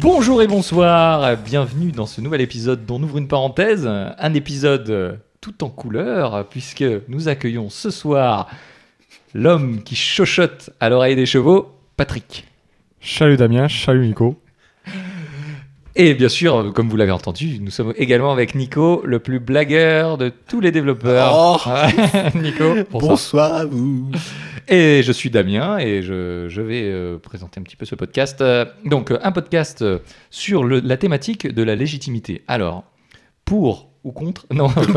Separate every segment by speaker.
Speaker 1: Bonjour et bonsoir, bienvenue dans ce nouvel épisode dont on ouvre une parenthèse, un épisode euh, tout en couleur, puisque nous accueillons ce soir l'homme qui chochotte à l'oreille des chevaux, Patrick.
Speaker 2: Salut Damien, salut Nico.
Speaker 1: Et bien sûr, euh, comme vous l'avez entendu, nous sommes également avec Nico, le plus blagueur de tous les développeurs.
Speaker 2: Oh.
Speaker 1: Ouais, Nico, bonsoir.
Speaker 3: Ah. Bonsoir à vous.
Speaker 1: Et je suis Damien et je, je vais euh, présenter un petit peu ce podcast. Euh, donc, euh, un podcast euh, sur le- la thématique de la légitimité. Alors, pour ou contre Non, pas du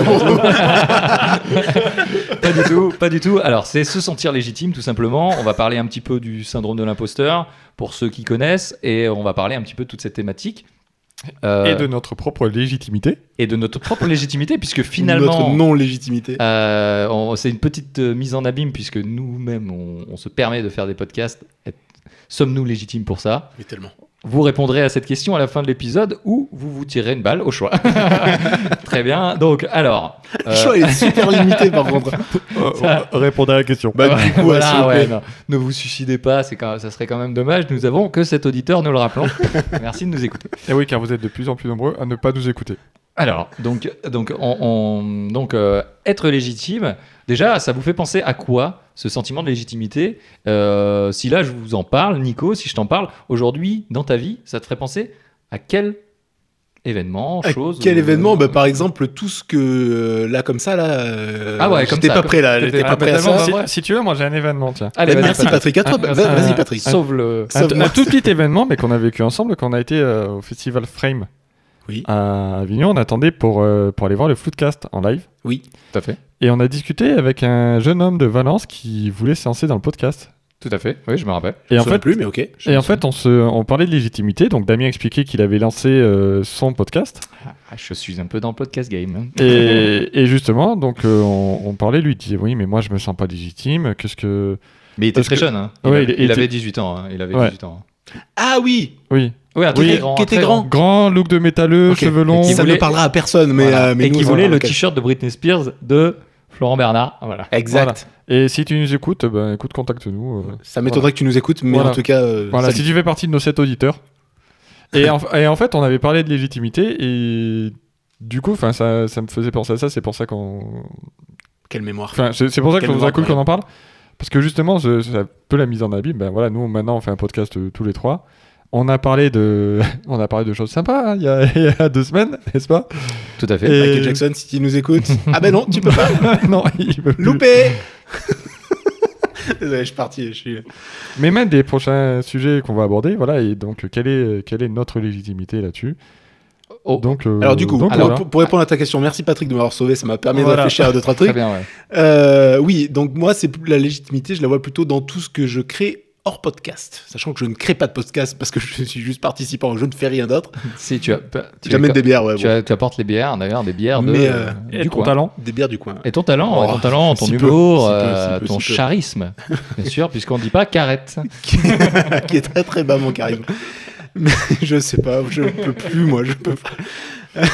Speaker 1: tout. pas du tout, pas du tout. Alors, c'est se sentir légitime, tout simplement. On va parler un petit peu du syndrome de l'imposteur, pour ceux qui connaissent, et on va parler un petit peu de toute cette thématique. Euh,
Speaker 2: Et de notre propre légitimité.
Speaker 1: et de notre propre légitimité, puisque finalement...
Speaker 3: Notre non-légitimité.
Speaker 1: Euh, on- c'est une petite euh, mise en abîme puisque nous-mêmes, on, on se permet de faire des podcasts. Et- Sommes-nous légitimes pour ça
Speaker 3: Mais tellement.
Speaker 1: Vous répondrez à cette question à la fin de l'épisode ou vous vous tirez une balle au choix. Très bien. Donc, alors. euh,
Speaker 3: Le choix est super limité par contre. Euh,
Speaker 1: Ça-
Speaker 2: répondez à la question.
Speaker 3: Bah, du coup,
Speaker 1: voilà,
Speaker 3: s'il vous
Speaker 1: ouais,
Speaker 3: plaît.
Speaker 1: non. ne vous suicidez pas, c'est quand- ça serait quand même dommage. Nous avons que cet auditeur, nous le rappelons. Merci de nous écouter.
Speaker 2: Et Eh oui, car vous êtes de plus en plus nombreux à ne pas nous écouter.
Speaker 1: Alors, donc, donc, on, on- donc euh, être légitime, déjà, ça vous fait penser à quoi ce sentiment de légitimité Euh, Si là, je vous en parle, Nico, si je t'en parle, aujourd'hui, dans ta vie, ça te ferait penser à quel événement,
Speaker 3: À
Speaker 1: chose
Speaker 3: Quel
Speaker 1: euh,
Speaker 3: événement bah, Par exemple, tout ce que euh, là comme ça là. euh,
Speaker 1: Ah ouais, comme
Speaker 3: J'étais
Speaker 1: ça,
Speaker 3: pas
Speaker 1: comme-
Speaker 3: prêt là. J'étais
Speaker 1: t'étais-
Speaker 3: pas
Speaker 1: ah,
Speaker 3: prêt à
Speaker 1: totalement,
Speaker 3: ça. Eh,
Speaker 1: bah,
Speaker 2: Si,
Speaker 1: moi-
Speaker 2: si tu veux, moi j'ai un événement, tiens.
Speaker 1: Allez, vas-y,
Speaker 3: Merci Patrick. À toi.
Speaker 1: Ah,
Speaker 3: bah, va-
Speaker 1: ah,
Speaker 3: Vas-y
Speaker 1: ah,
Speaker 3: Patrick.
Speaker 1: Sauve le.
Speaker 2: Un,
Speaker 3: Sauve-moi.
Speaker 2: un tout petit événement, mais qu'on a vécu ensemble quand on a été euh, au festival Frame.
Speaker 3: Oui.
Speaker 2: À Avignon, on attendait pour, euh, pour aller voir le Floodcast en live.
Speaker 3: Oui.
Speaker 1: Tout à fait.
Speaker 2: Et on a discuté avec un jeune homme de Valence qui voulait se lancer dans le podcast.
Speaker 1: Tout à fait. Oui, je me rappelle.
Speaker 2: Et en
Speaker 3: Je me souviens
Speaker 2: fait,
Speaker 3: plus, mais ok.
Speaker 2: et en fait on, se, on parlait de légitimité. Donc Damien expliquait qu'il avait lancé euh, son podcast.
Speaker 1: Ah, je suis un peu dans le podcast game. hein.
Speaker 2: Et, et justement, donc euh, on, on parlait, lui il disait oui, mais moi je me sens pas légitime. Qu'est-ce que
Speaker 1: Mais il était
Speaker 2: Parce
Speaker 1: très
Speaker 2: que-
Speaker 1: jeune. hein. Il,
Speaker 2: Ouais,
Speaker 1: avait,
Speaker 2: il-
Speaker 1: il
Speaker 2: il était-
Speaker 1: avait 18 ans. hein. Il avait
Speaker 2: Ouais.
Speaker 1: 18 ans.
Speaker 3: Ah oui.
Speaker 2: oui,
Speaker 1: Oui, un
Speaker 2: Oui,
Speaker 1: très grand,
Speaker 3: qui était
Speaker 1: très
Speaker 3: grand.
Speaker 2: grand look de métalleux,
Speaker 3: Ok.
Speaker 2: cheveux longs.
Speaker 1: Qui
Speaker 3: Ça
Speaker 1: voulait-
Speaker 3: ne parlera à personne, mais
Speaker 1: Voilà.
Speaker 3: euh, mais
Speaker 1: et
Speaker 3: nous,
Speaker 1: qui
Speaker 3: on en
Speaker 1: voulait
Speaker 3: parle
Speaker 1: le
Speaker 3: quand même.
Speaker 1: t-shirt de Britney Spears de Florent Bernard. Voilà.
Speaker 3: Exact.
Speaker 2: Et si tu nous écoutes, ben écoute, contacte-nous. euh.
Speaker 3: Ça m'étonnerait que tu nous écoutes, mais
Speaker 2: Voilà.
Speaker 3: en tout cas. euh,
Speaker 2: Voilà,
Speaker 3: salut.
Speaker 2: si tu fais partie de nos 7 auditeurs. Et en, et en fait, on avait parlé de légitimité et du coup, enfin, ça, ça me faisait penser à ça. C'est pour ça qu'on,
Speaker 3: Quelle mémoire.
Speaker 2: enfin, c'est c'est pour ça que
Speaker 3: Quel
Speaker 2: ça nous a
Speaker 3: moment,
Speaker 2: cool
Speaker 3: ouais.
Speaker 2: qu'on en parle parce que justement, je- c'est un peu la mise en abîme. Ben voilà, nous maintenant, on fait un podcast euh, tous les trois. On a parlé de, on a parlé de choses sympas hein, il y a- il y a deux semaines, n'est-ce pas
Speaker 1: Tout à fait.
Speaker 2: Et-
Speaker 3: Michael Jackson, si tu nous écoutes. Ah ben non, tu peux pas.
Speaker 2: non, il veut plus.
Speaker 3: Loupé. Désolé, je suis parti. Je suis.
Speaker 2: Mais même des prochains sujets qu'on va aborder, voilà, et donc euh, quelle est, quelle est notre légitimité là-dessus
Speaker 1: Oh.
Speaker 2: donc, euh,
Speaker 3: Alors du coup,
Speaker 2: donc,
Speaker 3: alors,
Speaker 2: voilà.
Speaker 3: pour, pour répondre à ta question, merci Patrick de m'avoir sauvé, ça m'a permis de
Speaker 2: Voilà.
Speaker 3: réfléchir à deux trois
Speaker 1: Très
Speaker 3: trucs.
Speaker 1: bien, ouais.
Speaker 3: Euh, oui, donc moi c'est plus la légitimité, je la vois plutôt dans tout ce que je crée hors podcast, sachant que je ne crée pas de podcast parce que je suis juste participant, je ne fais rien d'autre.
Speaker 1: Si tu as, tu,
Speaker 3: Jamais
Speaker 1: as-
Speaker 3: des bières, ouais.
Speaker 1: tu,
Speaker 3: bon.
Speaker 1: as- tu apportes les bières, d'ailleurs, des bières de,
Speaker 3: Mais, euh,
Speaker 2: Et
Speaker 1: du
Speaker 2: ton
Speaker 1: coin.
Speaker 2: talent
Speaker 3: Des bières du coin.
Speaker 1: Et ton talent,
Speaker 3: Oh,
Speaker 1: ouais, ton talent, ton
Speaker 3: si peu,
Speaker 1: humour,
Speaker 3: si peu, si
Speaker 1: euh,
Speaker 3: peu,
Speaker 1: ton
Speaker 3: si peu.
Speaker 1: charisme, bien sûr, puisqu'on ne dit pas carrette.
Speaker 3: qui qui est très très bas mon charisme. Mais je sais pas, je peux plus moi, je peux pas.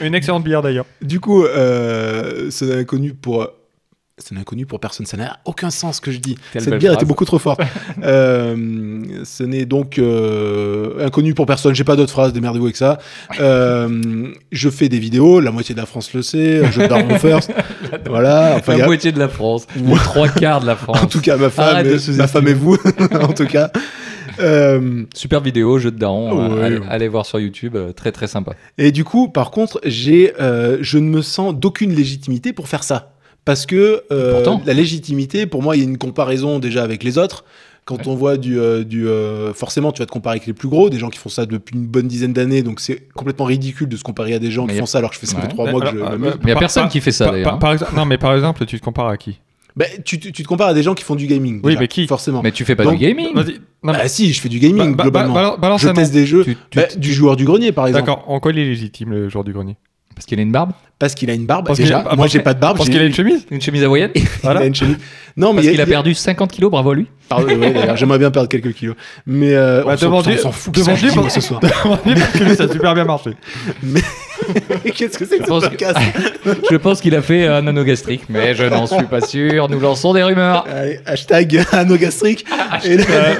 Speaker 2: Une excellente bière d'ailleurs.
Speaker 3: Du coup, euh, c'est un inconnu pour. C'est un inconnu pour personne. Ça n'a aucun sens ce que je dis.
Speaker 1: Quelle
Speaker 3: Cette
Speaker 1: belle
Speaker 3: bière
Speaker 1: phrase.
Speaker 3: était beaucoup trop forte. Euh, ce n'est donc euh, inconnu pour personne. J'ai pas d'autres phrases. Démerdez-vous avec ça. Euh, je fais des vidéos. La moitié de la France le sait. Je dors mon first. voilà. Enfin, il y
Speaker 1: la
Speaker 3: a-
Speaker 1: moitié de la France, les
Speaker 3: Ouais.
Speaker 1: trois quarts de la France.
Speaker 3: en tout cas, ma femme,
Speaker 1: Arrête de
Speaker 3: et,
Speaker 1: sous-estimer.
Speaker 3: ma femme et vous. en tout cas. Euh,
Speaker 1: Super vidéo, jeu de daron,
Speaker 3: Ouais,
Speaker 1: euh, allez,
Speaker 3: ouais.
Speaker 1: allez voir sur YouTube, euh, très très sympa.
Speaker 3: Et du coup, par contre, j'ai, euh, je ne me sens d'aucune légitimité pour faire ça. Parce que euh,
Speaker 1: Pourtant.
Speaker 3: la légitimité, pour moi, il y a une comparaison déjà avec les autres. Quand
Speaker 1: Ouais.
Speaker 3: on voit du... euh, du euh, forcément, tu vas te comparer avec les plus gros, des gens qui font ça depuis une bonne dizaine d'années, donc c'est complètement ridicule de se comparer à des gens
Speaker 1: Mais y
Speaker 3: qui
Speaker 1: a-
Speaker 3: font ça alors que je fais ça
Speaker 1: Ouais.
Speaker 3: que trois mois que je...
Speaker 2: euh,
Speaker 3: m'amuse.
Speaker 2: bah,
Speaker 1: Mais il n'y a personne qui fait ça,
Speaker 2: Par,
Speaker 1: d'ailleurs.
Speaker 2: par- par exemple, non, mais par exemple, tu te compares à qui
Speaker 3: Bah, tu, tu- tu te compares à des gens qui font du gaming.
Speaker 2: Oui,
Speaker 3: déjà,
Speaker 2: mais qui
Speaker 3: Forcément.
Speaker 1: hein. Mais tu fais pas du
Speaker 3: Donc,
Speaker 1: gaming
Speaker 2: Vas-y. Non, mais-
Speaker 3: Bah si, je fais du gaming,
Speaker 2: ba- ba-
Speaker 3: globalement.
Speaker 2: ba- balance
Speaker 3: je
Speaker 2: un nom.
Speaker 3: teste des jeux.
Speaker 1: Tu- tu-
Speaker 3: Bah, du joueur du grenier, par exemple.
Speaker 2: D'accord, en quoi il est légitime le joueur du grenier
Speaker 1: Parce qu'il a une barbe,
Speaker 3: Parce qu'il a une barbe.
Speaker 2: Parce
Speaker 3: déjà,
Speaker 2: qu'il-
Speaker 3: moi,
Speaker 2: parce
Speaker 3: j'ai pas de barbe.
Speaker 2: Parce
Speaker 3: j'ai-
Speaker 2: qu'il a une chemise
Speaker 1: une chemise hawaïenne,
Speaker 3: il a
Speaker 2: Voilà.
Speaker 3: une chemise. Non, mais
Speaker 1: parce
Speaker 3: il y
Speaker 1: qu'il
Speaker 3: a-
Speaker 1: a
Speaker 3: il y a-
Speaker 1: perdu 50 kilos, bravo à lui.
Speaker 3: Par- ouais, d'ailleurs, j'aimerais bien perdre quelques kilos. Mais euh,
Speaker 2: Bah,
Speaker 3: on s'en-
Speaker 2: demandez-
Speaker 3: on s'en fout
Speaker 2: demandez-
Speaker 3: demandez ce soir.
Speaker 2: Parce que lui, ça a super bien marché.
Speaker 3: Qu'est-ce que c'est que
Speaker 1: Je pense
Speaker 3: ce
Speaker 1: que-
Speaker 3: podcast
Speaker 1: Je pense qu'il a fait un anneau gastrique, mais je n'en suis pas sûr. Nous lançons des rumeurs.
Speaker 3: Allez, hashtag anogastrique. Et là-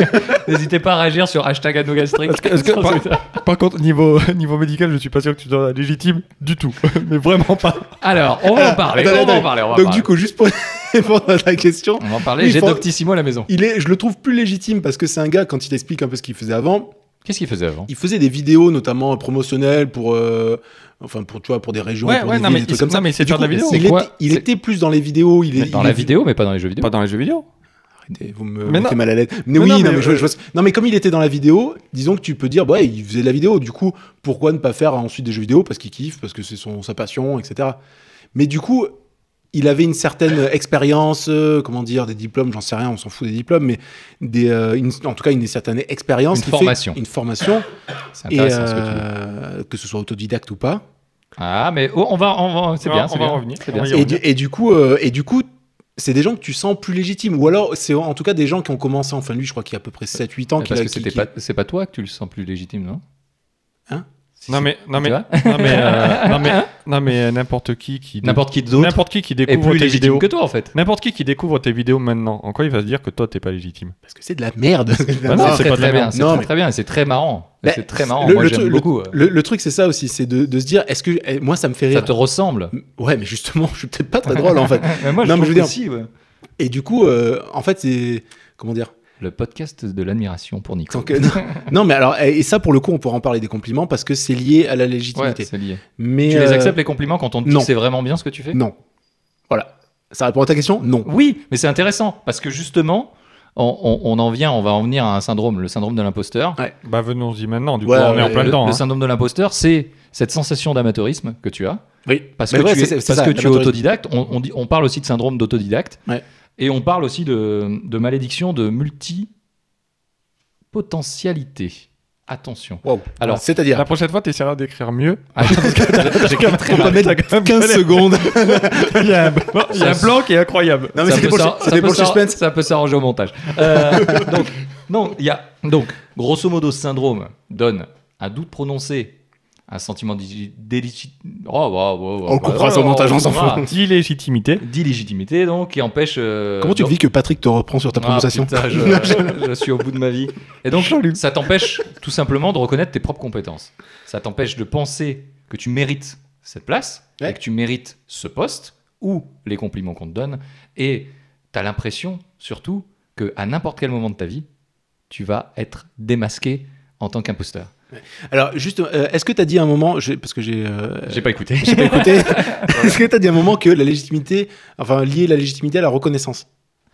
Speaker 1: N'hésitez pas à réagir sur hashtag anneau gastrique.
Speaker 2: Est-ce que- est-ce que- par, par contre, niveau, niveau médical, je suis pas sûr que tu sois légitime du tout. Mais vraiment pas.
Speaker 1: Alors, on va en parler.
Speaker 3: Attends,
Speaker 1: on va en
Speaker 3: attends.
Speaker 1: parler. On va en
Speaker 3: Donc
Speaker 1: parler.
Speaker 3: du coup, juste pour répondre à ta question,
Speaker 1: on va en parler.
Speaker 3: oui,
Speaker 1: J'ai
Speaker 3: faut-
Speaker 1: Doctissimo à la maison.
Speaker 3: il est, je le trouve plus légitime parce que c'est un gars, quand il explique un peu ce qu'il faisait avant,
Speaker 1: Qu'est-ce qu'il faisait avant
Speaker 3: il faisait des vidéos notamment promotionnelles pour... euh, Enfin, pour, tu vois, pour des régions, pour des villes, des trucs comme ça.
Speaker 2: c'est
Speaker 3: Du
Speaker 2: faire de la
Speaker 3: coup,
Speaker 2: vidéo.
Speaker 1: c'est-
Speaker 3: Il,
Speaker 1: quoi
Speaker 3: était, il
Speaker 1: C'est-
Speaker 3: était plus dans les vidéos. Il est,
Speaker 1: Dans
Speaker 3: il
Speaker 1: la
Speaker 3: est-
Speaker 1: vidéo, mais pas dans les jeux vidéo.
Speaker 2: Pas dans les jeux vidéo.
Speaker 3: Arrêtez, vous me
Speaker 2: Mais
Speaker 3: mettez
Speaker 2: non.
Speaker 3: mal à l'aise.
Speaker 2: Mais
Speaker 3: Mais oui,
Speaker 2: non,
Speaker 3: non, mais
Speaker 2: mais euh,
Speaker 3: je- je vois ce- non, mais comme il était dans la vidéo, disons que tu peux dire, ouais, il faisait de la vidéo. Du coup, pourquoi ne pas faire ensuite des jeux vidéo Parce qu'il kiffe, parce que c'est son sa passion, etc. Mais du coup, il avait une certaine expérience, euh, comment dire, des diplômes, j'en sais rien, on s'en fout des diplômes, mais des, euh, une- en tout cas une certaine expérience,
Speaker 1: Une
Speaker 3: qui fait-
Speaker 1: formation.
Speaker 3: une formation,
Speaker 1: C'est
Speaker 3: et
Speaker 1: intéressant ce que tu dis.
Speaker 3: euh, que ce soit autodidacte ou pas.
Speaker 1: Ah, mais oh, on va, on va- c'est
Speaker 2: On
Speaker 1: bien,
Speaker 2: va-
Speaker 1: c'est
Speaker 2: on va
Speaker 1: bien.
Speaker 2: revenir.
Speaker 1: C'est bien.
Speaker 2: On va y
Speaker 3: Et
Speaker 2: revenir.
Speaker 3: du, et du coup, euh, et du coup, c'est des gens que tu sens plus légitimes, ou alors c'est en tout cas des gens qui ont commencé. Enfin, lui, je crois qu'il y a à peu près 7-8 ans.
Speaker 1: Mais
Speaker 3: qu'il
Speaker 1: Parce
Speaker 3: a-
Speaker 1: que
Speaker 3: qui-
Speaker 1: c'était
Speaker 3: qui-
Speaker 1: pas, c'est pas toi que tu le sens plus légitime, non
Speaker 3: Hein
Speaker 1: Si,
Speaker 2: Non
Speaker 1: si.
Speaker 2: mais, non mais,
Speaker 1: Tu vois Hein
Speaker 2: non mais, euh, non mais, non mais euh, n'importe qui qui,
Speaker 1: n'importe qui d'autre
Speaker 2: n'importe qui qui
Speaker 1: est
Speaker 2: découvre
Speaker 1: plus
Speaker 2: tes
Speaker 1: légitime
Speaker 2: vidéos,
Speaker 1: que toi en fait.
Speaker 2: n'importe qui qui découvre tes vidéos maintenant, en quoi il va se dire que toi t'es pas légitime
Speaker 3: Parce que c'est de la merde.
Speaker 2: Ah
Speaker 1: Bah
Speaker 2: non,
Speaker 1: c'est
Speaker 2: c'est
Speaker 1: très,
Speaker 2: pas de la
Speaker 1: très bien,
Speaker 2: merde.
Speaker 1: c'est
Speaker 3: Bah Non,
Speaker 1: très,
Speaker 3: mais-
Speaker 1: très bien, et c'est très marrant. Et
Speaker 3: Bah,
Speaker 1: c'est très marrant.
Speaker 3: le-
Speaker 1: Moi,
Speaker 3: le
Speaker 1: j'aime
Speaker 3: truc-
Speaker 1: beaucoup. euh.
Speaker 3: Le, le truc, c'est ça aussi, c'est de, de se dire, est-ce que eh, moi, ça me fait
Speaker 1: Ça
Speaker 3: rire.
Speaker 1: te ressemble.
Speaker 3: Ouais, mais justement, je suis peut-être pas très drôle en fait.
Speaker 1: Mais moi, je
Speaker 3: Non, mais
Speaker 1: trouve
Speaker 3: je veux
Speaker 1: que
Speaker 3: dire-
Speaker 1: si, ouais.
Speaker 3: Et du coup, euh, en fait, c'est comment dire
Speaker 1: Le podcast de l'admiration pour Nico.
Speaker 3: Tant que- non, non, mais alors, eh, et ça pour le coup, on pourra en parler des compliments parce que c'est lié à la
Speaker 1: Ouais,
Speaker 3: légitimité.
Speaker 1: c'est lié.
Speaker 3: mais
Speaker 1: Tu les
Speaker 3: euh,
Speaker 1: acceptes les compliments quand on te dit
Speaker 3: non.
Speaker 1: que c'est vraiment bien ce que tu fais
Speaker 3: Non. Voilà. Ça répond à ta question Non.
Speaker 1: Oui, mais c'est intéressant parce que justement, on, on- on en vient, on va en venir à un syndrome, le syndrome de l'imposteur.
Speaker 2: Bah venons-y maintenant, du
Speaker 3: Ouais,
Speaker 2: coup on est
Speaker 3: ouais,
Speaker 2: en plein
Speaker 1: le,
Speaker 2: dedans.
Speaker 1: le
Speaker 2: hein.
Speaker 1: syndrome de l'imposteur, c'est cette sensation d'amateurisme que tu as.
Speaker 3: Oui.
Speaker 1: Parce
Speaker 3: Mais
Speaker 1: que
Speaker 3: ouais,
Speaker 1: tu
Speaker 3: c'est-
Speaker 1: es,
Speaker 3: c'est-
Speaker 1: parce
Speaker 3: c'est ça,
Speaker 1: que tu es
Speaker 3: l'amateurisme.
Speaker 1: autodidacte, on, on dit, on parle aussi de syndrome d'autodidacte.
Speaker 3: Ouais.
Speaker 1: Et on parle aussi de, de malédiction de multi-potentialité. Attention.
Speaker 3: Wow.
Speaker 1: Alors,
Speaker 3: c'est-à-dire
Speaker 2: La prochaine fois t'essaieras d'écrire mieux.
Speaker 1: j'ai quand même très
Speaker 3: On peut
Speaker 1: mal.
Speaker 3: mettre 15 secondes.
Speaker 1: Euh,
Speaker 2: il y a un, il y a un blanc qui est incroyable.
Speaker 3: Non, mais
Speaker 1: Ça
Speaker 3: c'était
Speaker 1: peut
Speaker 3: pour, le-
Speaker 1: s'ar- ça
Speaker 3: c'était
Speaker 1: peut
Speaker 3: pour le
Speaker 1: s'ar-
Speaker 3: suspense.
Speaker 1: Ça peut s'arranger au montage. Euh, donc, non, il y a, donc, grosso modo, ce syndrome donne un doute prononcé, un sentiment oh, d'illégitimité.
Speaker 3: On le coupera sur le montage, on s'en fout.
Speaker 2: D'illégitimité.
Speaker 1: D'illégitimité, donc, qui empêche. euh,
Speaker 3: Comment tu te
Speaker 1: donc-
Speaker 3: dis que Patrick te reprend sur ta
Speaker 1: Ah,
Speaker 3: prononciation
Speaker 1: putain, je, je suis au bout de ma vie. Et donc,
Speaker 2: Jean-Luc.
Speaker 1: ça t'empêche tout simplement de reconnaître tes propres compétences. Ça t'empêche de penser que tu mérites cette place
Speaker 3: Ouais.
Speaker 1: et que tu mérites ce poste ou les compliments qu'on te donne. Et tu as l'impression, surtout, qu'à n'importe quel moment de ta vie, tu vas être démasqué en tant qu'imposteur.
Speaker 3: Alors, juste, euh, est-ce que tu as dit à un moment, je- parce que j'ai euh,
Speaker 1: J'ai pas écouté.
Speaker 3: j'ai pas écouté, est-ce que tu as dit à un moment que la légitimité, enfin, lier la légitimité à la reconnaissance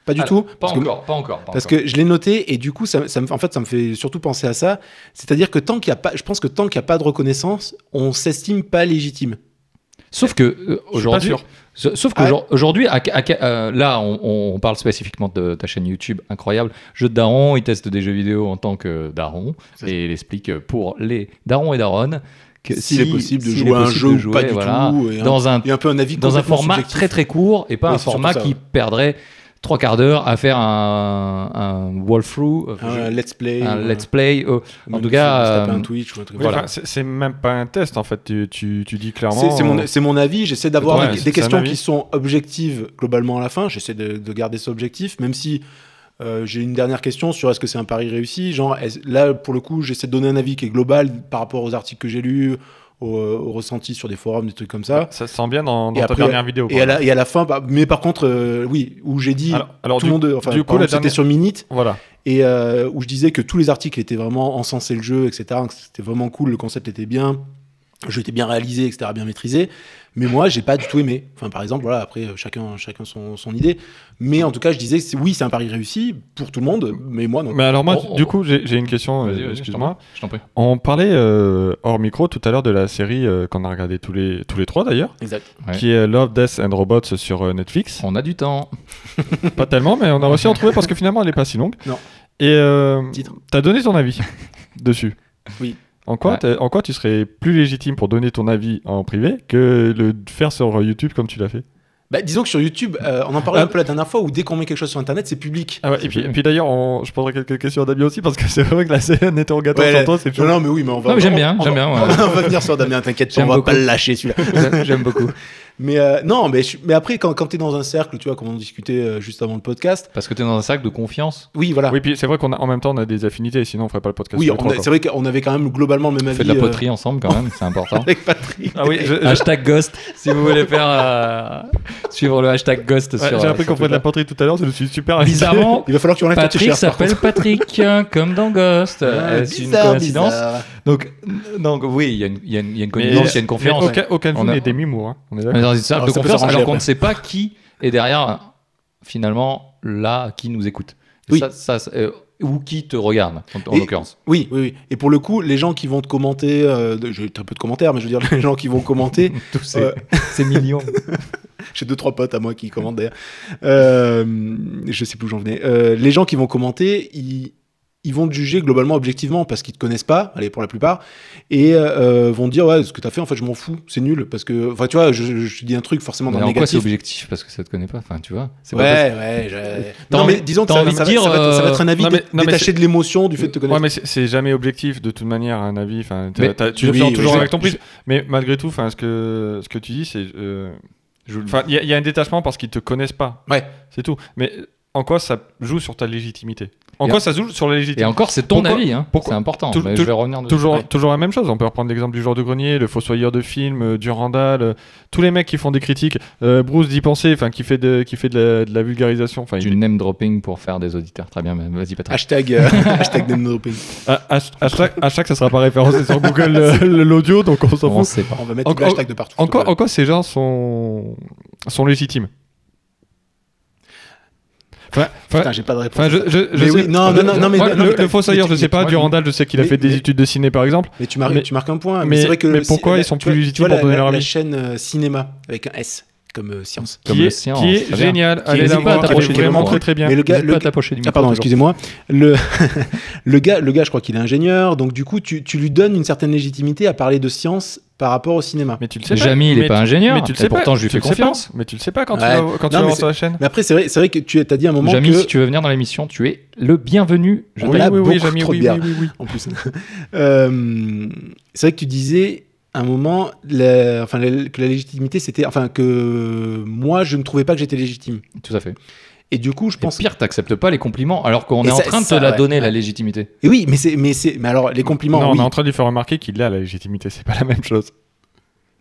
Speaker 3: Pas du
Speaker 1: Ah,
Speaker 3: tout
Speaker 1: Pas
Speaker 3: parce que-
Speaker 1: encore, pas encore. pas
Speaker 3: Parce
Speaker 1: encore.
Speaker 3: que je l'ai noté et du coup, ça, ça me, en fait, ça me fait surtout penser à ça. C'est-à-dire que tant qu'il y a pas, je pense que tant qu'il n'y a pas de reconnaissance, on s'estime pas légitime.
Speaker 1: Sauf que euh, aujourd'hui,
Speaker 2: sûr.
Speaker 1: sa- sauf
Speaker 3: Ah ouais.
Speaker 1: qu'aujourd'hui, euh, là, on, on- on parle spécifiquement de ta chaîne YouTube incroyable, jeu de daron. Il teste des jeux vidéo en tant que daron
Speaker 3: C'est ça.
Speaker 1: et il explique pour les darons et daronnes que
Speaker 3: S'il est possible de
Speaker 1: s'il
Speaker 3: jouer
Speaker 1: est
Speaker 3: à un
Speaker 1: possible
Speaker 3: jeu
Speaker 1: de
Speaker 3: ou pas du tout, et un-
Speaker 1: dans un
Speaker 3: Il y a un peu un avis
Speaker 1: dans un
Speaker 3: complètement
Speaker 1: format
Speaker 3: subjectif.
Speaker 1: très très court et pas
Speaker 3: Oui,
Speaker 1: un
Speaker 3: c'est surtout
Speaker 1: format
Speaker 3: ça,
Speaker 1: qui
Speaker 3: ouais.
Speaker 1: perdrait trois quarts d'heure à faire un, un walkthrough, euh,
Speaker 3: un
Speaker 1: je-
Speaker 3: let's play,
Speaker 1: un
Speaker 3: ou
Speaker 1: let's play. euh,
Speaker 3: ou même
Speaker 1: tout cas,
Speaker 3: se taper
Speaker 1: euh,
Speaker 3: un Twitch ou un truc.
Speaker 2: Oui,
Speaker 3: comme ça.
Speaker 2: enfin, c'est c'est même pas un test en fait. Tu, tu, tu dis clairement. euh,
Speaker 3: C'est c'est mon, c'est mon avis. J'essaie d'avoir
Speaker 2: Ouais,
Speaker 3: des-
Speaker 2: c'est-
Speaker 3: des
Speaker 2: c'est un
Speaker 3: questions
Speaker 2: avis.
Speaker 3: qui sont objectives globalement à la fin. J'essaie de, de garder ça objectif, même si euh, j'ai une dernière question sur est-ce que c'est un pari réussi. Genre, est-ce- là, pour le coup, j'essaie de donner un avis qui est global par rapport aux articles que j'ai lus, aux, euh, aux ressentis sur des forums, des trucs comme ça.
Speaker 2: Ça se sent bien dans, dans
Speaker 3: Et
Speaker 2: ta
Speaker 3: après-
Speaker 2: dernière vidéo.
Speaker 3: Et à, la, et à la fin, bah, mais par contre, euh, oui, où j'ai dit
Speaker 2: Alors, alors,
Speaker 3: tout
Speaker 2: du,
Speaker 3: le monde, enfin,
Speaker 2: du coup,
Speaker 3: par
Speaker 2: la
Speaker 3: exemple, c'était
Speaker 2: dernière-
Speaker 3: sur Minute,
Speaker 2: voilà.
Speaker 3: et euh, où je disais que tous les articles étaient vraiment encensés le jeu, etc. que C'était vraiment cool, le concept était bien, le jeu était bien réalisé, etc. Bien maîtrisé. Mais moi, j'ai pas du tout aimé. Enfin, par exemple, voilà, après euh, chacun, chacun son, son idée. Mais en tout cas, je disais que c'est- oui, c'est un pari réussi pour tout le monde, mais moi non.
Speaker 2: Mais alors moi,
Speaker 1: Oh, oh,
Speaker 2: du coup, j'ai j'ai une question. euh,
Speaker 1: Vas-y, vas-y,
Speaker 2: Excuse-moi.
Speaker 1: Je t'en prie.
Speaker 2: On parlait euh, hors micro tout à l'heure de la série euh, qu'on a regardée tous les tous les trois d'ailleurs,
Speaker 3: Exact.
Speaker 1: Ouais.
Speaker 2: qui est Love, Death and Robots sur euh, Netflix.
Speaker 1: On a du temps.
Speaker 2: pas tellement, mais on a réussi à en trouver parce que finalement, elle est pas si longue.
Speaker 3: Non.
Speaker 2: Et euh,
Speaker 3: Titre.
Speaker 2: t'as donné ton avis dessus.
Speaker 3: Oui.
Speaker 2: En quoi,
Speaker 1: Ouais.
Speaker 2: t'es- en quoi tu serais plus légitime pour donner ton avis en privé que le faire sur YouTube comme tu l'as fait
Speaker 3: Bah, disons que sur YouTube, euh, on en parlait un peu la dernière fois, où dès qu'on met quelque chose sur Internet, c'est public.
Speaker 2: Ah ouais, et puis, et puis d'ailleurs, on- je poserai quelques questions à Damien aussi parce que c'est vrai que la scène interrogatoire
Speaker 3: Ouais,
Speaker 2: sur toi, c'est
Speaker 3: non,
Speaker 2: toujours.
Speaker 3: non, mais oui, mais on va.
Speaker 1: Non, mais j'aime bien,
Speaker 3: on-
Speaker 1: j'aime
Speaker 3: on-
Speaker 1: bien, ouais.
Speaker 3: On va venir sur Damien, t'inquiète, on
Speaker 1: J'aime
Speaker 3: va
Speaker 1: beaucoup.
Speaker 3: pas le lâcher celui-là.
Speaker 1: J'aime beaucoup.
Speaker 3: Mais euh, non, mais, je- mais après, quand, quand t'es dans un cercle, tu vois, comme on discutait euh, juste avant le podcast,
Speaker 1: Parce que t'es dans un sac de confiance.
Speaker 3: oui, voilà.
Speaker 2: Oui, puis c'est vrai qu'en même temps, on a des affinités, sinon on ferait pas le podcast.
Speaker 3: Oui,
Speaker 2: tous les
Speaker 3: on
Speaker 2: trois,
Speaker 3: a-
Speaker 2: quoi.
Speaker 3: c'est vrai qu'on avait quand même globalement le même
Speaker 1: On
Speaker 3: avis.
Speaker 1: fait de la
Speaker 3: euh,
Speaker 1: poterie ensemble quand même, c'est important.
Speaker 3: avec Patrick.
Speaker 2: Ah oui, je- je-
Speaker 1: hashtag Ghost, si vous voulez faire euh, suivre le hashtag Ghost
Speaker 2: ouais,
Speaker 1: sur.
Speaker 2: j'ai
Speaker 1: euh,
Speaker 2: appris
Speaker 1: sur
Speaker 2: qu'on ferait de la poterie tout à l'heure, je suis super
Speaker 1: Twitter.
Speaker 2: inquiet.
Speaker 1: Bizarrement,
Speaker 3: Il va falloir que tu enlèves ton
Speaker 1: Patrick
Speaker 3: t-shirt. par
Speaker 1: s'appelle
Speaker 3: contre.
Speaker 1: Patrick, euh, comme dans Ghost.
Speaker 3: Ah,
Speaker 1: Euh, c'est une
Speaker 3: bizarre,
Speaker 1: coïncidence.
Speaker 3: bizarre.
Speaker 1: Donc, n- donc oui, il y a une, il y a une- il y a une
Speaker 2: Mais-
Speaker 1: coïncidence, il y a une
Speaker 2: Mais
Speaker 1: confiance.
Speaker 2: aucun, aucun de
Speaker 1: On
Speaker 2: vous
Speaker 1: a-
Speaker 2: n'est Demi Moore, hein. on est
Speaker 1: On est
Speaker 2: d'accord.
Speaker 1: dans une salle
Speaker 3: Alors,
Speaker 1: de
Speaker 3: Ah, ça peut
Speaker 1: confiance
Speaker 3: s'arranger
Speaker 1: alors qu'on
Speaker 3: après.
Speaker 1: ne sait pas qui est derrière, finalement, là, qui nous écoute. Et
Speaker 3: Oui.
Speaker 1: ça- ça, c'est- euh, ou qui te regarde, en, en
Speaker 3: Et-
Speaker 1: l'occurrence.
Speaker 3: Oui, oui, oui. Et pour le coup, les gens qui vont te commenter, euh, de- j'ai un peu de commentaires, mais je veux dire, les gens qui vont commenter,
Speaker 1: Tous ces,
Speaker 3: Ouais.
Speaker 1: ces millions.
Speaker 3: j'ai deux, trois potes à moi qui commentent d'ailleurs. Euh, je sais plus où j'en venais. Euh, les gens qui vont commenter, ils, ils vont te juger globalement objectivement parce qu'ils te connaissent pas, allez, pour la plupart, et euh, vont te dire, ouais, ce que t'as fait, en fait, je m'en fous, c'est nul. Parce que, enfin, tu vois, je, je- je te dis un truc forcément dans
Speaker 1: Mais
Speaker 3: le
Speaker 1: en quoi c'est
Speaker 3: négatif.
Speaker 1: objectif Parce que ça te connaît pas. Enfin, tu vois. C'est
Speaker 3: Ouais,
Speaker 1: pas
Speaker 3: ouais, je-
Speaker 1: T'as
Speaker 3: Non, mais
Speaker 1: envie-
Speaker 3: disons que
Speaker 1: t'as
Speaker 3: ça, va-
Speaker 1: envie de
Speaker 3: ça va,
Speaker 1: dire,
Speaker 3: ça va être- ça va être un
Speaker 2: euh,
Speaker 3: avis
Speaker 2: non, mais-
Speaker 3: dé-
Speaker 2: non, mais
Speaker 3: détaché de l'émotion du fait de te
Speaker 2: Ouais,
Speaker 3: connaître.
Speaker 2: mais c'est- c'est jamais objectif de toute manière un avis. Enfin, t'as-
Speaker 1: Mais-
Speaker 2: t'as- tu
Speaker 3: Oui,
Speaker 2: le sens
Speaker 3: oui,
Speaker 2: toujours
Speaker 3: je-
Speaker 2: avec ton
Speaker 3: je-
Speaker 2: prix. Mais malgré tout, enfin, ce que ce que tu dis, c'est euh, enfin, il y, a- il y a un détachement parce qu'ils te connaissent pas.
Speaker 3: Ouais.
Speaker 2: C'est tout. Mais en quoi ça joue sur ta légitimité En
Speaker 1: Et
Speaker 2: quoi ça joue sur la
Speaker 1: Et
Speaker 2: légitimité
Speaker 1: encore, c'est ton
Speaker 2: Pourquoi-
Speaker 1: avis. Hein.
Speaker 2: pourquoi-
Speaker 1: C'est important.
Speaker 2: tou-
Speaker 1: mais
Speaker 2: tou-
Speaker 1: je vais revenir dessus.
Speaker 2: Toujours,
Speaker 1: Ouais.
Speaker 2: toujours la même chose. On peut reprendre l'exemple du joueur de grenier, le fossoyeur de films, euh, Durandal, euh, tous les mecs qui font des critiques. Euh, Bruce d'y penser, enfin qui fait de, qui fait de la, de la vulgarisation. Enfin, il-
Speaker 1: Du name dropping pour faire des auditeurs. Très bien, mais vas-y,
Speaker 2: Ah,
Speaker 1: Patrick.
Speaker 3: Hashtag, euh, hashtag name dropping.
Speaker 2: à, à- à chaque, à chaque, ça sera pas référencé sur Google euh, l'audio, donc on s'en
Speaker 1: on
Speaker 2: fout.
Speaker 1: sait pas.
Speaker 3: On va mettre
Speaker 2: En-
Speaker 3: tous les
Speaker 2: en-
Speaker 3: hashtags de partout.
Speaker 2: En quoi, en quoi ces gens sont, sont légitimes Enfin, enfin,
Speaker 3: Putain, j'ai pas de réponse.
Speaker 2: enfin, je, je, je
Speaker 3: Mais
Speaker 2: sais-
Speaker 3: oui, non, non, non, non, mais-
Speaker 2: Moi,
Speaker 3: non, mais
Speaker 2: le,
Speaker 3: t'as-
Speaker 2: le Fossoyeur, je
Speaker 3: mais-
Speaker 2: sais pas,
Speaker 1: mais-
Speaker 2: Durandal, je sais qu'il a
Speaker 3: mais-
Speaker 2: fait des
Speaker 3: mais-
Speaker 2: études de ciné par exemple.
Speaker 3: Mais tu, mar-
Speaker 2: Mais-
Speaker 3: tu marques un point. hein, Mais,
Speaker 2: mais-
Speaker 3: c'est vrai que
Speaker 2: mais
Speaker 3: si-
Speaker 2: pourquoi
Speaker 3: la-
Speaker 2: ils sont
Speaker 3: tu vois-
Speaker 2: plus
Speaker 3: tu
Speaker 2: légitimes pour
Speaker 3: vois la-
Speaker 2: donner
Speaker 3: la,
Speaker 2: leur
Speaker 3: la
Speaker 2: avis
Speaker 3: chaîne euh, cinéma avec un S comme euh, science.
Speaker 1: Comme
Speaker 2: Qui
Speaker 1: le
Speaker 2: est,
Speaker 1: science,
Speaker 2: qui est
Speaker 1: très bien.
Speaker 2: génial.
Speaker 1: Qui
Speaker 2: Allez
Speaker 1: n'hésite
Speaker 2: la
Speaker 1: pas à
Speaker 2: voir, elle
Speaker 1: t'approcher
Speaker 2: est
Speaker 1: du
Speaker 2: vraiment
Speaker 1: micro,
Speaker 2: très
Speaker 1: hein.
Speaker 2: très bien.
Speaker 3: Mais le gars,
Speaker 1: N'hésite
Speaker 3: le
Speaker 1: pas à t'approcher du
Speaker 3: ah
Speaker 1: micro.
Speaker 3: pardon,
Speaker 1: toujours.
Speaker 3: excusez-moi. Le le gars, le gars, je crois qu'il est ingénieur. Donc du coup, tu, tu lui donnes une certaine légitimité à parler de science par rapport au cinéma.
Speaker 2: Mais tu le sais pas.
Speaker 1: Jamy, il
Speaker 2: Mais
Speaker 1: n'est pas
Speaker 2: tu-
Speaker 1: ingénieur.
Speaker 2: mais tu le
Speaker 1: et
Speaker 2: sais pas,
Speaker 1: pourtant, je lui
Speaker 2: tu
Speaker 1: fais
Speaker 2: le sais pas.
Speaker 1: confiance.
Speaker 2: Mais tu le sais pas quand tu
Speaker 3: Ouais.
Speaker 2: vas quand tu vas
Speaker 3: Non, mais
Speaker 2: voir sur la chaîne.
Speaker 3: Mais après, c'est vrai, c'est vrai que tu as dit à un moment
Speaker 1: Jamy,
Speaker 3: que
Speaker 1: si tu veux venir dans l'émission, tu es le bienvenu. Je
Speaker 3: On
Speaker 1: t'aime.
Speaker 3: l'a beaucoup
Speaker 2: Jamy,
Speaker 3: trop de
Speaker 2: oui,
Speaker 3: bière.
Speaker 2: oui, oui, oui.
Speaker 3: en plus. Euh, c'est vrai que tu disais à un moment la- enfin, la- que la légitimité, c'était enfin que moi, je ne trouvais pas que j'étais légitime.
Speaker 1: Tout à fait.
Speaker 3: Et du coup, je
Speaker 1: Et
Speaker 3: pense.
Speaker 1: pire, t'acceptes pas les compliments alors qu'on
Speaker 3: Et
Speaker 1: est en
Speaker 3: ça-
Speaker 1: train de te
Speaker 3: ça,
Speaker 1: la
Speaker 3: ouais.
Speaker 1: donner la légitimité.
Speaker 3: Et oui, mais c'est, mais c'est, mais alors les compliments.
Speaker 2: Non,
Speaker 3: oui.
Speaker 2: on est en train de lui faire remarquer qu'il a la légitimité, c'est pas la même chose.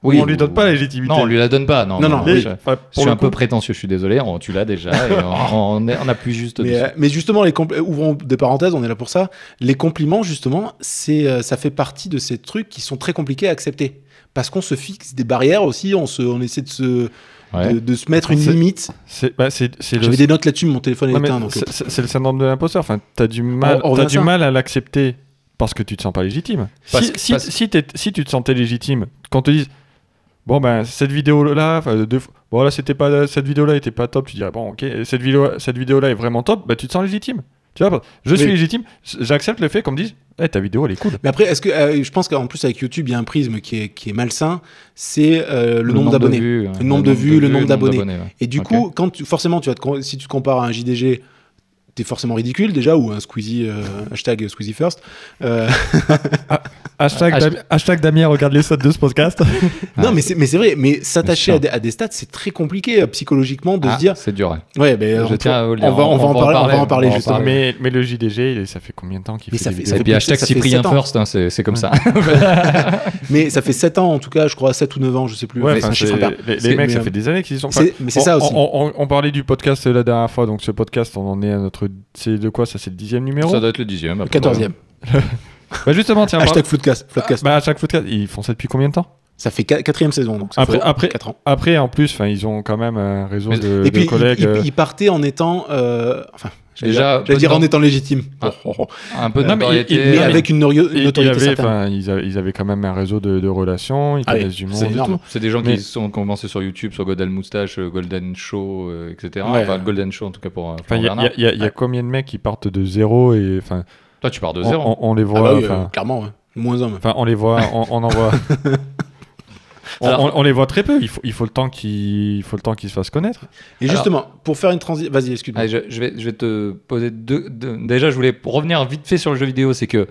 Speaker 1: Oui.
Speaker 2: on lui donne pas la légitimité.
Speaker 1: Non, on lui la donne pas. Non,
Speaker 3: Non,
Speaker 1: non,
Speaker 3: non,
Speaker 1: oui,
Speaker 2: Les-
Speaker 1: je-
Speaker 2: enfin,
Speaker 1: Je
Speaker 2: pour
Speaker 1: suis
Speaker 2: le
Speaker 1: un peu
Speaker 2: coup,
Speaker 1: prétentieux, je suis désolé. On, tu l'as déjà. et on, on, est- on appuie juste.
Speaker 3: Mais,
Speaker 1: dessus.
Speaker 3: euh, mais justement, les compl- euh, ouvrons des parenthèses, on est là pour ça. Les compliments, justement, c'est, euh, ça fait partie de ces trucs qui sont très compliqués à accepter. Parce qu'on se fixe des barrières aussi, on, se, on essaie de se,
Speaker 2: euh,
Speaker 1: Ouais.
Speaker 3: de, de se mettre une
Speaker 2: C'est-
Speaker 3: limite.
Speaker 2: c'est bah, c'est- c'est le
Speaker 3: J'avais des notes là-dessus, mais mon téléphone est
Speaker 2: Non, mais
Speaker 3: éteint. Donc, euh,
Speaker 2: c'est- c'est c'est le syndrome de l'imposteur. Enfin, t'as du mal,
Speaker 3: On- on revient
Speaker 2: t'as
Speaker 3: à
Speaker 2: du
Speaker 3: ça.
Speaker 2: mal à l'accepter parce que tu te sens pas légitime.
Speaker 1: Parce
Speaker 2: si,
Speaker 1: que-
Speaker 2: si,
Speaker 1: parce-
Speaker 2: si t'es- si tu te sentais légitime, quand on te dise bon ben cette vidéo là, bon là c'était pas cette vidéo là était pas top, tu dirais bon ok cette vidéo cette vidéo là est vraiment top, bah tu te sens légitime. Tu vois, parce- je suis
Speaker 3: Oui.
Speaker 2: légitime, j'accepte le fait qu'on me dise Eh, ta vidéo elle est cool.
Speaker 3: Mais après, est-ce que euh, je pense qu'en plus avec YouTube, il y a un prisme qui est, qui est malsain, c'est euh, le, nombre
Speaker 1: de
Speaker 3: d'abonnés.
Speaker 1: vues, ouais.
Speaker 3: Le nombre de vues, le nombre d'abonnés.
Speaker 1: ouais.
Speaker 3: Et du
Speaker 1: Ok.
Speaker 3: coup, quand tu, forcément, tu vas te com- si tu te compares à un JDG, t'es forcément ridicule déjà, ou un Squeezie, euh, hashtag Squeezie First. Euh,
Speaker 2: Hashtag,
Speaker 1: Ah,
Speaker 2: Dam- hashtag Damien regarde les stats de ce podcast.
Speaker 1: Ouais.
Speaker 3: Non, mais c'est mais c'est vrai, mais s'attacher
Speaker 1: Bien sûr.
Speaker 3: à, des- à des stats, c'est très compliqué euh, psychologiquement de
Speaker 1: Ah,
Speaker 3: se dire,
Speaker 1: c'est dur. ouais.
Speaker 3: ouais, ben,
Speaker 1: Je
Speaker 3: on,
Speaker 1: tiens à
Speaker 3: on
Speaker 1: le dire,
Speaker 3: va, on, va en parler, on va en parler
Speaker 1: on va en
Speaker 3: justement.
Speaker 1: parler.
Speaker 2: mais, mais le JDG, il- ça fait combien de temps qu'il
Speaker 3: bah, Mais
Speaker 2: fait,
Speaker 3: ça
Speaker 2: des
Speaker 3: fait-
Speaker 2: vidéos
Speaker 3: ça
Speaker 1: Et
Speaker 3: fait
Speaker 1: puis
Speaker 3: plus-
Speaker 1: hashtag
Speaker 3: ça fait
Speaker 1: Cyprien
Speaker 3: sept ans.
Speaker 1: First, hein, c'est c'est comme
Speaker 2: Ouais.
Speaker 1: ça.
Speaker 3: Mais ça fait 7 ans en tout cas, je crois 7 ou 9 ans, je sais plus.
Speaker 2: Ouais,
Speaker 3: mais
Speaker 2: enfin,
Speaker 3: c'est un
Speaker 2: c'est-
Speaker 3: chiffre impair.
Speaker 2: les, les
Speaker 1: C'est-
Speaker 2: mecs,
Speaker 3: mais,
Speaker 2: ça
Speaker 3: euh,
Speaker 2: fait des années qu'ils y sont. Enfin,
Speaker 3: C'est- Mais c'est
Speaker 2: on-
Speaker 3: ça aussi.
Speaker 2: On, on- on parlait du podcast la dernière fois, donc ce podcast, on en est à notre. C'est de quoi ça C'est le dixième numéro
Speaker 1: Ça doit être le dixième.
Speaker 3: Le
Speaker 1: après.
Speaker 3: 14e.
Speaker 2: Bah Justement, tiens,
Speaker 3: Hashtag Floodcast.
Speaker 2: par-
Speaker 1: Ah,
Speaker 3: Floodcast.
Speaker 2: bah, à chaque podcast, ils font ça depuis combien de
Speaker 1: bah.
Speaker 2: temps
Speaker 3: Ça fait 4 saison, donc ça
Speaker 2: Après-
Speaker 3: fait
Speaker 2: après-
Speaker 3: 4 ans.
Speaker 2: Après, en plus, enfin, ils ont quand même un réseau
Speaker 1: Mais-
Speaker 2: de,
Speaker 3: Et puis,
Speaker 2: de collègues.
Speaker 3: il,
Speaker 2: euh,
Speaker 3: il- il partait en étant. euh, enfin, j'allais
Speaker 1: Déjà,
Speaker 3: dire- j'allais dire en étant légitime.
Speaker 1: Ah.
Speaker 3: Oh, oh, oh.
Speaker 1: Un peu de
Speaker 2: Non, mais
Speaker 1: notoriété. euh,
Speaker 2: il- il-
Speaker 3: Mais
Speaker 2: non, mais-
Speaker 3: avec une, norio- une
Speaker 2: il- il
Speaker 3: autorité
Speaker 2: avait,
Speaker 3: certaine.
Speaker 2: enfin, ils, avaient, ils avaient quand même un réseau de, de relations, ils
Speaker 3: Ah oui,
Speaker 2: connaissent du monde.
Speaker 3: c'est
Speaker 2: et
Speaker 3: énorme.
Speaker 2: tout.
Speaker 1: C'est des gens
Speaker 2: Mais-
Speaker 1: qui sont commencés sur YouTube, sur Golden Moustache, euh, Golden Show, euh, etc.
Speaker 3: Ouais.
Speaker 1: Enfin, Golden Show en tout cas pour, euh,
Speaker 2: Enfin,
Speaker 1: pour
Speaker 2: il y a,
Speaker 1: Bernard.
Speaker 2: il y a- il y a combien de mecs qui partent de zéro et enfin,
Speaker 1: Toi, tu pars de
Speaker 2: on,
Speaker 1: zéro.
Speaker 2: on- on les
Speaker 3: Ah bah
Speaker 2: voit,
Speaker 3: oui, euh,
Speaker 2: enfin,
Speaker 3: clairement, ouais. moins homme.
Speaker 2: enfin, on les voit, on, on en voit. On,
Speaker 1: Alors-
Speaker 2: on- on les voit très peu. Il faut, il faut le temps qu'ils il faut le temps qu'ils se fassent connaître.
Speaker 3: Et
Speaker 1: Alors-
Speaker 3: justement, pour faire une transition. Vas-y, excuse-moi.
Speaker 1: Allez, je, je vais, je vais te poser deux, deux- Déjà, je voulais revenir vite fait sur le jeu vidéo. C'est que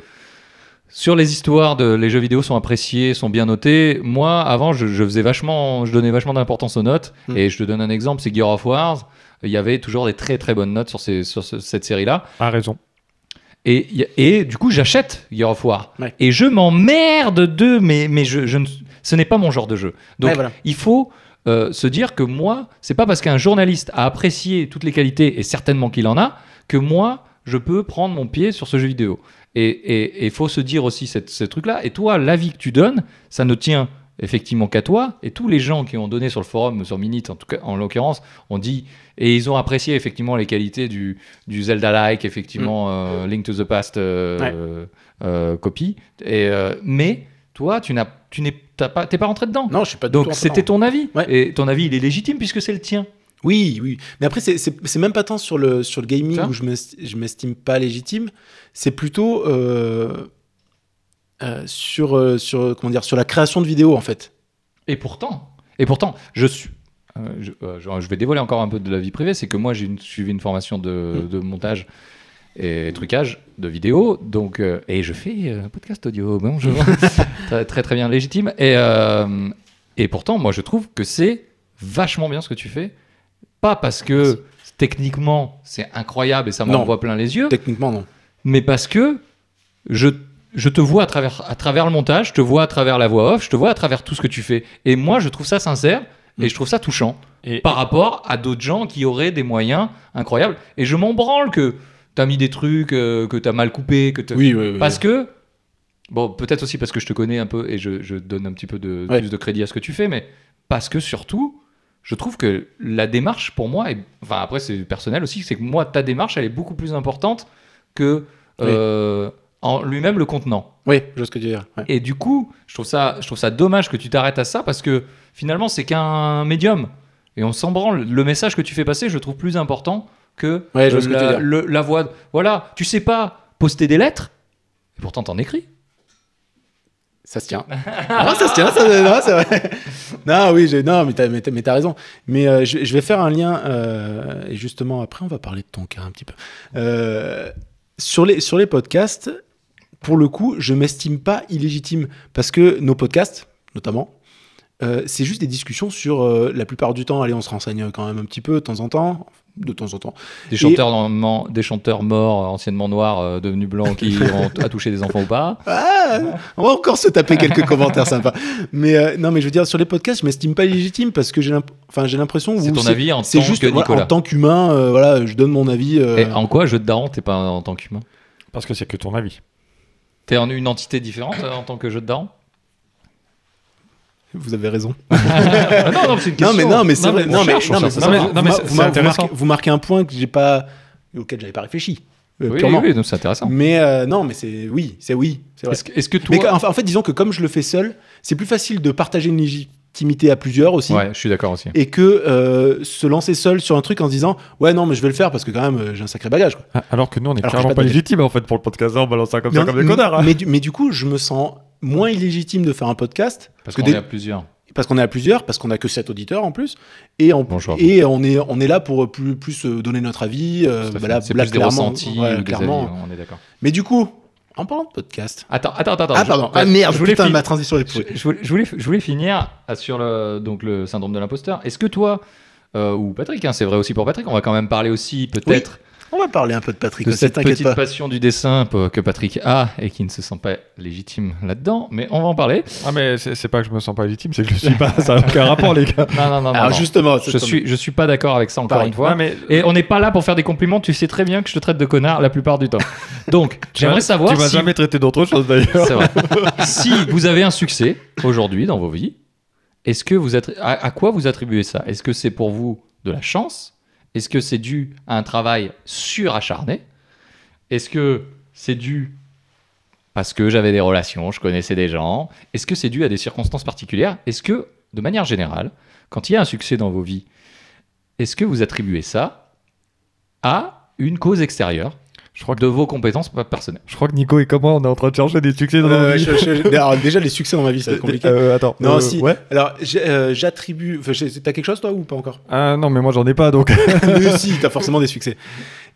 Speaker 1: sur les histoires, de, les jeux vidéo sont appréciés, sont bien notés. Moi, avant, je, je faisais vachement, je donnais vachement d'importance aux notes.
Speaker 3: Mm.
Speaker 1: Et je te donne un exemple, c'est Gear of Wars. Il y avait toujours des très très bonnes notes sur, ces- sur ce- cette série-là.
Speaker 2: À raison.
Speaker 1: Et, y a- et du coup, j'achète Gear of War.
Speaker 3: Ouais.
Speaker 1: Et je m'emmerde d'eux, mais, mais je, je ne- ce n'est pas mon genre de jeu. Donc,
Speaker 3: Ouais, voilà.
Speaker 1: il faut euh, se dire que moi, c'est pas parce qu'un journaliste a apprécié toutes les qualités, et certainement qu'il en a, que moi, je peux prendre mon pied sur ce jeu vidéo. Et il faut se dire aussi cette- ce truc-là. Et toi, l'avis que tu donnes, ça ne tient effectivement qu'à toi. Et tous les gens qui ont donné sur le forum, sur Minit en tout cas, en l'occurrence, ont dit et ils ont apprécié effectivement les qualités du, du Zelda-like, effectivement euh, Link to the Past euh,
Speaker 3: Mm. Ouais.
Speaker 1: euh, euh, copie. Et euh, mais toi, tu n'as, tu n'es t'as pas, t'es pas rentré dedans.
Speaker 3: Non, je suis pas du tout
Speaker 1: Donc
Speaker 3: en-
Speaker 1: c'était
Speaker 3: non.
Speaker 1: ton avis.
Speaker 3: Ouais.
Speaker 1: Et ton avis, il est légitime puisque c'est le tien.
Speaker 3: Oui, oui. Mais après, c'est- c'est c'est même pas tant sur le, sur le gaming
Speaker 1: Ça
Speaker 3: où je m'est- je m'estime pas légitime. C'est plutôt euh, euh, sur, euh, sur, comment dire, sur la création de vidéos, en fait.
Speaker 1: Et pourtant, et pourtant, je suis. euh, je, euh, je- je vais dévoiler encore un peu de la vie privée, c'est que moi j'ai une- suivi une formation
Speaker 3: Mm.
Speaker 1: de, de montage et trucage de vidéo, donc euh, et je fais euh, podcast audio, bonjour, très, très très bien légitime. Et euh, et pourtant, moi je trouve que c'est vachement bien ce que tu fais, pas parce que techniquement c'est incroyable et ça
Speaker 3: Non.
Speaker 1: m'envoie plein les yeux,
Speaker 3: Techniquement, non.
Speaker 1: mais parce que je, je te vois à travers, à travers le montage, je te vois à travers la voix off, je te vois à travers tout ce que tu fais. Et moi, je trouve ça sincère et
Speaker 3: Mm.
Speaker 1: je trouve ça touchant
Speaker 2: Et-
Speaker 1: par rapport à d'autres gens qui auraient des moyens incroyables. Et je m'en branle que t'as mis des trucs, euh, que t'as mal coupé, que t'as-
Speaker 3: Oui, oui, oui.
Speaker 1: parce que, bon, peut-être aussi parce que je te connais un peu et je, je donne un petit peu de,
Speaker 3: Ouais.
Speaker 1: plus de crédit à ce que tu fais, mais parce que surtout, je trouve que la démarche pour moi, est, enfin après c'est personnel aussi, c'est que moi, ta démarche, elle est beaucoup plus importante que
Speaker 3: Oui.
Speaker 1: euh, en lui-même le contenant.
Speaker 3: Oui, je vois ce que tu veux dire. Ouais.
Speaker 1: Et du coup, je trouve ça, je trouve ça dommage que tu t'arrêtes à ça parce que finalement, c'est qu'un médium. Et on s'en branle. Le message que tu fais passer, je le trouve plus important que
Speaker 3: Ouais, je vois ce que tu veux
Speaker 1: la,
Speaker 3: dire.
Speaker 1: le- la voix. Voilà, tu sais pas poster des lettres, et pourtant t'en écris.
Speaker 3: Ça se tient. non, ça se tient, ça, non, c'est vrai. Non, oui, j'ai- non, mais t'as, mais t'as- mais t'as raison. Mais euh, je, je vais faire un lien, euh, et justement, après, on va parler de ton cas un petit peu. Euh, sur, les, sur les podcasts, pour le coup, je m'estime pas illégitime, parce que nos podcasts, notamment, euh, c'est juste des discussions sur euh, la plupart du temps. Allez, on se renseigne quand même un petit peu de temps en temps. De temps en temps.
Speaker 1: Des chanteurs, normalement- des chanteurs morts, euh, anciennement noirs, euh, devenus blancs, qui ont t- à toucher des enfants ou pas.
Speaker 3: Ah, on va encore se taper quelques commentaires sympas. Mais euh, non, mais je veux dire, sur les podcasts, je m'estime pas illégitime parce que j'ai, l'imp- enfin, j'ai l'impression.
Speaker 1: C'est
Speaker 3: où
Speaker 1: ton avis en
Speaker 3: C'est
Speaker 1: tant
Speaker 3: juste
Speaker 1: que
Speaker 3: voilà,
Speaker 1: Nicolas.
Speaker 3: en tant qu'humain, euh, voilà, je donne mon avis. euh,
Speaker 1: Et en quoi, jeu de daron, t'es pas en tant qu'humain
Speaker 2: Parce que c'est que ton avis.
Speaker 1: T'es en une entité différente euh, en tant que jeu de daron
Speaker 3: Vous avez raison.
Speaker 1: Ah Non, non, c'est une question.
Speaker 3: Non mais non mais c'est
Speaker 1: Non,
Speaker 3: vrai.
Speaker 1: mais
Speaker 3: Non
Speaker 1: on
Speaker 3: mais
Speaker 1: cherche, on
Speaker 3: non mais
Speaker 1: cherche.
Speaker 3: c'est
Speaker 2: Non, mais-
Speaker 3: ça.
Speaker 2: non, mais
Speaker 3: Vous-
Speaker 2: c'est-
Speaker 3: vous
Speaker 2: c'est
Speaker 3: marquez-
Speaker 2: intéressant.
Speaker 3: Vous marquez un point que j'ai pas auquel j'avais pas réfléchi euh,
Speaker 1: Oui,
Speaker 3: purement.
Speaker 1: oui, donc c'est intéressant.
Speaker 3: Mais euh, non mais c'est oui c'est oui c'est vrai.
Speaker 1: Est-ce que, est-ce que toi.
Speaker 3: Mais qu'en- en fait disons que comme je le fais seul, c'est plus facile de partager une légitimité à plusieurs aussi.
Speaker 1: Ouais, je suis d'accord aussi.
Speaker 3: Et que euh, se lancer seul sur un truc en se disant ouais non mais je vais le faire parce que quand même euh, j'ai un sacré bagage quoi.
Speaker 2: Ah, Alors que nous, on est
Speaker 3: Alors que j'ai
Speaker 2: clairement
Speaker 3: pas
Speaker 2: pas,
Speaker 3: de-
Speaker 2: légitimes en fait pour le podcast. On balance ça comme ça,
Speaker 3: Mais-
Speaker 2: comme des connards. hein.
Speaker 3: mais, du- mais du coup je me sens moins illégitime de faire un podcast
Speaker 1: Parce
Speaker 3: que
Speaker 1: qu'on
Speaker 3: des-
Speaker 1: est à plusieurs.
Speaker 3: parce qu'on est à plusieurs, parce qu'on a que 7 auditeurs en plus, et, en,
Speaker 1: Bon choix.
Speaker 3: et on, est, on est là pour plus, plus euh, donner notre avis. euh,
Speaker 1: Tout à
Speaker 3: bah
Speaker 1: fait.
Speaker 3: là-
Speaker 1: c'est
Speaker 3: là,
Speaker 1: plus des
Speaker 3: clairement,
Speaker 1: ressentis
Speaker 3: ouais,
Speaker 1: ou des
Speaker 3: clairement.
Speaker 1: avis, hein. on est d'accord.
Speaker 3: Mais du coup, en parlant de podcast.
Speaker 1: Attends, attends, attends.
Speaker 3: ah,
Speaker 1: je-
Speaker 3: pardon, ah merde,
Speaker 1: je voulais
Speaker 3: putain,
Speaker 1: finir-
Speaker 3: ma transition est pourrie.
Speaker 1: Je, je voulais, je voulais- je voulais finir à- sur le, donc le syndrome de l'imposteur. Est-ce que toi, euh, ou Patrick, hein, c'est vrai aussi pour Patrick, on va quand même parler aussi peut-être
Speaker 3: On va parler un peu de Patrick
Speaker 1: de
Speaker 3: aussi,
Speaker 1: cette
Speaker 3: t'inquiète
Speaker 1: petite
Speaker 3: pas.
Speaker 1: passion du dessin p- que Patrick a et qui ne se sent pas légitime là-dedans, mais on va en parler.
Speaker 2: Ah mais c'est c'est pas que je me sens pas légitime, c'est que je le suis pas. Ça n'a aucun rapport les gars.
Speaker 1: Non, non, non, non,
Speaker 3: Ah. Alors
Speaker 1: non.
Speaker 3: justement,
Speaker 1: Je suis, je suis pas d'accord avec ça encore
Speaker 3: Pareil.
Speaker 1: une fois.
Speaker 2: Non, mais
Speaker 1: Et on n'est pas là pour faire des compliments, tu sais très bien que je te traite de connard la plupart du temps. Donc, j'aimerais savoir
Speaker 2: tu m'as
Speaker 1: si
Speaker 2: jamais traité d'autre chose d'ailleurs.
Speaker 1: C'est vrai. si vous avez un succès aujourd'hui dans vos vies, est-ce que vous attri- à, à quoi vous attribuez ça Est-ce que c'est pour vous de la chance Est-ce que c'est dû à un travail suracharné Est-ce que c'est dû parce que j'avais des relations, je connaissais des gens Est-ce que c'est dû à des circonstances particulières Est-ce que, de manière générale, quand il y a un succès dans vos vies, est-ce que vous attribuez ça à une cause extérieure
Speaker 2: Je crois que,
Speaker 1: de vos compétences pas personnelles.
Speaker 2: je crois que Nico et comme moi, on est en train de chercher des succès dans
Speaker 3: Euh,
Speaker 2: nos vies.
Speaker 3: je- je- je- alors, déjà, les succès dans ma vie, ça va être compliqué.
Speaker 2: Euh, attends.
Speaker 3: Non,
Speaker 2: euh,
Speaker 3: si.
Speaker 2: Ouais.
Speaker 3: Alors, j'ai- euh, j'attribue. enfin, j'ai- T'as quelque chose, toi, ou pas encore
Speaker 2: Ah non, mais moi j'en ai pas donc.
Speaker 3: Mais si, t'as forcément des succès.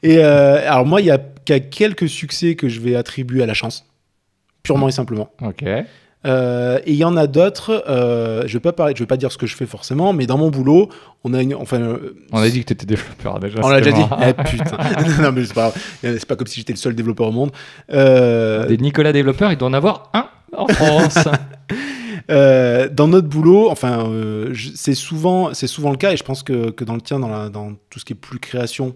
Speaker 3: Et euh, alors, moi, il y a qu'à quelques succès que je vais attribuer à la chance, purement et simplement.
Speaker 1: Ok.
Speaker 3: Euh, et il y en a d'autres. euh, je vais pas parler, je vais pas dire ce que je fais forcément, mais dans mon boulot, on a une, enfin, euh,
Speaker 1: On a dit que tu étais développeur déjà.
Speaker 3: on l'a déjà
Speaker 1: c'était
Speaker 3: dit.
Speaker 1: marrant.
Speaker 3: Ah, putain. non, non, mais c'est pas, grave. Euh, c'est pas comme si j'étais le seul développeur au monde. Euh,
Speaker 1: Des Nicolas développeurs, il doit en avoir un en France.
Speaker 3: Euh, dans notre boulot, enfin, euh, je- c'est souvent, c'est souvent le cas, et je pense que, que dans le tien, dans, la- dans tout ce qui est plus création,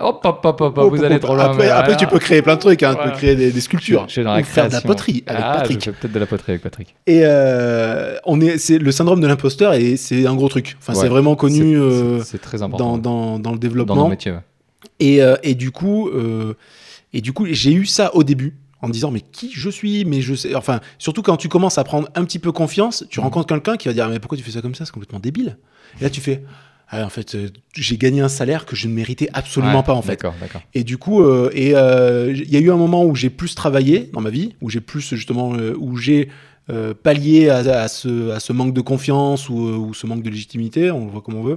Speaker 1: hop, hop, hop, hop,
Speaker 3: Oh,
Speaker 1: vous
Speaker 3: pour-
Speaker 1: allez
Speaker 3: pour-
Speaker 1: trop loin.
Speaker 3: Après,
Speaker 1: mais
Speaker 3: après,
Speaker 1: voilà.
Speaker 3: tu peux créer plein de trucs, hein, tu
Speaker 1: Voilà.
Speaker 3: peux créer des, des sculptures,
Speaker 1: Je suis dans la
Speaker 3: ou faire de la
Speaker 1: création.
Speaker 3: poterie avec
Speaker 1: Ah,
Speaker 3: Patrick.
Speaker 1: Je fais peut-être de la poterie avec Patrick.
Speaker 3: Et euh, on est, c'est le syndrome de l'imposteur, et c'est un gros truc. Enfin,
Speaker 1: Ouais.
Speaker 3: c'est vraiment connu
Speaker 1: C'est-
Speaker 3: euh,
Speaker 1: c'est- C'est très
Speaker 3: dans,
Speaker 1: important.
Speaker 3: dans, dans le
Speaker 1: Dans nos
Speaker 3: développement.
Speaker 1: métiers. ouais.
Speaker 3: Et, euh, et du coup, euh, et du coup, j'ai eu ça au début en me disant mais qui je suis, mais je sais. Enfin, surtout quand tu commences à prendre un petit peu confiance,
Speaker 1: Mm.
Speaker 3: tu rencontres quelqu'un qui va dire mais pourquoi tu fais ça comme ça, c'est complètement débile. Et là tu fais. Ah, en fait, euh, j'ai gagné un salaire que je ne méritais absolument
Speaker 1: Ouais,
Speaker 3: pas en fait.
Speaker 1: D'accord, d'accord.
Speaker 3: Et du coup, euh, et euh, il y a eu un moment où j'ai plus travaillé dans ma vie, où j'ai plus justement, euh, où j'ai euh, pallié à, à ce, à ce manque de confiance ou, euh, ou ce manque de légitimité, on le voit comme on veut.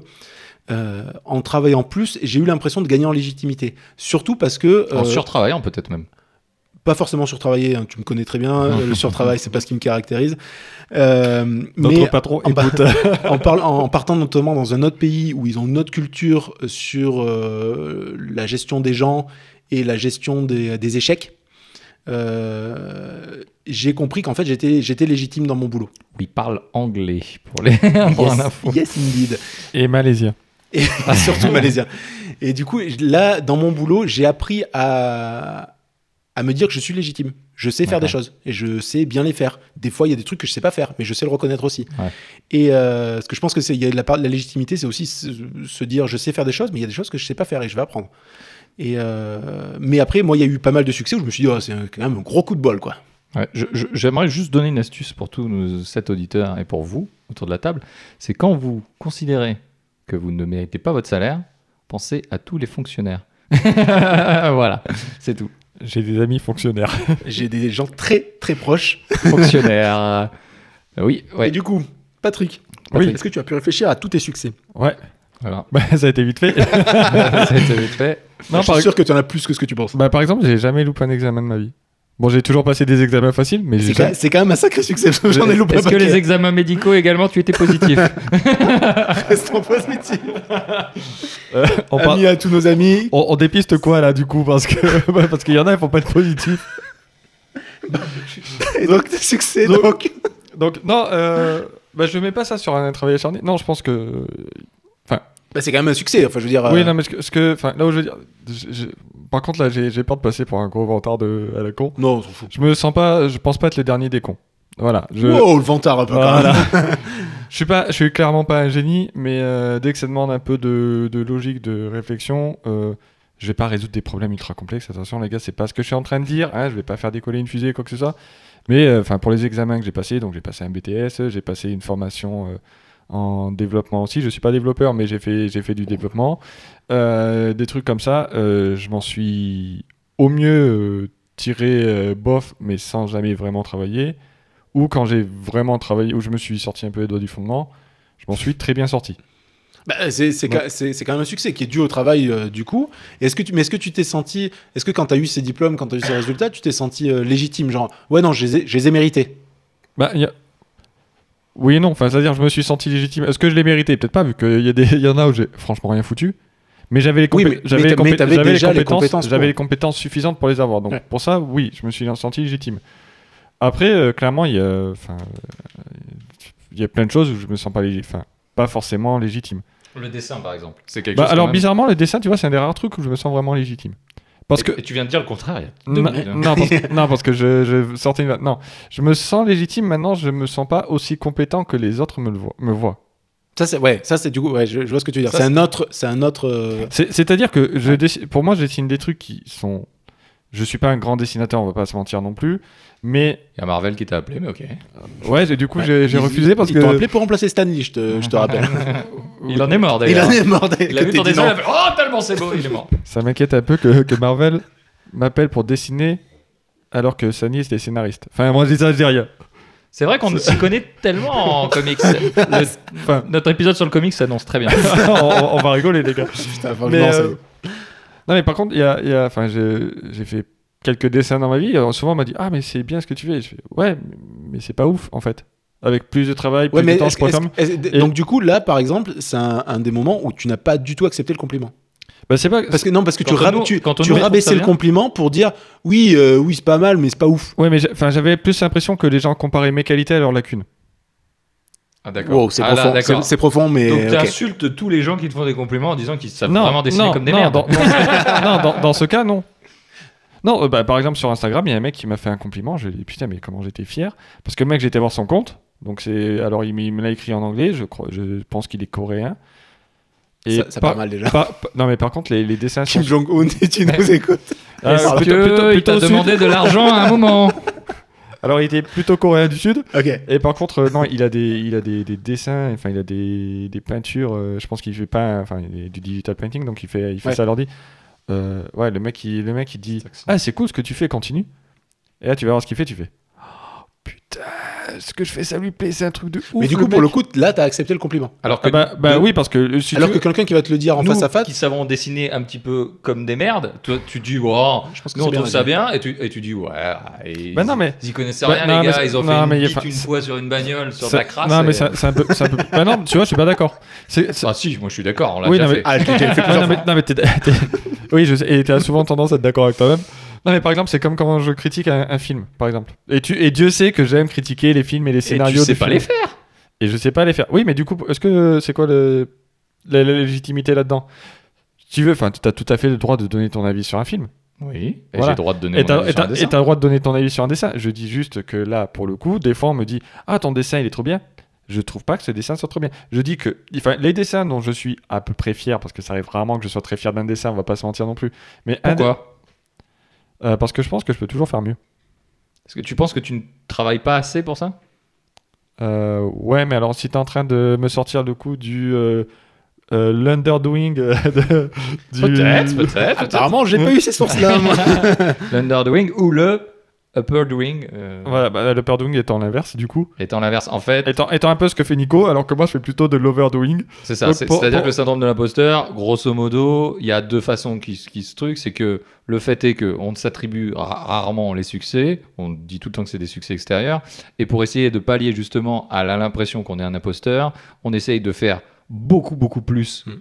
Speaker 3: Euh, en travaillant plus, j'ai eu l'impression de gagner en légitimité. Surtout parce que
Speaker 1: En
Speaker 3: euh,
Speaker 1: surtravaillant peut-être même.
Speaker 3: pas forcément surtravaillé. hein, tu me connais très bien. euh, le surtravail, c'est pas ce qui me caractérise. Euh,
Speaker 2: Notre
Speaker 3: mais
Speaker 2: patron
Speaker 3: en par-
Speaker 2: écoute.
Speaker 3: en, parlant- en- en partant notamment dans un autre pays où ils ont une autre culture sur euh, la gestion des gens et la gestion des, des échecs, euh, j'ai compris qu'en fait j'étais j'étais légitime dans mon boulot.
Speaker 1: Il parle anglais pour les pour
Speaker 3: yes,
Speaker 1: l'info.
Speaker 3: yes, indeed.
Speaker 2: Et malaisien.
Speaker 3: Et Ah, surtout malaisien. Et du coup, là, dans mon boulot, j'ai appris à, à me dire que je suis légitime. Je sais faire des
Speaker 1: D'accord.
Speaker 3: choses et je sais bien les faire. Des fois, il y a des trucs que je sais pas faire, mais je sais le reconnaître aussi.
Speaker 1: Ouais.
Speaker 3: Et euh, ce que je pense que c'est, il y a de la part de la légitimité, c'est aussi se, se dire je sais faire des choses, mais il y a des choses que je sais pas faire et je vais apprendre. Et euh, mais après, moi, il y a eu pas mal de succès où je me suis dit, oh, c'est un- quand même un gros coup de bol, quoi.
Speaker 1: Ouais, je- je- J'aimerais juste donner une astuce pour tous nos sept auditeurs et pour vous autour de la table. C'est quand vous considérez que vous ne méritez pas votre salaire, pensez à tous les fonctionnaires. voilà, c'est tout.
Speaker 2: J'ai des amis fonctionnaires.
Speaker 3: J'ai des gens très très proches.
Speaker 1: Fonctionnaires. euh, Oui, ouais.
Speaker 3: Et du coup, Patrick,
Speaker 1: Patrick.
Speaker 3: est-ce que tu as pu réfléchir à tous tes succès
Speaker 2: Ouais.
Speaker 1: Voilà.
Speaker 2: Bah, ça a été vite fait.
Speaker 1: Ça a été vite fait.
Speaker 3: Je
Speaker 2: Non,
Speaker 3: suis
Speaker 2: par,
Speaker 3: sûr que tu en as plus que ce que tu penses.
Speaker 2: bah, par exemple, j'ai jamais loupé un examen de ma vie. Bon, j'ai toujours passé des examens faciles, mais j'ai
Speaker 3: C'est quand,
Speaker 2: jamais...
Speaker 3: c'est quand même un sacré succès. parce que J'en ai loupé un
Speaker 1: Est-ce que
Speaker 3: paquet.
Speaker 1: les examens médicaux également, tu étais positif
Speaker 3: Restons positifs.
Speaker 2: on, par-
Speaker 3: Amis à tous nos amis.
Speaker 2: on- on dépiste quoi là du coup Parce que bah, parce qu'il y en a, ils faut pas être positif.
Speaker 3: Et donc, tes succès,
Speaker 2: Donc-
Speaker 3: donc.
Speaker 2: Donc non, euh, bah, je mets pas ça sur un travail acharné. Non, je pense que
Speaker 3: Bah, c'est quand même un succès. Enfin, je veux dire.
Speaker 2: Oui,
Speaker 3: euh,
Speaker 2: non, mais ce que, ce que- enfin, là où je veux dire, je- je- par contre, là, j'ai j'ai peur de passer pour un gros vantard de, à la con.
Speaker 3: non, on s'en fout.
Speaker 2: Je me sens pas, je pense pas être le dernier des cons. Voilà. Je,
Speaker 3: Oh, le vantard un peu. quand
Speaker 2: Voilà.
Speaker 3: même.
Speaker 2: je suis pas, je suis clairement pas un génie, mais euh, dès que ça demande un peu de, de logique, de réflexion, euh, je vais pas résoudre des problèmes ultra complexes. Attention, les gars, c'est pas ce que je suis en train de dire. Hein, je vais pas faire décoller une fusée, quoi que ce soit. Mais euh, enfin, pour les examens que j'ai passés, donc j'ai passé un BTS, euh, j'ai passé une formation euh, en développement aussi. Je suis pas développeur, mais j'ai fait, j'ai fait du développement, Euh, des trucs comme ça. euh, je m'en suis au mieux euh, tiré euh, bof, mais sans jamais vraiment travailler. Ou quand j'ai vraiment travaillé, où je me suis sorti un peu les doigts du fondement, je m'en suis très bien sorti.
Speaker 3: Bah, c'est, c'est
Speaker 2: Ouais.
Speaker 3: ca- c'est- c'est quand même un succès qui est dû au travail euh, du coup. Et Est-ce que tu, mais est-ce que tu t'es senti. Est-ce que quand tu as eu ces diplômes, quand tu as eu ces résultats, tu t'es senti euh, légitime Genre, ouais, non, je les ai, je les ai mérités.
Speaker 2: Bah, il y a- Oui et non, enfin, c'est-à-dire je me suis senti légitime. Est-ce que je l'ai mérité Peut-être pas, vu qu'il y, a des- il y en a où j'ai franchement rien foutu. Mais j'avais les,
Speaker 3: Oui,
Speaker 2: compé-
Speaker 3: mais-
Speaker 2: j'avais
Speaker 3: mais
Speaker 2: les
Speaker 3: t'a- mais
Speaker 2: compé-
Speaker 3: t'avais
Speaker 2: j'avais les
Speaker 3: déjà les
Speaker 2: compétences,
Speaker 3: compétences
Speaker 2: j'avais
Speaker 3: pour.
Speaker 2: les compétences suffisantes pour les avoir. Donc
Speaker 3: Ouais.
Speaker 2: pour ça, oui, je me suis senti légitime. Après, euh, clairement, il y a, enfin, euh, il y a plein de choses où je me sens pas légitime. Enfin, pas forcément légitime.
Speaker 1: Le dessin, par exemple. C'est quelque
Speaker 2: Bah, alors bizarrement, le dessin, tu vois, c'est un des rares trucs où je me sens vraiment légitime. Parce que
Speaker 1: Et tu viens de dire le contraire. il y a deux
Speaker 2: non,
Speaker 1: minutes, hein.
Speaker 2: non, parce que, non, parce que je, je sortais une vanne. Non, je me sens légitime maintenant, je me sens pas aussi compétent que les autres me, le voient, me voient.
Speaker 3: Ça, c'est, ouais, ça, c'est du coup. Ouais, je, je vois ce que tu veux dire.
Speaker 1: Ça,
Speaker 3: c'est, un autre. C'est un autre euh,
Speaker 2: C'est- C'est-à-dire que je dessine- pour moi, je dessine des trucs qui sont. Je suis pas un grand dessinateur, on va pas se mentir non plus. Mais
Speaker 1: Il y a Marvel qui t'a appelé, mais ok.
Speaker 2: ouais, j'ai- du coup, j'ai j'ai
Speaker 3: ils-
Speaker 2: refusé parce
Speaker 3: ils
Speaker 2: que.
Speaker 3: t'ont appelé pour remplacer Stanley, je te, je te rappelle.
Speaker 1: Il en est mort
Speaker 3: Il
Speaker 1: d'ailleurs.
Speaker 3: en est mort dès
Speaker 1: Il a
Speaker 3: que
Speaker 1: vu
Speaker 3: t'es
Speaker 1: ton
Speaker 3: dit
Speaker 1: dessin, il
Speaker 3: non.
Speaker 1: a fait Oh, tellement c'est beau, il est mort.
Speaker 2: Ça m'inquiète un peu que, que Marvel m'appelle pour dessiner alors que sa nièce est scénariste. Enfin, moi, je dis ça, je dis rien.
Speaker 1: C'est vrai qu'on s'y connaît tellement en comics. Le-
Speaker 2: Enfin,
Speaker 1: notre épisode sur le comics s'annonce très bien.
Speaker 2: on, on va rigoler, les gars.
Speaker 3: Putain, franchement,
Speaker 2: Mais,
Speaker 3: ça-
Speaker 2: euh, Non, mais par contre, il y a, il y a- enfin, je- j'ai fait quelques dessins dans ma vie. Alors, souvent, on m'a dit Ah, mais c'est bien ce que tu fais. Et je fais Ouais, mais c'est pas ouf, en fait. Avec plus de travail, plus
Speaker 3: Ouais, mais
Speaker 2: de temps,
Speaker 3: est-ce
Speaker 2: je pourrais
Speaker 3: que-
Speaker 2: faire-
Speaker 3: est-ce que- est-ce-
Speaker 2: Et-
Speaker 3: donc du coup là par exemple c'est un, un des moments où tu n'as pas du tout accepté le compliment
Speaker 2: Bah, c'est pas.
Speaker 3: parce que non parce que tu,
Speaker 1: Quand on
Speaker 3: rab-
Speaker 1: nous-
Speaker 3: tu,
Speaker 1: quand on
Speaker 3: tu
Speaker 1: nous trouve ça
Speaker 3: rabaissais le
Speaker 1: bien.
Speaker 3: compliment pour dire oui euh, oui c'est pas mal mais c'est pas ouf
Speaker 2: Ouais, mais j'ai- enfin, j'avais plus l'impression que les gens comparaient mes qualités à leurs lacunes.
Speaker 1: Ah,
Speaker 3: wow c'est
Speaker 1: Ah, là,
Speaker 3: profond c'est-
Speaker 1: d'accord.
Speaker 3: c'est profond mais
Speaker 1: Donc tu
Speaker 3: ok.
Speaker 1: insultes tous les gens qui te font des compliments en disant qu'ils savent vraiment dessiner comme des
Speaker 2: non,
Speaker 1: merdes.
Speaker 2: Dans, non, dans- dans ce cas, non. Non, euh, bah, par exemple, sur Instagram, il y a un mec qui m'a fait un compliment. Je lui ai dit, putain, mais comment j'étais fier. Parce que le mec, j'étais voir son compte. Donc c'est, alors, il, m- il me l'a écrit en anglais. Je, crois, je pense qu'il est coréen.
Speaker 3: ça, ça part mal déjà
Speaker 2: par- par- non, mais par contre, les, les dessins sont.
Speaker 3: Kim Jong Un tu nous écoutes
Speaker 2: Ah,
Speaker 1: Est-ce
Speaker 2: plutôt-
Speaker 1: que
Speaker 2: plutôt-
Speaker 1: il t'a
Speaker 2: plutôt sud.
Speaker 1: demandé de l'argent à un moment
Speaker 2: Alors, il était plutôt coréen du sud.
Speaker 3: ok
Speaker 2: Et par contre, euh, non, il a des, il a des, des dessins, enfin, il a des, des peintures. euh, je pense qu'il fait pas, enfin, il est du digital painting, donc il fait, il fait
Speaker 3: Ouais.
Speaker 2: ça à l'ordi. Euh, ouais, le mec, il, le mec, il dit,
Speaker 1: Saxon.
Speaker 2: ah, c'est cool ce que tu fais, continue. Et là, tu vas voir ce qu'il fait, tu fais. Oh, Putain, ce que je fais, ça lui plaît, c'est un truc de ouf.
Speaker 3: mais du coup pour le
Speaker 2: mec.
Speaker 3: coup là t'as accepté le compliment
Speaker 1: Alors que
Speaker 2: Ah bah, bah
Speaker 1: nous-
Speaker 2: oui, parce que euh, si
Speaker 3: alors
Speaker 2: tu
Speaker 3: que quelqu'un qui va te le dire en
Speaker 1: nous,
Speaker 3: face à face
Speaker 1: qui savons dessiner un petit peu comme des merdes, toi tu dis wow,
Speaker 3: je pense que
Speaker 1: nous
Speaker 3: c'est
Speaker 1: on trouve ça
Speaker 3: dit.
Speaker 1: bien et tu et tu dis ouais. ah, et
Speaker 2: Bah non,
Speaker 1: ils-
Speaker 2: mais-
Speaker 1: ils y connaissaient
Speaker 2: Bah
Speaker 1: rien
Speaker 2: non,
Speaker 1: les
Speaker 2: mais
Speaker 1: gars,
Speaker 2: c'est-
Speaker 1: ils ont
Speaker 2: non,
Speaker 1: fait
Speaker 2: mais y
Speaker 1: une
Speaker 2: a
Speaker 1: bite
Speaker 2: pas-
Speaker 1: une fois sur une bagnole sur de
Speaker 2: ça-
Speaker 1: la crasse.
Speaker 2: Non, mais
Speaker 1: et-
Speaker 3: euh,
Speaker 2: ça- c'est un peu, c'est un peu. bah non, tu vois, je suis pas d'accord. C'est- c'est-
Speaker 1: Ah si, moi je suis d'accord, on l'a
Speaker 2: Oui,
Speaker 1: déjà
Speaker 2: non, mais-
Speaker 1: fait.
Speaker 3: ah je l'ai déjà fait
Speaker 2: Ouais,
Speaker 3: plusieurs
Speaker 2: non, mais,
Speaker 3: fois
Speaker 2: non, mais t'es- t'es- oui, je sais, et t'as souvent tendance à être d'accord avec toi-même. Non, mais par exemple, c'est comme quand je critique un, un film, par exemple. Et, tu, et Dieu sait que j'aime critiquer les films et les
Speaker 1: Et
Speaker 2: scénarios
Speaker 1: tu sais
Speaker 2: des
Speaker 1: pas
Speaker 2: films.
Speaker 1: les faire.
Speaker 2: Et je sais pas les faire. Oui, mais du coup, est-ce que euh, c'est quoi le, la, la légitimité là-dedans Tu veux, enfin, t'as tout à fait le droit de donner ton avis sur un film.
Speaker 1: Oui. Et j'ai
Speaker 2: Voilà.
Speaker 1: le droit de donner
Speaker 2: Et
Speaker 1: mon
Speaker 2: t'as
Speaker 1: avis
Speaker 2: et
Speaker 1: sur un
Speaker 2: t'as- et
Speaker 1: dessin.
Speaker 2: t'as le droit de donner ton avis sur un dessin. Je dis juste que là, pour le coup, des fois, on me dit Ah, ton dessin, il est trop bien. Je trouve pas que ce dessin soit trop bien. Je dis que enfin, les dessins dont je suis à peu près fier, parce que ça arrive rarement que je sois très fier d'un dessin, on va pas se mentir non plus. Mais un
Speaker 1: Pourquoi
Speaker 2: des- euh, Parce que je pense que je peux toujours faire mieux.
Speaker 1: Est-ce que tu penses que tu ne travailles pas assez pour ça
Speaker 2: Euh, ouais, mais alors si t'es en train de me sortir le coup du euh, euh, l'underdoing euh, de- du- bah,
Speaker 1: Peut-être, peut-être.
Speaker 3: apparemment j'ai pas eu ces sources là
Speaker 1: L'underdoing ou le upperdoing euh,
Speaker 2: Voilà, bah, l'upperdoing étant l'inverse, du coup.
Speaker 1: étant l'inverse. En fait,
Speaker 2: Étant, étant un peu ce que fait Nico, alors que moi je fais plutôt de l'overdoing.
Speaker 1: c'est ça.
Speaker 2: donc
Speaker 1: c'est-
Speaker 2: pour-
Speaker 1: C'est-à-dire
Speaker 2: pour-
Speaker 1: que le syndrome de l'imposteur, grosso modo, il y a deux façons qui, se- qui se truc. C'est que le fait est que on s'attribue ra- rarement les succès. On dit tout le temps que c'est des succès extérieurs. Et pour essayer de pallier justement à la- l'impression qu'on est un imposteur, on essaye de faire beaucoup, beaucoup plus
Speaker 2: Hmm.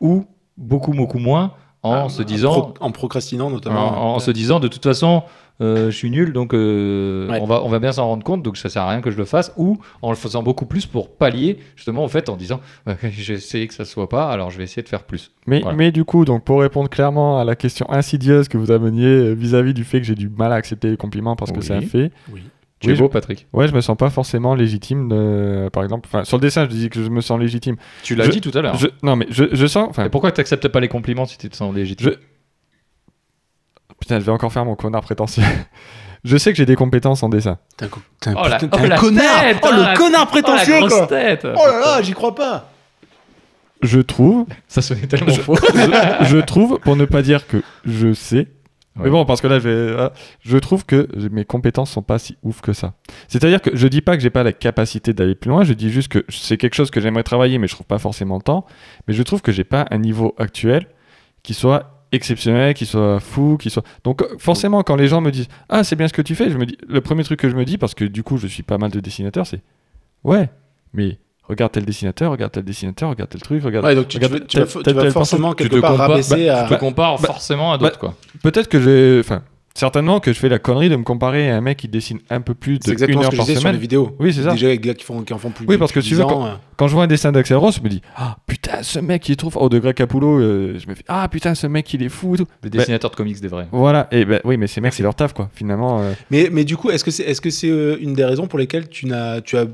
Speaker 1: ou beaucoup, beaucoup moins
Speaker 2: Ah,
Speaker 1: en se disant
Speaker 3: en procrastinant
Speaker 1: en,
Speaker 3: notamment
Speaker 1: en se disant de toute façon euh, je suis nul donc euh,
Speaker 3: Ouais.
Speaker 1: on, va, on va bien s'en rendre compte donc ça sert à rien que je le fasse ou en le faisant beaucoup plus pour pallier justement au fait en disant euh, j'ai essayé que ça soit pas alors je vais essayer de faire plus
Speaker 2: Mais,
Speaker 1: Voilà.
Speaker 2: mais du coup, donc pour répondre clairement à la question insidieuse que vous ameniez euh, vis-à-vis du fait que j'ai du mal à accepter les compliments parce que
Speaker 1: Oui.
Speaker 2: c'est un fait,
Speaker 3: Oui.
Speaker 1: tu
Speaker 2: Oui,
Speaker 1: es beau Patrick
Speaker 2: ouais, je me sens pas forcément légitime, de- euh, par exemple. Enfin, sur le dessin, je dis que je me sens légitime.
Speaker 1: tu l'as
Speaker 2: Je-
Speaker 1: dit tout à l'heure
Speaker 2: Je- non, mais je, je sens. Enfin,
Speaker 1: et pourquoi tu n'acceptes pas les compliments si tu te sens
Speaker 3: Oh,
Speaker 1: légitime
Speaker 2: putain, je vais encore faire mon connard prétentieux. je sais que j'ai des compétences en dessin.
Speaker 3: T'es un co- t'es un
Speaker 1: Oh la-
Speaker 3: putain- t'es
Speaker 1: oh
Speaker 3: un
Speaker 1: la
Speaker 3: connard
Speaker 1: tête,
Speaker 3: oh
Speaker 1: hein, la-
Speaker 3: le connard prétentieux
Speaker 1: oh, la
Speaker 3: quoi
Speaker 1: grosse tête
Speaker 3: oh là là j'y crois pas
Speaker 2: Je trouve,
Speaker 1: ça sonnait tellement faux
Speaker 2: je trouve, pour ne pas dire que je sais.
Speaker 1: Ouais.
Speaker 2: Mais bon, parce que là, je, vais- ah, je trouve que mes compétences sont pas si ouf que ça. C'est-à-dire que je dis pas que j'ai pas la capacité d'aller plus loin, je dis juste que c'est quelque chose que j'aimerais travailler, mais je trouve pas forcément le temps. Mais je trouve que j'ai pas un niveau actuel qui soit exceptionnel, qui soit fou, qui soit. Donc euh, forcément, quand les gens me disent ah c'est bien ce que tu fais, je me dis le premier truc que je me dis parce que du coup je suis pas mal de dessinateur, c'est ouais, mais regarde tel dessinateur, regarde tel dessinateur, regarde tel truc, regarde.
Speaker 3: Ouais, donc tu, tu,
Speaker 2: regarde
Speaker 3: vas- tu
Speaker 2: tel-
Speaker 3: vas, fo-
Speaker 2: tel-
Speaker 3: tu vas
Speaker 2: tel
Speaker 3: forcément
Speaker 1: tu
Speaker 3: quelque
Speaker 1: te,
Speaker 3: part
Speaker 1: compares,
Speaker 3: rabaisser
Speaker 1: bah,
Speaker 3: à.
Speaker 1: tu te compares
Speaker 2: bah,
Speaker 1: forcément à d'autres quoi
Speaker 2: Peut-être que j'ai. Enfin, certainement que je fais la connerie de me comparer à un mec qui dessine un peu plus
Speaker 3: C'est
Speaker 2: de une
Speaker 3: exactement ce
Speaker 2: heure
Speaker 3: que je
Speaker 2: par
Speaker 3: disais sur les
Speaker 2: semaine.
Speaker 3: vidéos.
Speaker 2: Oui, c'est ça.
Speaker 3: Déjà, les gars qui, font, qui en font plus
Speaker 2: Oui, parce que
Speaker 3: depuis
Speaker 2: tu
Speaker 3: 10
Speaker 2: vois,
Speaker 3: ans, euh,
Speaker 2: Quand je vois un dessin d'Axel Ross, je me dis Ah putain, ce mec il est trop fort. Au degré Capullo, euh, je me fais Ah putain, ce mec il est fou. et tout.
Speaker 1: des dessinateurs de comics des vrais
Speaker 2: Voilà. Et ben oui, mais ces mecs, c'est leur taf quoi. Finalement. euh,
Speaker 3: Mais, mais du coup, est-ce que c'est est -ce c'est euh, une des raisons pour lesquelles tu, as, tu as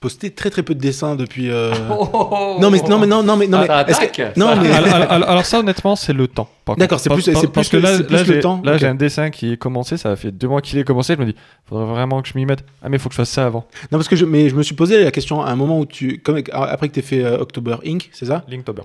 Speaker 3: posté très très peu de dessins depuis. euh,
Speaker 1: Oh.
Speaker 3: Non, mais non, mais non, non, mais non, mais.
Speaker 1: Ah, ça
Speaker 3: est-ce que-
Speaker 1: attaque,
Speaker 3: Non,
Speaker 1: ça.
Speaker 3: mais.
Speaker 2: alors, alors- alors- alors ça, honnêtement, c'est le temps. par contre.
Speaker 3: D'accord, c'est
Speaker 2: Parce-
Speaker 3: plus-
Speaker 2: par-
Speaker 3: c'est
Speaker 2: parce
Speaker 3: plus
Speaker 2: que
Speaker 3: le-
Speaker 2: là,
Speaker 3: c'est plus
Speaker 2: là,
Speaker 3: le
Speaker 2: j'ai-
Speaker 3: temps.
Speaker 2: Là,
Speaker 3: Ok.
Speaker 2: j'ai un dessin qui est commencé. Ça fait deux mois qu'il est commencé. Je me dis Faudrait vraiment que je m'y mette. Ah mais faut que je fasse ça avant.
Speaker 3: Non, parce que je, mais je me suis posé la question à un moment où tu. Comme, après que tu fait euh, October Inc., c'est ça
Speaker 2: Linktober.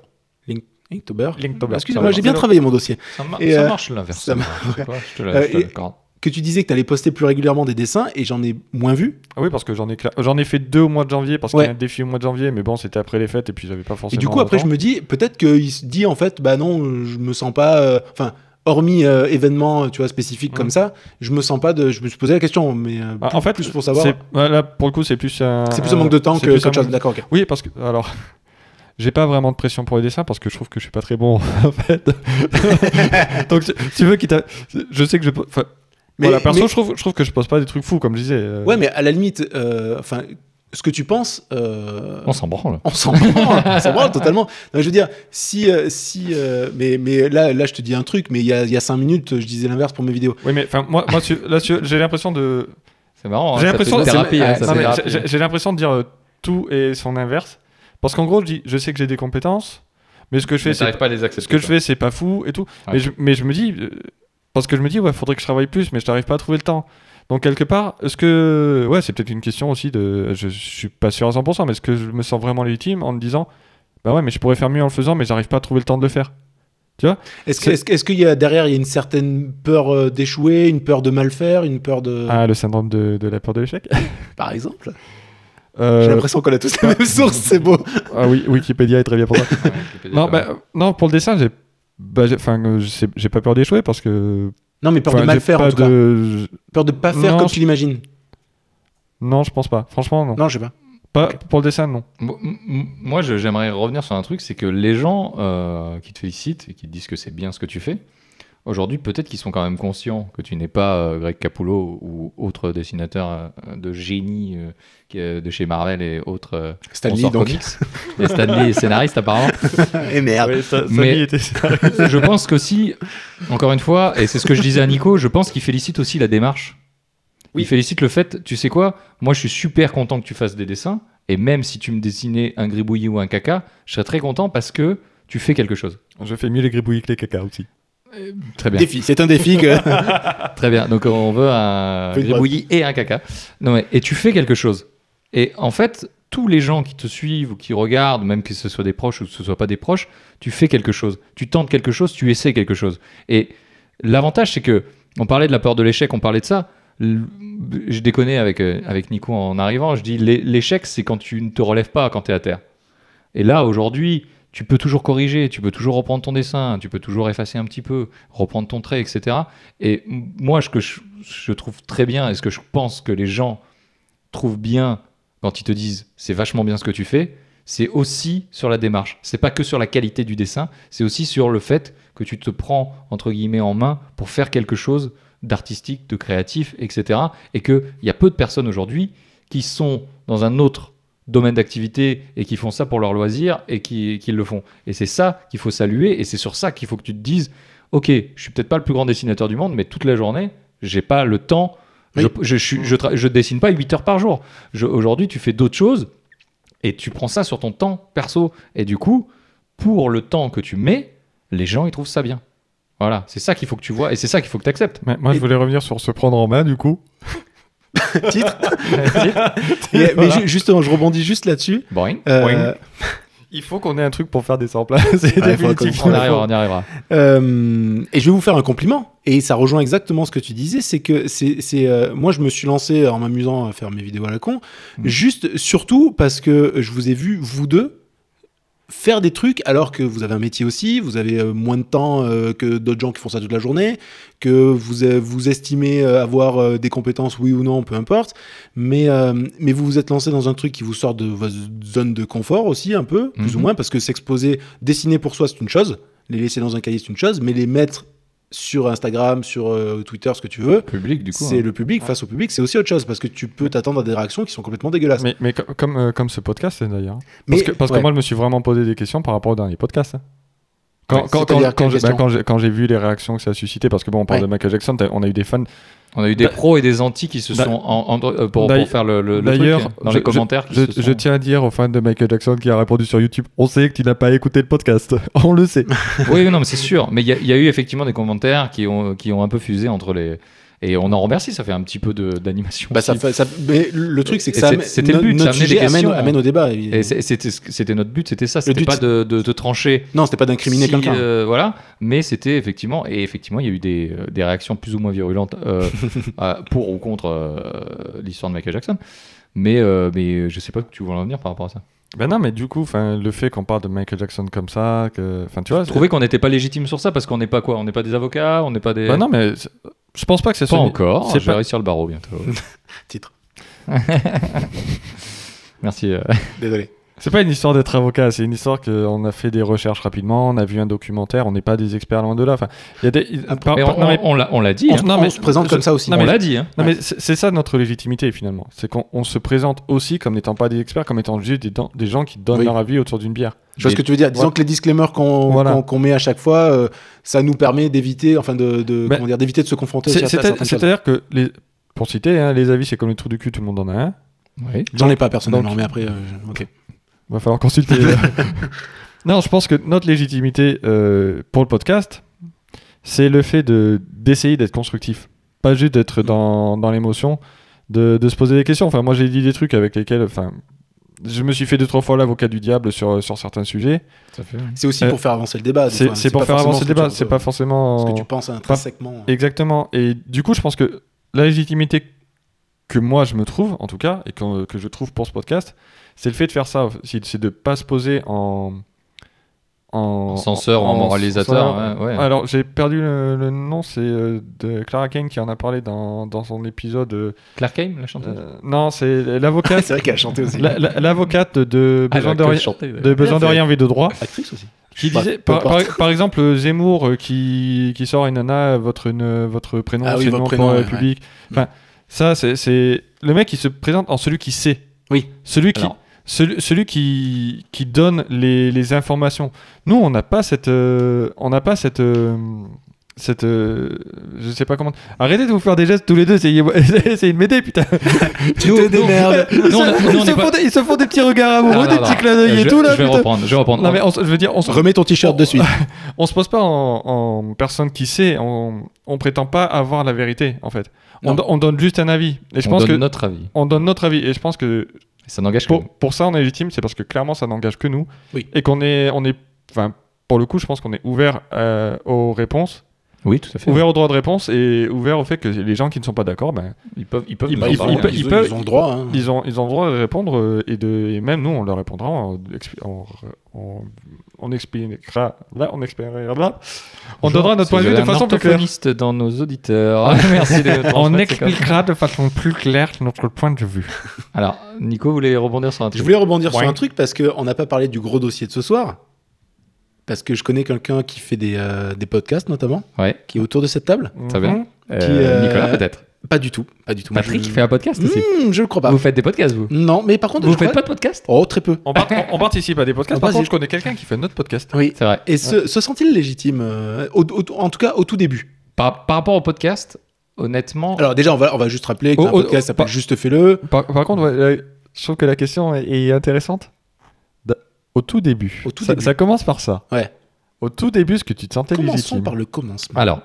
Speaker 3: Inktober.
Speaker 2: Linktober.
Speaker 3: Excusez-moi, j'ai bien travaillé mon dossier.
Speaker 1: Ça, mar-
Speaker 3: Et,
Speaker 1: ça
Speaker 3: euh,
Speaker 1: marche l'inverse.
Speaker 3: ça mar-
Speaker 1: Je sais pas, je te la-
Speaker 3: Euh,
Speaker 1: je te
Speaker 3: et-
Speaker 1: l'accorde.
Speaker 3: Que tu disais que t'allais poster plus régulièrement des dessins et j'en ai moins vu.
Speaker 2: Ah oui, parce que j'en ai, cla- j'en ai fait deux au mois de janvier, parce
Speaker 3: Ouais.
Speaker 2: qu'il y a un défi au mois de janvier, mais bon, c'était après les fêtes, et puis j'avais pas
Speaker 3: Et
Speaker 2: forcément.
Speaker 3: du coup, après,
Speaker 2: le
Speaker 3: je me dis, peut-être qu'il se dit, en fait, bah non, je me sens pas. euh, Enfin, hormis euh, événements, tu vois, spécifiques
Speaker 2: Mm.
Speaker 3: comme ça, je me sens pas de. Je me suis posé la question, mais
Speaker 2: temps.
Speaker 3: euh,
Speaker 2: Ah,
Speaker 3: plus,
Speaker 2: en fait,
Speaker 3: plus pour savoir.
Speaker 2: c'est- ouais, Là, pour le coup, c'est plus un.
Speaker 3: C'est plus un manque de temps
Speaker 2: c'est
Speaker 3: que
Speaker 2: plus un
Speaker 3: quelque chose.
Speaker 2: manque-
Speaker 3: D'accord, ok.
Speaker 2: Oui, parce que. Alors. J'ai pas vraiment de pression pour les dessins parce que je trouve que je suis pas très bon en fait. Donc tu- tu veux qu'il t'a. Je sais que je. peux- Enfin, voilà, perso, je, trouve, je trouve que je pose pas des trucs fous comme je disais. euh,
Speaker 3: Ouais, mais à la limite, euh, enfin, ce que tu penses. euh,
Speaker 1: On s'en branle.
Speaker 3: on s'en branle, on s'en branle totalement. Non, mais je veux dire, si, euh, si, euh, mais, mais là, là, je te dis un truc, mais il y a, il y a cinq minutes, je disais l'inverse pour mes vidéos.
Speaker 2: Oui, mais enfin, moi, moi tu- là, tu- j'ai l'impression de.
Speaker 1: C'est marrant.
Speaker 2: J'ai
Speaker 1: hein, ça
Speaker 2: l'impression
Speaker 1: fait
Speaker 2: c'est-
Speaker 1: thérapie, hein,
Speaker 2: ouais,
Speaker 1: ça
Speaker 2: non,
Speaker 1: fait
Speaker 2: mais
Speaker 1: thérapie.
Speaker 2: j'ai- j'ai- j'ai l'impression de dire euh, tout et son inverse. Parce qu'en gros, je, dis, je sais que j'ai des compétences, mais ce que je fais,
Speaker 1: Mais
Speaker 2: c'est
Speaker 1: t'arrives pas à les accepter.
Speaker 2: ce que je
Speaker 1: quoi.
Speaker 2: fais, c'est pas fou et tout.
Speaker 1: Ouais.
Speaker 2: Mais, je, mais je me dis, euh, parce que je me dis, ouais, faudrait que je travaille plus, mais je n'arrive pas à trouver le temps. Donc quelque part, est-ce que, ouais, c'est peut-être une question aussi de, je, suis pas sûr à 100%, mais est-ce que je me sens vraiment légitime en me disant, bah ouais, mais je pourrais faire mieux en le faisant, mais j'arrive pas à trouver le temps de le faire.
Speaker 3: Est-ce que-
Speaker 2: C'est-
Speaker 3: est-ce que- est-ce qu'il y a derrière, il y a une certaine peur euh, d'échouer, une peur de mal faire, une peur de,
Speaker 2: Ah, le syndrome de, de la peur de l'échec.
Speaker 3: par exemple J'ai
Speaker 2: Euh,
Speaker 3: l'impression qu'on a tous la même source, c'est beau.
Speaker 2: ah oui, Wikipédia est très bien pour ça.
Speaker 1: Ouais, Wikipédia,
Speaker 2: Non,
Speaker 1: pas mal.
Speaker 2: bah, euh, non, pour le dessin, j'ai bah, j'ai- enfin, euh, je sais- j'ai pas peur d'échouer parce que.
Speaker 3: Non, mais peur
Speaker 2: enfin,
Speaker 3: de mal
Speaker 2: j'ai
Speaker 3: faire
Speaker 2: pas
Speaker 3: en tout cas.
Speaker 2: de-
Speaker 3: Peur de pas faire
Speaker 2: Non,
Speaker 3: comme
Speaker 2: je-
Speaker 3: tu l'imagines.
Speaker 2: Non, je pense pas. Franchement, non.
Speaker 3: Non, je sais pas.
Speaker 2: Pas, Pour le dessin, non.
Speaker 1: Mo- m- m- Moi, je- j'aimerais revenir sur un truc, c'est que les gens euh, qui te félicitent et qui te disent que c'est bien ce que tu fais, aujourd'hui, peut-être qu'ils sont quand même conscients que tu n'es pas euh, Greg Capullo ou autre dessinateur euh, de génie euh, qui est de chez Marvel et autres euh,
Speaker 3: Stanley,
Speaker 1: sponsors
Speaker 3: donc.
Speaker 1: comics. Et Stanley est scénariste, apparemment.
Speaker 3: Et merde.
Speaker 1: Mais-
Speaker 2: était
Speaker 1: je pense qu'aussi, encore une fois, et c'est ce que je disais à Nico, je pense qu'il félicite aussi la démarche.
Speaker 3: Oui.
Speaker 1: Il félicite le fait, tu sais quoi, moi je suis super content que tu fasses des dessins, et même si tu me dessinais un gribouillis ou un caca, je serais très content parce que tu fais quelque chose.
Speaker 2: Je fais mieux les gribouillis que les caca aussi.
Speaker 1: Très bien,
Speaker 3: Défi, c'est un défi que.
Speaker 1: très bien. Donc on veut un
Speaker 3: Fais une
Speaker 1: gribouillis et un caca. Non mais, et tu fais quelque chose. Et en fait, tous les gens qui te suivent ou qui regardent, même que ce soit des proches ou que ce soit pas des proches, tu fais quelque chose, tu tentes quelque chose, tu essaies quelque chose. Et l'avantage, c'est que on parlait de la peur de l'échec, on parlait de ça. L- Je déconnais avec, euh, avec Nico en arrivant. Je dis l'é- l'échec, c'est quand tu ne te relèves pas, quand tu es à terre. Et là, aujourd'hui, tu peux toujours corriger, tu peux toujours reprendre ton dessin, tu peux toujours effacer un petit peu, reprendre ton trait, etc. Et m- moi, ce que je, je trouve très bien et ce que je pense que les gens trouvent bien quand ils te disent c'est vachement bien ce que tu fais, c'est aussi sur la démarche. C'est pas que sur la qualité du dessin, c'est aussi sur le fait que tu te prends entre guillemets en main pour faire quelque chose d'artistique, de créatif, etc. Et qu'il y a peu de personnes aujourd'hui qui sont dans un autre domaine d'activité et qui font ça pour leur loisir et qui, qui le font. Et c'est ça qu'il faut saluer et c'est sur ça qu'il faut que tu te dises Ok, je suis peut-être pas le plus grand dessinateur du monde, mais toute la journée, j'ai pas le temps. Je,
Speaker 3: Oui.
Speaker 1: je, suis- je tra- je dessine pas 8 heures par jour. Je- Aujourd'hui, tu fais d'autres choses et tu prends ça sur ton temps perso. Et du coup, pour le temps que tu mets, les gens ils trouvent ça bien. Voilà, c'est ça qu'il faut que tu vois et c'est ça qu'il faut que tu acceptes.
Speaker 2: Mais moi, je
Speaker 3: Et-
Speaker 2: voulais revenir sur se prendre en main, du coup.
Speaker 3: Titre. mais mais ju- justement, je rebondis juste là-dessus.
Speaker 1: Boing.
Speaker 3: Euh,
Speaker 2: Il faut qu'on ait un truc pour faire des samplats. C'est
Speaker 3: Ouais, faut
Speaker 2: définitif.
Speaker 1: On arrivera, on y arrivera.
Speaker 3: Euh, et je vais vous faire un compliment. Et ça rejoint exactement ce que tu disais, c'est que c'est, c'est, euh, moi je me suis lancé en m'amusant à faire mes vidéos à la con,
Speaker 1: Mm.
Speaker 3: juste surtout parce que je vous ai vu vous deux faire des trucs alors que vous avez un métier aussi, vous avez euh, moins de temps euh, que d'autres gens qui font ça toute la journée, que vous euh, vous estimez euh, avoir euh, des compétences oui ou non, peu importe, mais euh, mais vous vous êtes lancé dans un truc qui vous sort de votre zone de confort aussi un peu, plus
Speaker 1: Mhm.
Speaker 3: ou moins parce que s'exposer, dessiner pour soi c'est une chose les laisser dans un cahier, c'est une chose, mais les mettre sur Instagram, sur euh, Twitter, ce que tu veux,
Speaker 1: Public, du coup.
Speaker 3: c'est
Speaker 1: hein.
Speaker 3: le public, face au public, c'est aussi autre chose, parce que tu peux t'attendre à des réactions qui sont complètement dégueulasses.
Speaker 2: Mais, mais co- comme, euh, comme ce podcast, c'est d'ailleurs.
Speaker 3: Mais-
Speaker 2: Parce, que, parce que
Speaker 3: ouais.
Speaker 2: moi, je me suis vraiment posé des questions par rapport au dernier podcast. hein. Quand,
Speaker 3: Ouais,
Speaker 2: quand, quand,
Speaker 3: c'est-à-dire
Speaker 2: quand
Speaker 3: quelles
Speaker 2: j'ai- bah,
Speaker 3: questions
Speaker 2: quand j'ai- quand j'ai vu les réactions que ça a suscité, parce que bon, on parle
Speaker 3: Ouais.
Speaker 2: de Michael Jackson, t'as- on a eu des fans.
Speaker 1: On a eu des
Speaker 2: D'a-
Speaker 1: pros et des anti qui se
Speaker 2: D'a-
Speaker 1: sont en, en- euh, pour,
Speaker 2: d'ailleurs-
Speaker 1: pour faire le, le- le truc
Speaker 2: d'ailleurs,
Speaker 1: hein, dans
Speaker 2: je-
Speaker 1: les commentaires. qui
Speaker 2: Je,
Speaker 1: se sont-
Speaker 2: je tiens à dire aux fans de Michael Jackson qui a répondu sur YouTube On sait que tu n'as pas écouté le podcast. on le sait.
Speaker 1: Oui, non, mais c'est sûr. Mais il y, a- il y a eu effectivement des commentaires qui ont qui ont un peu fusé entre les. Et on en remercie, ça fait un petit peu de- d'animation.
Speaker 3: Bah, ça
Speaker 1: aussi.
Speaker 3: fait- ça- mais le truc, c'est que
Speaker 1: Et
Speaker 3: ça
Speaker 1: c'est-
Speaker 3: amè-
Speaker 1: c'était le
Speaker 3: no-
Speaker 1: but, ça
Speaker 3: notre
Speaker 1: amenait des
Speaker 3: sujet amène,
Speaker 1: questions,
Speaker 2: hein.
Speaker 3: amène au débat, évidemment.
Speaker 1: Et c'est- c'était ce que- c'était notre but, c'était ça. C'était
Speaker 3: but,
Speaker 1: pas de, de, de trancher.
Speaker 3: Non, c'était pas d'incriminer
Speaker 1: si,
Speaker 3: quelqu'un.
Speaker 1: euh, voilà, mais c'était effectivement et effectivement il y a eu des, euh, des réactions plus ou moins virulentes euh, à- pour ou contre euh, l'histoire de Michael Jackson. Mais euh, mais je sais pas où tu voulais en venir par rapport à ça.
Speaker 2: Ben non, mais du coup, 'fin, le fait qu'on parle de Michael Jackson comme ça, que, 'fin, tu vois,
Speaker 1: Je trouvais qu'on n'était pas légitime sur ça parce qu'on n'est pas quoi, on n'est pas des avocats, on n'est pas des.
Speaker 2: Ben non, mais c'est- je pense pas que c'est
Speaker 1: pas
Speaker 2: ça.
Speaker 1: encore.
Speaker 2: c'est
Speaker 1: Je
Speaker 2: pas-
Speaker 1: vais réussir le barreau bientôt.
Speaker 3: Titre.
Speaker 1: Merci. euh.
Speaker 3: Désolé.
Speaker 2: C'est pas une histoire d'être avocat, c'est une histoire qu'on a fait des recherches rapidement, on a vu un documentaire, on n'est pas des experts loin de là. Enfin, il y a des. il- par-
Speaker 1: Ah, Mais
Speaker 2: par-
Speaker 1: on,
Speaker 2: non, mais-
Speaker 1: on l'a- on l'a dit.
Speaker 2: On
Speaker 1: hein.
Speaker 2: se-
Speaker 3: Non,
Speaker 2: non,
Speaker 3: mais
Speaker 2: mais-
Speaker 3: on se présente comme ça aussi.
Speaker 2: non,
Speaker 1: on
Speaker 2: mais-
Speaker 1: l'a dit. hein.
Speaker 2: non, mais c'est c'est ça notre légitimité finalement. C'est qu'on on se présente aussi comme n'étant pas des experts, comme étant juste des, dan- des gens qui donnent
Speaker 3: Oui.
Speaker 2: leur avis autour d'une bière.
Speaker 3: Je vois ce que tu veux dire. Disons
Speaker 2: Voilà.
Speaker 3: que les disclaimers qu'on
Speaker 2: Voilà.
Speaker 3: qu'on- qu'on met à chaque fois, euh, ça nous permet d'éviter, enfin de, de
Speaker 2: Ben,
Speaker 3: comment dire, d'éviter de se confronter. aussi
Speaker 2: C'est-
Speaker 3: à ça, à
Speaker 2: c'est-
Speaker 3: certaines choses.
Speaker 2: C'est-à-dire que, les, pour citer, hein, les avis c'est comme le trou du cul, tout le monde en a un.
Speaker 1: Oui.
Speaker 3: J'en ai pas personnellement,
Speaker 2: donc-
Speaker 3: mais après, euh, je- ok.
Speaker 2: va falloir consulter. euh. non, je pense que notre légitimité euh, pour le podcast, c'est le fait de d'essayer d'être constructif, pas juste d'être
Speaker 3: Mm.
Speaker 2: dans, dans l'émotion, de, de se poser des questions. Enfin, moi, j'ai dit des trucs avec lesquels, enfin, je me suis fait deux trois fois l'avocat du diable sur sur certains sujets.
Speaker 3: C'est aussi
Speaker 2: Euh,
Speaker 3: pour faire avancer le débat. Ah, des
Speaker 2: C'est
Speaker 3: fois, hein.
Speaker 2: c'est pour
Speaker 3: pas
Speaker 2: faire
Speaker 3: forcément
Speaker 2: avancer
Speaker 3: ce
Speaker 2: le
Speaker 3: que
Speaker 2: débat.
Speaker 3: tu-
Speaker 2: C'est pas forcément euh,
Speaker 3: ce que tu penses intrinsèquement. hein.
Speaker 2: Exactement. Et du coup, je pense que la légitimité que moi je me trouve, en tout cas, et que, que je trouve pour ce podcast, c'est le fait de faire ça. C'est c'est de pas se poser en.
Speaker 1: En censeur, en moralisateur,
Speaker 2: censeur.
Speaker 1: ouais, ouais.
Speaker 2: Alors, j'ai perdu le, le nom, c'est euh, de Clara Kane qui en a parlé dans, dans son épisode. euh,
Speaker 1: Clark Kane, la chanteuse.
Speaker 2: euh, non, c'est l'avocate.
Speaker 3: C'est vrai qu'elle a chanté aussi.
Speaker 2: la- la- L'avocate de
Speaker 1: Ah, elle a
Speaker 2: Besoin de
Speaker 1: que
Speaker 2: rien-
Speaker 1: chanté, d'ailleurs.
Speaker 2: de besoin de
Speaker 3: fait.
Speaker 2: rien, envie de droit.
Speaker 3: Actrice aussi.
Speaker 2: Qui
Speaker 3: Bah,
Speaker 2: disait,
Speaker 3: peu
Speaker 2: par,
Speaker 3: importe.
Speaker 2: par- par exemple, euh, Zemmour euh, qui, qui sort une nana, euh, votre, ne- votre prénom,
Speaker 3: Ah
Speaker 2: c'est
Speaker 3: oui,
Speaker 2: le
Speaker 3: votre
Speaker 2: nom
Speaker 3: prénom,
Speaker 2: pour le
Speaker 3: ouais,
Speaker 2: public. Enfin, ça, c'est- c'est. Le mec, il se présente en celui qui sait.
Speaker 3: Oui.
Speaker 2: Celui qui.
Speaker 1: Alors.
Speaker 2: Celui, celui qui, qui donne les, les informations. Nous, on n'a pas cette. euh, on n'a pas cette. euh, cette. euh, je sais pas comment. Arrêtez de vous faire des gestes tous les deux, essayez, essayez de m'aider, putain.
Speaker 3: Tu te démerdes.
Speaker 2: Ils
Speaker 1: on a-
Speaker 2: se-
Speaker 1: nous, on
Speaker 2: ils
Speaker 1: est
Speaker 2: se
Speaker 1: pas-
Speaker 2: font des- ils se font des petits regards amoureux,
Speaker 1: Non, non,
Speaker 2: des
Speaker 1: non.
Speaker 2: petits clins d'œil et
Speaker 1: Euh, Je-
Speaker 2: tout, là,
Speaker 1: Je vais
Speaker 2: putain.
Speaker 1: reprendre. Je vais reprendre.
Speaker 2: Non, mais on se- je veux dire, on se,
Speaker 3: Remets ton t-shirt de suite.
Speaker 2: on se pose pas en, en personne qui sait, on, on prétend pas avoir la vérité en fait. On,
Speaker 3: Non.
Speaker 2: do- on donne juste un avis. Et je
Speaker 1: On
Speaker 2: pense
Speaker 1: donne
Speaker 2: que
Speaker 1: notre avis.
Speaker 2: on donne notre avis. Et je pense que
Speaker 1: Ça n'engage que
Speaker 2: pour, pour ça on est légitime, c'est parce que clairement ça n'engage que nous.
Speaker 3: Oui.
Speaker 2: Et qu'on est, on est, enfin pour le coup, je pense qu'on est ouvert euh, aux réponses,
Speaker 1: Oui, tout à fait.
Speaker 2: ouvert au droit de réponse et ouvert au fait que les gens qui ne sont pas d'accord, ben,
Speaker 1: Ils peuvent, ils peuvent
Speaker 2: Ils
Speaker 1: nous
Speaker 2: peuvent-
Speaker 1: en
Speaker 2: ils
Speaker 1: parler,
Speaker 2: peuvent-
Speaker 1: hein.
Speaker 2: ils
Speaker 3: Bah, Ils
Speaker 2: peuvent-
Speaker 3: ils ont le droit. hein.
Speaker 2: ils ont, ils ont le droit de répondre euh, et de, et même nous on leur répondra, on, expli- on, on, on expliquera, là, on expliquera, on
Speaker 1: Bonjour,
Speaker 2: donnera notre point de
Speaker 1: vous
Speaker 2: vue
Speaker 1: avez
Speaker 2: de
Speaker 1: un
Speaker 2: façon plus claire.
Speaker 1: orthophoniste dans nos auditeurs. Merci de
Speaker 2: On
Speaker 1: transmettre, c'est comme-
Speaker 2: expliquera de façon plus claire notre point de vue.
Speaker 1: Alors, Nico voulait rebondir sur un
Speaker 3: Je
Speaker 1: truc.
Speaker 3: voulais rebondir sur
Speaker 2: Ouais.
Speaker 3: un truc parce qu'on n'a pas parlé du gros dossier de ce soir. Parce que je connais quelqu'un qui fait des, euh, des podcasts notamment,
Speaker 1: Ouais.
Speaker 3: qui est autour de cette table.
Speaker 1: Très bien.
Speaker 2: Mhm.
Speaker 1: Euh,
Speaker 3: Qui, euh,
Speaker 1: Nicolas, peut-être.
Speaker 3: Pas du tout. Pas du tout. Moi,
Speaker 1: Patrick
Speaker 3: je...
Speaker 1: qui fait un podcast aussi.
Speaker 3: Hmm, je le crois pas.
Speaker 1: Vous faites des podcasts, vous
Speaker 3: Non, mais par contre,
Speaker 1: Vous
Speaker 3: je
Speaker 1: faites
Speaker 3: crois-
Speaker 1: pas de podcast
Speaker 3: Oh, très peu.
Speaker 2: On, par- on- on participe à des podcasts.
Speaker 3: On
Speaker 2: Par
Speaker 3: participe.
Speaker 2: contre, je connais quelqu'un qui fait notre podcast.
Speaker 3: Oui.
Speaker 1: C'est vrai.
Speaker 3: Et se, se sent-il légitime euh, au- au- En tout cas, au tout début.
Speaker 1: Par, par rapport au podcast, honnêtement,
Speaker 3: Alors déjà, on va, on va juste rappeler qu'un
Speaker 2: Oh, oh,
Speaker 3: podcast
Speaker 2: oh,
Speaker 3: s'appelle
Speaker 2: pas-
Speaker 3: Juste Fais-le.
Speaker 2: Par, par contre, ouais, euh, je trouve que la question est, est intéressante. Da- Au tout début.
Speaker 3: Au tout
Speaker 2: ça,
Speaker 3: début.
Speaker 2: ça commence par ça.
Speaker 3: Ouais.
Speaker 2: Au tout début, ce que tu te sentais
Speaker 3: Commençons
Speaker 2: légitime.
Speaker 3: par le commencement.
Speaker 1: alors,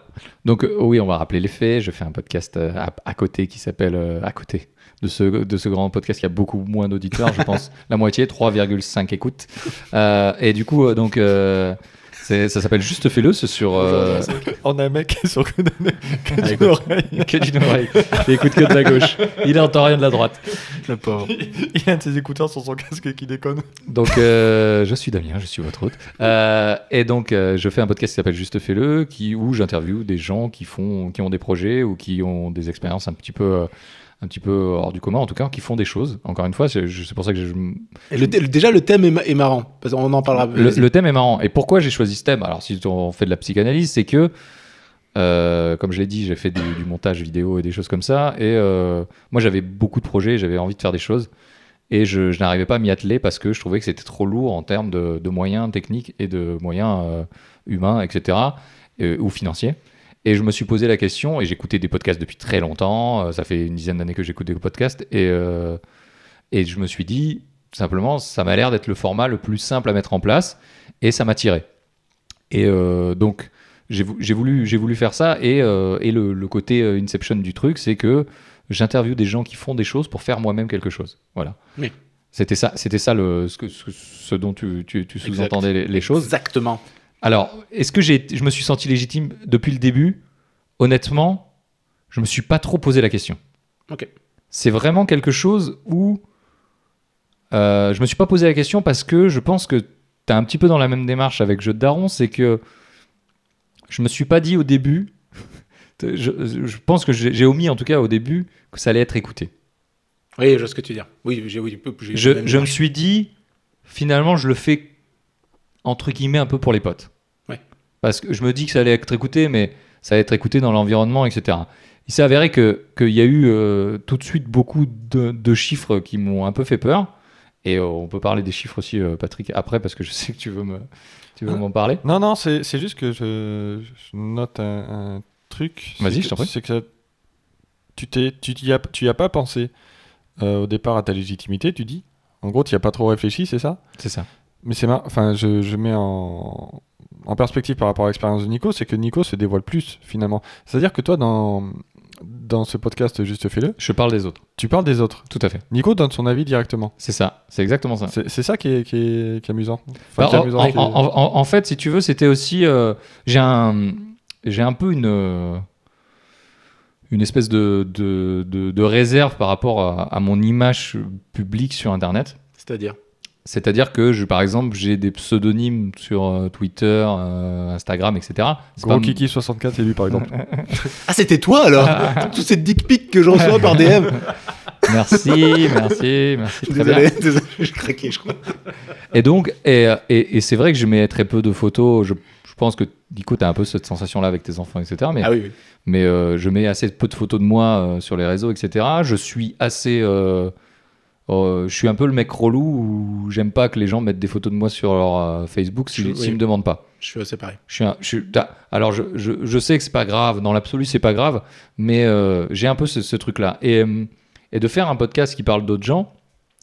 Speaker 1: donc euh, oui, on va rappeler les faits. Je fais un podcast euh, à, à côté qui s'appelle euh, À côté de ce, de ce grand podcast qui a beaucoup moins d'auditeurs, je pense la moitié, 3,5 écoutes. Euh, et du coup, euh, donc, euh, c'est- ça s'appelle Juste Fais-le, c'est sur... euh,
Speaker 2: On a un mec qui est sur que d'une- que d'une
Speaker 3: écoute.
Speaker 2: oreille.
Speaker 1: que d'une oreille. Il écoute que de la gauche. Il n'entend rien de la droite.
Speaker 3: Le pauvre.
Speaker 2: Il a un de ses écouteurs sur son casque qui déconne.
Speaker 1: Donc, euh, je suis Damien, je suis votre hôte. Euh, et donc, euh, je fais un podcast qui s'appelle Juste Fais-le, qui, où j'interviewe des gens qui, font, qui ont des projets ou qui ont des expériences un petit peu. euh, un petit peu hors du commun, en tout cas, qui font des choses. Encore une fois, c'est je- c'est pour ça que je-
Speaker 3: Et le thé- le- déjà, le thème est, ma- est marrant. Parce qu'on en parlera.
Speaker 1: le, le thème est marrant. Et pourquoi j'ai choisi ce thème Alors, si on fait de la psychanalyse, c'est que, euh, comme je l'ai dit, j'ai fait du, du montage vidéo et des choses comme ça. Et euh, moi, j'avais beaucoup de projets, j'avais envie de faire des choses. Et je, je n'arrivais pas à m'y atteler parce que je trouvais que c'était trop lourd en termes de, de moyens techniques et de moyens euh, humains, etc., euh, ou financiers. Et je me suis posé la question, et j'écoutais des podcasts depuis très longtemps, euh, ça fait une dizaine d'années que j'écoute des podcasts, et, euh, et je me suis dit, simplement, ça m'a l'air d'être le format le plus simple à mettre en place, et ça m'attirait. Et euh, donc, j'ai vou- j'ai voulu, j'ai voulu faire ça. Et, euh, et le, le côté euh, Inception du truc, c'est que j'interviewe des gens qui font des choses pour faire moi-même quelque chose. Voilà.
Speaker 3: Oui.
Speaker 1: C'était ça, c'était ça le, ce, que- ce- ce dont tu, tu- tu sous-entendais les, les choses.
Speaker 3: Exactement.
Speaker 1: Alors, est-ce que j'ai, je me suis senti légitime depuis le début Honnêtement, je me suis pas trop posé la question.
Speaker 3: Ok.
Speaker 1: C'est vraiment quelque chose où euh, je me suis pas posé la question parce que je pense que tu es un petit peu dans la même démarche avec Jeu de Daron, c'est que je me suis pas dit au début, je, je pense que j'ai j'ai omis en tout cas au début que ça allait être écouté.
Speaker 3: Oui, je vois ce que tu veux dire. Oui, j'ai oui, j'ai-
Speaker 1: Je, je me suis dit, finalement, je le fais entre guillemets un peu pour les potes.
Speaker 3: Ouais.
Speaker 1: Parce que je me dis que ça allait être écouté, mais ça allait être écouté dans l'environnement, etc. Il s'est avéré que- qu'il y a eu euh, tout de suite beaucoup de, de chiffres qui m'ont un peu fait peur. Et euh, on peut parler des chiffres aussi, euh, Patrick, après, parce que je sais que tu veux me- tu veux
Speaker 2: Ah.
Speaker 1: m'en parler.
Speaker 2: Non, non, c'est c'est juste que je, je note un, un truc.
Speaker 1: Vas-y,
Speaker 2: C'est
Speaker 1: je
Speaker 2: que-
Speaker 1: t'en prie.
Speaker 2: C'est que ça- tu t'es- tu n'y as, tu y as pas pensé euh, au départ à ta légitimité, tu dis. En gros, tu n'y as pas trop réfléchi, c'est ça
Speaker 1: C'est ça.
Speaker 2: Mais c'est mar- Enfin, je, je mets en, en perspective par rapport à l'expérience de Nico, c'est que Nico se dévoile plus, finalement. C'est-à-dire que toi, dans, dans ce podcast Juste Fais-le,
Speaker 1: Je parle des autres.
Speaker 2: tu parles des autres.
Speaker 1: Tout à fait.
Speaker 2: Nico donne son avis directement.
Speaker 1: C'est ça. C'est exactement ça.
Speaker 2: C'est c'est ça qui est, qui est- qui est amusant. Enfin,
Speaker 1: Bah,
Speaker 2: qui est
Speaker 1: en,
Speaker 2: amusant, qui est-
Speaker 1: en- en- en- en fait, si tu veux, c'était aussi. euh, j'ai un, j'ai un peu une, euh, une espèce de, de, de- de réserve par rapport à, à mon image publique sur Internet.
Speaker 3: C'est-à-dire
Speaker 1: C'est-à-dire que, je, par exemple, j'ai des pseudonymes sur euh, Twitter, euh, Instagram, etc. C'est
Speaker 2: Gros
Speaker 1: pas-
Speaker 2: Kiki64, c'est lui, par exemple.
Speaker 3: Ah, c'était toi alors
Speaker 1: ah.
Speaker 3: Tous ces dick pics que j'en reçois par DM.
Speaker 1: Merci, merci, merci. Très bien.
Speaker 3: Désolé, désolé, je craquais, je crois.
Speaker 1: Et donc, et, et- et c'est vrai que je mets très peu de photos. Je, je pense que, Nico, tu as un peu cette sensation-là avec tes enfants, etc. Mais
Speaker 3: Ah oui, oui.
Speaker 1: mais euh, je mets assez peu de photos de moi euh, sur les réseaux, etc. Je suis assez. euh, euh, je suis un peu le mec relou où j'aime pas que les gens mettent des photos de moi sur leur euh, Facebook s'ils
Speaker 3: Je-
Speaker 1: si,
Speaker 3: oui.
Speaker 1: s'ils me demandent pas.
Speaker 3: Je suis assez pareil.
Speaker 1: Je suis un- je suis- ah, alors, je, je- je sais que c'est pas grave, dans l'absolu, c'est pas grave, mais euh, j'ai un peu ce, ce truc-là. Et, euh, et de faire un podcast qui parle d'autres gens,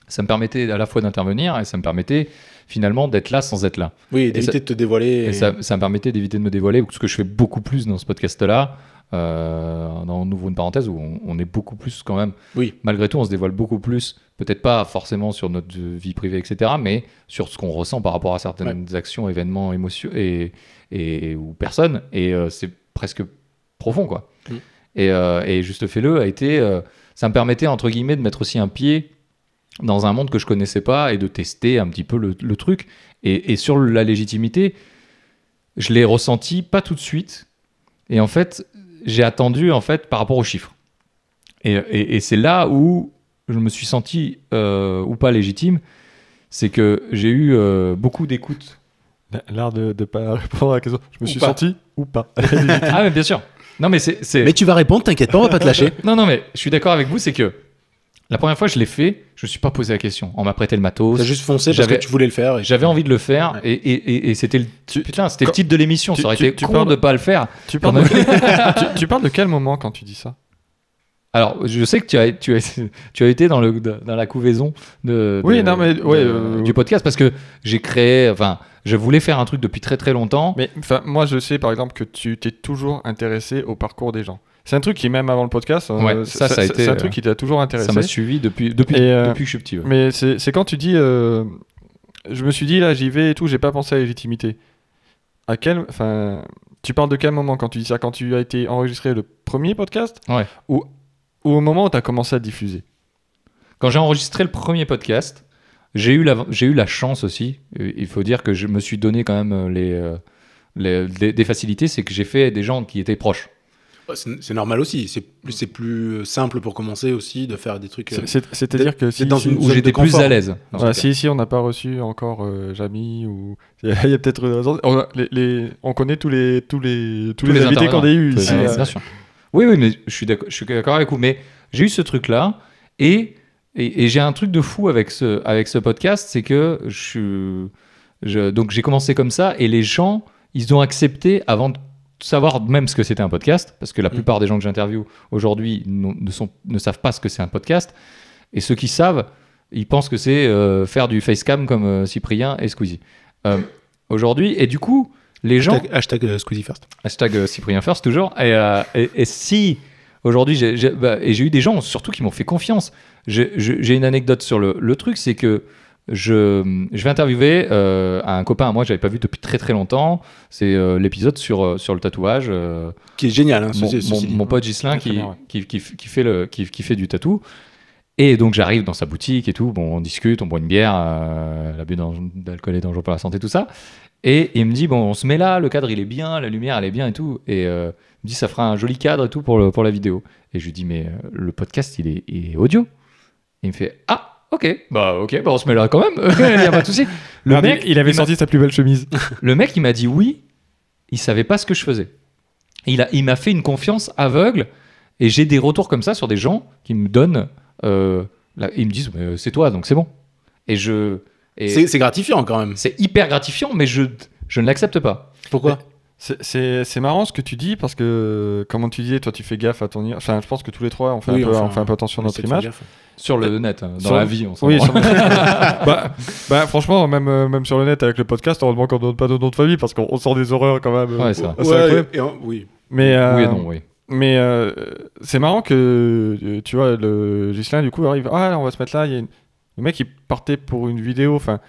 Speaker 1: ça me permettait à la fois d'intervenir et ça me permettait finalement d'être là sans être là.
Speaker 3: Oui, et d'éviter
Speaker 1: ça-
Speaker 3: de te dévoiler.
Speaker 1: Et ça, ça me permettait d'éviter de me dévoiler, ce que je fais beaucoup plus dans ce podcast-là. Euh, dans- on ouvre une parenthèse où on, on est beaucoup plus quand même.
Speaker 3: Oui.
Speaker 1: Malgré tout, on se dévoile beaucoup plus. Peut-être pas forcément sur notre vie privée, etc., mais sur ce qu'on ressent par rapport à certaines actions, événements, émotions et, et- ou personnes. Et euh, c'est presque profond, quoi.
Speaker 3: Mm.
Speaker 1: Et, euh, et juste fais-le a été. euh, ça me permettait entre guillemets de mettre aussi un pied dans un monde que je connaissais pas et de tester un petit peu le, le truc. Et, et sur la légitimité, je l'ai ressenti pas tout de suite. Et en fait, j'ai attendu en fait par rapport aux chiffres. Et, et- et c'est là où je me suis senti euh, ou pas légitime, c'est que j'ai eu euh, beaucoup d'écoutes.
Speaker 2: L'art de ne pas répondre à la question. Je me
Speaker 3: Ou
Speaker 2: suis
Speaker 3: pas.
Speaker 2: senti ou pas.
Speaker 1: ah mais bien sûr. Non mais c'est c'est-
Speaker 3: Mais tu vas répondre, t'inquiète pas, on va pas te lâcher.
Speaker 1: Non, non, mais je suis d'accord avec vous, c'est que la première fois que je l'ai fait, je me suis pas posé la question. On m'a prêté le matos.
Speaker 3: T'as juste foncé parce que
Speaker 1: J'avais-
Speaker 3: tu voulais le faire. et-
Speaker 1: J'avais envie de le faire et, et, et- et c'était le, putain, c'était le
Speaker 2: quand-
Speaker 1: titre de l'émission.
Speaker 2: tu-
Speaker 1: Ça aurait
Speaker 2: tu-
Speaker 1: été
Speaker 2: tu
Speaker 1: con
Speaker 2: parles-
Speaker 1: de pas le faire.
Speaker 2: tu,
Speaker 1: Quand
Speaker 2: parles de... tu, tu parles de quel moment quand tu dis ça
Speaker 1: Alors, je sais que tu as, tu as, tu as été dans, le, dans la couvaison de,
Speaker 2: Oui,
Speaker 1: de-
Speaker 2: non, mais-
Speaker 1: de-
Speaker 2: ouais, euh,
Speaker 1: du podcast parce que j'ai créé, enfin, je voulais faire un truc depuis très très longtemps.
Speaker 2: Mais enfin, moi, je sais par exemple que tu t'es toujours intéressé au parcours des gens. C'est un truc qui, même avant le podcast, euh,
Speaker 1: Ouais,
Speaker 2: c'est-
Speaker 1: ça, ça a
Speaker 2: c'est-
Speaker 1: été,
Speaker 2: c'est un
Speaker 1: euh,
Speaker 2: truc qui t'a toujours intéressé.
Speaker 1: ça m'a suivi depuis, depuis,
Speaker 2: Et, euh,
Speaker 1: depuis que je suis petit. ouais.
Speaker 2: Mais c'est c'est quand tu dis, euh, je me suis dit là, j'y vais et tout, j'ai pas pensé à la légitimité. À quel, enfin, tu parles de quel moment quand tu dis ça Quand tu as été enregistré le premier podcast
Speaker 1: Ouais.
Speaker 2: ou, ou au moment où tu as commencé à diffuser
Speaker 1: Quand j'ai enregistré le premier podcast, j'ai eu, la, j'ai eu la chance aussi. euh, Il faut dire que je me suis donné quand même euh, les, euh, les- des, des facilités, c'est que j'ai fait des gens qui étaient proches.
Speaker 3: Ouais, C'est c'est normal aussi. C'est plus, c'est plus euh, simple pour commencer aussi de faire des trucs. euh,
Speaker 2: C'est- c'est- C'est-à-dire que si,
Speaker 3: dans
Speaker 2: si-
Speaker 3: une
Speaker 1: Où
Speaker 3: zone
Speaker 1: j'étais
Speaker 3: de
Speaker 1: plus
Speaker 3: confort.
Speaker 1: à l'aise. en tout
Speaker 2: voilà,
Speaker 1: cas.
Speaker 2: Ah, si ici on n'a pas reçu encore euh, Jamy ou il y a il y a peut-être une raison. On, a- les- les- on connaît tous les tous les tous, les, invités qu'on a eu
Speaker 1: Tous les
Speaker 2: ici.
Speaker 1: intervenants,
Speaker 2: euh,
Speaker 1: bien sûr. Oui, oui, mais je suis d'accord, je suis d'accord avec vous. Mais j'ai eu ce truc-là et, et, et j'ai un truc de fou avec ce, avec ce podcast, c'est que je, suis- je- donc j'ai commencé comme ça et les gens, ils ont accepté avant de savoir même ce que c'était un podcast, parce que la plupart des gens que j'interviewe aujourd'hui n'ont- ne, sont- ne savent pas ce que c'est un podcast, et ceux qui savent, ils pensent que c'est euh, faire du facecam comme euh, Cyprien et Squeezie. Euh, aujourd'hui, et du coup, les gens
Speaker 3: Hashtag, hashtag, euh, Squeezie First.
Speaker 1: Hashtag euh, Cyprien First, toujours. Et, euh, et- et si aujourd'hui, j'ai j'ai- bah, et j'ai eu des gens surtout qui m'ont fait confiance. J'ai- J'ai j'ai une anecdote sur le, le truc, c'est que je, je vais interviewer euh, un copain à moi que j'avais pas vu depuis très très longtemps. C'est euh, l'épisode sur, euh, sur le tatouage. euh,
Speaker 3: Qui est génial, hein,
Speaker 1: mon,
Speaker 3: ceci-
Speaker 1: mon-
Speaker 3: ceci dit.
Speaker 1: mon pote Gislin
Speaker 2: Très,
Speaker 1: qui,
Speaker 2: très bien, ouais.
Speaker 1: qui, qui, qui fait le, qui, qui fait du tatou. Et donc j'arrive dans sa boutique et tout, bon, on discute, on boit une bière, euh, l'abus d'en- d'alcool est dangereux pour la santé, tout ça. Et il me dit, bon, on se met là, le cadre il est bien, la lumière elle est bien et tout. Et euh, il me dit, ça fera un joli cadre et tout pour, le, pour la vidéo. Et je lui dis, mais euh, le podcast il est, il est audio. Et il me fait, ah, ok, bah ok, bah on se met là quand même, il n'y a pas de souci. Le
Speaker 2: Merde,
Speaker 1: mec,
Speaker 2: il avait
Speaker 1: il m'a-
Speaker 2: sorti sa plus belle chemise.
Speaker 1: le mec, il m'a dit oui, il savait pas ce que je faisais. Il a- il m'a fait une confiance aveugle et j'ai des retours comme ça sur des gens qui me donnent. euh, la- ils me disent Mais, euh, c'est toi, donc c'est bon. Et je. et
Speaker 3: C'est c'est gratifiant quand même.
Speaker 1: c'est hyper gratifiant, mais je, je ne l'accepte pas.
Speaker 3: Pourquoi
Speaker 2: C'est- C'est c'est marrant ce que tu dis parce que, comment tu disais, toi tu fais gaffe à ton. i- Enfin, je pense que tous les trois on fait,
Speaker 3: Oui,
Speaker 2: un, peu,
Speaker 3: enfin,
Speaker 2: on fait un peu attention à notre image.
Speaker 1: Sur le net, hein, dans
Speaker 2: Euh, Sur-
Speaker 1: la vie, on s'en
Speaker 2: Oui,
Speaker 1: branle.
Speaker 2: sur- bah, bah, franchement, même, euh, même sur le net avec le podcast, heureusement qu'on donne pas de nom de famille parce qu'on on sort des horreurs quand même. euh,
Speaker 1: Ouais, c'est vrai.
Speaker 2: assez incroyables.
Speaker 3: et- et en- oui.
Speaker 2: Mais, euh,
Speaker 1: Oui et non, oui.
Speaker 2: mais euh, c'est marrant que euh, tu vois, le Gislain du coup arrive. Ah, là, on va se mettre là. il y a une- Le mec il partait pour une vidéo. Enfin,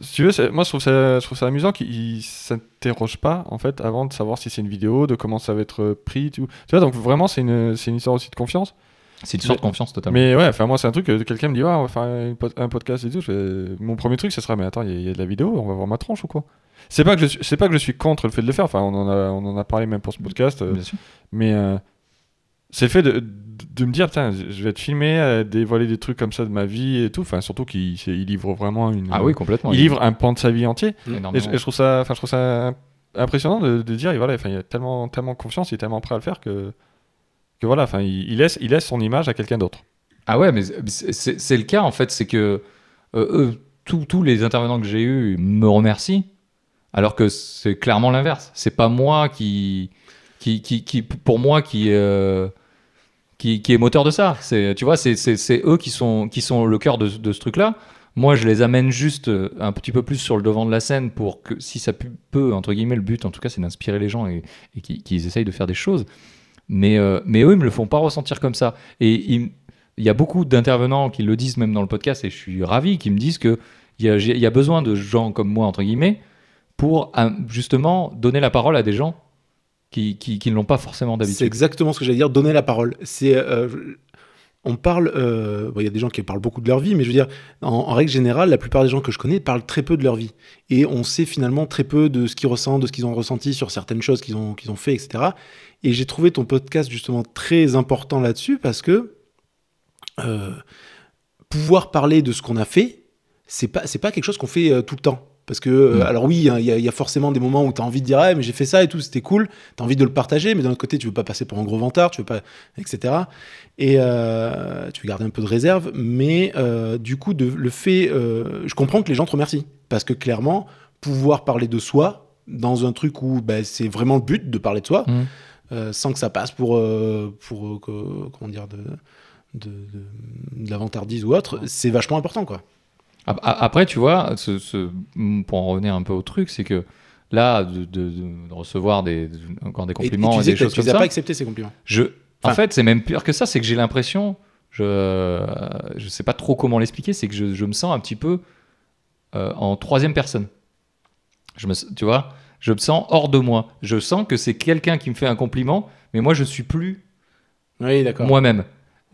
Speaker 2: si tu veux, c'est- moi je trouve ça, je trouve ça amusant qu'il il s'interroge pas en fait avant de savoir si c'est une vidéo, de comment ça va être euh, pris. Tout. Tu vois, donc vraiment c'est une, c'est une histoire aussi de confiance.
Speaker 1: C'est une sorte de confiance totalement.
Speaker 2: Mais ouais, enfin moi c'est un truc que quelqu'un me dit ouais, on va faire une pod- un podcast et tout. Je fais- Mon premier truc, ce sera mais attends, il y, a- il y a de la vidéo, on va voir ma tronche ou quoi C'est pas que je suis- c'est pas que je suis contre le fait de le faire. Enfin, on en a on en a parlé même pour ce podcast, euh,
Speaker 1: Bien sûr.
Speaker 2: mais euh, c'est le fait de, de, de me dire putain, je je vais être filmé, euh, dévoiler des trucs comme ça de ma vie et tout. Enfin surtout qu'il c'est- il livre vraiment une.
Speaker 1: Ah oui, complètement.
Speaker 2: il livre un pan de sa vie entier. Et je,
Speaker 1: énormément.
Speaker 2: et je trouve ça, enfin je trouve ça impressionnant de, de dire et voilà, enfin il y a tellement tellement confiance, il est tellement prêt à le faire que que voilà, enfin il, il laisse il laisse son image à quelqu'un d'autre.
Speaker 1: Ah ouais, mais c'est- c'est c'est le cas en fait, c'est que euh, eux, tous- tous les intervenants que j'ai eus me remercient, alors que c'est clairement l'inverse. C'est pas moi qui, qui, qui, qui- pour moi, qui, euh, qui, qui est moteur de ça. C'est, tu vois, c'est- c'est c'est eux qui sont, qui sont le cœur de, de ce truc-là. Moi, je les amène juste euh, un petit peu plus sur le devant de la scène pour que, si ça pu- peut, entre guillemets, le but, en tout cas, c'est d'inspirer les gens et, et qu'ils qu'ils essayent de faire des choses. Mais, euh, mais eux, ils me le font pas ressentir comme ça. Et ils, il y a beaucoup d'intervenants qui le disent même dans le podcast et je suis ravi qui me disent que il y a, j'ai- il y a besoin de gens comme moi entre guillemets pour hein, justement donner la parole à des gens qui, qui, qui ne l'ont pas forcément
Speaker 3: C'est
Speaker 1: d'habitude.
Speaker 3: exactement ce que j'allais dire, donner la parole. C'est, euh, on parle, euh, bon, il y a des gens qui parlent beaucoup de leur vie, mais je veux dire, en, en règle générale, la plupart des gens que je connais parlent très peu de leur vie. Et on sait finalement très peu de ce qu'ils ressentent, de ce qu'ils ont ressenti sur certaines choses qu'ils ont, qu'ils ont fait, etc. Et j'ai trouvé ton podcast justement très important là-dessus parce que euh, pouvoir parler de ce qu'on a fait, c'est pas, c'est pas quelque chose qu'on fait euh, tout le temps. Parce que, euh,
Speaker 1: Mm.
Speaker 3: alors oui, hein, il y, a- il y a forcément des moments où tu as envie de dire, ah, mais j'ai fait ça et tout, c'était cool t'as envie de le partager, mais d'un autre côté, tu veux pas passer pour un gros vantard, tu veux pas, etc. Et euh, tu veux garder un peu de réserve, mais euh, du coup, de, le fait, euh, je comprends que les gens te remercient, parce que clairement, pouvoir parler de soi dans un truc où ben, c'est vraiment le but de parler de soi,
Speaker 1: Mhm.
Speaker 3: euh, sans que ça passe pour, euh, pour euh, que- comment dire, de, de, de- de la vantardise ou autre, c'est vachement important, quoi.
Speaker 1: Ap- a- Après, tu vois, ce- ce- pour en revenir un peu au truc, c'est que là, de, de- de recevoir des, encore des
Speaker 3: Et- et tu
Speaker 1: compliments et,
Speaker 3: disais
Speaker 1: des
Speaker 3: que
Speaker 1: choses
Speaker 3: tu
Speaker 1: comme
Speaker 3: les as
Speaker 1: ça,
Speaker 3: pas accepté ces compliments.
Speaker 1: Je, en
Speaker 3: Enfin-
Speaker 1: fait, c'est même pire que ça, c'est que j'ai l'impression, je, euh, je sais pas trop comment l'expliquer, c'est que je, je me sens un petit peu euh, en troisième personne. Je me, tu vois, je me sens hors de moi. Je sens que c'est quelqu'un qui me fait un compliment, mais moi je suis plus
Speaker 3: Oui, d'accord.
Speaker 1: moi-même.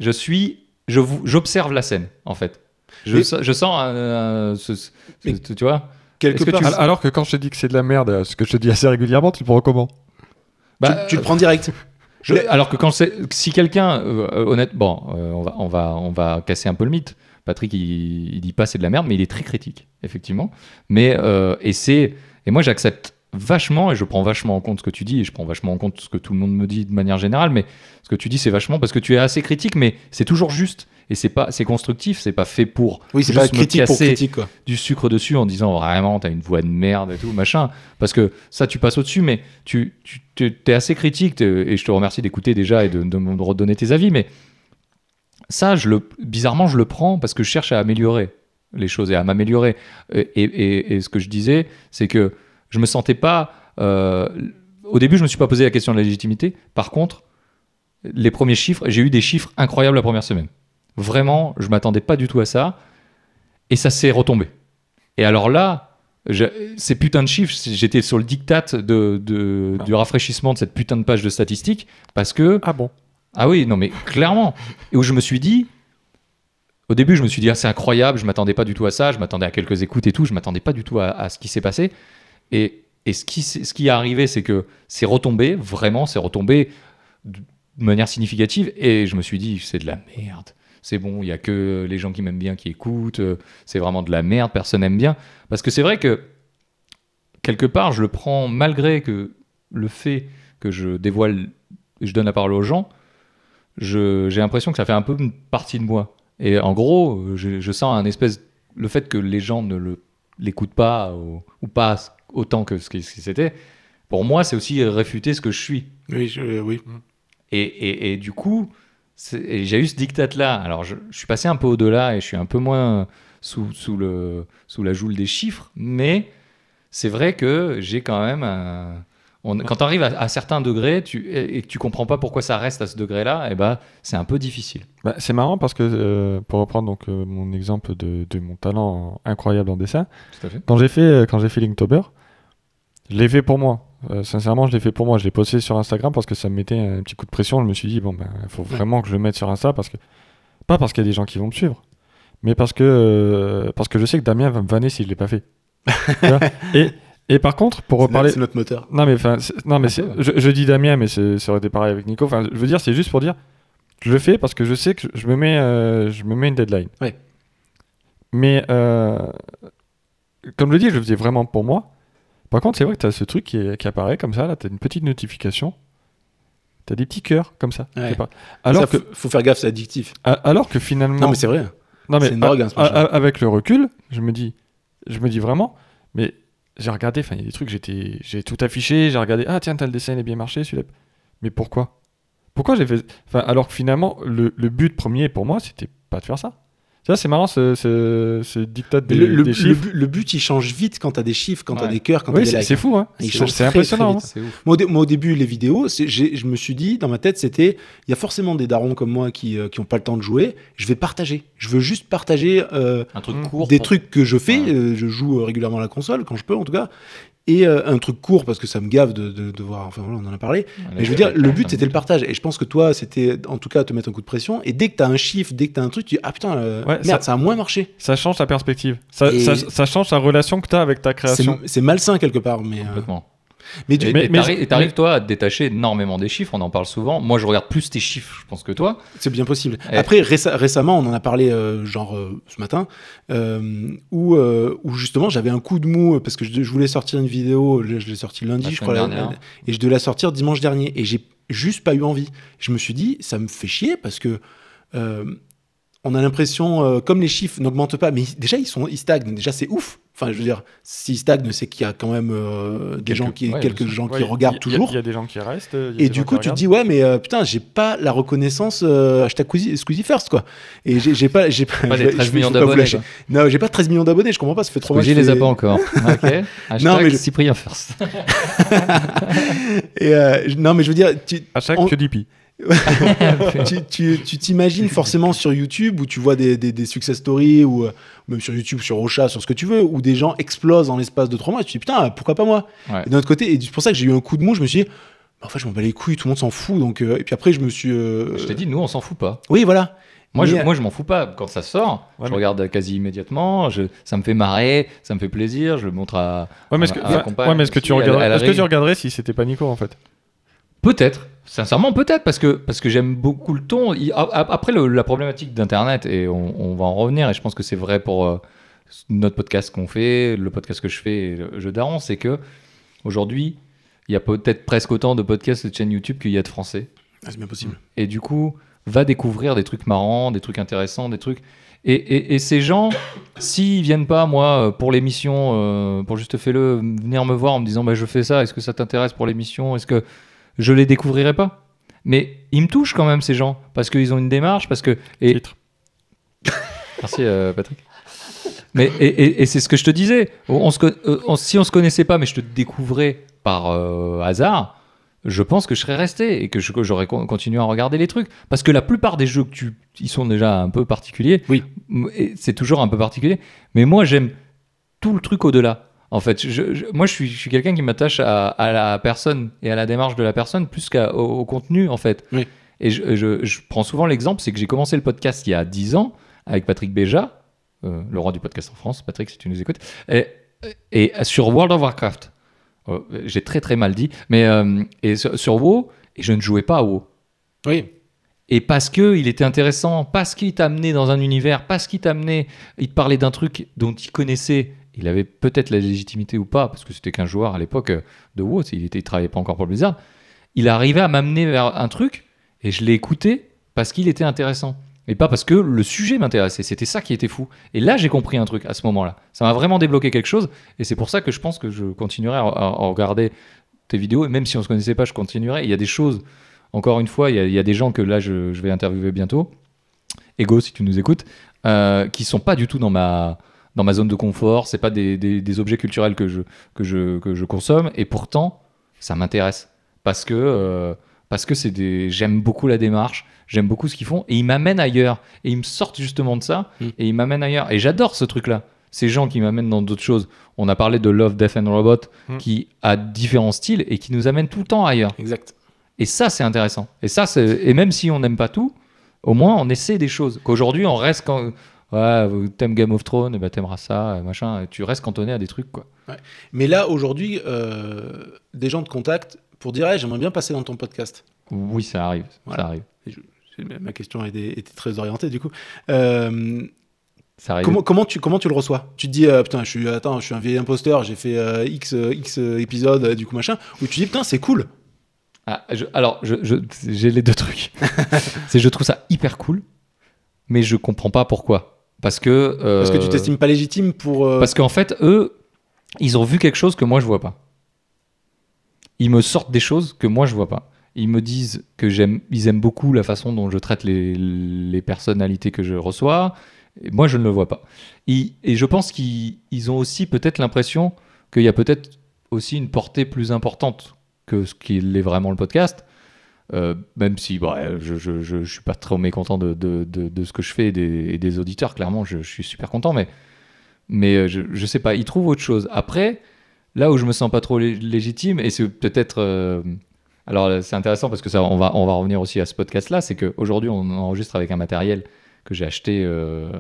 Speaker 1: Je suis, je vous- j'observe la scène en fait. Je,
Speaker 3: Mais-
Speaker 1: sens- je sens, un- un- ce- ce-
Speaker 3: Mais-
Speaker 1: tu vois,
Speaker 3: Quelque
Speaker 1: Est-ce que
Speaker 3: part,
Speaker 1: tu-
Speaker 3: tu,
Speaker 2: Al- Alors que quand je te dis que c'est de la merde, euh, ce que je te dis assez régulièrement, tu le prends comment
Speaker 1: Bah,
Speaker 3: tu le prends direct.
Speaker 1: Je-
Speaker 3: Mais-
Speaker 1: alors que quand c'est, si quelqu'un, euh, euh, honnête, bon, euh, on va, on va, on va casser un peu le mythe. Patrick, il, il dit pas c'est de la merde, mais il est très critique, effectivement. Mais euh, et c'est, et moi j'accepte vachement et je prends vachement en compte ce que tu dis et je prends vachement en compte ce que tout le monde me dit de manière générale. Mais ce que tu dis c'est vachement parce que tu es assez critique, mais c'est toujours juste et c'est pas, c'est constructif, c'est pas fait pour.
Speaker 3: Oui, c'est
Speaker 1: juste
Speaker 3: pas
Speaker 1: me
Speaker 3: critique pour
Speaker 1: casser
Speaker 3: critique, quoi.
Speaker 1: du sucre dessus en disant vraiment t'as une voix de merde et tout machin parce que ça tu passes au dessus mais tu, tu tu- t'es assez critique t'es- et je te remercie d'écouter déjà et de, de me redonner tes avis mais ça je le bizarrement je le prends parce que je cherche à améliorer les choses et à m'améliorer et, et- et- et ce que je disais c'est que je me sentais pas. euh, au début, je me suis pas posé la question de la légitimité. Par contre, les premiers chiffres, j'ai eu des chiffres incroyables la première semaine. Vraiment, je m'attendais pas du tout à ça. Et ça s'est retombé. Et alors là, je- ces putains de chiffres, j'étais sur le diktat de, de- du rafraîchissement de cette putain de page de statistiques parce que
Speaker 2: Ah bon
Speaker 1: ah oui, non, mais clairement. Et où je me suis dit, au début, je me suis dit, ah, c'est incroyable, je m'attendais pas du tout à ça, je m'attendais à quelques écoutes et tout, je m'attendais pas du tout à, à ce qui s'est passé. Et, et ce, qui, s'est- ce qui est arrivé, c'est que c'est retombé, vraiment, c'est retombé de de manière significative. Et je me suis dit, c'est de la merde. C'est bon, il y a que les gens qui m'aiment bien qui écoutent, euh, c'est vraiment de la merde, personne n'aime bien. Parce que c'est vrai que, quelque part, je le prends malgré que le fait que je dévoile, je donne la parole aux gens, je- j'ai l'impression que ça fait un peu une partie de moi. Et en gros, euh, je, je sens un espèce. Le fait que les gens ne le- l'écoutent pas ou, ou pas autant que ce que ce que c'était, pour moi, c'est aussi réfuter ce que je suis.
Speaker 3: Oui, je- euh, oui.
Speaker 1: Et, et- et du coup, c'est- et j'ai eu ce diktat-là. Alors, je, je suis passé un peu au-delà et je suis un peu moins sous, sous le, sous la joule des chiffres, mais c'est vrai que j'ai quand même un- on- quand tu arrives à, à certains degrés tu, et, et que tu comprends pas pourquoi ça reste à ce degré-là, et ben c'est un peu difficile.
Speaker 2: Bah, C'est marrant parce que, euh, pour reprendre donc, euh, mon exemple de, de mon talent incroyable en dessin,
Speaker 1: Tout à fait.
Speaker 2: Quand j'ai fait, euh, quand j'ai fait Linktober, je l'ai fait pour moi. Euh, sincèrement, je l'ai fait pour moi. Je l'ai posté sur Instagram parce que ça me mettait un petit coup de pression. Je me suis dit, bon, ben, il faut vraiment que je le mette sur Insta parce que. Pas parce qu'il y a des gens qui vont me suivre, mais parce que, euh, parce que je sais que Damien va me vanner si je l'ai pas fait. Tu vois et, et par contre, pour
Speaker 3: C'est notre-
Speaker 2: reparler.
Speaker 3: c'est notre moteur.
Speaker 2: Non, mais, enfin, c'est- non, mais c'est-
Speaker 3: Ah,
Speaker 2: je, je dis Damien, mais c'est- ça aurait été pareil avec Nico. Enfin, je veux dire, c'est juste pour dire, je le fais parce que je sais que je, je me, mets, euh, je me mets une deadline.
Speaker 3: Ouais.
Speaker 2: Mais, euh, comme je le dis, je le faisais vraiment pour moi. Par contre, c'est vrai que tu as ce truc qui, est- qui apparaît comme ça, là, tu as une petite notification. Tu as des petits cœurs comme ça.
Speaker 3: Ouais.
Speaker 2: je sais pas.
Speaker 3: Alors
Speaker 2: Alors, que,
Speaker 3: faut faire gaffe, c'est addictif.
Speaker 2: a- alors que finalement.
Speaker 3: Non, mais c'est vrai.
Speaker 2: Non, mais
Speaker 3: C'est une
Speaker 2: a-
Speaker 3: drogue, hein, ce
Speaker 2: a-
Speaker 3: machin.
Speaker 2: a- avec le recul, je me dis, je me dis vraiment, mais j'ai regardé, enfin, il y a des trucs, j'étais, j'ai tout affiché, j'ai regardé, ah tiens, t'as le dessin, il est bien marché, celui-là. Mais pourquoi Pourquoi j'ai fait. Enfin, alors que finalement, le, le but premier pour moi, c'était pas de faire ça. Tu vois, c'est marrant ce, ce, ce diktat
Speaker 3: Mais
Speaker 2: des,
Speaker 3: le, le-
Speaker 2: des
Speaker 3: le
Speaker 2: chiffres.
Speaker 3: bu- le but, il change vite quand t'as des chiffres, quand t'as
Speaker 1: Ouais.
Speaker 3: des cœurs, quand
Speaker 2: Oui,
Speaker 3: t'as des
Speaker 2: c'est,
Speaker 3: likes.
Speaker 2: c'est fou, hein.
Speaker 3: Il
Speaker 2: C'est,
Speaker 3: change
Speaker 2: c'est
Speaker 3: très, très
Speaker 2: impressionnant.
Speaker 3: vite.
Speaker 2: hein.
Speaker 1: C'est ouf.
Speaker 3: Moi, au dé- moi, au début, les vidéos, c'est- j'ai- je me suis dit, dans ma tête, c'était il y a forcément des darons comme moi qui n'ont pas le temps de jouer. Je vais partager. Je veux juste partager euh,
Speaker 1: Un truc
Speaker 2: Mm.
Speaker 1: court.
Speaker 3: des
Speaker 1: pour-
Speaker 3: trucs que je fais.
Speaker 1: Ouais.
Speaker 3: Euh, je joue euh, régulièrement à la console, quand je peux en tout cas. Et euh, un truc court, parce que ça me gave de, de, de voir. Enfin, voilà, on en a parlé. Mais je veux dire, le but, c'était le partage. Et je pense que toi, c'était en tout cas te mettre un coup de pression. Et dès que t'as un chiffre, dès que t'as un truc, tu dis Ah putain, euh,
Speaker 2: Ouais,
Speaker 3: merde,
Speaker 2: ça-
Speaker 3: ça... a moins marché.
Speaker 2: hein. Ça change ta perspective. Ça,
Speaker 3: Et-
Speaker 2: ça, ça change ta relation que t'as avec ta
Speaker 3: C'est
Speaker 2: création.
Speaker 3: c'est malsain quelque part. Mais, euh,
Speaker 1: Complètement.
Speaker 3: mais du
Speaker 1: Et
Speaker 2: Mais-
Speaker 1: et
Speaker 2: mais-
Speaker 1: t'arri- et t'arrives,
Speaker 2: mais-
Speaker 1: toi, à te détacher énormément des chiffres, on en parle souvent. Moi, je regarde plus tes chiffres, je pense, que toi.
Speaker 3: C'est bien possible.
Speaker 1: Eh.
Speaker 3: Après, réce- récemment, on en a parlé, euh, genre euh, ce matin, euh, où, euh, où justement j'avais un coup de mou euh, parce que je, je voulais sortir une vidéo, je, je l'ai sortie lundi,
Speaker 1: La
Speaker 3: je crois,
Speaker 1: semaine
Speaker 3: la-
Speaker 1: dernière.
Speaker 3: la- et je devais la sortir dimanche dernier. Et j'ai juste pas eu envie. Je me suis dit, ça me fait chier parce que. euh, on a l'impression, euh, comme les chiffres n'augmentent pas, mais déjà ils sont, ils stagnent. Déjà c'est ouf. Enfin, je veux dire, s'ils stagnent, c'est qu'il y a quand même euh, des gens qui,
Speaker 1: ouais,
Speaker 3: quelques
Speaker 1: bien sûr.
Speaker 3: gens
Speaker 2: Ouais,
Speaker 3: qui
Speaker 2: il-
Speaker 3: regardent
Speaker 2: il y a-
Speaker 3: toujours.
Speaker 2: Il y a des gens qui restent. il y a des
Speaker 3: Et
Speaker 2: gens
Speaker 3: du
Speaker 2: qui
Speaker 3: coup, tu te
Speaker 2: regardent.
Speaker 3: dis, ouais, mais euh, putain, j'ai pas la reconnaissance euh, hashtag Squeezie Squeezie first, quoi. Et j'ai j'ai pas. J'ai pas,
Speaker 1: Pas
Speaker 3: je
Speaker 1: des
Speaker 3: vais-
Speaker 1: 13
Speaker 3: je vais-
Speaker 1: millions
Speaker 3: je vais pas vous
Speaker 1: d'abonnés.
Speaker 3: lâcher. Non, j'ai pas 13 millions d'abonnés, je comprends pas, ça fait trop
Speaker 1: Parce que j'ai les
Speaker 3: fais-
Speaker 1: a pas encore. ok. Hashtag
Speaker 3: Non, mais je-
Speaker 1: Cyprien first.
Speaker 3: Et, euh, je- non, mais je veux dire, tu
Speaker 2: À chaque
Speaker 3: on-
Speaker 2: PewDiePie.
Speaker 3: tu- tu- tu t'imagines forcément sur YouTube où tu vois des, des, des success stories ou euh, même sur YouTube, sur Ocha, sur ce que tu veux, où des gens explosent dans l'espace de trois mois. Et tu te dis, putain, pourquoi pas moi
Speaker 1: Ouais.
Speaker 3: Et d'un autre côté, et c'est pour ça que j'ai eu un coup de mou, je me suis dit, bah, en fait, je m'en bats les couilles, tout le monde s'en fout. Donc, euh, et puis après, je me suis. euh,
Speaker 1: Je t'ai dit, nous, on s'en fout pas.
Speaker 3: Oui, voilà.
Speaker 1: Moi, je,
Speaker 3: Mais-
Speaker 1: moi, je m'en fous pas. Quand ça sort,
Speaker 2: Ouais,
Speaker 1: je
Speaker 2: mais-
Speaker 1: regarde quasi immédiatement. je- ça me fait marrer, ça me fait plaisir. Je le montre à.
Speaker 2: Ouais, mais est-ce que,
Speaker 1: à ma
Speaker 2: enfin,
Speaker 1: compagne
Speaker 2: ouais, mais est-ce que
Speaker 1: aussi,
Speaker 2: tu
Speaker 1: elle-
Speaker 2: regarderais,
Speaker 1: elle
Speaker 2: est-ce que
Speaker 1: arrive.
Speaker 2: tu regarderais si c'était pas Nico en fait
Speaker 1: Peut-être. Sincèrement, peut-être, parce que, parce que j'aime beaucoup le ton. Il- a- a- après, le- la problématique d'Internet, et on, on va en revenir, et je pense que c'est vrai pour euh, notre podcast qu'on fait, le podcast que je fais, et le jeu d'Aaron, c'est que aujourd'hui, il y a peut-être presque autant de podcasts et de chaînes YouTube qu'il y a de Français.
Speaker 3: Ah, c'est bien possible.
Speaker 1: Et du coup, va découvrir des trucs marrants, des trucs intéressants, des trucs. Et, et- et ces gens, s'ils viennent pas, moi, euh, pour l'émission, euh, pour juste fais-le, venir me voir en me disant, bah, je fais ça, est-ce que ça t'intéresse pour l'émission Est-ce que je les découvrirai pas Mais ils me touchent quand même, ces gens, parce qu'ils ont une démarche, parce que. Et...
Speaker 2: Titre.
Speaker 1: Merci, euh, Patrick. Mais, et, et- et c'est ce que je te disais. On se con- euh, on- si on se connaissait pas, mais je te découvrais par euh, hasard, je pense que je serais resté et que je- que j'aurais con- continué à regarder les trucs. Parce que la plupart des jeux que tu, ils sont déjà un peu particuliers.
Speaker 3: Oui.
Speaker 1: M- et C'est toujours un peu particulier. Mais moi, j'aime tout le truc au-delà. En fait, je- je- moi, je suis, je suis quelqu'un qui m'attache à, à la personne et à la démarche de la personne plus qu'au au contenu, en fait.
Speaker 3: Oui.
Speaker 1: Et je, je- je prends souvent l'exemple, c'est que j'ai commencé le podcast il y a 10 ans avec Patrick Béja, euh, le roi du podcast en France. Patrick, si tu nous écoutes. Et, et sur World of Warcraft. Euh, j'ai très très mal dit. Mais euh, et sur, sur WoW, et je ne jouais pas à WoW.
Speaker 3: Oui.
Speaker 1: Et parce que il était intéressant, parce qu'il t'a amené dans un univers, parce qu'il t'a amené, il te parlait d'un truc dont il connaissait, il avait peut-être la légitimité ou pas, parce que c'était qu'un joueur à l'époque euh, de WoW, c'est- il était, il travaillait pas encore pour Blizzard. Il arrivait à m'amener vers un truc et je l'ai écouté parce qu'il était intéressant et pas parce que le sujet m'intéressait. C'était ça qui était fou. Et là, j'ai compris un truc à ce moment-là. Ça m'a vraiment débloqué quelque chose et c'est pour ça que je pense que je continuerai à, à- à regarder tes vidéos et même si on se connaissait pas, je continuerai. Il y a des choses encore une fois, il y a- il y, a des gens que là, je, je vais interviewer bientôt, Ego, si tu nous écoutes, euh, qui sont pas du tout dans ma, dans ma zone de confort, c'est pas des, des- des objets culturels que je, que, je, que je consomme, et pourtant, ça m'intéresse. Parce que, euh, parce que c'est des, j'aime beaucoup la démarche, j'aime beaucoup ce qu'ils font, et ils m'amènent ailleurs, et ils me sortent justement de ça,
Speaker 3: Mm.
Speaker 1: et ils m'amènent ailleurs. Et j'adore ce truc-là. Ces gens qui m'amènent dans d'autres choses. On a parlé de Love, Death and Robot,
Speaker 2: Mm.
Speaker 1: qui a différents styles et qui nous amène tout le temps ailleurs.
Speaker 3: Exact.
Speaker 1: Et ça, c'est intéressant. Et ça, c'est... et même si on n'aime pas tout, au moins on essaie des choses. Qu'aujourd'hui, on reste quand. Ouais, t'aimes Game of Thrones, eh ben, t'aimeras ça, euh, machin. Tu restes cantonné à des trucs, quoi.
Speaker 3: Mais là, aujourd'hui, euh, des gens te contactent pour dire Hey, j'aimerais bien passer dans ton podcast.
Speaker 1: Oui, ça arrive.
Speaker 3: Voilà.
Speaker 1: Ça arrive.
Speaker 3: Ma question était, était très orientée, du coup. Euh,
Speaker 2: Ah,
Speaker 1: Ça arrive.
Speaker 3: Comment, comment, tu, comment tu le reçois Tu te dis, euh, putain, je suis, attends, je suis un vieil imposteur, j'ai fait euh, X, euh, X euh, épisodes, euh, du coup, machin. Ou tu dis, putain, c'est cool.
Speaker 1: Ah, je- alors, je- je- j'ai les deux trucs. c'est je trouve ça hyper cool, mais je comprends pas pourquoi. Parce que. euh,
Speaker 3: Parce que tu t'estimes pas légitime pour. euh,
Speaker 1: Parce qu'en fait, eux, ils ont vu quelque chose que moi je vois pas. Ils me sortent des choses que moi je vois pas. Ils me disent que j'aime, ils aiment beaucoup la façon dont je traite les, les personnalités que je reçois. Et moi, je ne le vois pas. Ils- et je pense qu'ils ils ont aussi peut-être l'impression qu'il y a peut-être aussi une portée plus importante que ce qu'il est vraiment le podcast. Euh, même si bah, euh, je, je, je- je suis pas trop mécontent de, de- de- de ce que je fais et des, et des auditeurs, clairement, je, je suis super content, mais, mais euh, je, je sais pas, ils trouvent autre chose. Après, là où je me sens pas trop lé- légitime, et c'est peut-être. euh, alors euh, c'est intéressant parce que ça, on va, on va revenir aussi à ce podcast-là, c'est qu'aujourd'hui on enregistre avec un matériel que j'ai acheté. euh,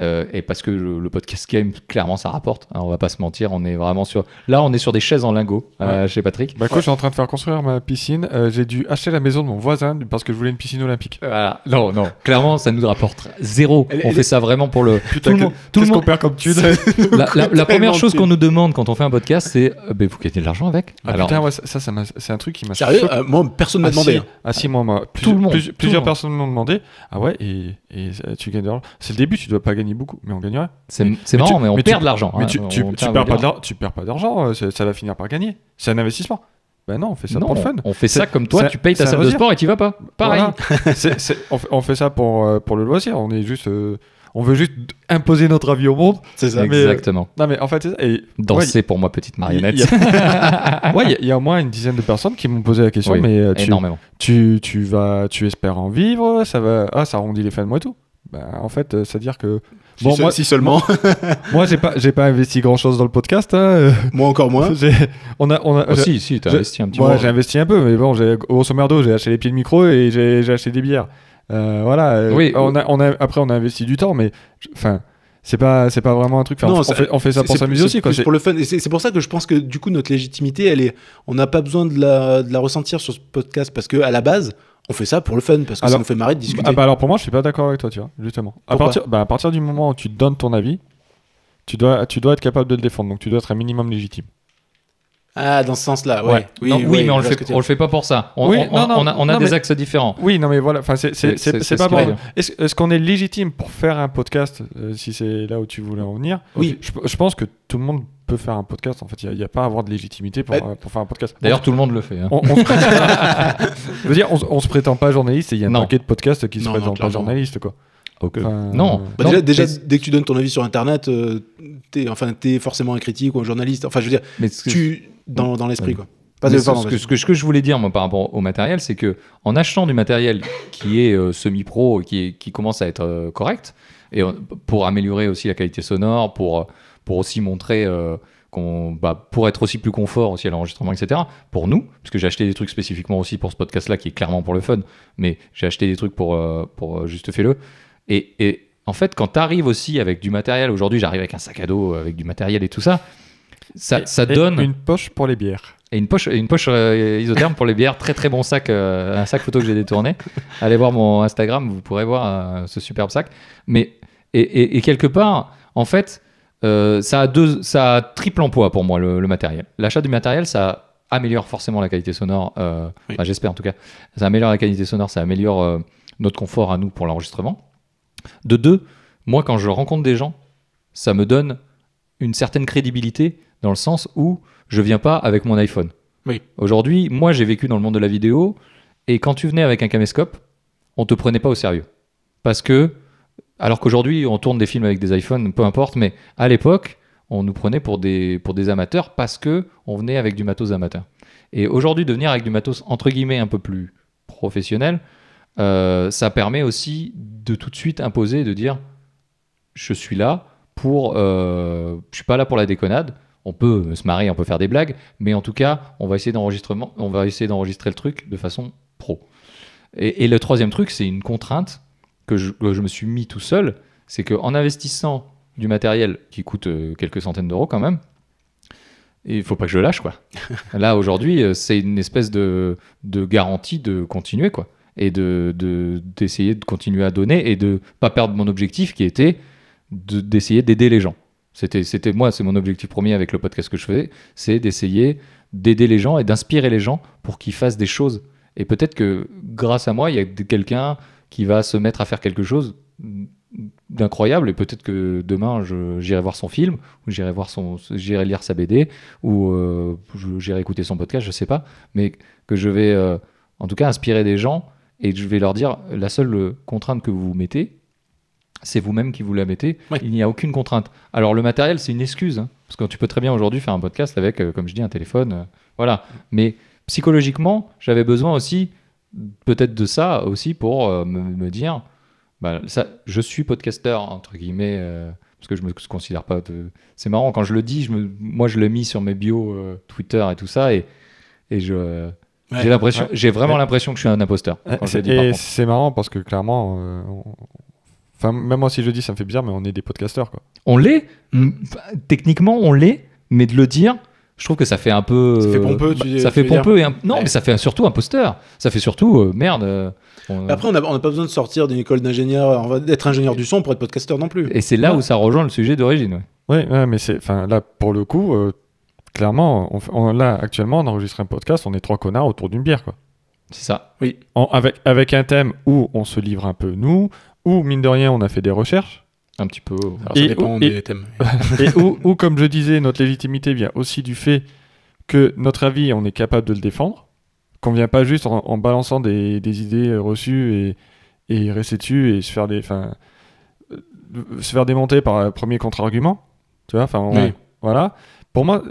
Speaker 1: euh, et parce que le, le podcast game, clairement, ça rapporte. hein, on va pas se mentir, on est vraiment sur. Là, on est sur des chaises en lingot euh, chez Patrick.
Speaker 2: Bah, quoi, je suis en train de faire construire ma piscine. Euh, j'ai dû acheter la maison de mon voisin parce que je voulais une piscine olympique.
Speaker 1: Voilà. Non, non. Clairement, ça nous rapporte zéro.
Speaker 3: Elle-
Speaker 1: on
Speaker 3: elle
Speaker 1: fait ça vraiment pour le. tout le
Speaker 2: que-
Speaker 1: monde. tout le
Speaker 2: Qu'est-ce qu'on
Speaker 1: monde-
Speaker 2: perd comme tude
Speaker 1: La, la- la
Speaker 3: tellement
Speaker 1: première chose
Speaker 3: utile.
Speaker 1: qu'on nous demande quand on fait un podcast, c'est euh, ben, vous gagnez de l'argent avec.
Speaker 2: Ah,
Speaker 1: Alors,
Speaker 2: putain, ouais, ça, ça, ça m'a- c'est un truc qui m'a
Speaker 3: Sérieux
Speaker 2: choqué.
Speaker 3: Euh, Moi, personne ne m'a
Speaker 2: Ah,
Speaker 3: demandé.
Speaker 2: si.
Speaker 3: hein.
Speaker 2: Ah si, moi, moi,
Speaker 1: Tout le monde,
Speaker 2: plusieurs-
Speaker 1: tout le
Speaker 2: plusieurs
Speaker 1: monde.
Speaker 2: personnes m'ont demandé. Ah ouais, et, et ça, tu gagnes de l'argent. C'est le début, tu dois pas gagner beaucoup, mais on gagne rien.
Speaker 1: c'est c'est
Speaker 2: Mais
Speaker 1: marrant,
Speaker 2: tu-
Speaker 1: mais on
Speaker 2: tu-
Speaker 1: perd de l'argent.
Speaker 2: Mais
Speaker 1: hein.
Speaker 2: tu,
Speaker 1: On
Speaker 2: tu,
Speaker 1: tient
Speaker 2: tu
Speaker 1: à vous
Speaker 2: perds
Speaker 1: dire.
Speaker 2: pas de l'ar- tu perds pas d'argent, euh, ça, ça va finir par gagner. C'est un investissement. Ben non, on fait ça
Speaker 1: Non,
Speaker 2: pour le fun.
Speaker 1: on fait ça
Speaker 2: C'est-
Speaker 1: comme toi,
Speaker 2: c'est-
Speaker 1: tu payes ta
Speaker 2: c'est un
Speaker 1: salle de
Speaker 2: loisir.
Speaker 1: sport et tu vas pas. Pareil.
Speaker 2: Voilà. C'est- c'est- on, fait, on fait ça pour, euh, pour le loisir. On est juste, euh, on veut juste imposer notre avis au monde.
Speaker 3: C'est ça.
Speaker 2: Mais-
Speaker 1: Exactement.
Speaker 2: Non mais en fait, c'est ça. Et
Speaker 1: Danser pour moi, petite marionnette.
Speaker 2: Il y ouais, il y, a- il y a au moins une dizaine de personnes qui m'ont posé la question.
Speaker 1: Oui,
Speaker 2: mais euh, tu,
Speaker 1: Énormément.
Speaker 2: tu, tu vas, tu espères en vivre. Ça va, ah, ça arrondit les fins de mois et tout. Ben, en fait, euh, c'est à dire que
Speaker 3: Si,
Speaker 2: bon,
Speaker 3: se-
Speaker 2: moi,
Speaker 3: si seulement,
Speaker 2: moi, j'ai pas, j'ai pas investi grand chose dans le podcast. hein, euh,
Speaker 3: moi encore moins.
Speaker 2: j'ai- on a, on a,
Speaker 1: Oh,
Speaker 2: j'ai-
Speaker 1: si, si, t'as
Speaker 2: je-
Speaker 1: investi un petit
Speaker 2: Moi,
Speaker 1: peu.
Speaker 2: j'ai investi un peu, mais bon, j'ai, grosso merdo, j'ai acheté les pieds de micro et j'ai, j'ai acheté des bières. Euh, voilà. euh,
Speaker 1: Oui.
Speaker 2: on a, on a, après, on a investi du temps, mais je- enfin, c'est pas, c'est pas vraiment un truc. Enfin,
Speaker 3: Non,
Speaker 2: on,
Speaker 3: ça-
Speaker 2: fait, on fait ça
Speaker 3: C'est-
Speaker 2: pour
Speaker 3: c'est-
Speaker 2: s'amuser
Speaker 3: c'est
Speaker 2: aussi, quoi.
Speaker 3: plus
Speaker 2: C'est-
Speaker 3: pour le fun. Et C'est c'est pour ça que je pense que du coup notre légitimité, elle est, on n'a pas besoin de la, de la ressentir sur ce podcast parce que à la base, on fait ça pour le fun parce que ça
Speaker 2: Alors-
Speaker 3: nous fait marrer de discuter.
Speaker 2: Ah bah alors pour moi, je suis pas d'accord avec toi, tu vois, justement. À
Speaker 3: Pourquoi
Speaker 2: partir, bah, à partir du moment où tu donnes ton avis, tu dois, tu dois être capable de le défendre, donc tu dois être un minimum légitime.
Speaker 3: Ah, dans ce sens-là, ouais.
Speaker 2: Ouais.
Speaker 1: Oui, non, oui,
Speaker 3: ouais,
Speaker 1: mais on le,
Speaker 3: je vois ce
Speaker 1: fait,
Speaker 3: que tu
Speaker 1: on le fait pas pour ça. On,
Speaker 2: Oui,
Speaker 1: on-
Speaker 2: non, non,
Speaker 1: on a, on a
Speaker 2: non,
Speaker 1: des
Speaker 2: mais-
Speaker 1: axes différents.
Speaker 2: Oui, non mais voilà, enfin c'est, c'est,
Speaker 1: C'est-
Speaker 2: c'est,
Speaker 1: c'est
Speaker 2: c'est
Speaker 1: ce
Speaker 2: pas
Speaker 1: qu'il
Speaker 2: bon.
Speaker 1: veut dire.
Speaker 2: Est-ce, est-ce qu'on est légitime pour faire un podcast, euh, si c'est là où tu voulais en venir
Speaker 3: Oui.
Speaker 2: Je, je pense que tout le monde peut faire un podcast. En fait, il n'y a, il y a pas à avoir de légitimité pour,
Speaker 3: Bah-
Speaker 2: euh, pour faire un podcast.
Speaker 1: D'ailleurs, tout le monde le fait. hein.
Speaker 2: on, on se... je veux dire, on, se- on se prétend pas journaliste et il y a un
Speaker 1: Non.
Speaker 2: paquet de podcasts qui se
Speaker 3: Non, non,
Speaker 2: présentent pas
Speaker 3: clairement.
Speaker 2: journalistes, quoi.
Speaker 1: Quoique.
Speaker 2: Enfin,
Speaker 1: non.
Speaker 2: euh,
Speaker 3: Bah,
Speaker 1: non,
Speaker 3: déjà, déjà,
Speaker 1: mais-
Speaker 3: dès que tu donnes ton avis sur Internet, euh, t'es enfin, es forcément un critique ou un journaliste. Enfin, je veux dire,
Speaker 1: mais ce que-
Speaker 3: tu dans, dans l'esprit,
Speaker 1: Ouais.
Speaker 3: quoi. Pas
Speaker 1: Mais
Speaker 3: de
Speaker 1: ce,
Speaker 3: pardon,
Speaker 1: ce que,
Speaker 3: vas-y.
Speaker 1: ce que- ce que je voulais dire moi, par rapport au matériel, c'est que en achetant du matériel qui est euh, semi-pro, qui, est- qui commence à être euh, correct, et euh, pour améliorer aussi la qualité sonore, pour, euh, pour aussi montrer euh, qu'on, bah, pour être aussi plus confort aussi à l'enregistrement, etc. Pour nous, parce que j'ai acheté des trucs spécifiquement aussi pour ce podcast-là, qui est clairement pour le fun, mais j'ai acheté des trucs pour, euh, pour euh, juste fais-le. Et, et en fait, quand t'arrives aussi avec du matériel, aujourd'hui j'arrive avec un sac à dos, euh, avec du matériel et tout ça, ça, ça
Speaker 2: et
Speaker 1: donne.
Speaker 2: Une poche pour les bières.
Speaker 1: Et une poche, et une poche euh, isotherme pour les bières. Très très bon sac, euh, un sac photo que j'ai détourné. Allez voir mon Instagram, vous pourrez voir euh, ce superbe sac. Mais et, et- et quelque part, en fait, euh, ça a deux, ça a triple emploi pour moi le, le matériel. L'achat du matériel, ça améliore forcément la qualité sonore. euh,
Speaker 3: Oui.
Speaker 1: enfin, j'espère en tout cas. Ça améliore la qualité sonore, ça améliore euh, notre confort à nous pour l'enregistrement. De deux, moi quand je rencontre des gens, ça me donne une certaine crédibilité dans le sens où je viens pas avec mon iPhone.
Speaker 3: Oui.
Speaker 1: Aujourd'hui, moi j'ai vécu dans le monde de la vidéo et quand tu venais avec un caméscope, on te prenait pas au sérieux. Parce que alors qu'aujourd'hui, on tourne des films avec des iPhones, peu importe, mais à l'époque, on nous prenait pour des, pour des amateurs parce que on venait avec du matos amateur. Et aujourd'hui, de venir avec du matos entre guillemets un peu plus professionnel, euh, ça permet aussi de tout de suite imposer, de dire je suis là pour, euh, je suis pas là pour la déconnade. On peut se marrer, on peut faire des blagues, mais en tout cas, on va essayer d'enregistrement, on va essayer d'enregistrer le truc de façon pro. Et, et le troisième truc, c'est une contrainte que je, que je me suis mis tout seul, c'est qu'en investissant du matériel qui coûte euh, quelques centaines d'euros quand même, il faut pas que je lâche quoi. Là aujourd'hui, euh, c'est une espèce de, de garantie de continuer quoi, et de de- d'essayer de, continuer à donner et de pas perdre mon objectif qui était de- d'essayer d'aider les gens. C'était c'était moi, c'est mon objectif premier avec le podcast que je faisais, c'est d'essayer d'aider les gens et d'inspirer les gens pour qu'ils fassent des choses. Et peut-être que grâce à moi, il y a des- quelqu'un qui va se mettre à faire quelque chose d'incroyable et peut-être que demain je- j'irai voir son film ou j'irai voir son j'irai lire sa BD ou euh, je- j'irai écouter son podcast je sais pas mais que je vais euh, en tout cas inspirer des gens et que je vais leur dire la seule euh, contrainte que vous vous mettez c'est vous-même qui vous la mettez
Speaker 3: Ouais.
Speaker 1: il n'y a aucune contrainte alors le matériel c'est une excuse hein, parce que tu peux très bien aujourd'hui faire un podcast avec euh, comme je dis un téléphone euh, voilà mais psychologiquement j'avais besoin aussi peut-être de ça aussi pour euh, me, me dire bah, ça, je suis podcasteur entre guillemets euh, parce que je me considère pas de- c'est marrant quand je le dis je me, moi je l'ai mis sur mes bios euh, Twitter et tout ça et, et je
Speaker 3: Ouais.
Speaker 1: j'ai l'impression
Speaker 2: Ouais.
Speaker 1: j'ai vraiment
Speaker 2: Ouais.
Speaker 1: l'impression que je suis un imposteur quand je le dis par
Speaker 2: Et
Speaker 1: contre.
Speaker 2: Euh, c'est marrant parce que clairement, euh, on- enfin, même moi si je le dis, ça me fait bizarre, mais on est des podcasteurs quoi.
Speaker 1: on l'est
Speaker 3: Mm.
Speaker 1: bah, techniquement on l'est mais de le dire je trouve que ça fait un peu
Speaker 3: Ça fait
Speaker 1: euh,
Speaker 3: pompeux, tu-
Speaker 1: ça
Speaker 3: tu
Speaker 1: fait
Speaker 3: veux dire.
Speaker 1: pompeux et un- non
Speaker 3: Ouais.
Speaker 1: mais ça fait surtout imposteur ça fait surtout euh, merde euh, on-
Speaker 3: Après, on n'a pas besoin de sortir d'une école d'ingénieur, on va d'être ingénieur du son pour être podcasteur non plus.
Speaker 1: et c'est là où ça rejoint le sujet d'origine ouais.
Speaker 2: Oui, ouais, mais c'est, enfin, là pour le coup, euh, clairement, on, fait- on- là actuellement, on enregistre un podcast, on est trois connards autour d'une bière quoi.
Speaker 1: c'est ça
Speaker 2: En- avec avec un thème où on se livre un peu nous, où mine de rien on a fait des recherches.
Speaker 1: un petit peu
Speaker 3: Alors, ça
Speaker 2: Et-
Speaker 3: dépend
Speaker 2: et-
Speaker 3: des thèmes.
Speaker 2: Et où, où, comme je disais, notre légitimité vient aussi du fait que notre avis, on est capable de le défendre, qu'on vient pas juste en, en balançant des, des idées euh, reçues et, et rester dessus et se faire des, enfin, euh, se faire démonter par un premier contre-argument. Tu vois, enfin, on-
Speaker 3: Oui.
Speaker 2: voilà. Pour moi,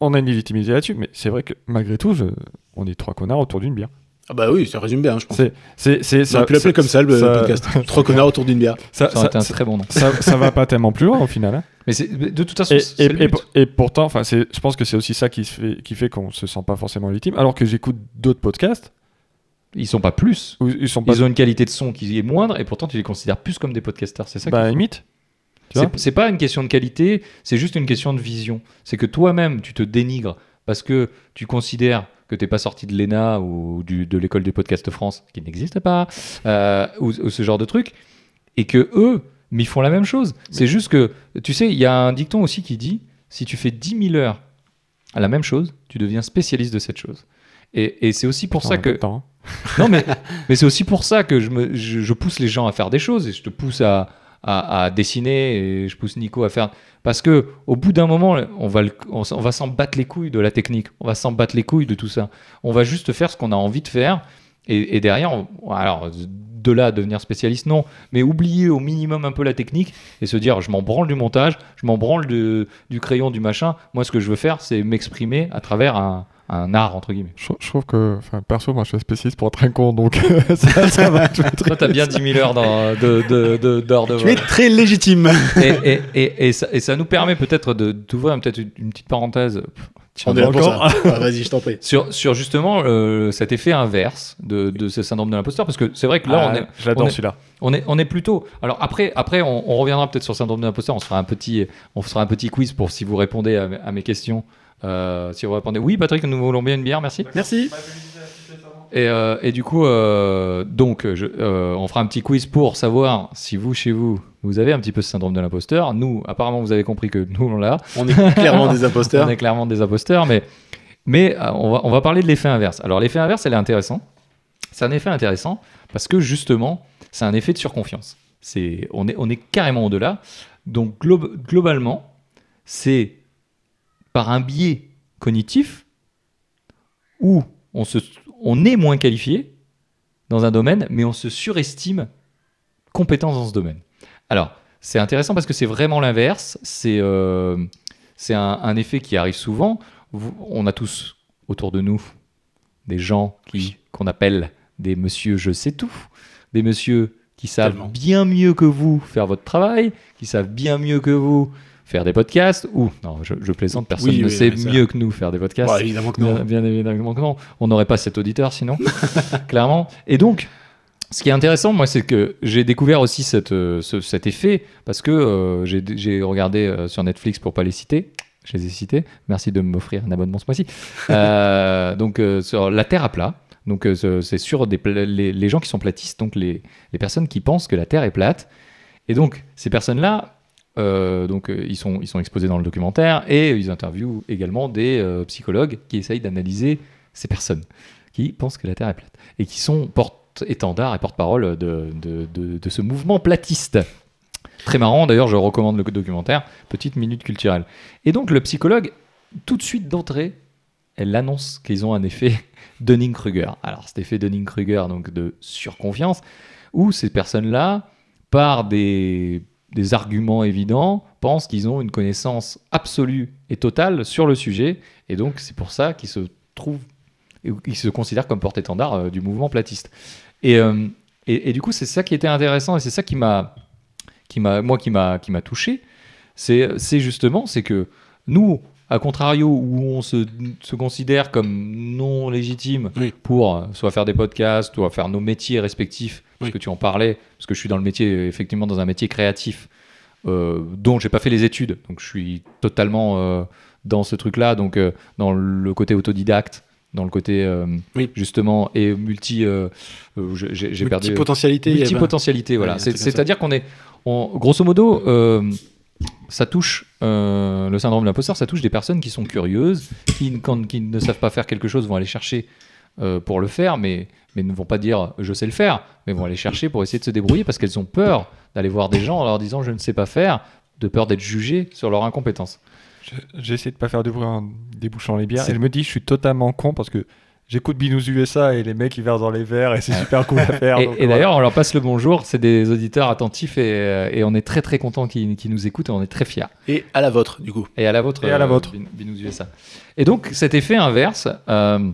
Speaker 2: on a une légitimité là-dessus, mais c'est vrai que malgré tout, je- on est trois connards autour d'une bière.
Speaker 3: Ah bah oui, ça résume bien, je pense.
Speaker 2: C'est, c'est, c'est,
Speaker 3: Ça aurait pu l'appeler comme ça le podcast. Trois connards autour d'une bière.
Speaker 2: Ça,
Speaker 1: ça aurait
Speaker 2: ça-
Speaker 1: été un
Speaker 2: ça-
Speaker 1: très bon nom
Speaker 2: ça- ça va pas tellement plus loin au final. hein.
Speaker 1: mais c'est- mais de toute façon
Speaker 2: Et,
Speaker 1: c'est
Speaker 2: et-
Speaker 1: le
Speaker 2: et
Speaker 1: but.
Speaker 2: pour- et pourtant, enfin, c'est, je pense que c'est aussi ça qui, se fait, qui fait qu'on se sent pas forcément légitime. Alors que j'écoute d'autres podcasts
Speaker 1: ils sont pas plus
Speaker 2: où ils sont pas
Speaker 1: ils ont une qualité de son qui est moindre et pourtant tu les considères plus comme des podcasters. C'est ça qui-
Speaker 2: bah, limite. tu vois
Speaker 1: C'est- C'est pas une question de qualité, c'est juste une question de vision. C'est que toi-même, tu te dénigres parce que tu considères que t'es pas sorti de l'ENA ou du, de l'école des podcasts de France, qui n'existe pas, euh, ou, ou ce genre de truc, et que eux, mais ils font la même chose. C'est juste que, tu sais, il y a un dicton aussi qui dit si tu fais 10 000 heures à la même chose, tu deviens spécialiste de cette chose. Et, et c'est aussi pour ça
Speaker 2: Attends,
Speaker 1: que.
Speaker 2: attends. hein.
Speaker 1: Non, mais, mais c'est aussi pour ça que je, me, je, je pousse les gens à faire des choses et je te pousse à, à, à dessiner et je pousse Nico à faire. Parce que au bout d'un moment, on va, le- on, s- on va s'en battre les couilles de la technique, on va s'en battre les couilles de tout ça. On va juste faire ce qu'on a envie de faire Et, et derrière, on- alors de là à devenir spécialiste, non, mais oublier au minimum un peu la technique et se dire je m'en branle du montage, je m'en branle de- du crayon, du machin. Moi, ce que je veux faire, c'est m'exprimer à travers un, un art, entre guillemets.
Speaker 2: Je, je trouve que, enfin, perso, moi, je suis spécialiste pour être un con, donc ça, ça va. tout être-
Speaker 1: Toi, t'as bien 10 000 heures dans- de- de- de- d'heures de,
Speaker 3: Tu es très légitime.
Speaker 1: et, et- et- et ça, et ça nous permet peut-être de- d'ouvrir peut-être une, une petite parenthèse pff, tiens,
Speaker 3: On est là pour
Speaker 1: encore.
Speaker 3: ça. Ah, Vas-y, je t'en prie.
Speaker 1: sur, sur justement euh, cet effet inverse de, de ce syndrome de l'imposteur, parce que c'est vrai que
Speaker 3: Ah
Speaker 1: là, on, est,
Speaker 2: Ah, j'adore
Speaker 1: on est-
Speaker 2: celui-là.
Speaker 1: on, est, on est plutôt. Alors après, après on, on reviendra peut-être sur le syndrome de l'imposteur, on, se fera un petit- on se fera un petit quiz pour si vous répondez à, mes- à mes questions. Euh, si vous répondez oui, Patrick, nous voulons bien une bière, merci.
Speaker 3: Merci.
Speaker 1: Et, euh, et du coup, euh, donc, je- euh, on fera un petit quiz pour savoir si vous, chez vous, vous avez un petit peu ce syndrome de l'imposteur. Nous, apparemment, vous avez compris que nous, on l'a.
Speaker 3: On est clairement des
Speaker 1: On
Speaker 3: imposteurs.
Speaker 1: est clairement des imposteurs, mais, mais euh, on, va, on va parler de l'effet inverse. Alors, l'effet inverse, elle est intéressant. C'est un effet intéressant parce que justement, c'est un effet de surconfiance. C'est, on, est, on est carrément au-delà. Donc, glo- globalement, c'est par un biais cognitif où on, se, on est moins qualifié dans un domaine, mais on se surestime compétent dans ce domaine. Alors, c'est intéressant parce que c'est vraiment l'inverse. C'est euh, c'est un, un effet qui arrive souvent. Vous- on a tous autour de nous des gens qui qu'on appelle des monsieur je sais tout, des monsieur qui savent
Speaker 3: Tellement.
Speaker 1: bien mieux que vous faire votre travail, qui savent bien mieux que vous faire des podcasts ou non, je, je plaisante, personne
Speaker 3: Oui,
Speaker 1: ne
Speaker 3: oui,
Speaker 1: sait
Speaker 3: oui, ça.
Speaker 1: mieux que nous faire des podcasts.
Speaker 3: Ouais, évidemment que
Speaker 1: Bien,
Speaker 3: non.
Speaker 1: bien évidemment que non. On n'aurait pas cet auditeur sinon, clairement. Et donc, ce qui est intéressant, moi, c'est que j'ai découvert aussi cette, euh, ce- cet effet parce que euh, j'ai- j'ai regardé euh, sur Netflix pour pas les citer. Je les ai cités. Merci de m'offrir un abonnement ce mois-ci. Euh, donc, euh, sur La Terre à plat. Donc, euh, ce- c'est sur des pla- les, les gens qui sont platistes, donc les, les personnes qui pensent que la Terre est plate. Et donc, ces personnes-là, euh, donc euh, ils sont, ils sont exposés dans le documentaire et ils interviewent également des euh, psychologues qui essayent d'analyser ces personnes qui pensent que la Terre est plate et qui sont porte-étendard et porte-parole de, de- de- de ce mouvement platiste. Très marrant, d'ailleurs je recommande le documentaire, petite minute culturelle. Et donc le psychologue, tout de suite d'entrée, elle annonce qu'ils ont un effet Dunning-Kruger. Alors cet effet Dunning-Kruger, donc de surconfiance, où ces personnes-là, par des des arguments évidents, pensent qu'ils ont une connaissance absolue et totale sur le sujet. Et donc, c'est pour ça qu'ils se trouvent, et qu'ils se considèrent comme porte-étendard euh, du mouvement platiste. Et, euh, et, et du coup, c'est ça qui était intéressant et c'est ça qui m'a, qui m'a, moi, qui m'a, qui m'a touché. C'est, c'est justement, c'est que nous, à contrario, où on se, se considère comme non légitime
Speaker 3: Oui.
Speaker 1: pour euh, soit faire des podcasts, soit faire nos métiers respectifs, parce
Speaker 3: Oui.
Speaker 1: que tu en parlais, parce que je suis dans le métier, effectivement, dans un métier créatif, euh, dont j'ai pas fait les études, donc je suis totalement euh, dans ce truc-là, donc euh, dans le côté autodidacte, dans le côté euh,
Speaker 3: Oui.
Speaker 1: justement et multi, euh, euh, j'ai- j'ai j'ai perdu
Speaker 3: potentialité. il y avait un-
Speaker 1: multipotentialité, voilà.
Speaker 3: eh ben, Ouais, un
Speaker 1: C'est-
Speaker 3: truc comme ça.
Speaker 1: C'est-à-dire qu'on est, on- grosso modo, euh, ça touche euh, le syndrome de l'imposteur, ça touche des personnes qui sont curieuses, qui, ne- quand- qui ne savent pas faire quelque chose, vont aller chercher euh, pour le faire, mais, mais ne vont pas dire je sais le faire, mais vont aller chercher pour essayer de se débrouiller parce qu'elles ont peur d'aller voir des gens en leur disant je ne sais pas faire, de peur d'être jugées sur leur incompétence.
Speaker 2: Je- J'essaie de pas faire du bruit en débouchant les bières.
Speaker 1: C'est-
Speaker 2: Et je me dis, je suis totalement con parce que j'écoute Binous USA et les mecs ils versent dans les verres et c'est super cool à faire.
Speaker 1: Et,
Speaker 2: donc,
Speaker 1: et
Speaker 2: voilà.
Speaker 1: d'ailleurs, on leur passe le bonjour, c'est des auditeurs attentifs et, euh, et on est très très contents qu'ils qu'ils nous écoutent et on est très fiers.
Speaker 3: Et à la vôtre, du coup.
Speaker 1: Et à la vôtre.
Speaker 2: Et à la
Speaker 1: euh,
Speaker 2: vôtre.
Speaker 1: Bin- Binous USA. Et donc, cet effet inverse, euh,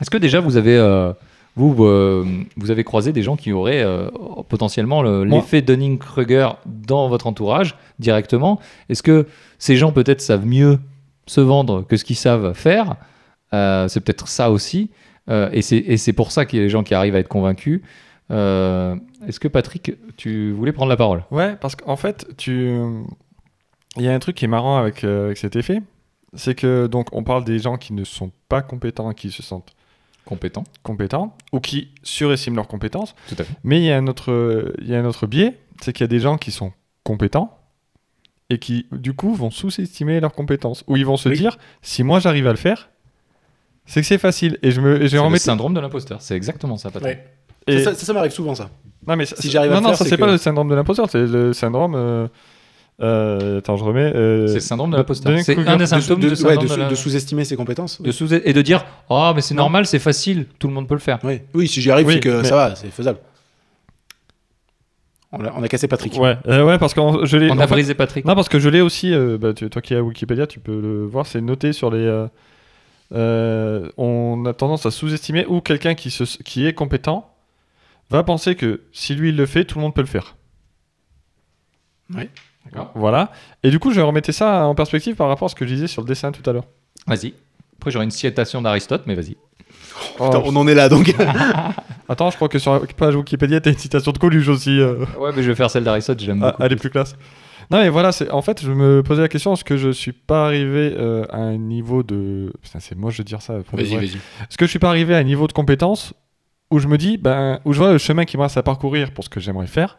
Speaker 1: est-ce que déjà vous avez, euh, vous, euh, vous avez croisé des gens qui auraient euh, potentiellement le-
Speaker 2: Moi.
Speaker 1: l'effet Dunning-Kruger dans votre entourage directement Est-ce que ces gens peut-être savent mieux se vendre que ce qu'ils savent faire Euh, C'est peut-être ça aussi. Euh, et c'est et c'est pour ça qu'il y a des gens qui arrivent à être convaincus. Euh, est-ce que Patrick, tu voulais prendre la parole
Speaker 2: Ouais, parce qu'en fait, tu. Il y a un truc qui est marrant avec, euh, avec cet effet. C'est que, donc, on parle des gens qui ne sont pas compétents et qui se sentent
Speaker 1: Compétent.
Speaker 2: compétents ou qui surestiment leurs compétences.
Speaker 1: Tout à fait.
Speaker 2: Mais il y a un autre, euh, il y a un autre biais, c'est qu'il y a des gens qui sont compétents et qui, du coup, vont sous-estimer leurs compétences. Ou ils vont se
Speaker 3: Oui.
Speaker 2: dire, si moi j'arrive à le faire, c'est que c'est facile. Et je me, et
Speaker 1: C'est
Speaker 2: j'ai remis-
Speaker 1: le syndrome de l'imposteur. C'est exactement ça, Patrick.
Speaker 3: Ouais.
Speaker 2: et-
Speaker 3: Ça, ça, ça m'arrive souvent, ça.
Speaker 2: Non, mais ça-
Speaker 3: Si j'arrive à
Speaker 2: non,
Speaker 3: le
Speaker 2: non,
Speaker 3: faire,
Speaker 2: ça
Speaker 3: c'est
Speaker 2: c'est
Speaker 3: que-
Speaker 2: pas le syndrome de l'imposteur, c'est le syndrome. euh, Euh, attends, je remets. euh,
Speaker 1: C'est le syndrome de l'imposteur.
Speaker 2: Dunning
Speaker 1: C'est
Speaker 2: Kruger.
Speaker 1: un des
Speaker 2: De-
Speaker 1: symptômes
Speaker 3: de,
Speaker 1: du
Speaker 3: ouais,
Speaker 1: syndrome
Speaker 3: de
Speaker 1: de
Speaker 3: sou-
Speaker 1: la-
Speaker 3: de sous-estimer ses compétences.
Speaker 1: de sous- et de dire oh mais c'est
Speaker 2: Non.
Speaker 1: normal, c'est facile, tout le monde peut le faire.
Speaker 3: Oui. oui, si j'y arrive,
Speaker 2: Oui,
Speaker 3: c'est que
Speaker 2: mais-
Speaker 3: ça va, c'est faisable. On, l'a- on a cassé Patrick.
Speaker 2: Ouais, euh, ouais, parce que en- je l'ai.
Speaker 1: On
Speaker 2: en
Speaker 1: a
Speaker 2: fait-
Speaker 1: brisé Patrick.
Speaker 2: Non, parce que je l'ai aussi. euh, bah, tu- toi qui es à Wikipédia, tu peux le voir. C'est noté sur les. euh, euh, on a tendance à sous-estimer ou quelqu'un qui, se- qui est compétent va penser que si lui il le fait, tout le monde peut le faire.
Speaker 3: Oui.
Speaker 1: D'accord.
Speaker 2: Voilà. Et du coup, je remettais ça en perspective par rapport à ce que je disais sur le dessin tout à l'heure.
Speaker 1: Vas-y. Après j'aurais une citation d'Aristote, mais vas-y.
Speaker 3: Putain,
Speaker 2: Oh,
Speaker 3: on en est là donc.
Speaker 2: Attends, je crois que sur la page Wikipédia, t'as une citation de Coluche aussi. euh.
Speaker 1: Ouais, mais je vais faire celle d'Aristote, j'aime
Speaker 2: Ah,
Speaker 1: beaucoup.
Speaker 2: elle est plus classe. Non, mais voilà, c'est- en fait, je me posais la question est-ce que je suis pas arrivé euh, à un niveau de. Putain, c'est moche de dire ça. pour de vrai.
Speaker 3: vas-y.
Speaker 2: Est-ce que je suis pas arrivé à un niveau de compétence où je me dis, ben, où je vois le chemin qui me reste à parcourir pour ce que j'aimerais faire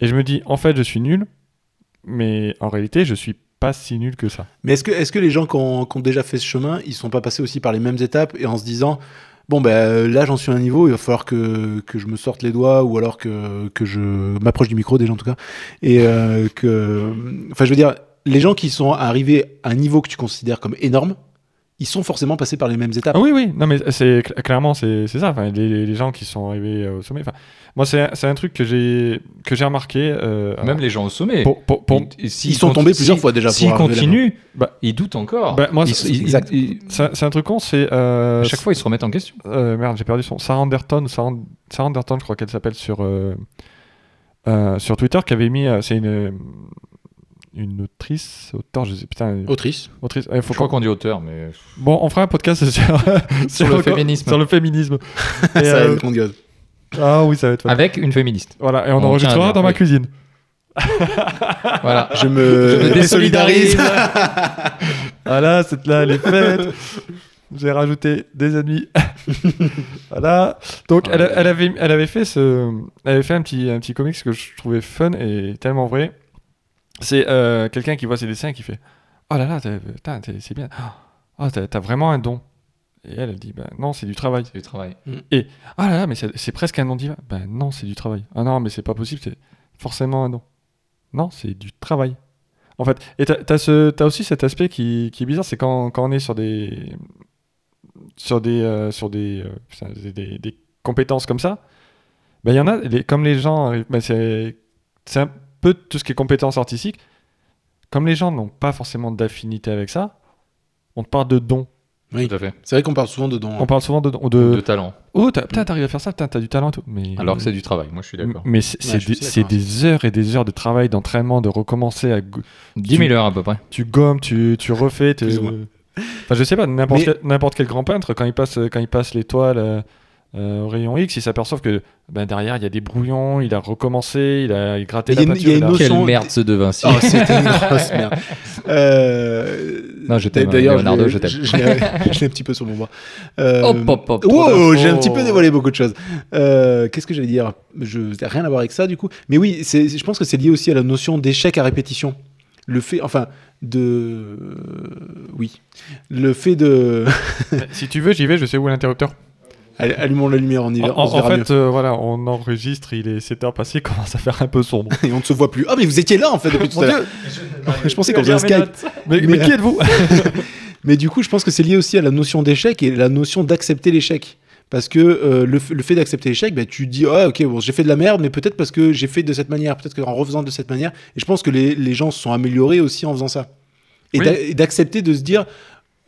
Speaker 2: Et je me dis, en fait, je suis nul, mais en réalité, je suis pas si nul que ça.
Speaker 3: Mais est-ce que, est-ce que les gens qui ont, qui ont déjà fait ce chemin, ils sont pas passés aussi par les mêmes étapes et en se disant bon ben euh, là j'en suis à un niveau, il va falloir que, que je me sorte les doigts ou alors que, que je m'approche du micro déjà en tout cas et euh, que enfin je veux dire les gens qui sont arrivés à un niveau que tu considères comme énorme, ils sont forcément passés par les mêmes étapes.
Speaker 2: Ah oui, oui, non, mais c'est cl- clairement, c'est c'est ça. Enfin, les, les gens qui sont arrivés euh, au sommet. Enfin, moi, c'est un- c'est un truc que j'ai que j'ai remarqué. euh,
Speaker 1: Même les gens au sommet.
Speaker 2: pour- pour- pour-
Speaker 1: Ils- et s'ils
Speaker 3: Ils sont
Speaker 1: conti-
Speaker 3: tombés plusieurs
Speaker 1: si-
Speaker 3: fois déjà. pour
Speaker 1: S'ils
Speaker 3: arriver là-bas.
Speaker 1: continuent,
Speaker 2: Bah,
Speaker 1: ils doutent encore.
Speaker 2: bah, moi,
Speaker 1: Ils-
Speaker 2: c'est-
Speaker 1: ils-
Speaker 3: exact.
Speaker 1: ils-
Speaker 2: c'est c'est un truc con, c'est. euh,
Speaker 1: à chaque fois, ils se remettent en question.
Speaker 2: Euh, merde, j'ai perdu son. Sarah Anderton, Sarah, Sarah Anderton, je crois qu'elle s'appelle sur, euh, euh, sur Twitter, qui avait mis. euh, c'est une, une autrice, auteur, je sais, putain,
Speaker 3: Autrice.
Speaker 2: autrice. ouais, faut
Speaker 1: Je crois
Speaker 2: qu'on-
Speaker 1: qu'on dit auteur, mais
Speaker 2: Bon, on fera un podcast sur, sur
Speaker 1: le
Speaker 2: encore-
Speaker 1: féminisme.
Speaker 2: Sur le féminisme. Et,
Speaker 3: Ça va
Speaker 2: euh,
Speaker 3: être grandiose.
Speaker 2: ah oui, ça va être. fun.
Speaker 1: avec une féministe.
Speaker 2: Voilà, et on,
Speaker 1: on tient à
Speaker 2: enregistrera
Speaker 1: dire,
Speaker 2: dans ma
Speaker 1: oui.
Speaker 2: cuisine.
Speaker 1: Voilà.
Speaker 3: Je me,
Speaker 1: Je me désolidarise.
Speaker 2: Voilà, c'est là les fêtes. J'ai rajouté des ennemis. voilà. Donc elle, a- elle avait elle avait fait ce elle avait fait un petit un petit comics que je trouvais fun et tellement vrai. C'est euh, quelqu'un qui voit ses dessins et qui fait "Oh là là, t'as- putain, t'es- c'est bien. Oh, t'as t'as vraiment un don." Et elle elle dit "Bah non, c'est du travail."
Speaker 1: C'est du travail.
Speaker 2: Ah là là, mais c'est c'est presque un don divin. Ben non, c'est du travail. Ah non, mais c'est pas possible, c'est forcément un don. Non, c'est du travail. En fait, et t'as t'as ce- t'as aussi cet aspect qui, qui est bizarre, c'est quand, quand on est sur des. sur des. euh, sur des, euh, putain, des, des- des compétences comme ça, ben il y en a, les- comme les gens. arrivent- ben, c'est c'est un peu tout ce qui est compétences artistiques. Comme les gens n'ont pas forcément d'affinité avec ça, on te parle de don.
Speaker 3: Oui.
Speaker 1: Tout à fait.
Speaker 3: C'est vrai qu'on parle souvent de dons.
Speaker 2: On parle souvent de don. ou
Speaker 1: De
Speaker 2: De,
Speaker 1: talent.
Speaker 2: oh, t'as- putain, t'arrives à faire ça, putain, t'as du talent et tout. Mais,
Speaker 1: Alors que c'est du travail. Moi, je suis d'accord.
Speaker 2: mais c'est c'est
Speaker 3: Ouais, je suis
Speaker 2: des, c'est
Speaker 3: d'accord.
Speaker 2: des heures et des heures de travail, d'entraînement, de recommencer à. go-
Speaker 1: 10 000 heures à peu près.
Speaker 2: Tu gommes, tu, tu refais. Tu...
Speaker 3: Plus ou moins.
Speaker 2: Enfin, je sais pas, n'importe
Speaker 3: Mais-
Speaker 2: quel, n'importe quel grand peintre, quand il passe, quand il passe l'étoile euh, euh, au rayon X, il s'aperçoit que ben, derrière, il y a des brouillons, il a recommencé, il a il gratté
Speaker 3: Mais il y
Speaker 2: la
Speaker 3: a une- il
Speaker 2: peinture.
Speaker 3: y a
Speaker 2: il a-
Speaker 3: une
Speaker 1: Quelle
Speaker 3: Notion-
Speaker 1: merde ce De Vinci.
Speaker 3: Oh, c'était une grosse merde. Euh,
Speaker 1: Non, je t'aime,
Speaker 3: D'ailleurs, je
Speaker 1: Leonardo,
Speaker 3: l'ai-
Speaker 1: je t'aime.
Speaker 3: Je l'ai- je l'ai un petit peu sur mon bras. Euh,
Speaker 1: Hop, hop, hop,
Speaker 3: wow,
Speaker 1: trop
Speaker 2: d'infos.
Speaker 3: j'ai un petit peu dévoilé beaucoup de choses. Euh, Qu'est-ce que j'allais dire je, Rien à voir avec ça, du coup. Mais oui, c'est- je pense que c'est lié aussi à la notion d'échec à répétition. Le fait, enfin, de. euh, Oui. Le fait de.
Speaker 2: Si tu veux, j'y vais, je sais où est l'interrupteur.
Speaker 3: Allez, Allumons la lumière, on y
Speaker 2: En,
Speaker 3: va.
Speaker 2: en-
Speaker 3: on se
Speaker 2: en
Speaker 3: verra
Speaker 2: fait, euh, voilà, on enregistre, il est 7 heures passées, il commence à faire un peu sombre.
Speaker 3: mieux. Et on ne se voit plus. Ah, mais vous étiez là, en fait, depuis tout à l'heure. Je pensais qu'on faisait un Skype.
Speaker 2: Mais,
Speaker 3: Mais-
Speaker 2: mais qui êtes-vous
Speaker 3: Mais du coup, je pense que c'est lié aussi à la notion d'échec et la notion d'accepter l'échec. Parce que euh, le, f- le fait d'accepter l'échec, bah, tu dis, ah, ok, bon, j'ai fait de la merde, mais peut-être parce que j'ai fait de cette manière, peut-être qu'en refaisant de cette manière. Et je pense que les, les gens se sont améliorés aussi en faisant ça. Et
Speaker 2: Oui.
Speaker 3: d'a- et d'accepter de se dire,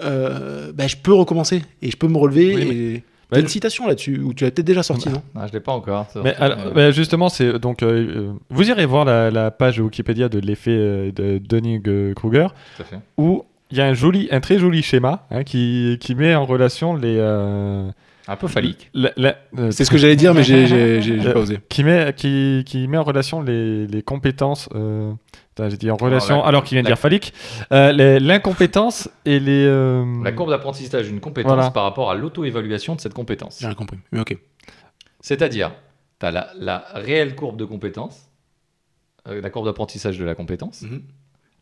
Speaker 3: euh, bah, je peux recommencer et je peux me relever.
Speaker 2: Oui, mais-
Speaker 3: et...
Speaker 2: Bah,
Speaker 3: T'as une citation là-dessus, où tu l'as peut-être déjà sortie, non
Speaker 1: Non, je l'ai pas encore. c'est
Speaker 2: Mais
Speaker 1: vrai.
Speaker 2: alors,
Speaker 1: Euh,
Speaker 2: bah, justement, c'est donc euh, euh, vous irez voir la, la page Wikipédia de l'effet euh, de Dunning-Kruger
Speaker 1: tout à fait.
Speaker 2: où il y a un joli, un très joli schéma hein, qui, qui met en relation les. euh,
Speaker 1: Un peu phallique.
Speaker 2: la- la- euh,
Speaker 3: C'est ce que j'allais dire, mais j'ai- j'ai j'ai- j'ai pas osé.
Speaker 2: qui met qui, qui met en relation les, les compétences. euh, putain, J'ai dit en relation alors,
Speaker 1: la-
Speaker 2: qu'il vient de
Speaker 1: la-
Speaker 2: dire phallique euh, les- l'incompétence et les. euh,
Speaker 1: La courbe d'apprentissage d'une compétence
Speaker 2: Voilà. Ah.
Speaker 1: par rapport à l'auto-évaluation de cette compétence.
Speaker 3: J'ai rien compris. Mais ok.
Speaker 1: C'est-à-dire, tu as la, la réelle courbe de compétence, euh, la courbe d'apprentissage de la
Speaker 2: Hmm.
Speaker 1: compétence,
Speaker 3: Mhm.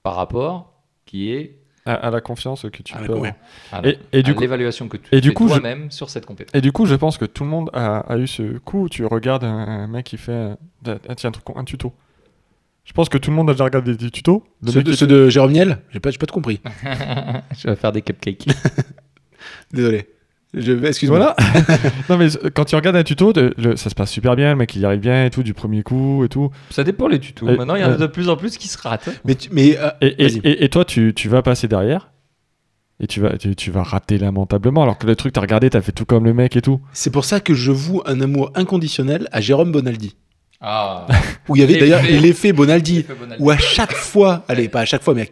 Speaker 1: par rapport qui est
Speaker 2: à, à la confiance que tu
Speaker 3: Ah,
Speaker 2: peux.
Speaker 3: d'accord,
Speaker 2: avoir.
Speaker 3: ouais.
Speaker 1: à,
Speaker 2: Et, et du
Speaker 1: à
Speaker 2: coup,
Speaker 1: l'évaluation que tu
Speaker 2: et du
Speaker 1: fais
Speaker 2: coup, je-
Speaker 1: toi-même sur cette compétence.
Speaker 2: Et du coup, je pense que tout le monde a, a eu ce coup où tu regardes un, un mec qui fait. euh, ah, tiens, un, truc- un tuto. Je pense que tout le monde a déjà regardé des tutos. Le
Speaker 3: Ceux
Speaker 2: mec
Speaker 3: de,
Speaker 2: qui-
Speaker 3: ceux de Jérôme Niel J'ai pas, j'ai pas tout compris.
Speaker 1: Je vais faire des cupcakes.
Speaker 3: Désolé. Je, excuse-moi.
Speaker 2: Voilà. non mais euh, quand tu regardes un tuto, de- le- ça se passe super bien, le mec il y arrive bien et tout du premier coup et tout.
Speaker 1: Ça dépend les tutos.
Speaker 2: Euh,
Speaker 1: Maintenant, il y en a
Speaker 2: euh.
Speaker 1: de plus en plus qui se ratent.
Speaker 3: Mais, tu- mais euh,
Speaker 2: Et, et-
Speaker 3: Vas-y.
Speaker 2: et- et toi tu, tu vas passer derrière et tu vas tu, tu vas rater lamentablement alors que le truc t'as regardé t'as fait tout comme le mec et tout.
Speaker 3: c'est pour ça que je voue un amour inconditionnel à Jérôme Bonaldi.
Speaker 1: Ah.
Speaker 3: Où il y avait
Speaker 1: Et-
Speaker 3: d'ailleurs
Speaker 1: et-
Speaker 3: l'effet Bonaldi.
Speaker 1: Bonaldi.
Speaker 3: Où à chaque fois, allez, pas à chaque fois, mais à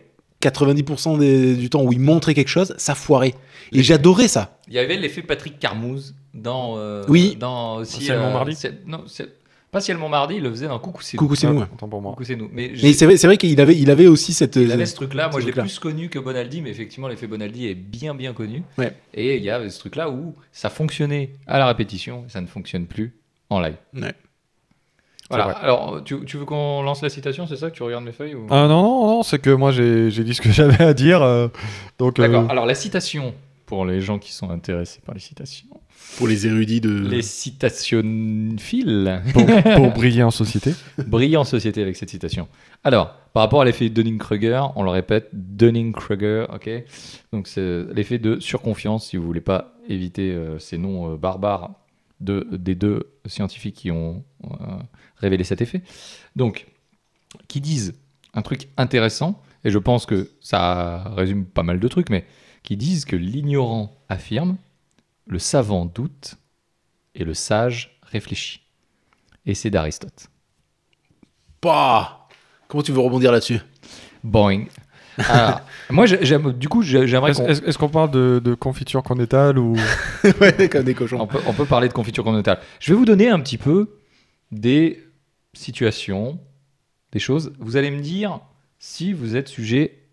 Speaker 3: 90% des- du temps où il montrait quelque chose, ça foirait. Et j'adorais ça.
Speaker 1: Il y avait l'effet Patrick Carmouze dans. euh,
Speaker 3: Oui.
Speaker 1: Dans aussi.
Speaker 2: Ciel
Speaker 1: euh,
Speaker 2: Montmardi.
Speaker 1: Ciel- Non, Ciel- pas Ciel Montmardi, il le faisait dans Coucou c'est nous.
Speaker 3: Coucou, c'est nous.
Speaker 2: Ah, autant pour moi.
Speaker 1: Coucou c'est nous. Mais, j'ai-
Speaker 3: Mais c'est vrai, c'est vrai qu'il avait, il avait aussi cette. euh,
Speaker 1: il avait ce truc-là. Moi,
Speaker 3: ce
Speaker 1: je l'ai
Speaker 3: truc-là.
Speaker 1: plus connu que Bonaldi, mais effectivement, l'effet Bonaldi est bien, bien connu.
Speaker 3: Ouais.
Speaker 1: Et il y avait ce truc-là où ça fonctionnait à la répétition, et ça ne fonctionne plus en live.
Speaker 3: Ouais.
Speaker 1: Voilà.
Speaker 2: C'est
Speaker 1: Alors, tu, tu veux qu'on lance la citation C'est ça que tu regardes mes feuilles ou...
Speaker 2: Ah non non non c'est que moi j'ai j'ai dit ce que j'avais à dire euh, donc. euh,
Speaker 1: D'accord. Alors, la citation, pour les gens qui sont intéressés par les citations.
Speaker 3: Pour les érudits de.
Speaker 1: Les citationphiles.
Speaker 2: pour, euh, pour briller en société.
Speaker 1: Brillant société avec cette citation. Alors, par rapport à l'effet Dunning-Kruger, on le répète, Dunning-Kruger, ok Donc, c'est euh, l'effet de surconfiance, si vous voulez pas éviter euh, ces noms euh, barbares de, des deux scientifiques qui ont euh, révélé cet effet. Donc, qui disent un truc intéressant, et je pense que ça résume pas mal de trucs, mais qui disent que l'ignorant affirme, le savant doute, et le sage réfléchit. Et c'est d'Aristote.
Speaker 3: Bah Comment tu veux rebondir là-dessus
Speaker 1: Boing. Alors, moi, j'ai- j'aime- du coup, j'ai- j'aimerais
Speaker 2: Est-ce
Speaker 1: qu'on
Speaker 2: est-ce- est-ce qu'on parle de, de confiture qu'on étale ou
Speaker 3: Ouais, comme des cochons.
Speaker 1: on peut, on peut parler de confiture communautaire. Je vais vous donner un petit peu des situations, des choses. Vous allez me dire si vous êtes sujet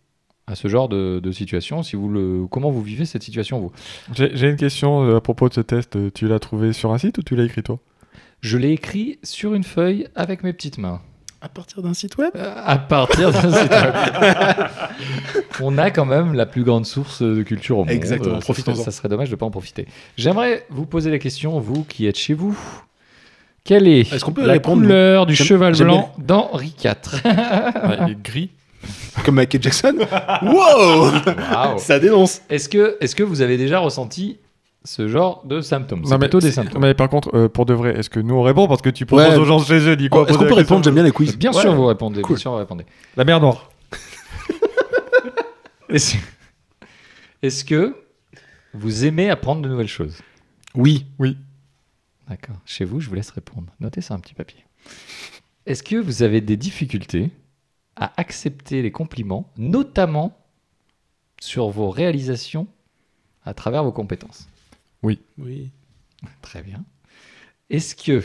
Speaker 1: à ce genre de, de situation, si vous le, comment vous vivez cette situation vous.
Speaker 2: J'ai j'ai une question euh, à propos de ce test. euh, Tu l'as trouvé sur un site ou tu l'as écrit toi
Speaker 1: Je l'ai écrit sur une feuille avec mes petites mains.
Speaker 3: À partir d'un site web
Speaker 1: Euh, à partir de cette- On a quand même la plus grande source de culture au monde.
Speaker 3: Exactement,
Speaker 1: Euh, ça
Speaker 3: profitons-en.
Speaker 1: serait- Ça serait dommage de ne pas en profiter. J'aimerais vous poser la question, vous qui êtes chez vous. Quelle est,
Speaker 3: Est-ce qu'on peut
Speaker 1: la
Speaker 3: répondre, nous
Speaker 1: couleur du
Speaker 3: J'aime-
Speaker 1: cheval
Speaker 3: j'aime
Speaker 1: blanc d'Henri IV
Speaker 3: Ah,
Speaker 2: Gris.
Speaker 3: Comme Michael Jackson Wow
Speaker 1: Waouh.
Speaker 3: Ça dénonce
Speaker 1: Est-ce que, est que vous avez déjà ressenti ce genre de symptômes C'est plutôt des symptômes.
Speaker 2: Mais par contre, euh, pour de vrai, est-ce que nous on répond parce que tu proposes
Speaker 3: Ouais. Oh,
Speaker 2: aux gens chez eux, dis quoi
Speaker 3: Est-ce
Speaker 2: poser
Speaker 3: qu'on peut
Speaker 2: la question
Speaker 3: répondre J'aime bien les quiz.
Speaker 1: Bien
Speaker 2: Ouais.
Speaker 1: sûr, vous répondez.
Speaker 3: Cool.
Speaker 1: Bien sûr, vous répondez.
Speaker 2: La mer noire.
Speaker 1: Est-ce est-ce que vous aimez apprendre de nouvelles choses
Speaker 3: Oui.
Speaker 1: D'accord. Chez vous, je vous laisse répondre. Notez ça un petit papier. Est-ce que vous avez des difficultés à accepter les compliments, notamment sur vos réalisations à travers vos compétences
Speaker 3: Oui.
Speaker 1: Très bien. Est-ce que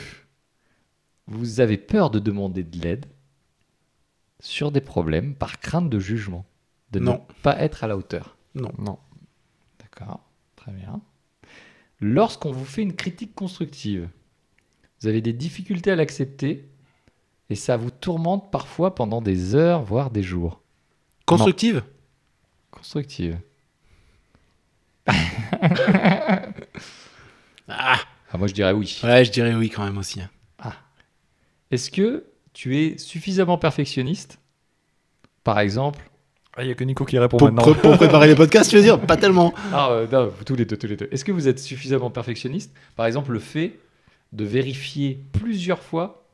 Speaker 1: vous avez peur de demander de l'aide sur des problèmes par crainte de jugement, de ne
Speaker 3: Non.
Speaker 1: pas être à la hauteur
Speaker 2: Non.
Speaker 1: D'accord, très bien. Lorsqu'on vous fait une critique constructive, vous avez des difficultés à l'accepter et ça vous tourmente parfois pendant des heures, voire des jours.
Speaker 3: Constructive
Speaker 1: Constructive.
Speaker 3: Ah
Speaker 1: Ah, moi, je dirais oui.
Speaker 3: Ouais, je dirais oui quand même aussi. hein.
Speaker 1: Est-ce que tu es suffisamment perfectionniste Par exemple.
Speaker 2: Ah, Il n'y a que Nico qui répond
Speaker 3: Pour,
Speaker 2: maintenant.
Speaker 3: pré- pour préparer les podcasts, tu veux dire Pas tellement.
Speaker 1: Ah, euh, non, tous les deux, tous les deux. Est-ce que vous êtes suffisamment perfectionniste Par exemple, le fait de vérifier plusieurs fois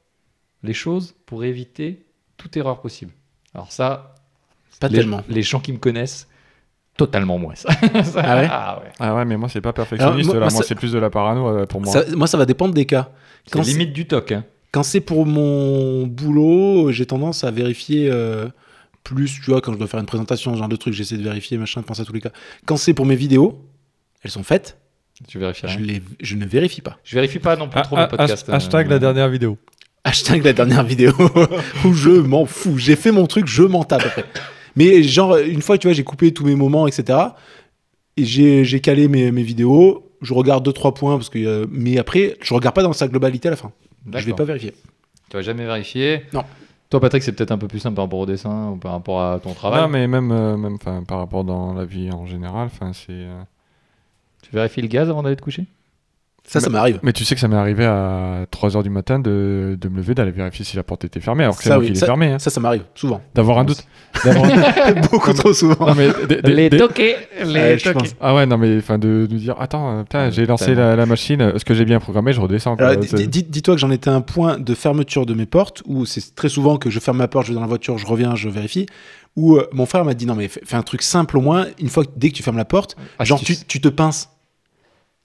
Speaker 1: les choses pour éviter toute erreur possible. Alors, ça,
Speaker 3: Pas
Speaker 1: les,
Speaker 3: tellement.
Speaker 1: les gens qui me connaissent, totalement moi, ça. Ça-
Speaker 3: Ah ouais
Speaker 2: Ah ouais, mais moi c'est pas perfectionniste
Speaker 3: Alors, moi-
Speaker 2: là,
Speaker 3: moi,
Speaker 2: moi
Speaker 3: ça-
Speaker 2: c'est plus de la parano euh, pour moi.
Speaker 3: Ça- moi, ça va dépendre des cas.
Speaker 1: C'est
Speaker 3: Quand c'est-
Speaker 1: limite du toc. hein.
Speaker 3: quand c'est pour mon boulot, j'ai tendance à vérifier euh, plus, tu vois, quand je dois faire une présentation, ce genre de truc, j'essaie de vérifier, machin, je pense à tous les cas. Quand c'est pour mes vidéos, elles sont faites,
Speaker 1: Tu vérifies
Speaker 3: je,
Speaker 1: rien.
Speaker 3: les, je ne vérifie pas.
Speaker 1: Je vérifie pas non plus
Speaker 2: Ah,
Speaker 1: trop
Speaker 2: ah,
Speaker 1: mon podcast.
Speaker 2: has- hashtag
Speaker 1: euh,
Speaker 2: la dernière vidéo.
Speaker 3: Hashtag la dernière vidéo où je m'en fous, j'ai fait mon truc, je m'en tape après. Mais genre, une fois, tu vois, j'ai coupé tous mes moments, etc. Et j'ai j'ai calé mes, mes vidéos, je regarde deux, trois points, parce que, euh, mais après, je regarde pas dans sa globalité à la fin. Je vais
Speaker 1: D'accord.
Speaker 3: pas vérifier.
Speaker 1: Tu vas jamais vérifier.
Speaker 3: Non.
Speaker 1: Toi, Patrick, c'est peut-être un peu plus simple par rapport au dessin ou par rapport à ton
Speaker 3: Ah
Speaker 1: travail.
Speaker 2: Non, mais même, euh, même 'fin, par rapport dans la vie en général, enfin c'est. euh,
Speaker 1: Tu vérifies le gaz avant d'aller te coucher
Speaker 3: Ça, ça m'arrive.
Speaker 2: Mais tu sais que ça m'est arrivé à 3h du matin de, de me lever, d'aller vérifier si la porte était fermée, alors que c'est
Speaker 3: Ça,
Speaker 2: moi
Speaker 3: oui,
Speaker 2: qui l'ai fermée. hein.
Speaker 3: Ça, ça m'arrive souvent.
Speaker 2: D'avoir un doute. D'avoir-
Speaker 3: Beaucoup trop souvent.
Speaker 2: Non, mais des- des-
Speaker 1: Les
Speaker 2: des-
Speaker 1: toqués, les
Speaker 3: Ouais, je
Speaker 1: toqués.
Speaker 3: pense.
Speaker 2: Ah ouais, non, mais enfin de nous dire Attends, euh, putain, j'ai lancé
Speaker 1: putain.
Speaker 2: la, la machine, euh, ce que j'ai bien programmé, je redescends. quoi.
Speaker 3: Alors, di-
Speaker 2: C'est-
Speaker 3: di- di- dis-toi que j'en étais à un point de fermeture de mes portes, où c'est très souvent que je ferme ma porte, je vais dans la voiture, je reviens, je vérifie, où euh, mon frère m'a dit, non mais fais fais un truc simple au moins, une fois, que- dès que tu fermes la porte, genre tu,
Speaker 1: Astuce.
Speaker 3: tu te pinces.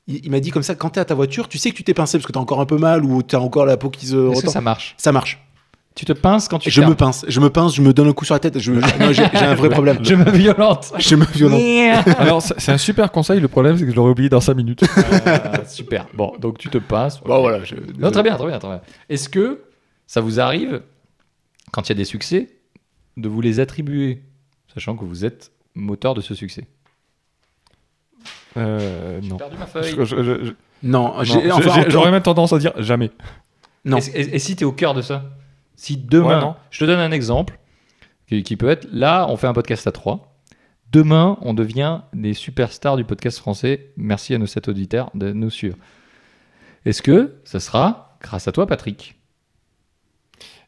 Speaker 3: Il, il m'a dit comme ça, quand t'es à ta voiture, tu sais que tu t'es pincé parce que t'as encore un peu mal ou t'as encore la peau qui se
Speaker 1: Est-ce que
Speaker 3: retend.
Speaker 1: ça marche
Speaker 3: Ça marche.
Speaker 1: Tu te pinces quand tu
Speaker 3: Je
Speaker 1: fermes.
Speaker 3: me pince, je me pince, je me donne un coup sur la tête, je me- non, j'ai j'ai un vrai problème.
Speaker 1: Je me violente.
Speaker 3: Je me violente.
Speaker 2: Alors, c'est c'est un super conseil, le problème, c'est que je l'aurais oublié dans 5 minutes.
Speaker 1: Ah, super. Bon, donc tu te pinces.
Speaker 3: Bon Bah, voilà. je-
Speaker 1: Non, très bien, très bien, très bien. Est-ce que ça vous arrive, quand il y a des succès, de vous les attribuer, sachant que vous êtes moteur de ce succès
Speaker 2: Euh, non.
Speaker 1: perdu ma
Speaker 2: Je- je- je- je-
Speaker 3: Non, j'ai-
Speaker 2: non,
Speaker 3: enfin,
Speaker 2: j'ai- J'aurais même tendance à dire jamais.
Speaker 3: non.
Speaker 1: Et, et- et si tu es au cœur de ça Si demain,
Speaker 2: Ouais, non.
Speaker 1: je te donne un exemple qui, qui peut être, là, on fait un podcast à trois. Demain, on devient des superstars du podcast français. Merci à nos sept auditeurs de nous suivre. Est-ce que ça sera grâce à toi, Patrick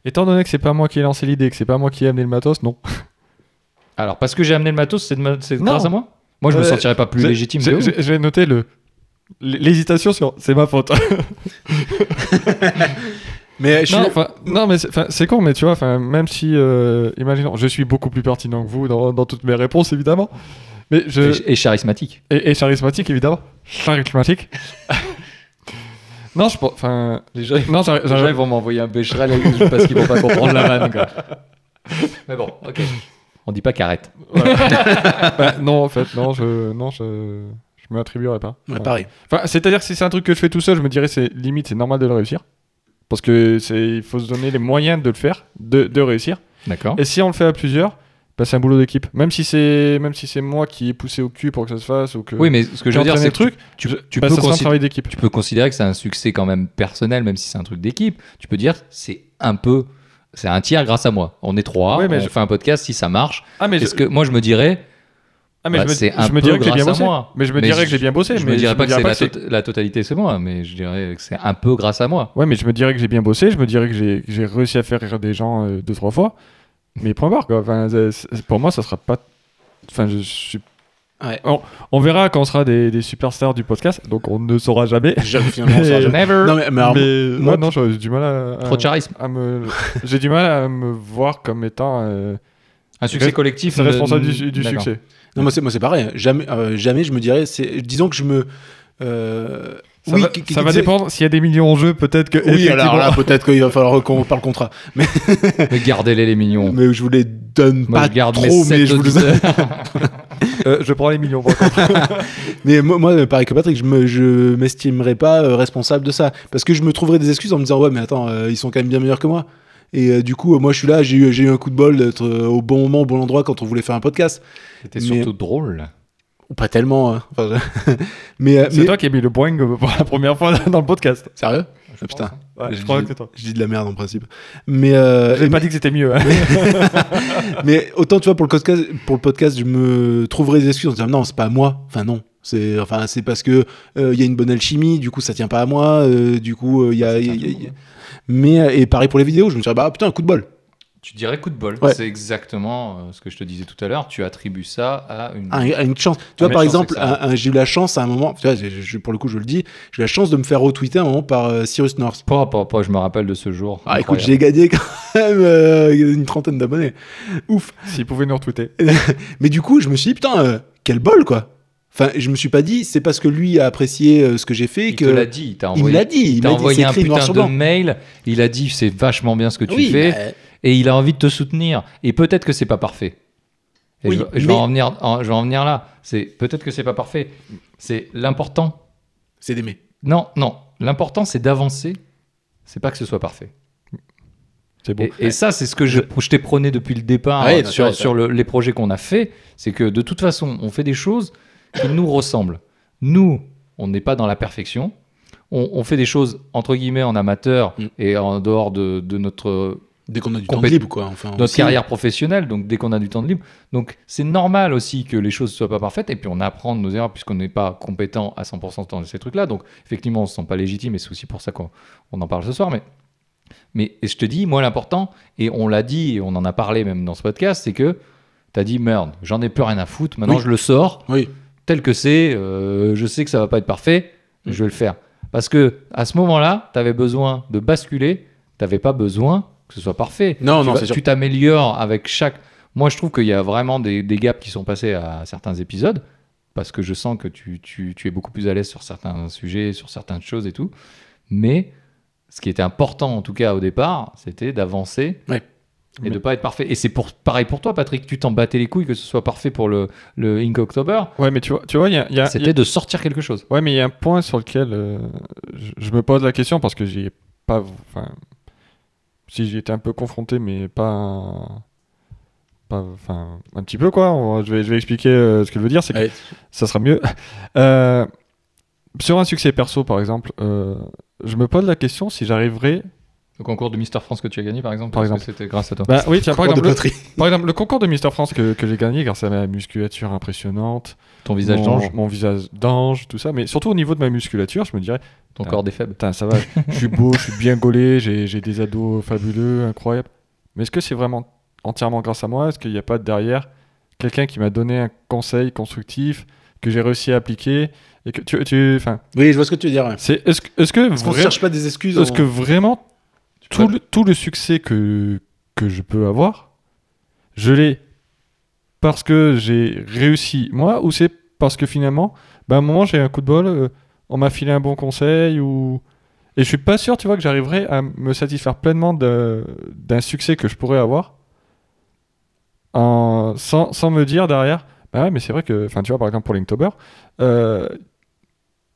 Speaker 2: Étant donné que c'est pas moi qui ai lancé l'idée, que c'est pas moi qui ai amené le matos, non.
Speaker 1: Alors, parce que j'ai amené le matos, c'est de ma- c'est
Speaker 2: Non.
Speaker 1: grâce à moi Moi, je me
Speaker 2: Euh,
Speaker 1: sentirais pas plus
Speaker 2: J'ai-
Speaker 1: légitime que
Speaker 2: j'ai-
Speaker 1: vous.
Speaker 2: j'ai- J'ai noté le. L'hésitation sur c'est ma faute.
Speaker 3: Mais je suis-
Speaker 2: Non, enfin, non, mais c'est- enfin, c'est con, mais tu vois, enfin, même si, euh, imaginons, je suis beaucoup plus pertinent que vous dans, dans toutes mes réponses, évidemment. Mais je,
Speaker 1: Et, et charismatique.
Speaker 2: et, et charismatique, évidemment. Charismatique. non, je pense. Enfin,
Speaker 1: Les gens,
Speaker 2: non, j'arri- j'arri-
Speaker 1: vont m'envoyer un bécherel parce qu'ils vont pas comprendre la vanne. Mais bon, ok. On dit pas qu'arrête.
Speaker 2: bah, non, en fait, non, je, non, je, je me l'attribuerai pas.
Speaker 3: Ouais,
Speaker 2: Voilà.
Speaker 3: pareil.
Speaker 2: Enfin, c'est-à-dire que si c'est un truc que je fais tout seul, je me dirais c'est limite, c'est normal de le réussir. Parce que c'est, il faut se donner les moyens de le faire, de, de réussir.
Speaker 1: D'accord.
Speaker 2: Et si on le fait à plusieurs, bah, c'est un boulot d'équipe. Même si c'est, même si c'est moi qui ai poussé au cul pour que ça se fasse ou que.
Speaker 1: Oui, mais ce que je veux dire, c'est
Speaker 2: le
Speaker 1: que tu,
Speaker 2: truc.
Speaker 1: tu-
Speaker 2: je-
Speaker 1: tu
Speaker 2: bah,
Speaker 1: peux
Speaker 2: ça sera un
Speaker 1: considérer-
Speaker 2: travail d'équipe.
Speaker 1: tu peux considérer que c'est un succès quand même personnel, même si c'est un truc d'équipe. Tu peux dire, c'est un peu, c'est un tiers grâce à moi. On est trois,
Speaker 2: Oui, mais
Speaker 1: on
Speaker 2: je-
Speaker 1: fait un podcast, si ça marche.
Speaker 2: Ah mais, je,
Speaker 1: Est-ce que moi, je me dirais,
Speaker 2: ah, mais
Speaker 1: bah,
Speaker 2: je me,
Speaker 1: c'est
Speaker 2: je
Speaker 1: un
Speaker 2: me
Speaker 1: peu
Speaker 2: dirais que j'ai bien
Speaker 1: grâce à
Speaker 2: bossé.
Speaker 1: moi.
Speaker 2: Mais je me
Speaker 1: Mais
Speaker 2: dirais
Speaker 1: je-
Speaker 2: que j'ai bien bossé.
Speaker 1: je
Speaker 2: mais
Speaker 1: me dirais pas que c'est
Speaker 2: dirais
Speaker 1: la, tot- la totalité, c'est moi, mais je dirais que c'est un peu grâce à moi.
Speaker 2: Ouais, mais je me dirais que j'ai bien bossé, je me dirais que j'ai- que j'ai réussi à faire rire des gens euh, deux, trois fois. Mais point barre, quoi. Enfin, c'est- c'est- pour moi, ça sera pas. Enfin, je suis.
Speaker 3: Ouais.
Speaker 2: On, on verra quand on sera des, des superstars du podcast, donc on ne saura jamais.
Speaker 3: Jamais, finalement, on
Speaker 2: Mais-
Speaker 3: saura jamais.
Speaker 1: Never.
Speaker 3: Non mais, mais alors,
Speaker 2: mais ouais,
Speaker 3: moi-
Speaker 2: non, j'ai du mal à. à-
Speaker 1: Trop de charisme.
Speaker 2: à me... J'ai du mal à me voir comme étant euh,
Speaker 1: Un succès
Speaker 2: Reste-
Speaker 1: collectif. ne-
Speaker 2: responsable du, du
Speaker 1: D'accord.
Speaker 2: succès.
Speaker 3: Non, moi c'est moi c'est pareil. Jamais, euh, jamais je me dirais. C'est, disons que je me. euh,
Speaker 2: Ça
Speaker 3: oui,
Speaker 2: va,
Speaker 3: qui- qui-
Speaker 2: ça va
Speaker 3: disait-
Speaker 2: dépendre. S'il y a des millions en jeu, peut-être que.
Speaker 3: Oui, alors
Speaker 2: effectivement-
Speaker 3: là, peut-être qu'il va falloir qu'on parle contrat.
Speaker 1: Mais gardez-les, les mignons.
Speaker 3: Mais je vous les donne
Speaker 1: Moi,
Speaker 3: pas
Speaker 1: je garde mes
Speaker 3: trop, mais
Speaker 1: sept
Speaker 3: je vous les-
Speaker 1: auditeurs.
Speaker 2: Euh, je prends les millions. par contre.
Speaker 3: Mais moi, moi, pareil que Patrick, je me, je m'estimerais pas euh, responsable de ça. Parce que je me trouverais des excuses en me disant Ouais, mais attends, euh, ils sont quand même bien meilleurs que moi. Et euh, du coup, euh, moi, je suis là, j'ai eu, j'ai eu un coup de bol d'être euh, au bon moment, au bon endroit quand on voulait faire un podcast.
Speaker 1: C'était
Speaker 3: Mais-
Speaker 1: surtout drôle.
Speaker 3: Ou pas tellement. hein. Enfin, je- mais, euh,
Speaker 2: C'est
Speaker 3: mais-
Speaker 2: toi qui as mis le boing euh, pour la première fois dans le podcast.
Speaker 3: Sérieux Ah,
Speaker 1: Je
Speaker 3: putain.
Speaker 1: pense, hein.
Speaker 2: Ouais,
Speaker 3: Mais
Speaker 2: je
Speaker 3: je
Speaker 2: crois
Speaker 3: dis-
Speaker 2: que c'est toi.
Speaker 3: Je dis de la merde en principe. Mais, euh,
Speaker 2: J'ai pas dit que c'était mieux. hein.
Speaker 3: Mais autant tu vois pour le podcast, pour le podcast, je me trouverais des excuses en disant non, c'est pas à moi. Enfin non, c'est enfin c'est parce que euh, il y a une bonne alchimie, du coup ça tient pas à moi, euh, du coup euh, il y a.
Speaker 1: Ça tient
Speaker 3: il y a-
Speaker 1: à tout le monde, hein.
Speaker 3: Mais euh, et pareil pour les vidéos, je me dirais bah putain un coup de bol
Speaker 1: Tu dirais coup de bol.
Speaker 3: Ouais.
Speaker 1: C'est exactement euh, ce que je te disais tout à l'heure. Tu attribues ça à une.
Speaker 3: à, un- à une chance. Tu
Speaker 1: Ah,
Speaker 3: vois
Speaker 1: mais
Speaker 3: par
Speaker 1: chance,
Speaker 3: exemple,
Speaker 1: c'est que ça
Speaker 3: un- un- j'ai eu la chance à un moment, tu vois, je- je- pour le coup je le dis, j'ai eu la chance de me faire retweeter à un moment par euh, Cyrus North.
Speaker 1: Pas, pas, pas, je me rappelle de ce jour.
Speaker 3: Ah écoute,
Speaker 1: Incroyable.
Speaker 3: j'ai gagné quand même euh, une trentaine d'abonnés. Ouf.
Speaker 2: S'ils pouvaient nous retweeter.
Speaker 3: Mais du coup, je me suis dit putain euh, quel bol quoi. Enfin, je me suis pas dit c'est parce que lui a apprécié euh, ce que j'ai fait
Speaker 1: Il
Speaker 3: que
Speaker 1: te l'a dit. Il t'a
Speaker 3: Il me
Speaker 1: envoyé,
Speaker 3: l'a dit,
Speaker 1: il
Speaker 3: il
Speaker 1: t'a
Speaker 3: m'a dit, c'est
Speaker 1: envoyé un
Speaker 3: écrit noir
Speaker 1: putain
Speaker 3: sur
Speaker 1: de
Speaker 3: blanc.
Speaker 1: mail. Il a dit c'est vachement bien ce que tu
Speaker 3: Oui,
Speaker 1: fais.
Speaker 3: bah,
Speaker 1: Et il a envie de te soutenir. Et peut-être que c'est pas parfait. Et
Speaker 3: Oui,
Speaker 1: je, je vais
Speaker 3: mais-
Speaker 1: en venir, en- je vais en venir là. C'est peut-être que c'est pas parfait. C'est l'important.
Speaker 3: c'est d'aimer.
Speaker 1: Non, non. L'important c'est d'avancer. C'est pas que ce soit parfait.
Speaker 2: C'est bon.
Speaker 1: Et, et ça, c'est ce que je, je t'ai prôné depuis le départ
Speaker 3: Ouais,
Speaker 1: euh,
Speaker 3: non, c'est
Speaker 1: sur,
Speaker 3: vrai, c'est
Speaker 1: sur le- les projets qu'on a fait. C'est que de toute façon, on fait des choses qui nous ressemblent. Nous, on n'est pas dans la perfection. On, on fait des choses entre guillemets en amateur
Speaker 3: Mm.
Speaker 1: et en dehors de, de notre
Speaker 3: Dès qu'on a du temps
Speaker 1: Compét-
Speaker 3: de libre, quoi. Enfin,
Speaker 1: notre
Speaker 3: aussi.
Speaker 1: carrière professionnelle, donc dès qu'on a du temps de libre. Donc c'est normal aussi que les choses soient pas parfaites et puis on apprend de nos erreurs puisqu'on n'est pas compétent à 100% dans ces trucs-là. Donc effectivement, on se sent pas légitime et c'est aussi pour ça qu'on on en parle ce soir. Mais, mais et je te dis, moi l'important, et on l'a dit et on en a parlé même dans ce podcast, c'est que tu as dit merde, j'en ai plus rien à foutre, maintenant
Speaker 3: Oui.
Speaker 1: je le sors
Speaker 3: Oui,
Speaker 1: tel que c'est, euh, je sais que ça va pas être parfait,
Speaker 3: Mm.
Speaker 1: je vais le faire. Parce que à ce moment-là, tu avais besoin de basculer, t'avais pas besoin que ce soit parfait.
Speaker 3: Non,
Speaker 1: tu
Speaker 3: non,
Speaker 1: vas-
Speaker 3: c'est sûr.
Speaker 1: Tu t'améliores avec chaque. Moi, je trouve qu'il y a vraiment des, des gaps qui sont passés à certains épisodes, parce que je sens que tu, tu- tu es beaucoup plus à l'aise sur certains sujets, sur certaines choses et tout. Mais ce qui était important, en tout cas au départ, c'était d'avancer.
Speaker 3: Ouais.
Speaker 1: Et de pas être parfait. Et c'est pour, pareil pour toi, Patrick. Tu t'en battais les couilles que ce soit parfait pour le, le Ink October.
Speaker 2: Ouais, mais tu vois, tu vois, il y a, il y a- il Ah, y a-
Speaker 1: C'était de sortir quelque chose.
Speaker 2: Ouais, mais il y a un point sur lequel euh, je, je me pose la question parce que j'y ai pas. Enfin, si j'y étais un peu confronté, mais pas. pas enfin, un petit peu quoi. On- je, vais, je vais expliquer euh, ce que je veux dire, c'est que
Speaker 3: Ouais.
Speaker 2: ça sera mieux. Euh, sur un succès perso, par exemple, euh, je me pose la question si j'arriverais.
Speaker 1: Le concours de Mister France que tu as gagné, par exemple,
Speaker 2: Par
Speaker 1: parce que
Speaker 2: exemple.
Speaker 1: c'était grâce à toi.
Speaker 2: Bah oui, tiens, par
Speaker 3: Corps de
Speaker 2: exemple, le,
Speaker 3: poterie.
Speaker 2: par exemple, le concours de Mister France que, que j'ai gagné grâce à ma musculature impressionnante,
Speaker 1: Ton visage
Speaker 2: mon-
Speaker 1: d'ange,
Speaker 2: mon visage d'ange, tout ça, mais surtout au niveau de ma musculature, je me dirais.
Speaker 1: ton
Speaker 2: Ah.
Speaker 1: corps des faibles.
Speaker 2: Putain, ça va, je suis beau, je suis bien gaulé, j'ai j'ai des ados fabuleux, incroyables. Mais est-ce que c'est vraiment entièrement grâce à moi Est-ce qu'il n'y a pas derrière quelqu'un qui m'a donné un conseil constructif que j'ai réussi à appliquer et que tu, tu, enfin,
Speaker 3: Oui, je vois ce que tu veux dire. ouais.
Speaker 2: c'est est-ce que, est-ce que,
Speaker 3: Est-ce qu'on
Speaker 2: vra-
Speaker 3: ne cherche pas des excuses
Speaker 2: est-ce
Speaker 3: en-
Speaker 2: que vraiment
Speaker 1: peux-
Speaker 2: tout le, tout le succès que que je peux avoir, je l'ai parce que j'ai réussi moi ou c'est parce que finalement, bah, à un moment j'ai eu un coup de bol, euh, on m'a filé un bon conseil ou et je suis pas sûr, tu vois, que j'arriverai à me satisfaire pleinement de- d'un succès que je pourrais avoir en- sans, sans me dire derrière, bah ouais, mais c'est vrai que, enfin, tu vois, par exemple pour Linktober, euh,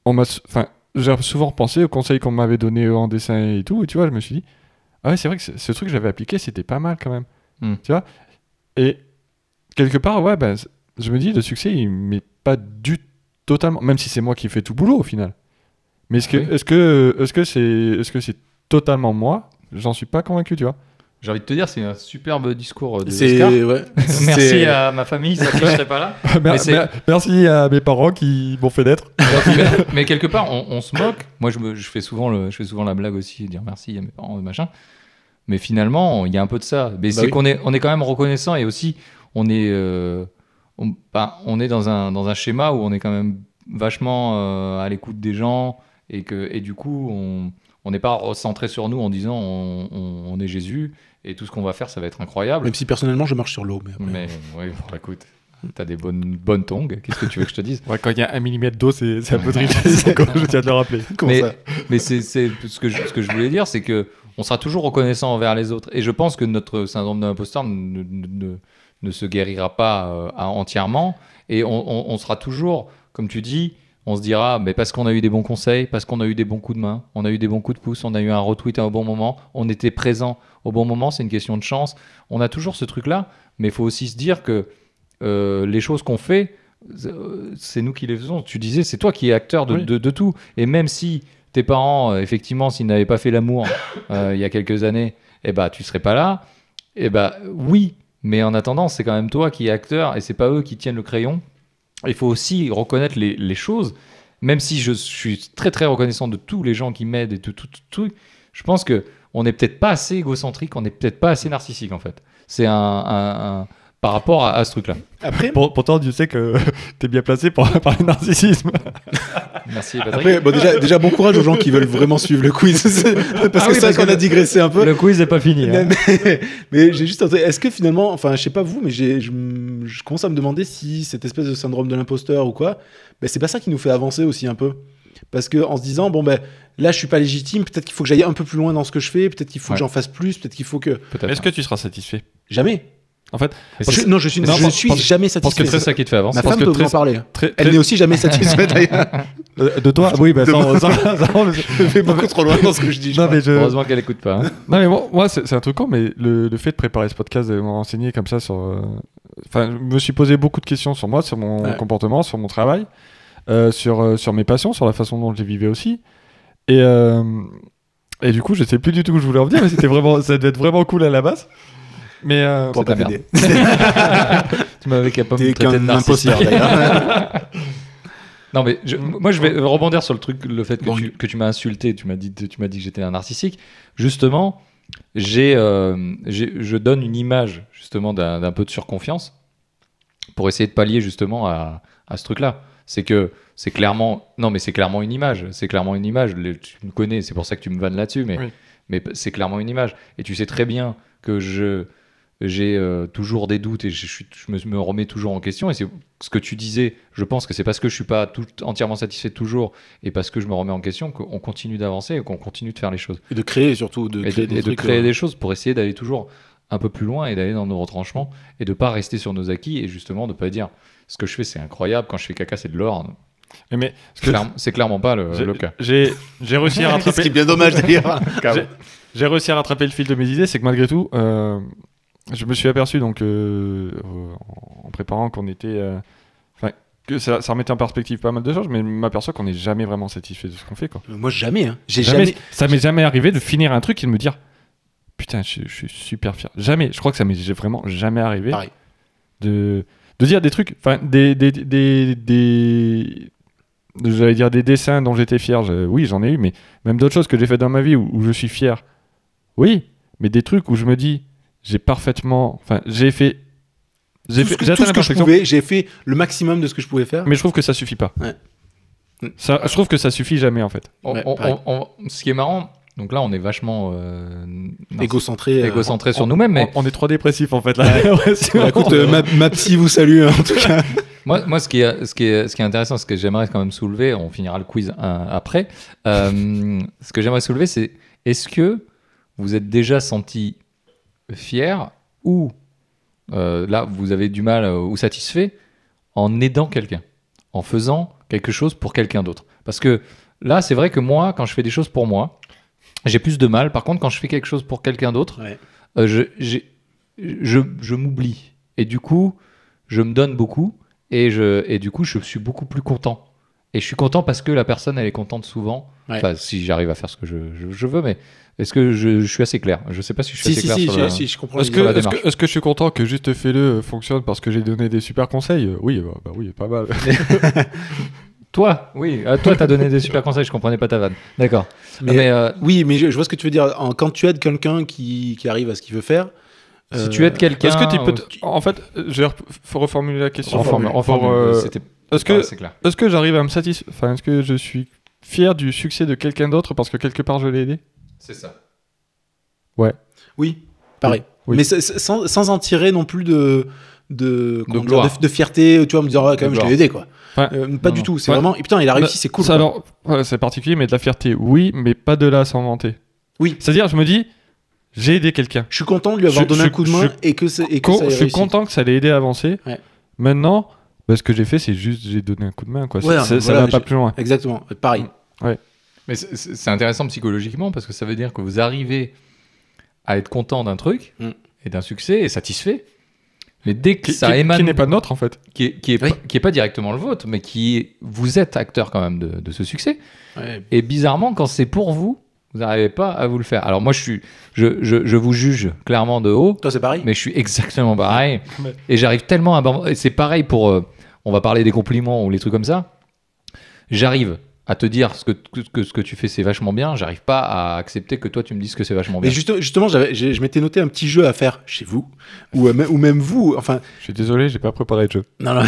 Speaker 2: on m'a, s- enfin, j'ai souvent pensé aux conseils qu'on m'avait donnés en dessin et tout, et tu vois, je me suis dit, ah ouais, c'est vrai que ce, ce truc que j'avais appliqué, c'était pas mal quand même,
Speaker 1: Hmm.
Speaker 2: tu vois. Et quelque part, ouais, ben, c- je me dis, le succès, il m'est pas dû totalement, même si c'est moi qui fais tout le boulot au final. Mais est-ce que,
Speaker 1: Oui.
Speaker 2: est-ce que, est-ce que c'est, est-ce que c'est totalement moi J'en suis pas convaincu, tu vois.
Speaker 1: J'ai envie de te dire, c'est un superbe discours euh, de Oscar.
Speaker 3: C'est. Ouais.
Speaker 1: Merci euh,
Speaker 3: C'est-
Speaker 1: à ma famille, sans qui je serais pas là. Mais c'est-
Speaker 2: Mer- merci à mes parents qui m'ont fait naître.
Speaker 1: mais, mais quelque part, on, on se moque. Moi, je, me- je fais souvent le- je fais souvent la blague aussi, dire merci à mes parents, machin. Mais finalement, il y a un peu de ça. Mais c'est
Speaker 3: oui.
Speaker 1: qu'on est, on est quand même reconnaissant et aussi, on est, euh, on, bah, on est dans un, dans un schéma où on est quand même vachement euh, à l'écoute des gens et que, et du coup, on, on n'est pas recentré sur nous en disant on, on- on est Jésus et tout ce qu'on va faire, ça va être incroyable.
Speaker 3: euh, Même si personnellement, je marche sur l'eau. Mais après-
Speaker 1: Mais oui, bon, écoute, t'as des bonnes, bonnes tongs. Qu'est-ce que tu veux que je te dise?
Speaker 2: quand il y a un millimètre d'eau, c'est c'est un peu triste. je tiens à te le rappeler.
Speaker 3: Comment
Speaker 1: mais
Speaker 3: ça
Speaker 1: mais c'est c'est ce que je, ce que je voulais dire, c'est que on sera toujours reconnaissant envers les autres. Et je pense que notre syndrome de l'imposteur ne, ne- ne- ne se guérira pas euh, à- entièrement. Et on, on- on sera toujours, comme tu dis, on se dira, mais parce qu'on a eu des bons conseils, parce qu'on a eu des bons coups de main, on a eu des bons coups de pouce, on a eu un retweet au bon moment, on était présent au bon moment, c'est une question de chance. On a toujours ce truc-là, mais il faut aussi se dire que euh, les choses qu'on fait, euh, c'est nous qui les faisons. Tu disais, c'est toi qui es acteur de,
Speaker 2: Oui.
Speaker 1: de- de tout. Et même si tes parents, euh, effectivement, s'ils n'avaient pas fait l'amour euh, il y a quelques années, eh ben, tu serais pas là. Eh ben, oui, mais en attendant, c'est quand même toi qui es acteur et c'est pas eux qui tiennent le crayon. Il faut aussi reconnaître les, les choses. Même si je suis très très reconnaissant de tous les gens qui m'aident et de tout, tout, tout, je pense que on n'est peut-être pas assez égocentrique, on n'est peut-être pas assez narcissique en fait. C'est un, un- un- par rapport à, à ce truc-là.
Speaker 3: Après,
Speaker 2: pourtant, Dieu sait que t'es bien placé pour parler narcissisme.
Speaker 1: Merci Patrick.
Speaker 3: après bon, déjà, déjà, bon courage aux gens qui veulent vraiment suivre le quiz. parce
Speaker 1: Ah
Speaker 3: que
Speaker 1: oui,
Speaker 3: c'est vrai
Speaker 1: parce
Speaker 3: qu'on
Speaker 1: que-
Speaker 3: a digressé un peu.
Speaker 1: le quiz n'est pas fini.
Speaker 3: Mais,
Speaker 1: hein.
Speaker 3: mais- mais j'ai juste un truc. Est-ce que finalement, enfin, je sais pas vous, mais j'ai- je, m- je commence à me demander si cette espèce de syndrome de l'imposteur ou quoi, ben, c'est pas ça qui nous fait avancer aussi un peu. Parce que en se disant, bon, ben là, je suis pas légitime, peut-être qu'il faut que j'aille un peu plus loin dans ce que je fais, peut-être qu'il faut
Speaker 1: Ouais.
Speaker 3: que j'en fasse plus, peut-être qu'il faut que.
Speaker 1: Peut-être.
Speaker 2: Est-ce que tu seras satisfait
Speaker 3: Jamais.
Speaker 2: En fait,
Speaker 1: Mais
Speaker 3: Parce
Speaker 1: c'est-
Speaker 3: que- non, je suis,
Speaker 2: Non,
Speaker 3: je
Speaker 2: parce-
Speaker 3: suis
Speaker 2: parce-
Speaker 3: jamais
Speaker 1: parce que
Speaker 3: satisfait.
Speaker 1: c'est ça qui te fait avancer.
Speaker 3: Ma
Speaker 2: parce
Speaker 3: femme
Speaker 2: que
Speaker 3: peut vous en
Speaker 2: très-
Speaker 3: parler.
Speaker 2: très,
Speaker 3: Elle n'est aussi jamais satisfaite d'ailleurs.
Speaker 2: de toi Oui, bah, sans, sans- sans-
Speaker 3: Je vais beaucoup trop loin dans ce que je dis. je
Speaker 2: non, mais je-
Speaker 1: Heureusement qu'elle n'écoute pas. hein.
Speaker 2: non, mais moi, moi, c'est c'est un truc con, mais le, le fait de préparer ce podcast, de me renseigner comme ça sur. euh, Enfin, je me suis posé beaucoup de questions sur moi, sur mon
Speaker 3: Ouais.
Speaker 2: comportement, sur mon travail, euh, sur, euh, sur mes passions, sur la façon dont je les vivais aussi. Et, euh, Et du coup, je sais plus du tout où je voulais en venir, mais c'était vraiment, ça devait être vraiment cool à la base. Mais euh,
Speaker 1: Pour
Speaker 3: Pour
Speaker 1: ta
Speaker 3: ta
Speaker 1: merde.
Speaker 3: BD.
Speaker 1: Tu m'avais qu'à pas me
Speaker 3: T'es
Speaker 1: traiter de
Speaker 3: qu'un imposteur
Speaker 1: narcissique.
Speaker 3: d'ailleurs.
Speaker 1: Non mais je- moi je vais rebondir sur le truc, le fait que
Speaker 3: Bon,
Speaker 1: tu, que tu m'as insulté, tu m'as dit, tu m'as dit que j'étais un narcissique. Justement, j'ai, euh, j'ai- je donne une image justement d'un, d'un peu de surconfiance pour essayer de pallier justement à, à ce truc-là. C'est que c'est clairement, non mais c'est clairement une image, c'est clairement une image. Le- tu me connais, c'est pour ça que tu me vannes là-dessus, mais
Speaker 2: Oui.
Speaker 1: mais c'est clairement une image. Et tu sais très bien que je j'ai euh, toujours des doutes et je, suis- je me, me remets toujours en question. Et c'est ce que tu disais, je pense que c'est parce que je suis pas tout, entièrement satisfait toujours et parce que je me remets en question qu'on continue d'avancer et qu'on continue de faire les choses.
Speaker 3: Et de créer surtout, de
Speaker 1: et de,
Speaker 3: créer des
Speaker 1: et de
Speaker 3: trucs.
Speaker 1: créer
Speaker 3: euh,
Speaker 1: des choses pour essayer d'aller toujours un peu plus loin et d'aller dans nos retranchements et de pas rester sur nos acquis et justement de pas dire ce que je fais c'est incroyable, quand je fais caca c'est de l'or.
Speaker 2: Mais, mais ce que-
Speaker 1: Claire- C'est clairement pas le,
Speaker 2: j'ai-
Speaker 1: le cas.
Speaker 2: j'ai j'ai réussi à
Speaker 3: Ce qui est
Speaker 2: rattraper.
Speaker 3: bien dommage d'ailleurs.
Speaker 2: j'ai- J'ai réussi à rattraper le fil de mes idées, c'est que malgré tout, euh, je me suis aperçu donc euh, euh, en préparant qu'on était, euh, enfin que ça, ça remettait en perspective pas mal de choses, mais je m'aperçois qu'on n'est jamais vraiment satisfait de ce qu'on fait quoi.
Speaker 3: Moi jamais, hein. j'ai
Speaker 2: Jamais-
Speaker 3: jamais.
Speaker 2: ça m'est jamais arrivé de finir un truc et de me dire putain je, je suis super fier jamais je crois que ça m'est vraiment jamais arrivé
Speaker 3: Pareil.
Speaker 2: de de dire des trucs enfin des des des, des- j'allais dire des dessins dont j'étais fier je- oui j'en ai eu mais même d'autres choses que j'ai fait dans ma vie où, où je suis fier oui mais des trucs où je me dis j'ai parfaitement enfin j'ai fait j'ai
Speaker 3: Tout ce
Speaker 2: fait-
Speaker 3: que,
Speaker 2: j'ai
Speaker 3: tout
Speaker 2: atteint
Speaker 3: ce
Speaker 2: la
Speaker 3: que je
Speaker 2: perfection
Speaker 3: pouvais, j'ai fait le maximum de ce que je pouvais faire.
Speaker 2: mais je trouve que ça suffit pas
Speaker 3: Ouais. Mm.
Speaker 2: ça, je trouve que ça suffit jamais en fait
Speaker 1: On-
Speaker 3: Ouais,
Speaker 1: on-
Speaker 3: pareil.
Speaker 1: on- on- ce qui est marrant, donc là on est vachement euh,
Speaker 3: Égocentré. euh,
Speaker 1: égocentré sur nous-mêmes, mais
Speaker 2: on, on est trop dépressif en fait là
Speaker 3: Bah, écoute, euh, ma, ma psy vous salue hein. en tout cas.
Speaker 1: Moi, moi ce, qui est, ce, qui est, ce qui est intéressant, ce que j'aimerais quand même soulever, on finira le quiz euh, après, euh, ce que j'aimerais soulever, c'est est-ce que vous êtes déjà senti fier ou euh, là, vous avez du mal euh, ou satisfait en aidant quelqu'un, en faisant quelque chose pour quelqu'un d'autre Parce que là, c'est vrai que moi, quand je fais des choses pour moi, j'ai plus de mal. Par contre, quand je fais quelque chose pour quelqu'un d'autre,
Speaker 3: Ouais.
Speaker 1: euh, je, j'ai- je, je m'oublie. Et du coup, je me donne beaucoup et, je, et du coup, je suis beaucoup plus content. Et je suis content parce que la personne, elle est contente souvent.
Speaker 3: Ouais.
Speaker 1: Enfin, si j'arrive à faire ce que je, je- je veux, mais est-ce que je, je suis assez clair Je sais pas si je suis
Speaker 3: Si,
Speaker 1: assez clair
Speaker 3: si, si,
Speaker 1: sur
Speaker 3: si,
Speaker 1: le-
Speaker 3: si, je comprends.
Speaker 2: Est-ce
Speaker 1: Sur la
Speaker 2: que, est-ce
Speaker 1: démarche.
Speaker 2: que, est-ce que je suis content que juste fais-le euh, fonctionne parce que j'ai donné des super conseils Euh, Oui, bah, bah oui, pas mal.
Speaker 1: Toi, oui, euh, toi, t'as donné des super conseils, je comprenais pas ta vanne. D'accord. Mais,
Speaker 2: Ah,
Speaker 3: Mais-
Speaker 1: euh,
Speaker 3: Oui, mais je, je vois ce que tu veux dire. En- quand tu aides quelqu'un qui, qui arrive à ce qu'il veut faire.
Speaker 1: si
Speaker 3: euh,
Speaker 1: tu aides quelqu'un.
Speaker 2: Est-ce que tu peux...
Speaker 1: ou-
Speaker 2: t- En fait, euh, je vais rep- f- reformuler la question.
Speaker 1: Reforme-
Speaker 2: Pour,
Speaker 1: reforme,
Speaker 2: euh,
Speaker 1: euh, c'était
Speaker 2: Est-ce
Speaker 1: pas
Speaker 2: que,
Speaker 1: assez clair.
Speaker 2: est-ce que j'arrive à me satisfaire Enfin, est-ce que je suis fier du succès de quelqu'un d'autre parce que quelque part je l'ai aidé
Speaker 1: C'est ça.
Speaker 3: Oui, pareil.
Speaker 2: Oui.
Speaker 3: Mais c'est- c'est- sans, sans en tirer non plus de. De, comment dire,
Speaker 1: gloire.
Speaker 3: de- de fierté, tu vois, me dire, ah,
Speaker 1: De
Speaker 3: quand même, je
Speaker 1: gloire.
Speaker 3: l'ai aidé, quoi.
Speaker 2: Ouais.
Speaker 3: Euh, pas
Speaker 1: Non,
Speaker 3: du
Speaker 1: non.
Speaker 3: tout, c'est
Speaker 2: Ouais.
Speaker 3: vraiment, et putain, il a réussi,
Speaker 2: Bah,
Speaker 3: c'est cool.
Speaker 2: ça,
Speaker 3: quoi.
Speaker 2: alors, voilà, c'est particulier, mais de la fierté, oui, mais pas de là à s'en vanter.
Speaker 3: Oui.
Speaker 2: C'est-à-dire, je me dis, j'ai aidé quelqu'un.
Speaker 3: Je suis content de lui avoir
Speaker 2: Je-
Speaker 3: donné
Speaker 2: je-
Speaker 3: un coup de main et que, c'est- et que
Speaker 2: Con-
Speaker 3: ça ait
Speaker 2: je suis
Speaker 3: réussi.
Speaker 2: content que ça l'ait aidé à avancer.
Speaker 3: Ouais.
Speaker 2: Maintenant, bah, ce que j'ai fait, c'est juste j'ai donné un coup de main. Quoi.
Speaker 3: Ouais,
Speaker 2: C'est- c'est- ça va
Speaker 3: voilà,
Speaker 2: pas
Speaker 3: j'ai-
Speaker 2: plus loin.
Speaker 3: Exactement, pareil.
Speaker 1: Mais c'est- c'est c'est intéressant psychologiquement parce que ça veut dire que vous arrivez à être content d'un truc
Speaker 3: Mm.
Speaker 1: et d'un succès et satisfait. Mais dès que
Speaker 2: Qui,
Speaker 1: ça
Speaker 2: qui-
Speaker 1: émane
Speaker 2: qui n'est pas nôtre en fait.
Speaker 1: qui est, qui est
Speaker 3: Oui.
Speaker 1: pas, qui est pas directement le vôtre, mais qui est- vous êtes acteur quand même de, de ce succès.
Speaker 2: Mm.
Speaker 3: Ouais.
Speaker 1: Et bizarrement, quand c'est pour vous, vous n'arrivez pas à vous le faire. Alors moi, je suis, je, je, je vous juge clairement de haut,
Speaker 3: Toi, c'est pareil
Speaker 1: mais je suis exactement pareil.
Speaker 2: Ouais.
Speaker 1: Et j'arrive tellement à, m'en- et c'est pareil pour, euh, on va parler des compliments ou les trucs comme ça. J'arrive à te dire ce que, que- que ce que tu fais c'est vachement bien. J'arrive pas à accepter que toi tu me dises que c'est vachement
Speaker 3: Mais
Speaker 1: bien.
Speaker 3: juste- justement, j'avais- j'ai- je m'étais noté un petit jeu à faire chez vous, ou, euh, même- ou même vous, enfin,
Speaker 2: Je suis désolé, j'ai pas préparé le jeu.
Speaker 3: non, non,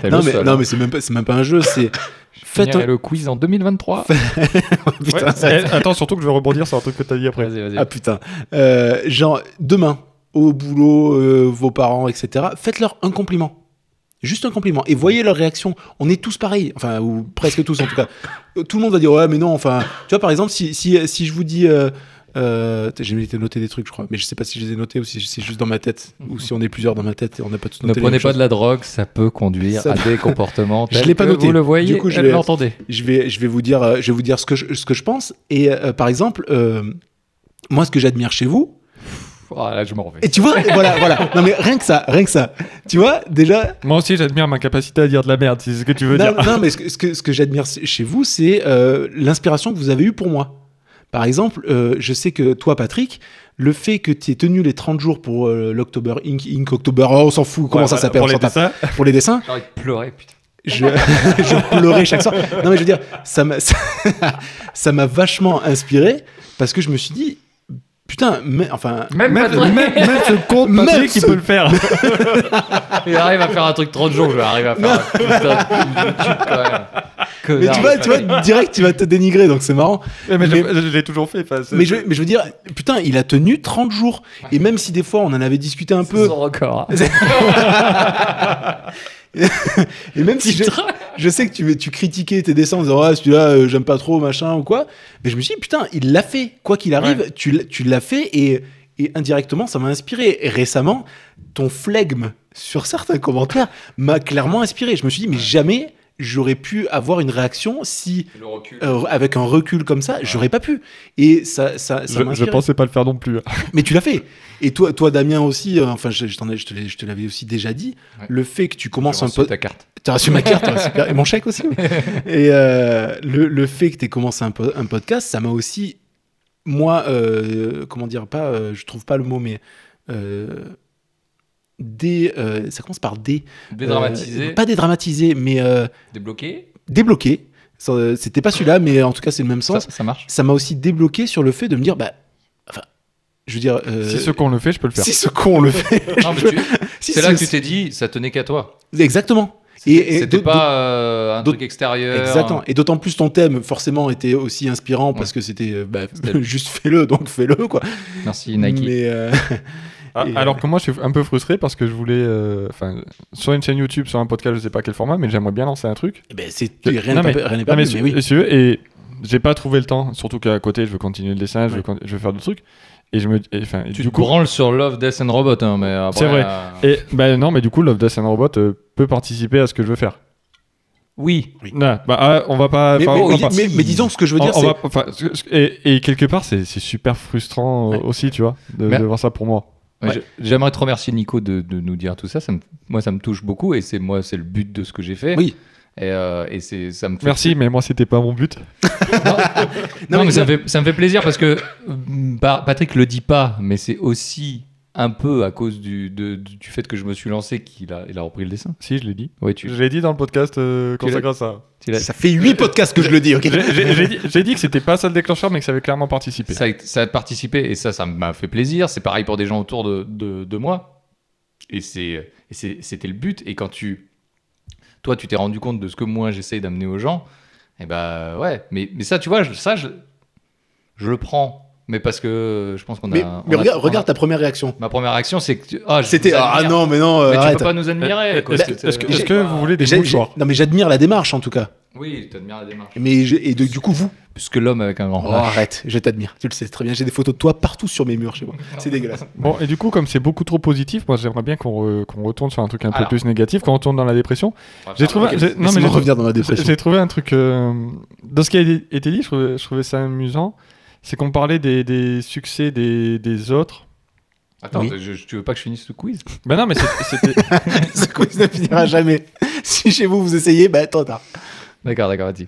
Speaker 1: T'es
Speaker 3: non,
Speaker 1: le
Speaker 3: mais,
Speaker 1: seul,
Speaker 3: non,
Speaker 1: hein.
Speaker 3: mais c'est même, pas- c'est même pas un jeu, c'est. Faites
Speaker 1: Finir
Speaker 3: un.
Speaker 1: le quiz en 2023. Oh,
Speaker 3: Putain,
Speaker 2: Ouais,
Speaker 3: ça-
Speaker 2: eh, attends, surtout que je vais rebondir sur un truc que t'as dit après.
Speaker 1: Vas-y, vas-y.
Speaker 3: Ah putain. Euh, genre, demain, au boulot, euh, vos parents, etc., faites-leur un compliment. Juste un compliment. Et voyez leur réaction. On est tous pareils. Enfin, ou presque tous en tout cas. Euh, Tout le monde va dire, ouais, mais non, enfin. Tu vois, par exemple, si, si, si je vous dis. Euh, euh, t'as- j'ai été noté des trucs, je crois, mais je sais pas si je les ai notés ou si c'est juste dans ma tête, ou si on est plusieurs dans ma tête et on n'a pas tous
Speaker 1: Ne
Speaker 3: noté. les
Speaker 1: prenez
Speaker 3: mêmes
Speaker 1: pas
Speaker 3: choses.
Speaker 1: de la drogue, ça peut conduire
Speaker 3: Ça
Speaker 1: à des comportements
Speaker 3: Je
Speaker 1: tels
Speaker 3: l'ai pas
Speaker 1: que
Speaker 3: noté.
Speaker 1: vous le voyez
Speaker 3: Du coup, je
Speaker 1: et
Speaker 3: l'ai-
Speaker 1: l'entendez.
Speaker 3: je vais, je vais vous dire, euh, je vais vous dire ce que je, ce que je pense. Et euh, par exemple, euh, moi, ce que j'admire chez vous,
Speaker 1: Ah, là, je m'en remets.
Speaker 3: et tu vois, voilà, voilà. Non mais rien que ça, rien que ça. Tu vois, déjà.
Speaker 2: Moi aussi, j'admire ma capacité à dire de la merde, si c'est ce que tu veux
Speaker 3: Non,
Speaker 2: dire.
Speaker 3: non, mais ce que, ce que, ce que j'admire chez vous, c'est euh, l'inspiration que vous avez eue pour moi. Par exemple, euh, je sais que toi, Patrick, le fait que tu aies tenu les 30 jours pour euh, l'October Ink, Ink October, oh, on s'en fout, comment
Speaker 2: Ouais,
Speaker 3: ça
Speaker 2: voilà,
Speaker 3: s'appelle
Speaker 2: pour les
Speaker 3: on s'en tape.
Speaker 2: dessins.
Speaker 3: pour les dessins,
Speaker 1: J'ai envie de pleurer, putain.
Speaker 3: je, je pleurais chaque soir. Non, mais je veux dire, ça m'a, ça, ça m'a vachement inspiré parce que je me suis dit, putain, mais enfin,
Speaker 1: Même
Speaker 2: Même,
Speaker 1: pas de-
Speaker 2: même- même ce compte
Speaker 3: Même
Speaker 2: Patrick, il
Speaker 3: ce-
Speaker 2: peut le faire.
Speaker 1: Il arrive à faire un truc 30 jours, je vais arriver à faire un putain de YouTube quand même.
Speaker 3: mais
Speaker 1: Connard,
Speaker 3: tu vois, tu vois, direct, tu vas te dénigrer, donc c'est marrant.
Speaker 2: mais
Speaker 3: Mais-
Speaker 2: je- je l'ai toujours fait. enfin, c'est-
Speaker 3: Mais je, mais je veux dire, putain, il a tenu 30 jours. Et même si des fois on en avait discuté un
Speaker 1: C'est
Speaker 3: peu,
Speaker 1: son record. hein.
Speaker 3: et même si je, je sais que tu, tu critiquais tes dessins en disant, ah, celui-là, euh, j'aime pas trop, machin ou quoi, mais je me suis dit, putain, il l'a fait. Quoi qu'il arrive, tu, l'as- tu l'as fait et, et indirectement, ça m'a inspiré. Et récemment, ton flegme sur certains commentaires m'a clairement inspiré. Je me suis dit, mais jamais j'aurais pu avoir une réaction si,
Speaker 1: Le recul.
Speaker 3: euh, avec un recul comme ça, j'aurais pas pu. Et ça, ça, ça
Speaker 2: Je-
Speaker 3: m'a
Speaker 2: je
Speaker 3: inspiré.
Speaker 2: pensais pas le faire non plus.
Speaker 3: Mais tu l'as fait. Et toi, toi Damien aussi, euh, enfin, je, je t'en ai- je te, l'ai- je te l'avais aussi déjà dit,
Speaker 1: Ouais.
Speaker 3: le fait que tu
Speaker 1: J'ai
Speaker 3: commences un
Speaker 1: reçu
Speaker 3: podcast.
Speaker 1: ta carte.
Speaker 3: T'as reçu ma carte, ouais, super. et mon chèque aussi. ouais. Et euh, le, le fait que t'aies commencé un, po- un podcast, ça m'a aussi, moi, euh, comment dire, pas, euh, je trouve pas le mot, mais. Euh, dé- euh, ça commence par D.
Speaker 1: Dédramatisé,
Speaker 3: Euh, pas dédramatisé, mais euh,
Speaker 1: débloqué.
Speaker 3: débloqué. Ça, C'était pas celui-là, mais en tout cas, c'est le même
Speaker 1: Ça,
Speaker 3: sens.
Speaker 1: ça marche.
Speaker 3: Ça m'a aussi débloqué sur le fait de me dire, bah. Enfin, je veux dire. euh,
Speaker 2: Si ce qu'on le fait, je peux le faire.
Speaker 3: si ce con le fait.
Speaker 1: Non, mais tu-
Speaker 3: Si
Speaker 1: C'est là que
Speaker 3: ce-
Speaker 1: tu t'es dit, ça tenait qu'à toi.
Speaker 3: Exactement. Et- et
Speaker 1: C'était
Speaker 3: d'aut-
Speaker 1: pas euh, un
Speaker 3: d'aut-
Speaker 1: truc extérieur.
Speaker 3: Exactement. Et d'autant plus ton thème forcément était aussi inspirant parce que c'était euh, bah, juste fais-le, donc fais-le quoi.
Speaker 1: Merci Nike.
Speaker 3: Mais euh,
Speaker 2: Ah,
Speaker 3: Et,
Speaker 2: alors que moi, je suis un peu frustré parce que je voulais. euh, Enfin, sur une chaîne YouTube, sur un podcast, je sais pas quel format, mais j'aimerais bien lancer un truc.
Speaker 3: eh ben, c'est
Speaker 2: Que-
Speaker 3: rien
Speaker 2: non,
Speaker 3: n'est
Speaker 2: mais-
Speaker 3: pas- rien n'est
Speaker 2: Non, mais
Speaker 3: perdu.
Speaker 2: si-
Speaker 3: Mais oui.
Speaker 2: si tu veux, et j'ai pas trouvé le temps, surtout qu'à côté, je veux continuer le dessin, je, veux,
Speaker 3: Ouais.
Speaker 2: con- je veux faire d'autres trucs. Et je me. et, Enfin, et
Speaker 1: Tu
Speaker 2: du
Speaker 1: te
Speaker 2: coup.
Speaker 1: branles sur Love, Death and Robot, hein, mais après,
Speaker 2: C'est vrai.
Speaker 1: euh,
Speaker 2: Et bah non, mais du coup, Love Death and Robot euh, peut participer à ce que je veux faire.
Speaker 1: Oui.
Speaker 2: Non, bah ah, on va pas.
Speaker 3: Mais,
Speaker 2: enfin,
Speaker 3: mais-
Speaker 2: on va pas-
Speaker 3: mais- mais disons que ce que je veux dire,
Speaker 2: on- on
Speaker 3: c'est
Speaker 2: va- enfin, ce- ce- et, et quelque part, c'est c'est super frustrant euh,
Speaker 3: Ouais.
Speaker 2: aussi, tu vois, de,
Speaker 1: Mais-
Speaker 2: de voir ça pour moi.
Speaker 1: Ouais,
Speaker 3: Ouais.
Speaker 1: j'ai- J'aimerais te remercier Nico de, de nous dire tout ça. ça me- moi, ça me touche beaucoup et c'est moi, c'est le but de ce que j'ai fait.
Speaker 3: Oui.
Speaker 1: Et, euh, et c'est ça me fait.
Speaker 2: Merci, mais moi, c'était pas mon but.
Speaker 1: Non,
Speaker 3: Non,
Speaker 1: mais
Speaker 3: mais
Speaker 1: ça me fait ça me fait plaisir parce que mm, Pa- Patrick le dit pas, mais c'est aussi un peu à cause du, de- du fait que je me suis lancé qu'il a, il a repris le dessin.
Speaker 2: Si, je l'ai dit.
Speaker 1: Oui, tu,
Speaker 2: Je l'ai dit dans le podcast euh,
Speaker 1: Tu l'as-
Speaker 2: consacré à ça.
Speaker 1: tu l'as-
Speaker 3: ça fait huit podcasts que je le dis. Ok.
Speaker 2: J'ai- J'ai j'ai dit, j'ai dit que c'était pas ça le déclencheur, mais que ça avait clairement participé.
Speaker 1: ça, ça a participé et ça, ça m'a fait plaisir. C'est pareil pour des gens autour de, de- de moi. Et c'est- et c'est- c'était le but. Et quand tu, toi, tu t'es rendu compte de ce que moi j'essaye d'amener aux gens, et ben ouais. Mais, mais ça, tu vois, je- ça, je, je le prends. Mais parce que je pense qu'on a.
Speaker 3: Mais,
Speaker 1: on
Speaker 3: mais
Speaker 1: a-
Speaker 3: regarde,
Speaker 1: on a-
Speaker 3: regarde ta première réaction.
Speaker 1: Ma première réaction, c'est que tu- ah, je
Speaker 3: C'était
Speaker 1: vous
Speaker 3: ah
Speaker 1: admire.
Speaker 3: non mais non euh,
Speaker 1: Mais tu
Speaker 3: arrête.
Speaker 1: peux pas nous admirer. quoi.
Speaker 2: Est-ce que,
Speaker 1: C'est-
Speaker 2: est-ce que-
Speaker 1: c'est-
Speaker 2: est-ce que vous voulez des
Speaker 3: Bah, J'ai- j'ai-
Speaker 2: mouchoirs
Speaker 3: non mais j'admire la démarche en tout cas.
Speaker 1: Oui, t'admires la démarche.
Speaker 3: Mais j'ai- et de- du coup vous.
Speaker 1: Plus que l'homme avec un grand.
Speaker 3: Oh,
Speaker 1: H.
Speaker 3: arrête, je t'admire. Tu le sais très bien. J'ai des photos de toi partout sur mes murs chez moi. C'est dégueulasse.
Speaker 2: Bon, et du coup, comme c'est beaucoup trop positif, moi j'aimerais bien qu'on re- qu'on retourne sur un truc un peu
Speaker 1: Alors.
Speaker 2: plus négatif, qu'on retourne dans la dépression.
Speaker 1: On va
Speaker 2: J'ai
Speaker 1: faire-
Speaker 2: trouvé,
Speaker 1: Ok.
Speaker 2: j'ai- non, mais
Speaker 3: Laisse-moi
Speaker 2: j'ai-
Speaker 3: revenir dans ma dépression.
Speaker 2: j'ai trouvé un truc. euh, dans ce qui a été dit, je trouvais, je trouvais ça amusant. C'est qu'on parlait des, des succès des, des autres.
Speaker 1: Attends,
Speaker 3: Oui.
Speaker 1: je- je- tu veux pas que je finisse ce quiz
Speaker 2: Ben non, mais c'est- c'était.
Speaker 3: Ce quiz ne finira jamais. Si chez vous vous essayez, bah attends. t'as-
Speaker 1: D'accord, d'accord, vas-y.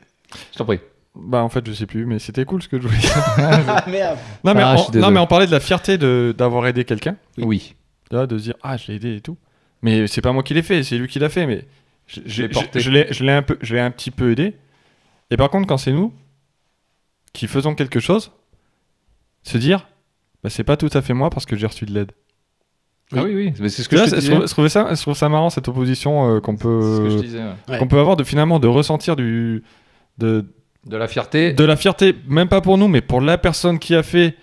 Speaker 1: Je t'en prie.
Speaker 2: bah en fait, je sais plus, mais c'était cool ce que je voulais dire.
Speaker 3: Ah merde.
Speaker 2: Non, mais,
Speaker 1: Ah, je suis
Speaker 2: on, non,
Speaker 1: désolé.
Speaker 2: mais on parlait de la fierté de- d'avoir aidé quelqu'un.
Speaker 3: Oui.
Speaker 1: oui.
Speaker 2: Tu vois, de se dire ah je l'ai aidé et tout mais c'est pas moi qui l'ai fait c'est lui qui l'a fait mais je, je-
Speaker 1: l'ai porté.
Speaker 2: je- je l'ai je l'ai un peu je l'ai un petit peu aidé et par contre quand c'est nous qui faisons quelque chose se dire bah, c'est pas tout à fait moi parce que j'ai reçu de l'aide
Speaker 1: Ah oui, oui, mais c'est ce
Speaker 2: Tu
Speaker 1: que
Speaker 2: vois,
Speaker 1: je te
Speaker 2: c'est- je
Speaker 1: disais.
Speaker 2: trouve, je trouvais ça je trouve ça marrant cette opposition euh, qu'on
Speaker 1: C'est ce que je
Speaker 2: peut
Speaker 1: disais, ouais.
Speaker 3: Ouais.
Speaker 2: qu'on peut avoir de finalement de ressentir du de,
Speaker 1: De la fierté.
Speaker 2: de la fierté même pas pour nous mais pour la personne qui a fait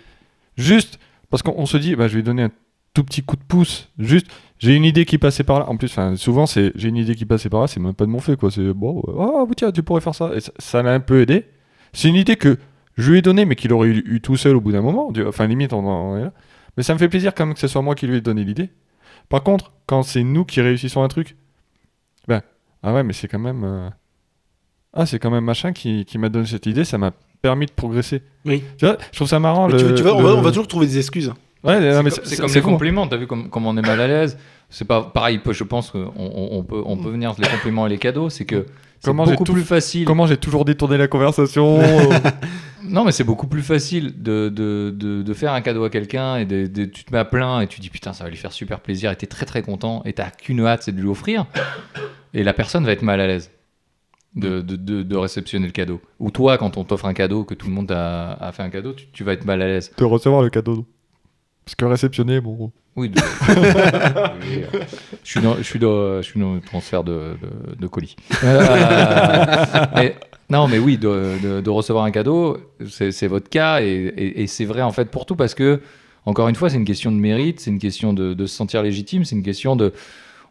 Speaker 2: juste parce qu'on on se dit bah, je vais donner un tout petit coup de pouce juste j'ai une idée qui passait par là en plus enfin, souvent c'est j'ai une idée qui passait par là c'est même pas de mon fait quoi c'est bon euh, ah bah, tiens tu pourrais faire ça et ça- ça l'a un peu aidé c'est une idée que je lui ai donnée mais qu'il aurait eu, eu tout seul au bout d'un moment Du- enfin limite on, en on est là mais ça me fait plaisir quand même que ce soit moi qui lui ai donné l'idée par contre quand c'est nous qui réussissons un truc ben ah ouais mais c'est quand même euh, ah c'est quand même machin qui, qui m'a donné cette idée ça m'a permis de progresser
Speaker 3: Oui.
Speaker 2: tu vois je trouve ça marrant
Speaker 3: Mais tu-
Speaker 2: le-
Speaker 3: tu vois, on, va,
Speaker 2: le-
Speaker 3: on va toujours trouver des excuses.
Speaker 2: Ouais, non,
Speaker 1: C'est
Speaker 2: mais
Speaker 1: comme-
Speaker 2: c'est-
Speaker 1: c'est
Speaker 2: c'est-
Speaker 1: comme
Speaker 2: c'est
Speaker 1: les
Speaker 2: fou, hein.
Speaker 1: compliments, t'as vu comme, comme on est mal à l'aise. C'est pas pareil, peu- je pense qu'on on, on peut, on peut venir les compliments et les cadeaux, c'est que c'est
Speaker 2: Comment j'ai
Speaker 1: beaucoup
Speaker 2: tout-
Speaker 1: plus facile.
Speaker 2: Comment j'ai toujours détourné la conversation euh,
Speaker 1: Non, mais c'est beaucoup plus facile de, de, de, de faire un cadeau à quelqu'un et de, de- tu te mets à plein et tu dis putain, ça va lui faire super plaisir et t'es très très content et t'as qu'une hâte, c'est de lui offrir. Et la personne va être mal à l'aise de, de, de- de réceptionner le cadeau. Ou toi, quand on t'offre un cadeau, que tout le monde a, a fait un cadeau, tu, tu vas être mal à l'aise.
Speaker 2: De recevoir le cadeau. Parce que réceptionner, bon.
Speaker 1: Oui, de- Oui, euh, je suis dans, je suis dans- je suis dans le transfert de, de- de colis. Euh, mais- non, mais oui, de, de- de recevoir un cadeau, c'est c'est votre cas et, et- et c'est vrai en fait pour tout parce que, encore une fois, c'est une question de mérite, c'est une question de, de se sentir légitime, c'est une question de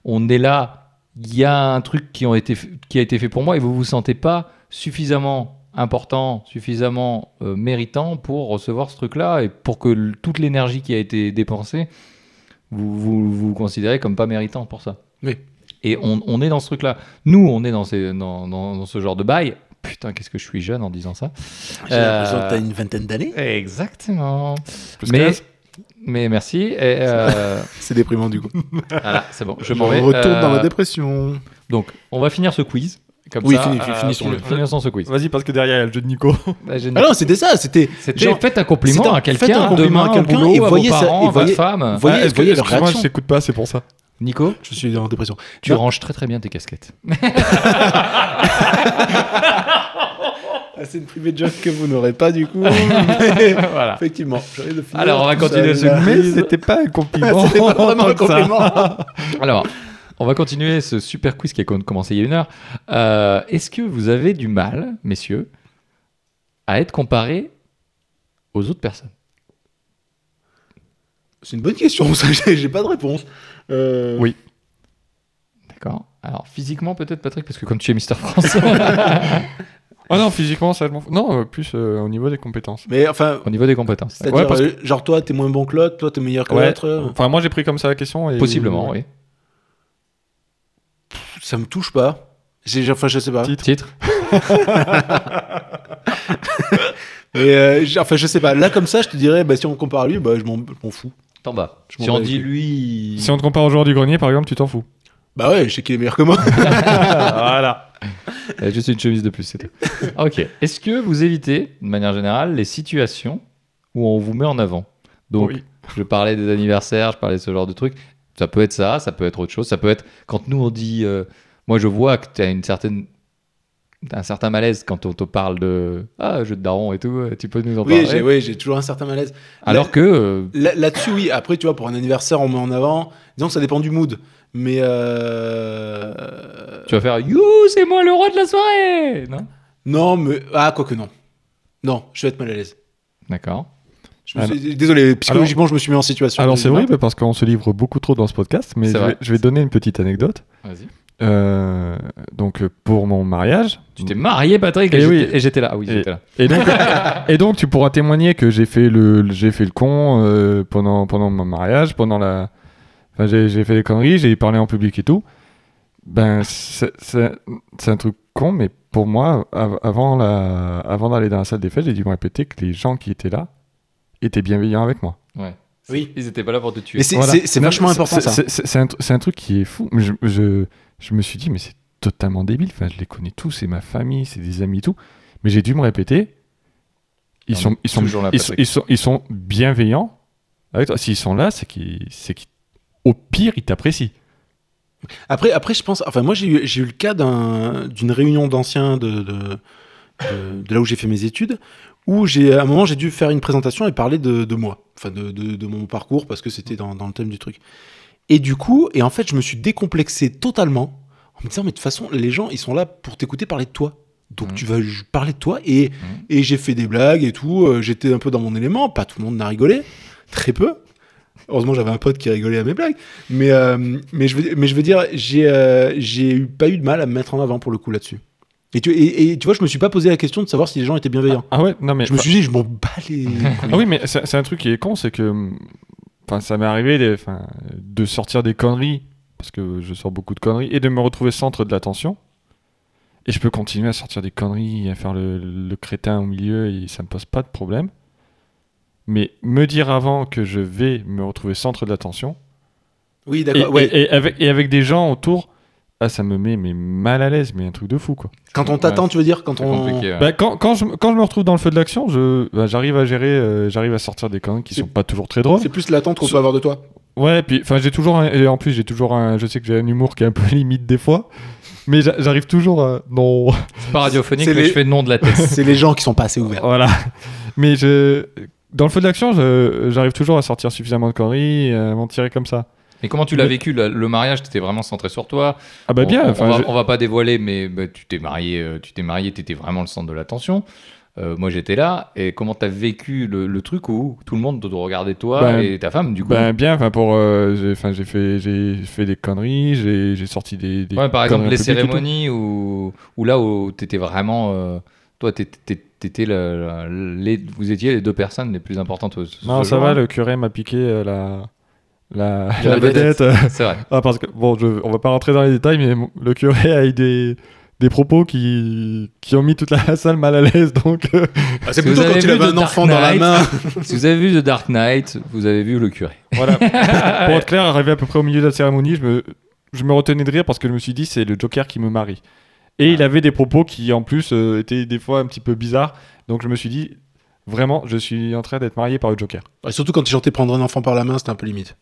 Speaker 1: on est là, il y a un truc qui, ont été, f- qui a été fait pour moi et vous vous sentez pas suffisamment important, suffisamment euh, méritant pour recevoir ce truc-là et pour que l- toute l'énergie qui a été dépensée vous vous, vous considérez comme pas méritant pour ça.
Speaker 3: Oui.
Speaker 1: Et on, on est dans ce truc-là. Nous, on est dans, ces, dans, dans- dans ce genre de bail. Putain, qu'est-ce que je suis jeune en disant ça.
Speaker 4: J'ai l'impression
Speaker 1: Euh,
Speaker 4: que t'as une vingtaine d'années.
Speaker 1: Exactement.
Speaker 2: Plus
Speaker 1: Mais,
Speaker 2: 15.
Speaker 1: mais merci. Et, euh,
Speaker 3: C'est déprimant du coup.
Speaker 1: voilà, c'est bon. Je
Speaker 3: Je
Speaker 1: m'en vais.
Speaker 3: retourne dans
Speaker 1: Euh,
Speaker 3: la dépression.
Speaker 1: Donc, on va finir ce quiz. Comme
Speaker 3: Oui,
Speaker 1: ça,
Speaker 3: fini- finissons-le.
Speaker 1: fin- Finissons ce quiz.
Speaker 2: Vas-y, parce que derrière, il y a le jeu de Nico.
Speaker 1: Bah, j'ai-
Speaker 3: Ah non, c'était ça, c'était.
Speaker 1: C'était
Speaker 3: genre,
Speaker 1: faites un compliment
Speaker 3: c'est un-
Speaker 1: à
Speaker 3: faites un
Speaker 1: quelqu'un,
Speaker 3: compliment
Speaker 1: demain
Speaker 3: à quelqu'un
Speaker 1: au boulot,
Speaker 3: et
Speaker 1: à
Speaker 3: voyez
Speaker 1: vos
Speaker 3: ça- et
Speaker 1: parents, à
Speaker 3: voyez-
Speaker 1: votre femme.
Speaker 3: Voyez,
Speaker 2: Ah, est-ce que-
Speaker 3: voyez leur
Speaker 2: excuse-moi, je
Speaker 3: réaction.
Speaker 2: s'écoute pas, c'est pour ça.
Speaker 1: Nico,
Speaker 3: Je suis en dépression.
Speaker 1: tu
Speaker 3: Non.
Speaker 1: ranges très très bien tes casquettes.
Speaker 3: Ah, c'est une privée joke que vous n'aurez pas du coup.
Speaker 1: voilà.
Speaker 3: Effectivement, j'arrive de finir.
Speaker 1: Alors, on va
Speaker 3: tout
Speaker 1: continuer
Speaker 3: seul, là.
Speaker 1: ce
Speaker 2: Mais
Speaker 1: quiz.
Speaker 2: c'était pas un compliment.
Speaker 3: C'était pas vraiment un
Speaker 2: Comme ça.
Speaker 3: compliment.
Speaker 1: Alors, on va continuer ce super quiz qui a com- commencé il y a une heure. Euh, Est-ce que vous avez du mal, messieurs, à être comparé aux autres personnes
Speaker 3: C'est une bonne question, ça, j'ai j'ai pas de réponse. Euh,
Speaker 2: Oui.
Speaker 1: D'accord Alors, physiquement, peut-être, Patrick, parce que comme tu es Mister France,
Speaker 2: Ah non, physiquement, ça, je m'en fous. Non, euh, plus euh, au niveau des compétences.
Speaker 3: Mais enfin,
Speaker 1: au niveau des compétences.
Speaker 3: c'est-à-dire,
Speaker 2: Ouais, parce que-
Speaker 3: euh, genre toi, t'es moins bon que l'autre, toi, t'es meilleur que l'autre. euh,
Speaker 2: Enfin, moi, j'ai pris comme ça la question. Et...
Speaker 1: Possiblement, oui.
Speaker 3: Ça me touche pas. J'ai- Enfin, je sais pas.
Speaker 2: Titre.
Speaker 1: Titre
Speaker 3: Mais, euh, j'ai- enfin, je sais pas. Là, comme ça, je te dirais, bah, si on me compare à lui, bah, je m'en je m'en fous.
Speaker 1: T'en bas.
Speaker 3: Je m'en
Speaker 1: Si on
Speaker 3: bats les
Speaker 1: dit
Speaker 3: couilles.
Speaker 1: lui.
Speaker 2: Si on te compare au joueur du grenier, par exemple, tu t'en fous.
Speaker 3: Bah ouais, je sais qu'il est meilleur que moi.
Speaker 2: voilà.
Speaker 1: Euh, Juste une chemise de plus, c'est tout. ok. Est-ce que vous évitez, de manière générale, les situations où on vous met en avant Donc,
Speaker 2: Oui.
Speaker 1: je parlais des anniversaires, je parlais de ce genre de trucs. Ça peut être ça, ça peut être autre chose. Ça peut être quand nous on dit. euh, moi, je vois que tu as une certaine. t'as un certain malaise quand on te parle de. Ah, jeu de daron et tout, euh, tu peux nous
Speaker 2: bah
Speaker 1: en
Speaker 3: oui,
Speaker 1: parler.
Speaker 3: j'ai oui, j'ai toujours un certain malaise.
Speaker 1: Alors que. euh,
Speaker 3: Là- Là-dessus, oui. Après, tu vois, pour un anniversaire, on met en avant. Disons que ça dépend du mood. Mais. euh,
Speaker 1: tu vas faire You, c'est moi le roi de la soirée Non
Speaker 3: Non, mais. Ah, quoique non. Non, je vais être mal à l'aise.
Speaker 1: D'accord.
Speaker 3: Je me suis- Désolé, psychologiquement, je me suis mis en situation.
Speaker 2: Alors, c'est horrible parce qu'on se livre beaucoup trop dans ce podcast, mais
Speaker 1: C'est
Speaker 2: je
Speaker 1: vrai.
Speaker 2: vais, je vais donner une petite anecdote.
Speaker 1: Vas-y.
Speaker 2: Euh, donc, euh, pour mon mariage.
Speaker 1: Tu t'es marié, Patrick, et,
Speaker 2: Eh oui.
Speaker 1: j'étais- et j'étais là. Ah oui,
Speaker 2: Et-
Speaker 1: j'étais là.
Speaker 2: Et donc, et donc, tu pourras témoigner que j'ai fait le, le- j'ai fait le con euh, pendant pendant mon mariage, pendant la, enfin, j'ai, j'ai fait des conneries, j'ai parlé en public et tout. Ben, c'est, c'est- c'est un truc con, mais pour moi, av- avant la, avant d'aller dans la salle des fêtes, j'ai dû me répéter que les gens qui étaient là étaient bienveillants avec moi.
Speaker 3: Oui.
Speaker 1: Ils étaient pas là pour te tuer.
Speaker 3: Mais c'est
Speaker 2: Voilà.
Speaker 3: c'est- c'est
Speaker 2: Non,
Speaker 3: vachement
Speaker 2: c'est-
Speaker 3: important,
Speaker 2: c'est-
Speaker 3: ça.
Speaker 2: C'est, c'est- c'est un, tru- c'est un truc qui est fou. Mais Je, je, je me suis dit, mais c'est totalement débile. Enfin, je les connais tous, c'est ma famille, c'est des amis et tout. Mais j'ai dû me répéter. Ils
Speaker 1: On
Speaker 2: sont,
Speaker 1: est
Speaker 2: ils sont,
Speaker 1: toujours là,
Speaker 2: ils sont,
Speaker 1: Patrick.
Speaker 2: ils sont- ils sont bienveillants avec toi. S'ils sont là, c'est qu'ils, c'est qu'ils- au pire, ils t'apprécient.
Speaker 3: Après, après, je pense. Enfin, moi, j'ai eu, j'ai eu le cas d'un- d'une réunion d'anciens de, de, de- de là où j'ai fait mes études, où j'ai à un moment j'ai dû faire une présentation et parler de, de moi, enfin de, de- de mon parcours parce que c'était dans, dans le thème du truc. Et du coup, et en fait, je me suis décomplexé totalement en me disant mais de toute façon, les gens ils sont là pour t'écouter parler de toi. Donc
Speaker 1: Mhm.
Speaker 3: tu vas ju- parler de toi et, et j'ai fait des blagues et tout. euh, J'étais un peu dans mon élément. Pas tout le monde n'a rigolé, très peu. Heureusement, j'avais un pote qui rigolait à mes blagues. Mais, euh, mais, je, veux, mais je veux dire, j'ai euh, j'ai eu, pas eu de mal à me mettre en avant pour le coup là-dessus. Et tu, et, et tu vois, je me suis pas posé la question de savoir si les gens étaient bienveillants.
Speaker 2: Ah ouais, non mais.
Speaker 3: je me suis dit, je m'en bats les.
Speaker 2: Ah oui, mais c'est c'est un truc qui est con, c'est que. hum, Enfin, ça m'est arrivé des- enfin, de sortir des conneries, parce que je sors beaucoup de conneries, et de me retrouver centre de l'attention. Et je peux continuer à sortir des conneries, à faire le, le crétin au milieu, et ça me pose pas de problème. Mais me dire avant que je vais me retrouver centre de l'attention,
Speaker 3: oui,
Speaker 2: et,
Speaker 3: d'accord. Eh bah, ouais.
Speaker 2: et- et avec, et avec des gens autour Ah, ça me met mais mal à l'aise, mais un truc de fou quoi.
Speaker 3: Quand on t'attend, tu veux dire Quand
Speaker 1: C'est
Speaker 3: on.
Speaker 1: compliqué. ouais.
Speaker 2: Bah, quand, quand, je, quand je me retrouve dans le feu de l'action, je- bah, j'arrive à gérer, euh, j'arrive à sortir des conneries qui
Speaker 3: C'est-
Speaker 2: sont pas toujours très drôles.
Speaker 3: C'est plus l'attente qu'on
Speaker 2: Ce-
Speaker 3: peut avoir de toi.
Speaker 2: Ouais, puis enfin j'ai toujours un- et en plus j'ai toujours un je sais que j'ai un humour qui est un peu limite des fois, mais j'a- j'arrive toujours à non
Speaker 1: C'est pas radiophonique,
Speaker 3: C'est
Speaker 1: mais
Speaker 3: les-
Speaker 1: je fais le nom de la tête.
Speaker 3: C'est les gens qui sont pas assez ouverts.
Speaker 2: voilà. Mais je dans le feu de l'action, je- j'arrive toujours à sortir suffisamment de conneries et à m'en tirer comme ça.
Speaker 1: Et comment tu l'as vécu le, le mariage T'étais vraiment centré sur toi.
Speaker 2: Ah bah
Speaker 1: On-
Speaker 2: bien,
Speaker 1: On,
Speaker 2: enfin
Speaker 1: va,
Speaker 2: je-
Speaker 1: on va pas dévoiler, mais bah, tu t'es marié, euh, tu t'es marié, t'étais vraiment le centre de l'attention. Euh, moi j'étais là. Et comment t'as vécu le, le truc où tout le monde te regardait toi
Speaker 2: Ben-
Speaker 1: et ta femme du coup
Speaker 2: ben bien, enfin pour euh, j'ai- enfin j'ai fait j'ai fait des conneries, j'ai j'ai sorti des, des
Speaker 1: Ouais, par
Speaker 2: conneries
Speaker 1: exemple, les
Speaker 2: en public et tout.
Speaker 1: cérémonies où, où là où t'étais vraiment. euh, toi, t'étais- t'étais t'étais le- le- les, vous étiez les deux personnes les plus importantes. au- ce
Speaker 2: Non, ça
Speaker 1: jour-là.
Speaker 2: va, le curé m'a piqué euh, la la,
Speaker 1: La
Speaker 2: la
Speaker 1: vedette.
Speaker 2: vedette.
Speaker 1: C'est vrai.
Speaker 2: Ah, parce que, bon, je- on va pas rentrer dans les détails, mais mon- le curé a eu des, des propos qui, qui ont mis toute la salle mal à l'aise, donc... euh,
Speaker 3: Ah, c'est
Speaker 1: Si vous
Speaker 3: plutôt quand
Speaker 1: avez
Speaker 3: il
Speaker 1: vu
Speaker 3: avait
Speaker 1: The
Speaker 3: un enfant
Speaker 1: Dark
Speaker 3: dans la
Speaker 1: Knight.
Speaker 3: main.
Speaker 1: si vous avez vu The Dark Knight, vous avez vu le curé.
Speaker 2: voilà. pour être clair, arrivé à peu près au milieu de la cérémonie, je me, je me retenais de rire parce que je me suis dit, c'est le Joker qui me marie. Et il avait des propos qui, en plus, euh, étaient des fois un petit peu bizarres, donc je me suis dit, vraiment, je suis en train d'être marié par le Joker.
Speaker 3: Ouais, surtout quand il chantait prendre un enfant par la main, c'était un peu limite.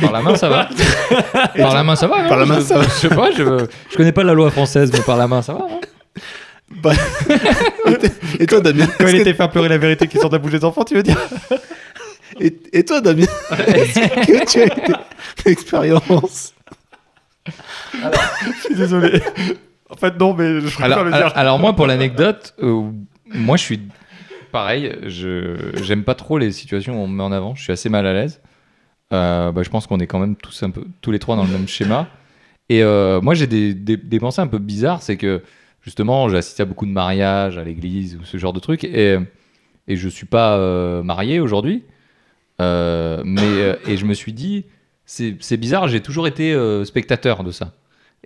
Speaker 1: Par la main, ça va. par la main, ça va. non
Speaker 3: Par la main,
Speaker 1: Je-
Speaker 3: ça va.
Speaker 1: Je sais pas, je, je connais pas la loi française, mais par la main, ça va. hein
Speaker 3: Bah, et toi, Damien
Speaker 2: Quand
Speaker 3: est-ce
Speaker 2: il
Speaker 3: que-
Speaker 2: était faire pleurer la vérité qui sort de la bouche des enfants, tu veux dire
Speaker 3: Et, et toi, Damien, est-ce que tu as été d'expérience
Speaker 2: Je suis désolé. En fait, non, mais je préfère
Speaker 1: alors,
Speaker 2: le
Speaker 1: alors-
Speaker 2: dire.
Speaker 1: alors moi, pour l'anecdote, euh, moi, je suis pareil. Je j'aime pas trop les situations où on me met en avant. Je suis assez mal à l'aise. Euh, bah, je pense qu'on est quand même tous un peu, tous les trois dans le même schéma. Et euh, moi, j'ai des, des- des pensées un peu bizarres. C'est que justement, j'ai assisté à beaucoup de mariages, à l'église ou ce genre de trucs, et et je suis pas euh, marié aujourd'hui. Euh, mais euh, et je me suis dit, c'est c'est bizarre. J'ai toujours été euh, spectateur de ça.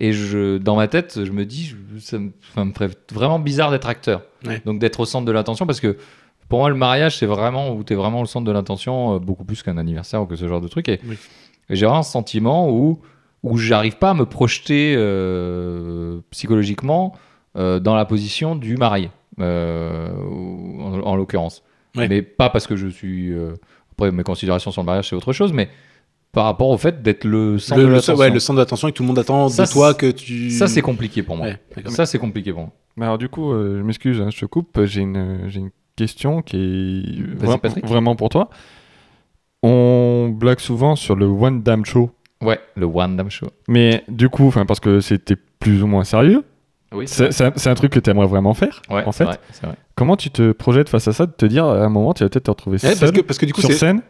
Speaker 1: Et je, dans ma tête, je me dis, je- ça me, ça me ferait vraiment bizarre d'être acteur.
Speaker 3: Ouais.
Speaker 1: Donc d'être au centre de l'attention, parce que pour moi, le mariage, c'est vraiment où tu es vraiment au centre de l'attention, euh, beaucoup plus qu'un anniversaire ou que ce genre de truc. Et,
Speaker 3: Oui.
Speaker 1: et j'ai vraiment un sentiment où, où j'arrive pas à me projeter euh, psychologiquement euh, dans la position du marié, euh, ou- en, en l'occurrence.
Speaker 3: Ouais.
Speaker 1: Mais pas parce que je suis. euh, après, mes considérations sur le mariage, c'est autre chose, mais par rapport au fait d'être le centre
Speaker 3: le,
Speaker 1: de
Speaker 3: le-
Speaker 1: l'attention.
Speaker 3: ouais, le centre d'attention et que tout le monde attend
Speaker 1: Ça,
Speaker 3: de toi
Speaker 1: c'est-
Speaker 3: que tu.
Speaker 1: Ça, c'est compliqué pour moi.
Speaker 3: Ouais, d'accord.
Speaker 1: Ça, c'est compliqué pour moi.
Speaker 2: Mais alors du coup, euh, je m'excuse, hein, je te coupe, j'ai une, euh, j'ai une question qui est
Speaker 1: Vas-y,
Speaker 2: vra-
Speaker 1: Patrick.
Speaker 2: vraiment pour toi. On blague souvent sur le One Damn Show,
Speaker 1: Ouais, le One Damn Show.
Speaker 2: mais du coup, enfin parce que c'était plus ou moins sérieux,
Speaker 1: Oui,
Speaker 2: c'est c'est un, c'est un truc que tu aimerais vraiment faire,
Speaker 1: Ouais,
Speaker 2: en fait.
Speaker 1: c'est vrai, c'est vrai.
Speaker 2: Comment tu te projettes face à ça, de te dire à un moment, tu vas peut-être te retrouver
Speaker 1: Eh,
Speaker 3: Ouais, Eh, parce,
Speaker 2: seul
Speaker 3: que, parce que du coup,
Speaker 2: sur
Speaker 3: c'est.
Speaker 2: scène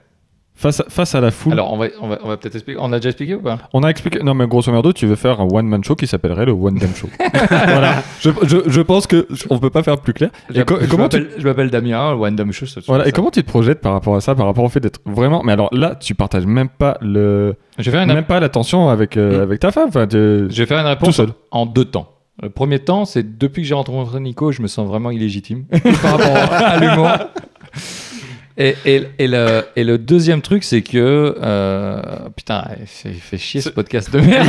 Speaker 2: face à, face à la foule.
Speaker 1: Alors, on va, on va, on va peut-être expliquer. On a déjà expliqué ou pas
Speaker 2: On a expliqué. Non, mais grosso modo, tu veux faire un one-man show qui s'appellerait le One Damn Show. voilà. Je, je- je pense que on peut pas faire plus clair. Et co-
Speaker 1: Je
Speaker 2: comment tu-
Speaker 1: m'appelle- Je m'appelle Damien, le One Damn Show. ça-
Speaker 2: Voilà,
Speaker 1: ça-
Speaker 2: et comment tu te projettes par rapport à ça, par rapport au fait d'être vraiment. Mais alors là, tu partages même pas le,
Speaker 1: Je vais faire une,
Speaker 2: même pas l'attention avec euh,
Speaker 1: Ah, Mm.
Speaker 2: avec ta femme. Enfin, tu-
Speaker 1: je vais faire une
Speaker 2: tout
Speaker 1: réponse
Speaker 2: seul.
Speaker 1: en deux temps. Le premier temps, c'est depuis que j'ai rencontré Nico, je me sens vraiment illégitime par rapport à l'humour. Et, et, et le, et le deuxième truc, c'est que. euh, putain, il fait, il fait chier ce podcast de merde.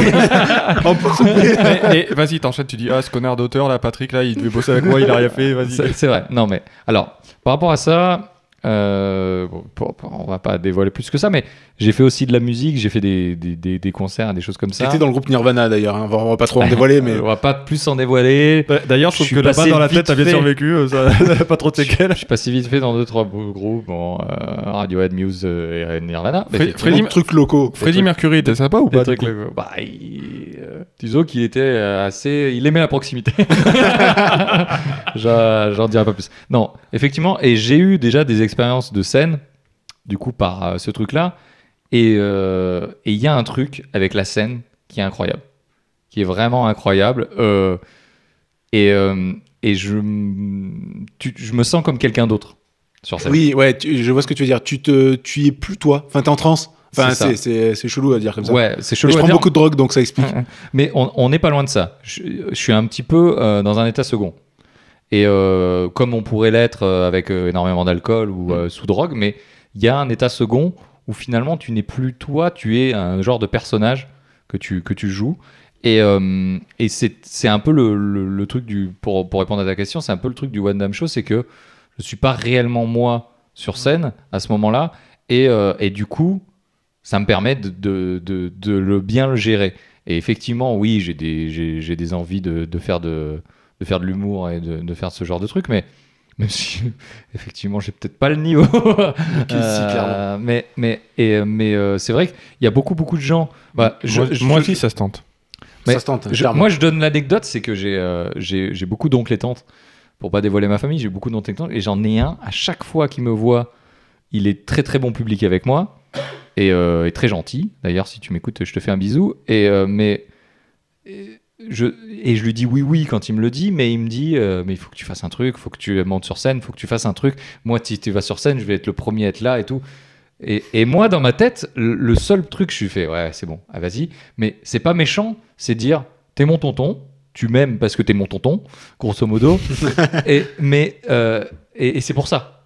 Speaker 3: Oh, pour couper.
Speaker 2: et et vas-y, t'enchaînes. Tu dis ah ce connard d'auteur là, Patrick là, il devait bosser avec moi, il a rien fait.
Speaker 1: C'est
Speaker 2: Vas-y.
Speaker 1: c'est vrai. Non, mais alors, par rapport à ça, euh, bon, pour- pour- on va pas dévoiler plus que ça, mais j'ai fait aussi de la musique, j'ai fait des, des, des, des concerts, des choses comme ça.
Speaker 3: T'étais dans le groupe Nirvana d'ailleurs, hein. on va- on va pas trop en dévoiler, mais
Speaker 1: Euh, on va pas plus en dévoiler.
Speaker 2: D'ailleurs, je
Speaker 3: Je
Speaker 2: trouve
Speaker 3: suis
Speaker 2: que la balle
Speaker 3: passé
Speaker 2: dans la tête,
Speaker 3: vite
Speaker 2: t'as bien
Speaker 3: fait.
Speaker 2: survécu. euh, Ça, ça a pas trop de séquelles.
Speaker 1: Je suis passé vite fait dans deux trois beaux groupes, bon, euh, Radiohead, Muse euh, et Nirvana. Mais
Speaker 2: Fre-
Speaker 1: effectivement,
Speaker 2: Freddie-
Speaker 3: vraiment, trucs locaux.
Speaker 2: Freddie Mercury était sympa ou
Speaker 1: des
Speaker 2: pas
Speaker 1: trucs, euh, bah, il- euh, disons qu'il était euh, assez, il aimait la proximité. J'en j'en dirai pas plus. Non, effectivement, et j'ai eu déjà des expériences de scène, du coup par euh, ce truc-là, et euh, et il y a un truc avec la scène qui est incroyable, qui est vraiment incroyable, euh, et euh, et je m- tu- je me sens comme quelqu'un d'autre sur scène.
Speaker 3: Oui, ouais, tu- je vois ce que tu veux dire. Tu te, tu y es plus toi. Enfin, t'es en transe. Enfin,
Speaker 1: C'est ça.
Speaker 3: c'est- c'est c'est chelou à dire comme ça.
Speaker 1: Ouais, c'est
Speaker 3: Mais
Speaker 1: chelou.
Speaker 3: je
Speaker 1: à
Speaker 3: prends
Speaker 1: dire,
Speaker 3: beaucoup de drogue, donc ça explique.
Speaker 1: Mais on on n'est pas loin de ça. Je, je suis un petit peu euh, dans un état second. Et euh, comme on pourrait l'être euh, avec euh, énormément d'alcool ou euh, sous drogue, mais il y a un état second où finalement tu n'es plus toi, tu es un genre de personnage que tu, que tu joues. Et, euh, et c'est c'est un peu le, le- le truc du. Pour, pour répondre à ta question, c'est un peu le truc du One Dam Show, c'est que je suis pas réellement moi sur scène à ce moment-là. Et, euh, et du coup, ça me permet de, de, de- de le bien le gérer. Et effectivement, oui, j'ai des, j'ai- j'ai des envies de, de faire de, de faire de l'humour et de, de faire ce genre de truc, mais même si effectivement, j'ai peut-être pas le niveau. Euh,
Speaker 3: clairement.
Speaker 1: mais mais, et, euh, mais euh, c'est vrai qu'il y a beaucoup, beaucoup de gens. Bah, je-
Speaker 2: moi,
Speaker 1: je-
Speaker 2: moi aussi, ça se tente.
Speaker 1: mais
Speaker 3: ça se tente, hein,
Speaker 1: je-
Speaker 3: clairement.
Speaker 1: moi, je donne l'anecdote, c'est que j'ai euh, j'ai j'ai beaucoup d'oncles et tantes. Pour pas dévoiler ma famille, j'ai beaucoup d'oncles et tantes. Et j'en ai un, à chaque fois qu'il me voit, il est très très bon public avec moi. Et, euh, et très gentil. D'ailleurs, si tu m'écoutes, je te fais un bisou. Et, euh, mais, et je, et je lui dis oui, oui quand il me le dit. Mais il me dit euh, Mais il faut que tu fasses un truc, faut que tu montes sur scène, faut que tu fasses un truc. Moi, si tu vas sur scène, je vais être le premier à être là et tout. Et, et moi, dans ma tête, le, le seul truc que je suis fait, ouais, c'est bon, ah, vas-y. Mais c'est pas méchant, c'est dire t'es mon tonton, tu m'aimes parce que t'es mon tonton, grosso modo. et, mais euh, et, et c'est pour ça.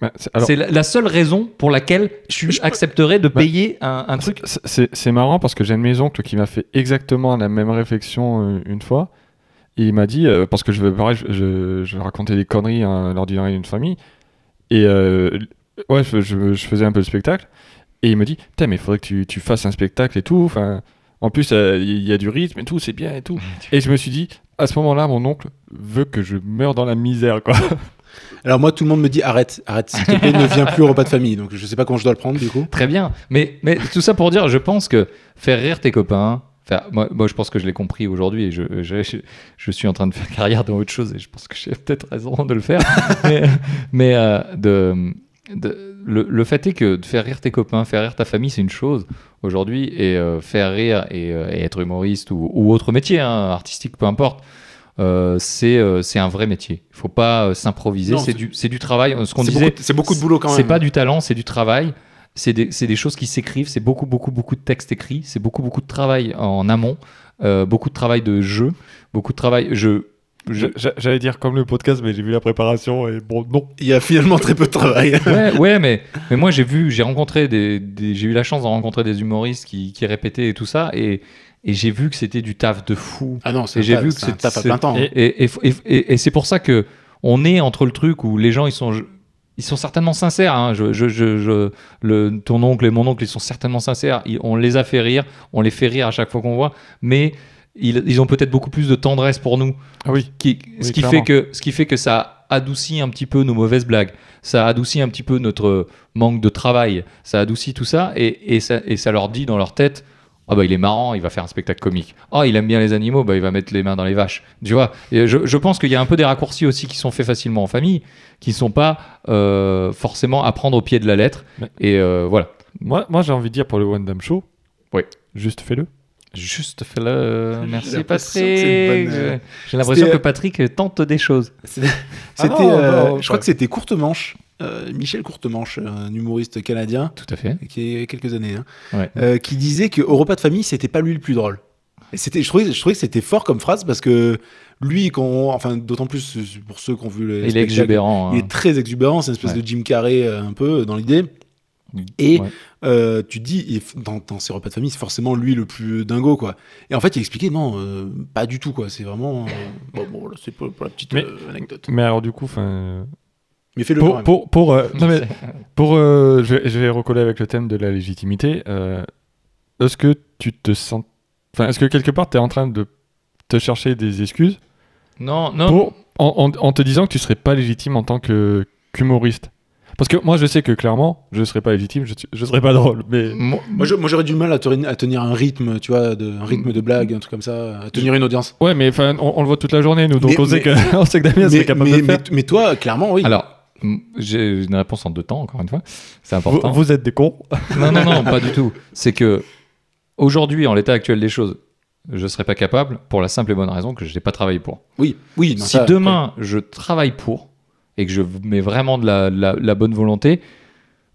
Speaker 2: Bah, c'est- alors,
Speaker 1: c'est la, la seule raison pour laquelle tu accepterais de payer un, un truc.
Speaker 2: C'est- C'est c'est marrant parce que j'ai un de mes oncles qui m'a fait exactement la même réflexion euh, une fois. Et il m'a dit, euh, parce que je, pareil, je, je, je racontais des conneries hein, lors d'une réunion d'une famille. Et euh, ouais, je, je- je faisais un peu le spectacle. Et il me dit, putain, mais il faudrait que tu, tu fasses un spectacle et tout. Enfin, en plus, euh, il y a du rythme et tout, c'est bien et tout. Et je me suis dit, à ce moment-là, mon oncle veut que je meure dans la misère, quoi.
Speaker 3: Alors moi, tout le monde me dit arrête, arrête, s'il te plaît, ne viens plus au repas de famille. Donc je sais pas comment je dois le prendre du coup.
Speaker 1: Très bien. Mais, mais tout ça pour dire, je pense que faire rire tes copains, faire- moi, moi, je pense que je l'ai compris aujourd'hui et je, je, je- je suis en train de faire carrière dans autre chose et je pense que j'ai peut-être raison de le faire. mais mais, euh, de, de- le, le fait est que de faire rire tes copains, faire rire ta famille, c'est une chose aujourd'hui et euh, faire rire et, euh, et être humoriste ou, ou autre métier, hein, artistique, peu importe. euh, c'est euh, c'est un vrai métier. Il faut pas euh, s'improviser.
Speaker 3: Non,
Speaker 1: C'est
Speaker 3: c'est-
Speaker 1: du, c'est du travail. Ce qu'on
Speaker 3: C'est
Speaker 1: disait,
Speaker 3: beaucoup- c'est beaucoup de boulot quand
Speaker 1: c'est
Speaker 3: même.
Speaker 1: pas du talent, c'est du travail. C'est des, c'est des choses qui s'écrivent. C'est beaucoup, beaucoup, beaucoup de textes écrits. C'est beaucoup, beaucoup de travail en amont. euh, beaucoup de travail de jeu. Beaucoup de travail. Je. je-
Speaker 2: Je- J'allais dire comme le podcast, mais j'ai vu la préparation et bon, non.
Speaker 3: Il y a finalement très peu de travail.
Speaker 1: ouais, ouais, mais, mais moi j'ai vu, j'ai rencontré des, des- j'ai eu la chance de rencontrer des humoristes qui, qui répétaient et tout ça, et, et j'ai vu que c'était du taf de fou.
Speaker 3: Ah non,
Speaker 1: Et
Speaker 3: c'est
Speaker 1: j'ai
Speaker 3: pas-
Speaker 1: vu que
Speaker 3: c'est un
Speaker 1: c'est-
Speaker 3: taf à
Speaker 1: c'est-
Speaker 3: plein temps.
Speaker 1: Et, et- et- et- et- et c'est pour ça que on est entre le truc où les gens ils sont ils sont certainement sincères. hein. Je, je- je- je- le, ton oncle et mon oncle ils sont certainement sincères. Ils- on les a fait rire, on les fait rire à chaque fois qu'on voit, mais ils, ils ont peut-être beaucoup plus de tendresse pour nous,
Speaker 2: Ah oui.
Speaker 1: qui- ce
Speaker 2: Oui,
Speaker 1: qui fait
Speaker 2: clairement.
Speaker 1: que ce qui fait que ça adoucit un petit peu nos mauvaises blagues, ça adoucit un petit peu notre euh, manque de travail, ça adoucit tout ça et, et ça et ça leur dit dans leur tête ah bah il est marrant, il va faire un spectacle comique. Ah il aime bien les animaux, bah il va mettre les mains dans les vaches. Tu vois, Et je, je pense qu'il y a un peu des raccourcis aussi qui sont faits facilement en famille, qui sont pas euh, forcément à prendre au pied de la lettre.
Speaker 2: Ouais.
Speaker 1: Et euh, voilà.
Speaker 2: Moi, moi j'ai envie de dire pour le One Dam Show.
Speaker 1: Oui.
Speaker 2: Juste fais-le.
Speaker 1: Juste fais-le. euh, Merci
Speaker 3: l'impression
Speaker 1: Patrick.
Speaker 3: que c'est une bonne, euh,
Speaker 1: J'ai l'impression
Speaker 3: C'était,
Speaker 1: que
Speaker 3: euh,
Speaker 1: Patrick tente des choses.
Speaker 3: C'était,
Speaker 2: Ah non,
Speaker 3: c'était, euh,
Speaker 2: non,
Speaker 3: je crois
Speaker 2: pas.
Speaker 3: que c'était Courtemanche, euh, Michel Courtemanche, un humoriste canadien
Speaker 1: Tout à fait.
Speaker 3: qui est quelques années, hein,
Speaker 1: Ouais.
Speaker 3: euh, qui disait que au repas de famille, c'était pas lui le plus drôle. Et c'était, je trouvais, je trouvais que c'était fort comme phrase parce que lui, quand, enfin, d'autant plus pour ceux qui ont vu le
Speaker 1: Il est
Speaker 3: spectacle,
Speaker 1: exubérant. hein.
Speaker 3: Il est très exubérant, c'est une espèce
Speaker 1: Ouais.
Speaker 3: de Jim Carrey euh, un peu euh, dans l'idée. Et
Speaker 1: Ouais.
Speaker 3: euh, tu te dis, il est- dans, dans ses repas de famille, c'est forcément lui le plus dingo, quoi. Et en fait, il expliquait, non, euh, pas du tout, quoi. C'est vraiment. euh, bon, bon, voilà, c'est pour, pour la petite
Speaker 2: Mais-
Speaker 3: euh, anecdote.
Speaker 2: Mais alors du coup, enfin,
Speaker 3: Mais fais-le quand
Speaker 2: pour
Speaker 3: même.
Speaker 2: pour pour, euh, non, mais pour euh, je, vais- je vais recoller avec le thème de la légitimité. euh, est-ce que tu te sens, enfin, est-ce que quelque part tu es en train de te chercher des excuses
Speaker 1: Non, non.
Speaker 2: pour en, en- en te disant que tu serais pas légitime en tant que qu'humoriste Parce que moi, je sais que clairement, je serais pas légitime, je, je serais pas drôle, mais
Speaker 1: Moi-
Speaker 3: Moi, je- moi, j'aurais du mal à, tenir- à tenir un rythme, tu vois, de, un
Speaker 1: Mm.
Speaker 3: rythme de blague, un truc comme ça, à tenir une audience.
Speaker 2: ouais, mais enfin, on, on le voit toute la journée, nous, donc
Speaker 3: Mais-
Speaker 2: on, sait
Speaker 3: mais-
Speaker 2: que, on sait que Damien serait
Speaker 3: Mais,
Speaker 2: capable de
Speaker 3: mais-
Speaker 2: le
Speaker 3: mais-
Speaker 2: faire.
Speaker 3: mais toi, clairement, oui.
Speaker 1: Alors, m- j'ai une réponse en deux temps, encore une fois. C'est
Speaker 2: Vous,
Speaker 1: important.
Speaker 2: vous êtes des cons.
Speaker 1: Non, non, non, pas du tout. C'est que aujourd'hui, en l'état actuel des choses, je ne serais pas capable pour la simple et bonne raison que je n'ai pas travaillé pour.
Speaker 3: oui, oui. non,
Speaker 1: si
Speaker 3: ça,
Speaker 1: demain je travaille pour et que je mets vraiment de la, la- la bonne volonté,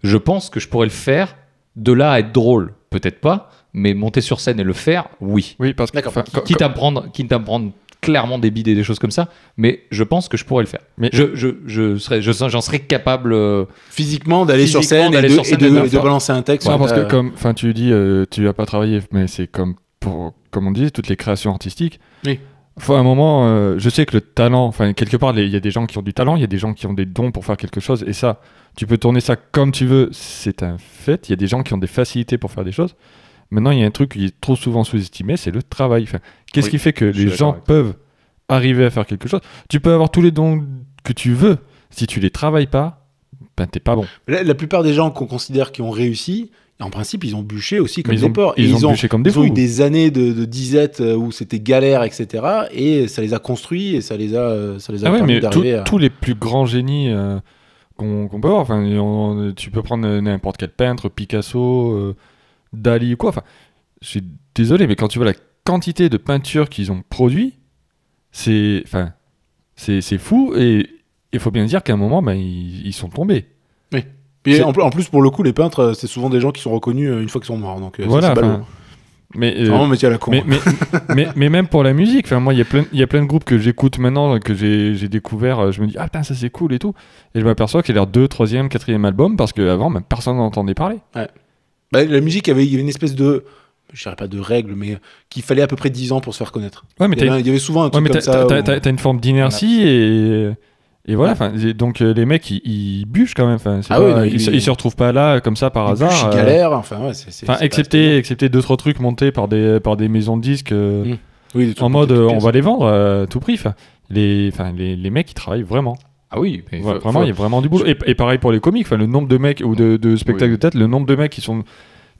Speaker 1: je pense que je pourrais le faire. De là à être drôle, peut-être pas, mais monter sur scène et le faire, oui.
Speaker 2: Oui, parce que
Speaker 3: D'accord.
Speaker 2: enfin, quand-
Speaker 1: Quitte à me prendre, quitte à me prendre clairement des bides et des choses comme ça, mais je pense que je pourrais le faire.
Speaker 2: Mais-
Speaker 1: je, je, je serais, je- j'en serais capable. euh,
Speaker 3: Physiquement, d'aller sur
Speaker 1: Physiquement,
Speaker 3: scène et
Speaker 1: d'aller
Speaker 3: de,
Speaker 1: sur scène
Speaker 3: et de-
Speaker 1: et de
Speaker 3: et de
Speaker 1: faire-
Speaker 3: balancer un texte.
Speaker 2: Non,
Speaker 3: ouais,
Speaker 2: parce que
Speaker 3: euh,
Speaker 2: comme, enfin, tu dis, euh, tu vas pas travailler, mais c'est comme pour, comme on dit, toutes les créations artistiques.
Speaker 3: Oui.
Speaker 2: Faut un moment, euh, je sais que le talent, enfin quelque part, les- il y a des gens qui ont du talent, il y a des gens qui ont des dons pour faire quelque chose, et ça, tu peux tourner ça comme tu veux, c'est un fait. Il y a des gens qui ont des facilités pour faire des choses. Maintenant, il y a un truc qui est trop souvent sous-estimé, c'est le travail. Enfin, Qu'est-ce
Speaker 5: Oui,
Speaker 2: qui fait que
Speaker 5: suis
Speaker 2: les
Speaker 5: d'accord
Speaker 2: gens
Speaker 5: avec
Speaker 2: peuvent arriver à faire quelque chose Tu peux avoir tous les dons que tu veux, si tu les travailles pas, ben t'es pas bon.
Speaker 3: La, la plupart des gens qu'on considère qui ont réussi, en principe, ils ont bûché aussi comme
Speaker 2: Mais
Speaker 3: des
Speaker 2: ils ont,
Speaker 3: porcs. Et
Speaker 2: ils ont bûché comme des
Speaker 3: ils ont eu
Speaker 2: fous.
Speaker 3: des années de, de disette euh, où c'était galère, etc. Et ça les a construits et ça les a, euh, ça les a
Speaker 2: Ah ouais,
Speaker 3: permis
Speaker 2: mais tout-
Speaker 3: d'arriver à...
Speaker 2: tous les plus grands génies euh, qu'on qu'on peut avoir. Enfin, on- tu peux prendre euh, n'importe quel peintre, Picasso, euh, Dali ou quoi. Enfin, je suis désolé, mais quand tu vois la quantité de peintures qu'ils ont produit, c'est, enfin, c'est, c'est fou. Et il faut bien dire qu'à un moment, ben, ils, ils sont tombés.
Speaker 3: Et
Speaker 2: c'est-
Speaker 3: en, pl- en plus, pour le coup, les peintres, euh, c'est souvent des gens qui sont reconnus euh, une fois qu'ils sont morts. Donc, euh, ça,
Speaker 2: voilà.
Speaker 3: c'est ballot.
Speaker 2: enfin, mais euh,
Speaker 3: C'est vraiment un métier à la con. hein.
Speaker 2: Mais, mais, mais, mais même pour la musique, enfin, moi, il y a plein- il y a plein de groupes que j'écoute maintenant, que j'ai j'ai découvert, euh, je me dis, ah putain, ça c'est cool et tout. Et je m'aperçois qu'il y a leur deux, troisième, quatrième album, parce qu'avant, même personne n'en entendait parler.
Speaker 3: Bah, la musique, il y avait- il y avait une espèce de... Je dirais pas de règle, mais qu'il fallait à peu près 10 ans pour se faire connaître.
Speaker 2: Ouais, mais
Speaker 3: Il y,
Speaker 2: t'as
Speaker 3: avait, il y avait souvent un
Speaker 2: ouais,
Speaker 3: truc
Speaker 2: mais
Speaker 3: comme
Speaker 2: t'as-
Speaker 3: ça.
Speaker 2: t'as-
Speaker 3: où-
Speaker 2: t'as- t'as- t'as une forme d'inertie et. Et voilà, enfin, et donc euh, les mecs ils, ils bûchent quand même, enfin, c'est
Speaker 3: Ah
Speaker 2: pas-
Speaker 3: oui, non,
Speaker 2: ils,
Speaker 3: ils-
Speaker 2: se- ils se retrouvent pas là comme ça par
Speaker 3: Ils bûchent,
Speaker 2: hasard.
Speaker 3: ils
Speaker 2: euh,
Speaker 3: galèrent, enfin, ouais, c'est- c'est-
Speaker 2: Enfin,
Speaker 3: c'est pas-
Speaker 2: excepté, excepté deux trois trucs montés par des par des maisons de disques euh,
Speaker 3: Mm. Oui, des trucs
Speaker 2: en mode
Speaker 3: compliqués,
Speaker 2: euh, on
Speaker 3: ça.
Speaker 2: va les vendre euh, à tout prix. enfin, Les, enfin, les les mecs ils travaillent vraiment.
Speaker 1: Ah oui, mais
Speaker 2: Ouais,
Speaker 1: faut-
Speaker 2: vraiment,
Speaker 1: faut-
Speaker 2: il y a vraiment du boulot. Et, et pareil pour les comiques, enfin, le nombre de mecs ou de, de spectacles
Speaker 5: Oui.
Speaker 2: de tête, le nombre de mecs qui, sont,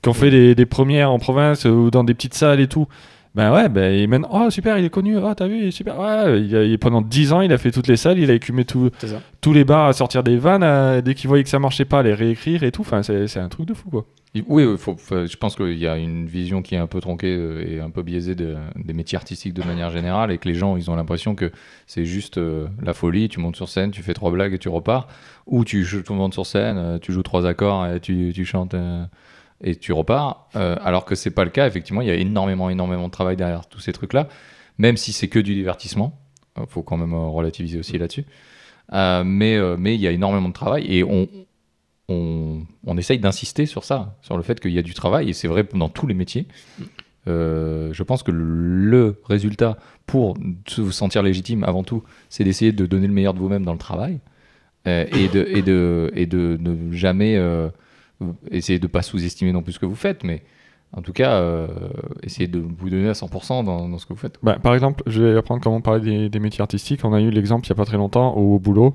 Speaker 2: qui ont fait des, des premières en province euh, ou dans des petites salles et tout. Ben ouais, ben et maintenant, oh super, il est connu, oh t'as vu, il est super. Ouais, il a- il- pendant 10 ans, il a fait toutes les salles, il a écumé tout-
Speaker 3: C'est ça.
Speaker 2: tous les bars à sortir des vannes, à- dès qu'il voyait que ça marchait pas, à les réécrire et tout. Enfin, c'est c'est un truc de fou quoi.
Speaker 1: Il- Oui, oui, faut- faut- je pense qu'il y a une vision qui est un peu tronquée euh, et un peu biaisée de- des métiers artistiques de manière générale et que les gens, ils ont l'impression que c'est juste euh, la folie, tu montes sur scène, tu fais trois blagues et tu repars, ou tu, ch- tu montes sur scène, euh, tu joues trois accords et tu, tu chantes euh, et tu repars, euh, alors que c'est pas le cas, effectivement, il y a énormément, énormément de travail derrière tous ces trucs-là, même si c'est que du divertissement, Euh, faut quand même euh, relativiser aussi là-dessus, Euh, mais euh, mais il y a énormément de travail et on, on, on essaye d'insister sur ça, sur le fait qu'il y a du travail, et c'est vrai dans tous les métiers. Euh, je pense que le résultat pour se- vous sentir légitime, avant tout, c'est d'essayer de donner le meilleur de vous-même dans le travail euh, et, de, et, de, et de ne jamais euh, essayer de pas sous-estimer non plus ce que vous faites, mais en tout cas, euh, essayer de vous donner à 100% dans, dans ce que vous faites.
Speaker 2: Bah, par exemple, je vais apprendre comment parler des, des métiers artistiques. On a eu l'exemple il n'y a pas très longtemps au boulot.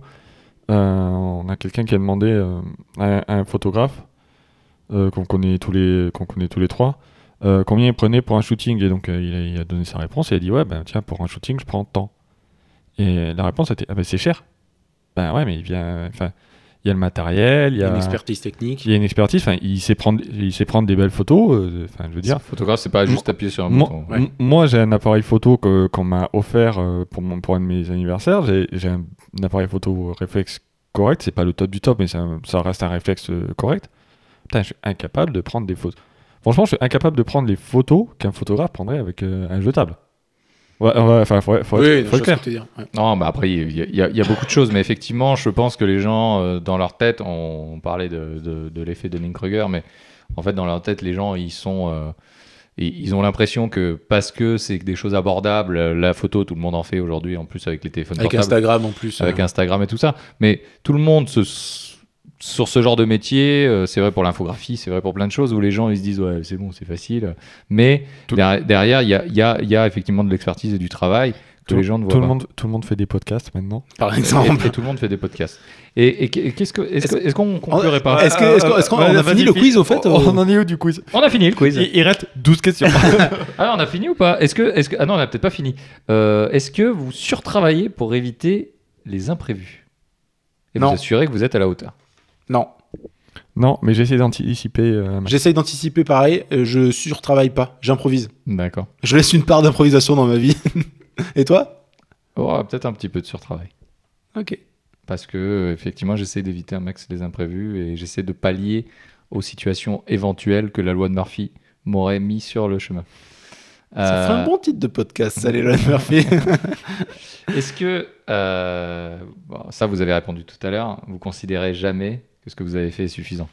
Speaker 2: Euh, on a quelqu'un qui a demandé euh, à, à un photographe euh, qu'on connaît tous les qu'on connaît tous les trois euh, combien il prenait pour un shooting. Et donc euh, il, a, il a donné sa réponse et il a dit ouais ben tiens pour un shooting je prends tant. Et la réponse était ah ben c'est cher. Ben ouais mais il vient enfin il y a le matériel il y a
Speaker 3: Une expertise technique.
Speaker 2: il y a une expertise. Enfin il sait prendre il sait prendre des belles photos. euh, Enfin je veux dire.
Speaker 1: Photographe, c'est pas juste appuyer sur un
Speaker 2: Moi,
Speaker 1: bouton.
Speaker 3: Ouais.
Speaker 2: m- moi, j'ai un appareil photo que- qu'on m'a offert euh, pour, mon, pour un de mes anniversaires. J'ai j'ai un, un appareil photo réflexe correct. C'est pas le top du top, mais c'est un- ça reste un réflexe euh, correct. Putain, je suis incapable de prendre des photos. Franchement, je suis incapable de prendre les photos qu'un photographe prendrait avec euh, un jetable. Ouais, ouais, enfin, faut, faut
Speaker 3: Oui,
Speaker 2: être,
Speaker 3: je
Speaker 2: faut être
Speaker 3: vois ce que
Speaker 2: clair.
Speaker 3: tu veux dire. Ouais.
Speaker 1: Non, bah après, il y, a- il y a- il y a beaucoup de choses, mais effectivement, je pense que les gens, euh, dans leur tête, on, on parlait de, de, de l'effet Dunning-Kruger, mais en fait, dans leur tête, les gens, ils sont. euh, ils ils ont l'impression que parce que c'est des choses abordables, euh, la photo, tout le monde en fait aujourd'hui, en plus avec les téléphones
Speaker 3: Avec
Speaker 1: portables
Speaker 3: Instagram en plus.
Speaker 1: avec
Speaker 3: euh,
Speaker 1: Instagram et tout ça. Mais tout le monde se- sur ce genre de métier, euh, c'est vrai pour l'infographie, c'est vrai pour plein de choses où les gens ils se disent ouais c'est bon c'est facile, mais
Speaker 2: Tout-
Speaker 1: derrière- derrière il y a, il y a- il y a effectivement de l'expertise et du travail que
Speaker 2: Tout,
Speaker 1: les gens ne voient
Speaker 2: tout le
Speaker 1: pas.
Speaker 2: monde, tout le monde fait des podcasts maintenant.
Speaker 3: par
Speaker 1: Et,
Speaker 3: exemple.
Speaker 1: et tout le monde fait des podcasts. Et, et qu'est-ce que est-ce que- est-ce qu'on conclurait pas
Speaker 3: Est-ce que- est-ce qu'on- est-ce qu'on- on a fini le quiz, au fait,
Speaker 2: On,
Speaker 3: euh
Speaker 2: on en est où du quiz
Speaker 1: Ah, On a fini le quiz.
Speaker 2: il, il reste 12 questions.
Speaker 1: Ah, on a fini ou pas Est-ce que est-ce que ah non on a peut-être pas fini. Euh, est-ce que vous surtravaillez pour éviter les imprévus et
Speaker 3: Non.
Speaker 1: vous assurer que vous êtes à la hauteur
Speaker 3: Non.
Speaker 2: non, mais j'essaie d'anticiper. euh, ma-
Speaker 3: J'essaye d'anticiper pareil. euh, Je surtravaille pas. J'improvise.
Speaker 1: D'accord.
Speaker 3: Je laisse une part d'improvisation dans ma vie. Et toi
Speaker 1: Oh, peut-être un petit peu de surtravail.
Speaker 3: Ok.
Speaker 1: parce que euh, effectivement j'essaie d'éviter un max les imprévus et j'essaie de pallier aux situations éventuelles que la loi de Murphy m'aurait mis sur le chemin.
Speaker 3: Ça
Speaker 1: Euh,
Speaker 3: ferait un bon titre de podcast, ça, Léon Murphy.
Speaker 1: Est-ce que euh, bon, ça vous avez répondu tout à l'heure, vous considérez jamais que ce que vous avez fait est suffisant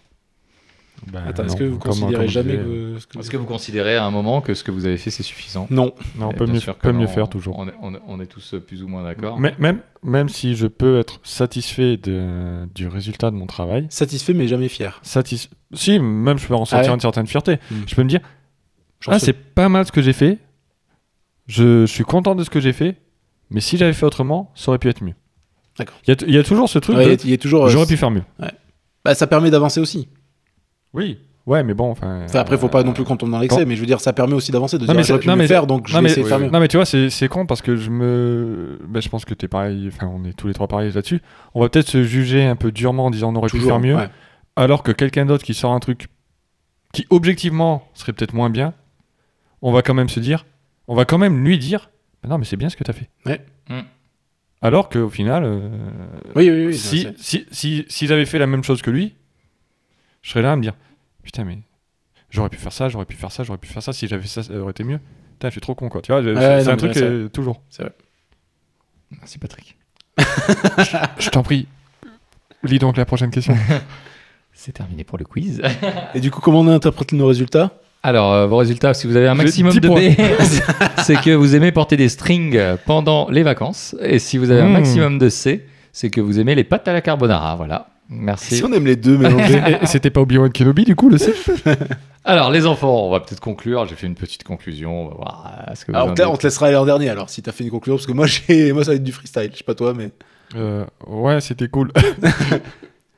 Speaker 2: Bah,
Speaker 3: Attends, est-ce
Speaker 2: non,
Speaker 3: que vous
Speaker 2: comme- comme
Speaker 3: considérez
Speaker 2: je
Speaker 3: jamais
Speaker 2: disais,
Speaker 3: que... vous- ce que
Speaker 1: Est-ce que vous considérez à un moment que ce que vous avez fait, c'est suffisant
Speaker 3: Non.
Speaker 2: Non, on
Speaker 1: Eh,
Speaker 2: peut
Speaker 1: bien
Speaker 2: mieux,
Speaker 1: sûr que
Speaker 2: peut mieux
Speaker 1: non,
Speaker 2: faire toujours.
Speaker 1: On est, on est- on est tous euh, plus ou moins d'accord.
Speaker 2: Mais- même, même si je peux être satisfait de- du résultat de mon travail,
Speaker 3: Satisfait mais jamais fier.
Speaker 2: satis- si, même je peux en
Speaker 3: Ah
Speaker 2: sentir
Speaker 3: ouais
Speaker 2: une certaine fierté.
Speaker 3: Mm.
Speaker 2: Je peux me dire,
Speaker 3: J'en
Speaker 2: ah,
Speaker 3: sais-
Speaker 2: c'est pas mal ce que j'ai fait, je, je suis content de ce que j'ai fait, mais si j'avais fait autrement, ça aurait pu être mieux.
Speaker 3: D'accord.
Speaker 2: Il y a t- il y, a toujours ce truc
Speaker 3: Ouais,
Speaker 2: de,
Speaker 3: il y a toujours. euh,
Speaker 2: j'aurais pu faire mieux.
Speaker 3: bah, ça permet d'avancer aussi.
Speaker 2: Oui. Ouais, mais bon, enfin...
Speaker 3: Enfin, après, faut pas non plus qu'on tombe dans l'excès,
Speaker 2: quand-
Speaker 3: mais je veux dire, ça permet aussi d'avancer, de dire
Speaker 2: mais ça-
Speaker 3: j'aurais pu
Speaker 2: Euh, non,
Speaker 3: mieux
Speaker 2: mais-
Speaker 3: faire, donc je
Speaker 2: non,
Speaker 3: vais
Speaker 2: mais-
Speaker 3: essayer de faire
Speaker 2: oui.
Speaker 3: mieux.
Speaker 2: Non mais tu vois, c'est c'est con parce que je me... ben, je pense que t'es pareil, enfin on est tous les trois pareils là-dessus. On va peut-être se juger un peu durement en disant on aurait pu faire mieux,
Speaker 3: ouais.
Speaker 2: alors que quelqu'un d'autre qui sort un truc qui objectivement serait peut-être moins bien, on va quand même se dire, on va quand même lui dire, Ben non mais c'est bien ce que t'as fait.
Speaker 3: Ouais.
Speaker 1: Mm.
Speaker 2: Alors qu'au final, euh,
Speaker 3: Oui, oui, oui.
Speaker 2: si,
Speaker 3: c'est-
Speaker 2: si, si, si j'avais fait la même chose que lui, je serais là à me dire Putain, mais j'aurais pu faire ça, j'aurais pu faire ça, j'aurais pu faire ça. Si j'avais ça, ça aurait été mieux. Putain, je suis trop con, quoi. Tu vois, c'est-
Speaker 3: Ouais,
Speaker 2: c'est
Speaker 3: non,
Speaker 2: un
Speaker 3: mais
Speaker 2: truc
Speaker 3: ça-
Speaker 2: euh, toujours.
Speaker 1: Merci Patrick.
Speaker 2: Je t'en prie, lis donc la prochaine question.
Speaker 1: C'est terminé pour le quiz.
Speaker 3: Et du coup, comment on interprète nos résultats
Speaker 1: Alors, euh, vos résultats, si vous avez un
Speaker 2: J'ai
Speaker 1: maximum
Speaker 2: 10
Speaker 1: de
Speaker 2: points.
Speaker 1: B, c'est que vous aimez porter des strings pendant les vacances. Et si vous avez un
Speaker 2: Mm.
Speaker 1: maximum de C, c'est que vous aimez les pâtes à la carbonara. Voilà. Merci.
Speaker 3: Si on aime les deux
Speaker 2: Et-
Speaker 3: mélangés.
Speaker 2: et- et C'était pas Obi-Wan Kenobi, du coup, le C
Speaker 1: Alors, les enfants, on va peut-être conclure. J'ai fait une petite conclusion. On va voir euh, ce que vous
Speaker 3: Alors,
Speaker 1: en
Speaker 3: Ah, on te- on
Speaker 1: dites.
Speaker 3: te laissera aller en dernier alors, si t'as fait une conclusion, parce que moi, j'ai, moi ça va être du freestyle, je sais pas toi, mais.
Speaker 2: Euh, Ouais, c'était cool.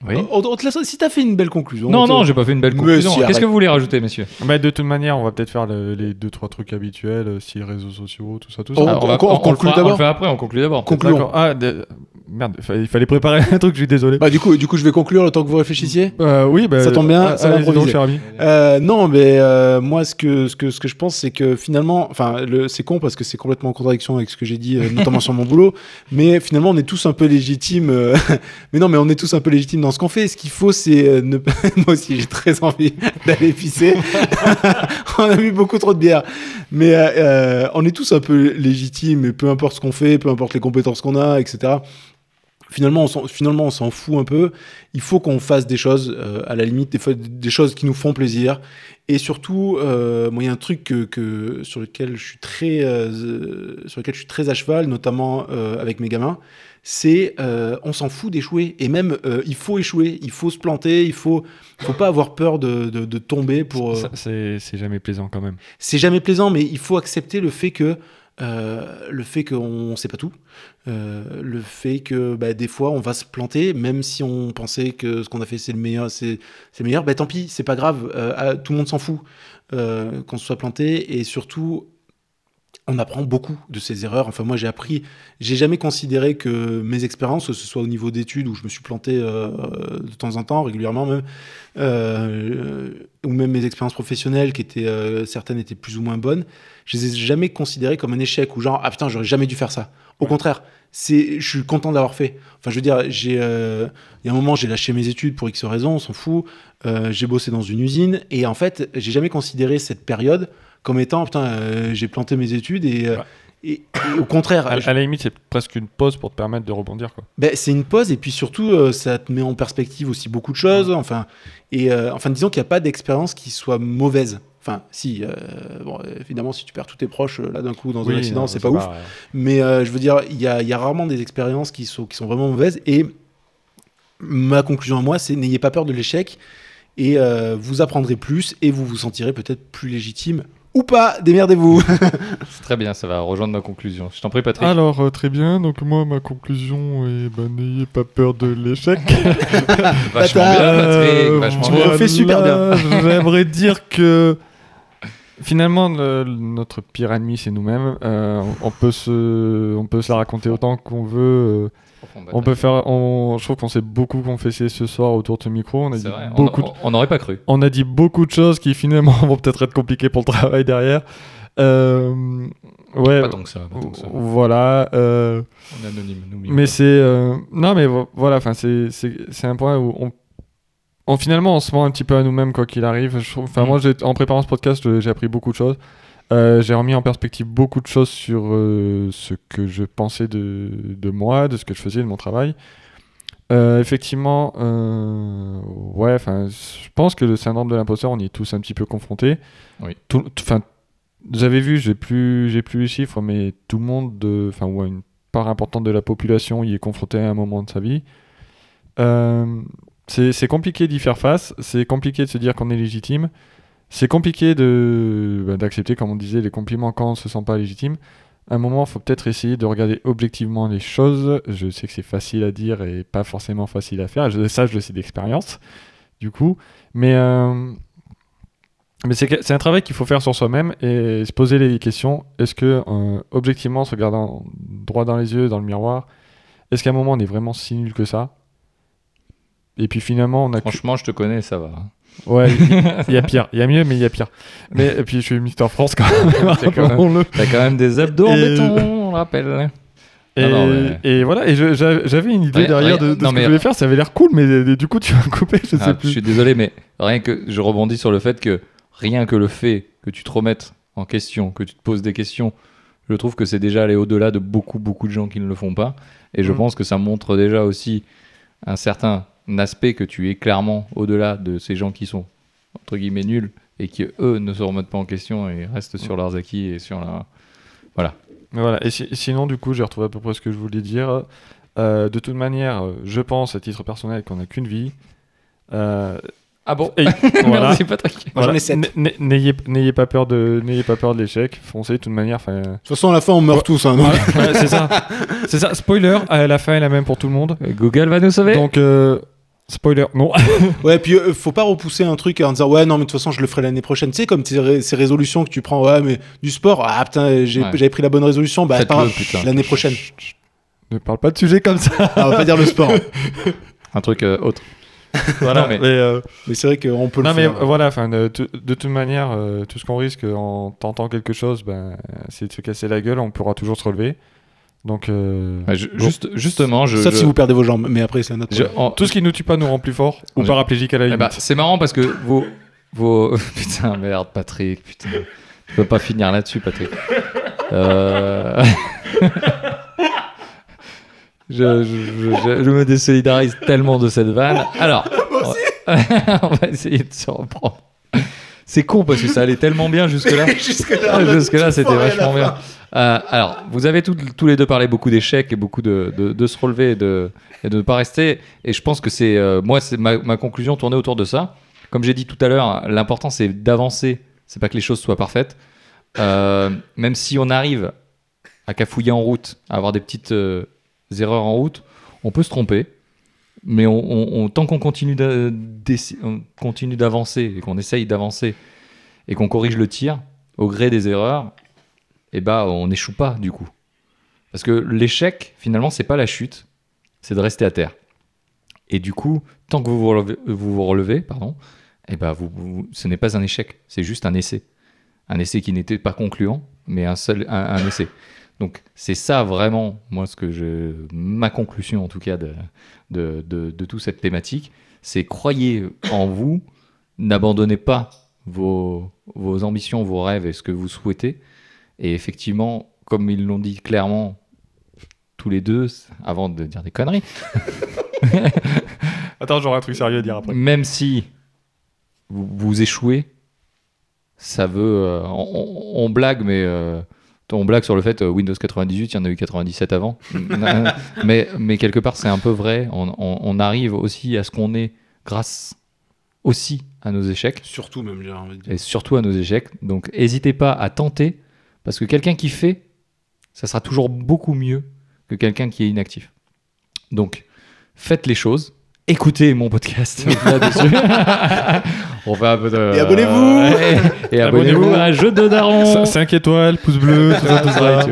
Speaker 1: Oui.
Speaker 2: Oh,
Speaker 3: On, on te laissera... Si t'as fait une belle conclusion.
Speaker 1: Non,
Speaker 3: on te-
Speaker 2: euh,
Speaker 1: non, j'ai pas fait une belle
Speaker 3: Monsieur,
Speaker 1: conclusion. Qu'est-ce
Speaker 3: arrête.
Speaker 1: que vous voulez rajouter, messieurs
Speaker 2: Mais Bah, de toute manière, on va peut-être faire le- les deux, trois trucs habituels, euh, si les réseaux sociaux, tout ça, tout ça.
Speaker 3: Oh, On-
Speaker 1: Alors,
Speaker 3: on-
Speaker 1: va-
Speaker 3: on
Speaker 1: le
Speaker 3: conclut
Speaker 1: fera- On
Speaker 3: d'abord
Speaker 1: le fait après, on conclut d'abord.
Speaker 3: Concluons.
Speaker 2: D'accord. Ah, de- merde, fa- il fallait préparer un truc, je suis désolé.
Speaker 3: Bah, du coup, du coup, je vais conclure le temps que vous réfléchissiez.
Speaker 2: Euh, oui, bah,
Speaker 3: Ça tombe bien,
Speaker 2: ah,
Speaker 3: ça va
Speaker 2: allez-y donc,
Speaker 3: improviser.
Speaker 2: cher ami.
Speaker 3: Euh, non, mais euh, moi, ce que, ce, que, ce que je pense, c'est que finalement, enfin, le- c'est con parce que c'est complètement en contradiction avec ce que j'ai dit, euh, notamment sur mon boulot, mais finalement, on est tous un peu légitimes. euh, mais non, mais on est tous un peu légitimes dans ce qu'on fait. Ce qu'il faut, c'est euh, ne pas. moi aussi, j'ai très envie d'aller pisser. on a bu beaucoup trop de bière. Mais euh, euh, on est tous un peu légitimes, et peu importe ce qu'on fait, peu importe les compétences qu'on a, etc. Finalement, on s'en- finalement, on s'en fout un peu. Il faut qu'on fasse des choses, euh, à la limite, des, fois, des choses qui nous font plaisir. Et surtout, euh, moi, il y a un truc que, que- sur lequel je suis très, euh, sur lequel je suis très à cheval, notamment euh, avec mes gamins, c'est euh, on s'en fout d'échouer. Et même, euh, il faut échouer, il faut se planter, il faut, faut pas avoir peur de, de- de tomber pour. euh,
Speaker 2: Ça, C'est c'est jamais plaisant quand même.
Speaker 3: c'est jamais plaisant, mais il faut accepter le fait que euh, le fait qu'on sait pas tout, euh, le fait que bah, des fois on va se planter, même si on pensait que ce qu'on a fait c'est le meilleur, c'est c'est le meilleur, bah tant pis, c'est pas grave, euh, ah, tout le monde s'en fout euh, qu'on se soit planté et surtout on apprend beaucoup de ces erreurs. Enfin moi j'ai appris, j'ai jamais considéré que mes expériences, que ce soit au niveau d'études où je me suis planté euh, de temps en temps, régulièrement même, euh, ou même mes expériences professionnelles qui étaient euh, certaines étaient plus ou moins bonnes, je les ai jamais considérées comme un échec ou genre ah putain j'aurais jamais dû faire ça. Au contraire, c'est je suis content de l'avoir fait. Enfin je veux dire j'ai euh, il y a un moment j'ai lâché mes études pour X raison, on s'en fout. Euh, j'ai bossé dans une usine et en fait j'ai jamais considéré cette période comme étant putain euh, j'ai planté mes études et, euh,
Speaker 2: Ouais.
Speaker 3: et- et au contraire
Speaker 2: À,
Speaker 3: Ah, je-
Speaker 2: à la limite, c'est presque une pause pour te permettre de rebondir. Quoi.
Speaker 3: ben, c'est une pause et puis surtout euh, ça te met en perspective aussi beaucoup de choses. Enfin, et euh, enfin disons qu'il n'y a pas d'expérience qui soit mauvaise. Enfin, si, euh, bon, euh, évidemment, si tu perds tous tes proches euh, là d'un coup dans un accident, c'est pas ouf. Mais euh, je veux dire, il y a, il y a rarement des expériences qui sont, qui sont vraiment mauvaises. Et ma conclusion à moi, c'est n'ayez pas peur de l'échec et euh, vous apprendrez plus et vous vous sentirez peut-être plus légitime ou pas. Démerdez-vous.
Speaker 1: C'est très bien, ça va rejoindre ma conclusion. Je t'en prie, Patrick.
Speaker 2: Alors, euh, très bien. Donc, moi, ma conclusion est bah, n'ayez pas peur de l'échec.
Speaker 1: vachement
Speaker 3: Tata.
Speaker 1: bien, Patrick.
Speaker 2: Euh,
Speaker 1: Vachement
Speaker 3: Ah, tu me
Speaker 1: bien.
Speaker 3: refais super bien.
Speaker 2: J'aimerais dire que finalement, le- notre pire ennemi, c'est nous-mêmes. Euh, on, peut se, on peut se la raconter autant qu'on veut. euh, on peut faire. On, je trouve qu'on s'est beaucoup confessé ce soir autour de ce micro. On a
Speaker 1: C'est
Speaker 2: dit
Speaker 1: vrai, on-
Speaker 2: beaucoup de
Speaker 1: on- on n'aurait pas cru.
Speaker 2: On a dit beaucoup de choses qui finalement vont peut-être être compliquées pour le travail derrière. Euh, ouais.
Speaker 1: Pas tant que ça. Pas tant que ça.
Speaker 2: Voilà. euh,
Speaker 1: On est anonyme, n'oublions
Speaker 2: mais
Speaker 1: pas.
Speaker 2: c'est euh, non, mais vo- voilà. Enfin, c'est c'est c'est un point où on, on- finalement on se ment un petit peu à nous-mêmes quoi qu'il arrive. Je trouve- Enfin,
Speaker 1: Mm.
Speaker 2: moi, j'ai- en préparant ce podcast, je- j'ai appris beaucoup de choses. Euh, j'ai remis en perspective beaucoup de choses sur euh, ce que je pensais de, de moi, de ce que je faisais, de mon travail. Euh, effectivement, euh, ouais, enfin, je pense que le syndrome de l'imposteur, on y est tous un petit peu confrontés.
Speaker 1: Oui.
Speaker 2: Tout- tout- Enfin, vous avez vu, j'ai plus, j'ai plus les chiffres, mais tout le monde, de- enfin, ou une part importante de la population, y est confronté à un moment de sa vie. Euh, c'est c'est compliqué d'y faire face. C'est compliqué de se dire qu'on est légitime. C'est compliqué de bah, d'accepter, comme on disait, les compliments quand on se sent pas légitime. À un moment, faut peut-être essayer de regarder objectivement les choses. Je sais que c'est facile à dire et pas forcément facile à faire. Je- ça, je le sais d'expérience, du coup. Mais, euh, mais c'est que- c'est un travail qu'il faut faire sur soi-même et se poser les questions. Est-ce que, euh, objectivement, en se regardant droit dans les yeux, dans le miroir, est-ce qu'à un moment, on est vraiment si nul que ça Et puis finalement, on a que-
Speaker 1: Franchement, je te connais, ça va.
Speaker 2: Ouais, il y a pire. Il y a mieux, mais il y a pire. Mais et puis je suis Mister France quand même. rappelons-le.
Speaker 1: T'as quand même des abdos en
Speaker 2: Et- euh,
Speaker 1: béton, on le rappelle.
Speaker 2: Et,
Speaker 1: Ah non, mais-
Speaker 2: et voilà, et je- j'a- j'avais une idée
Speaker 1: Ouais,
Speaker 2: derrière
Speaker 1: ouais,
Speaker 2: de, de
Speaker 1: non,
Speaker 2: ce que
Speaker 1: mais-
Speaker 2: je voulais faire, ça avait l'air cool, mais euh, du coup tu m'as coupé, je sais
Speaker 1: Ah, je
Speaker 2: plus.
Speaker 1: suis désolé, mais rien que je rebondis sur le fait que rien que le fait que tu te remettes en question, que tu te poses des questions, je trouve que c'est déjà aller au-delà de beaucoup, beaucoup de gens qui ne le font pas. Et je
Speaker 2: Mm.
Speaker 1: pense que ça montre déjà aussi un certain aspect que tu es clairement au-delà de ces gens qui sont, entre guillemets, nuls et qui, eux, ne se remettent pas en question et restent sur leurs acquis et sur leur...
Speaker 2: Mais voilà, et si- sinon du coup j'ai retrouvé à peu près ce que je voulais dire. Euh, de toute manière, euh, je pense à titre personnel qu'on n'a qu'une vie. Euh,
Speaker 1: Ah bon
Speaker 2: et- voilà.
Speaker 1: Merci Patrick.
Speaker 4: Moi, j'en ai
Speaker 2: Voilà.
Speaker 4: sept.
Speaker 2: N- n- N'ayez n'ayez pas peur de n'ayez pas peur de l'échec, foncez de toute manière. enfin,
Speaker 3: toute façon, à la fin, on meurt tous. Hein, donc.
Speaker 2: voilà, c'est ça, c'est ça. Spoiler, à la fin est la même pour tout le monde.
Speaker 1: Google va nous sauver
Speaker 2: Donc, euh, spoiler, non.
Speaker 3: Ouais, puis euh, faut pas repousser un truc en disant ouais non mais de toute façon je le ferai l'année prochaine. Tu sais comme tes ré- ces résolutions que tu prends ouais mais du sport ah putain j'ai-
Speaker 1: Ouais.
Speaker 3: j'avais pris la bonne résolution bah
Speaker 1: Faites-le,
Speaker 3: pas grave,
Speaker 1: putain.
Speaker 3: l'année prochaine.
Speaker 2: ne parle pas de sujet comme ça.
Speaker 3: Ah, on va pas dire le sport.
Speaker 1: Un truc euh, autre.
Speaker 2: Voilà,
Speaker 1: Non, mais-
Speaker 2: mais, euh,
Speaker 3: Mais c'est vrai qu'on peut
Speaker 2: non,
Speaker 3: le
Speaker 2: mais
Speaker 1: euh,
Speaker 3: faire.
Speaker 2: voilà, enfin, de, de toute manière, euh, tout ce qu'on risque en tentant quelque chose, ben, c'est de se casser la gueule, on pourra toujours se relever. Donc, euh,
Speaker 1: Ouais, je-
Speaker 2: bon.
Speaker 1: juste, justement, je...
Speaker 3: Sauf
Speaker 1: je-
Speaker 3: si vous perdez vos jambes mais après c'est un autre.
Speaker 1: je-
Speaker 3: problème.
Speaker 1: en-
Speaker 2: tout ce qui nous tue pas nous rend plus fort ou
Speaker 1: Oui.
Speaker 2: paraplégique à la
Speaker 1: Eh ben,
Speaker 2: limite.
Speaker 1: c'est marrant parce que vos. vos... Putain, merde, Patrick, putain. Tu peux pas finir là-dessus, Patrick. Euh, je, je- je- je- je me désolidarise tellement de cette vanne. Alors, on- on va essayer de se reprendre. C'est con parce que ça allait tellement bien jusque-là.
Speaker 3: Jusque-là,
Speaker 1: Jusque-là, c'était
Speaker 3: foiré à la
Speaker 1: vachement
Speaker 3: fin.
Speaker 1: bien. Euh, alors, vous avez tout- tous les deux parlé beaucoup d'échecs et beaucoup de, de- de se relever et de, et de ne pas rester. Et je pense que c'est. euh, moi, c'est ma, ma conclusion tournée autour de ça. Comme j'ai dit tout à l'heure, l'important, c'est d'avancer. C'est pas que les choses soient parfaites. Euh, même si on arrive à cafouiller en route, à avoir des petites euh, erreurs en route, on peut se tromper. Mais on, on- on- tant qu'on continue d'a- d'essa- on continue d'avancer et qu'on essaye d'avancer et qu'on corrige le tir, au gré des erreurs, eh ben, on n'échoue pas du coup. Parce que l'échec, finalement, c'est pas la chute, c'est de rester à terre. Et du coup, tant que vous vous relevez, vous vous relevez, pardon, eh ben, vous, vous- ce n'est pas un échec, c'est juste un essai. Un essai qui n'était pas concluant, mais un seul un, un essai. Donc c'est ça vraiment, moi, ce que je, ma conclusion en tout cas de, de, de, de toute cette thématique, c'est croyez en vous, n'abandonnez pas vos, vos ambitions, vos rêves et ce que vous souhaitez. Et effectivement, comme ils l'ont dit clairement tous les deux, avant de dire des conneries,
Speaker 2: Attends, j'aurai un truc sérieux à dire après.
Speaker 1: même si vous, vous échouez, ça veut. euh, on, on- on blague, mais. euh, on blague sur le fait euh, Windows 98, il y en a eu 97 avant. mais, mais quelque part, c'est un peu vrai. On, on- on arrive aussi à ce qu'on est grâce aussi à nos échecs.
Speaker 3: Surtout même j'ai envie de dire.
Speaker 1: et surtout à nos échecs. Donc n'hésitez pas à tenter, parce que quelqu'un qui fait, ça sera toujours beaucoup mieux que quelqu'un qui est inactif. Donc faites les choses, écoutez mon podcast là-dessus. On fait un peu de-
Speaker 3: Et abonnez-vous
Speaker 1: Et, et abonnez-vous à Jeu de Daron
Speaker 2: 5 étoiles, pouce bleu, tout ça, tout ça.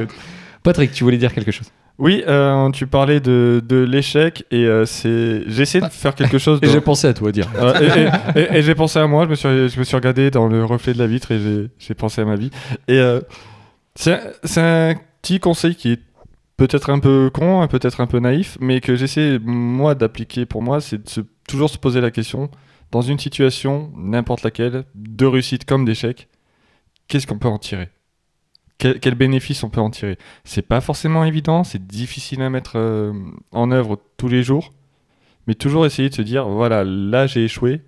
Speaker 1: Patrick, tu voulais dire quelque chose
Speaker 2: Oui, euh, tu parlais de, de l'échec et euh, c'est j'ai essayé de faire quelque chose.
Speaker 1: Ah. Et
Speaker 2: de-
Speaker 1: j'ai pensé à toi dire.
Speaker 2: Ouais, et et- et- et j'ai pensé à moi, je me, suis, je me suis regardé dans le reflet de la vitre et j'ai- j'ai pensé à ma vie. Et euh, c'est un- c'est un petit conseil qui est peut-être un peu con, hein, peut-être un peu naïf, mais que j'essaie moi d'appliquer pour moi, c'est de se- toujours se poser la question, dans une situation, n'importe laquelle, de réussite comme d'échec, qu'est-ce qu'on peut en tirer quel, quel bénéfice on peut en tirer C'est pas forcément évident, c'est difficile à mettre euh, en œuvre tous les jours, mais toujours essayer de se dire voilà, là j'ai échoué,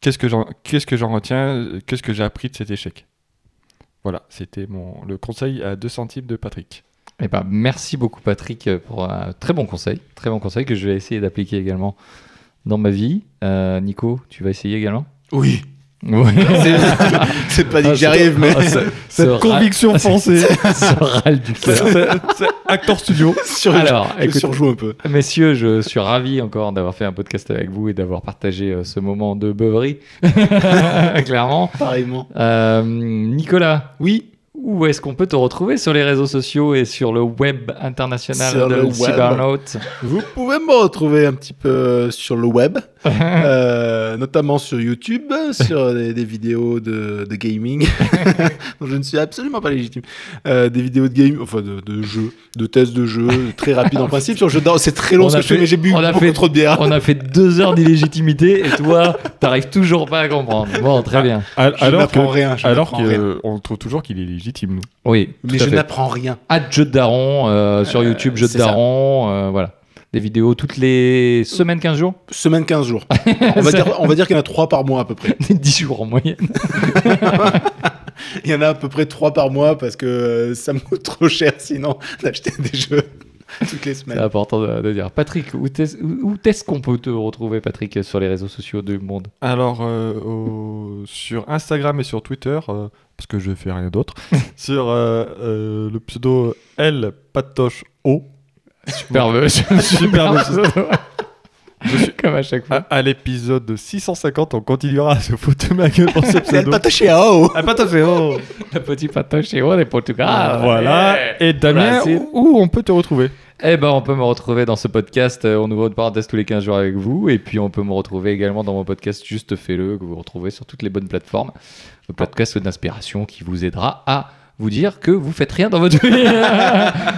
Speaker 2: qu'est-ce que j'en qu'est-ce que j'en retiens, euh, qu'est-ce que j'ai appris de cet échec. Voilà, c'était mon le conseil à 2 centimes de Patrick.
Speaker 1: Eh ben, merci beaucoup Patrick pour un très bon conseil, très bon conseil que je vais essayer d'appliquer également dans ma vie. Euh, Nico, tu vas essayer également
Speaker 3: Oui.
Speaker 1: Oui. Ah,
Speaker 3: C'est c'est pas dit que j'y arrive, mais
Speaker 1: Cette
Speaker 3: ah,
Speaker 2: conviction foncée.
Speaker 1: Ce râle du cœur.
Speaker 2: Actor Studio.
Speaker 3: sur,
Speaker 1: Alors,
Speaker 3: je
Speaker 1: écoutez,
Speaker 3: surjoue un peu.
Speaker 1: messieurs, je suis ravi encore d'avoir fait un podcast avec vous et d'avoir partagé euh, ce moment de beuverie, clairement.
Speaker 3: Pareillement.
Speaker 1: Euh, Nicolas,
Speaker 3: Oui.
Speaker 1: où est-ce qu'on peut te retrouver sur les réseaux sociaux et sur le web international
Speaker 3: Sur
Speaker 1: de
Speaker 3: le web.
Speaker 1: Cybernaute
Speaker 3: Vous pouvez me retrouver un petit peu sur le web,
Speaker 1: Euh,
Speaker 3: euh, notamment sur YouTube, sur des, des vidéos de, de gaming. dont je ne suis absolument pas légitime. Euh, des vidéos de game, enfin de, de jeux, de tests de jeux, très rapides en principe. Sur jeu d'or- c'est très long
Speaker 1: On
Speaker 3: ce
Speaker 1: a
Speaker 3: que je fais,
Speaker 1: fait-
Speaker 3: mais j'ai bu
Speaker 1: on a
Speaker 3: beaucoup
Speaker 1: fait-
Speaker 3: trop de bière.
Speaker 1: On a fait deux heures d'illégitimité et toi, t'arrives toujours pas à comprendre. Bon,
Speaker 3: Ah.
Speaker 1: très bien.
Speaker 3: Je
Speaker 2: Alors que
Speaker 3: n'apprends rien. Je
Speaker 2: alors
Speaker 3: n'apprends rien.
Speaker 2: que on trouve toujours qu'il est légitime nous.
Speaker 1: Oui, tout
Speaker 3: Mais
Speaker 1: à
Speaker 3: je
Speaker 1: fait.
Speaker 3: n'apprends rien.
Speaker 1: At Jeu de Daron euh, sur
Speaker 3: Euh,
Speaker 1: YouTube, Jeu de
Speaker 3: c'est ça.
Speaker 1: Daron, euh, voilà. Des vidéos toutes les semaines, 15 jours
Speaker 3: Semaine 15 jours. On va dire, on va dire qu'il y en a 3 par mois à peu près.
Speaker 1: 10 jours en moyenne.
Speaker 3: Il y en a à peu près 3 par mois parce que euh, ça me coûte trop cher sinon d'acheter des jeux toutes les
Speaker 1: C'est
Speaker 3: semaines.
Speaker 1: important de, de dire. Patrick, où t'es- où- où est-ce qu'on peut te retrouver, Patrick, sur les réseaux sociaux du monde
Speaker 2: Alors, euh, au- sur Instagram et sur Twitter, euh, parce que je fais rien d'autre, sur euh, euh, le pseudo L Patoche O,
Speaker 1: Superbe.
Speaker 2: Superbe.
Speaker 1: Comme à chaque
Speaker 2: à,
Speaker 1: fois.
Speaker 2: à l'épisode 650, on continuera à se foutre de ma gueule pour ce
Speaker 3: C'est elle
Speaker 2: pseudo.
Speaker 3: pataché à O.
Speaker 2: L Patoche O
Speaker 1: Ah, Le petit patoche et des
Speaker 2: Ah,
Speaker 1: Ah, Portugal.
Speaker 2: Voilà, et Damien,
Speaker 1: Voilà,
Speaker 2: où, où on peut te retrouver
Speaker 1: Eh ben, on peut me retrouver dans ce podcast. euh, On ouvre une parenthèse tous les 15 jours avec vous. Et puis, on peut me retrouver également dans mon podcast Juste Fais-le, que vous retrouvez sur toutes les bonnes plateformes. Le podcast d'inspiration qui vous aidera à vous dire que vous faites rien dans votre vie.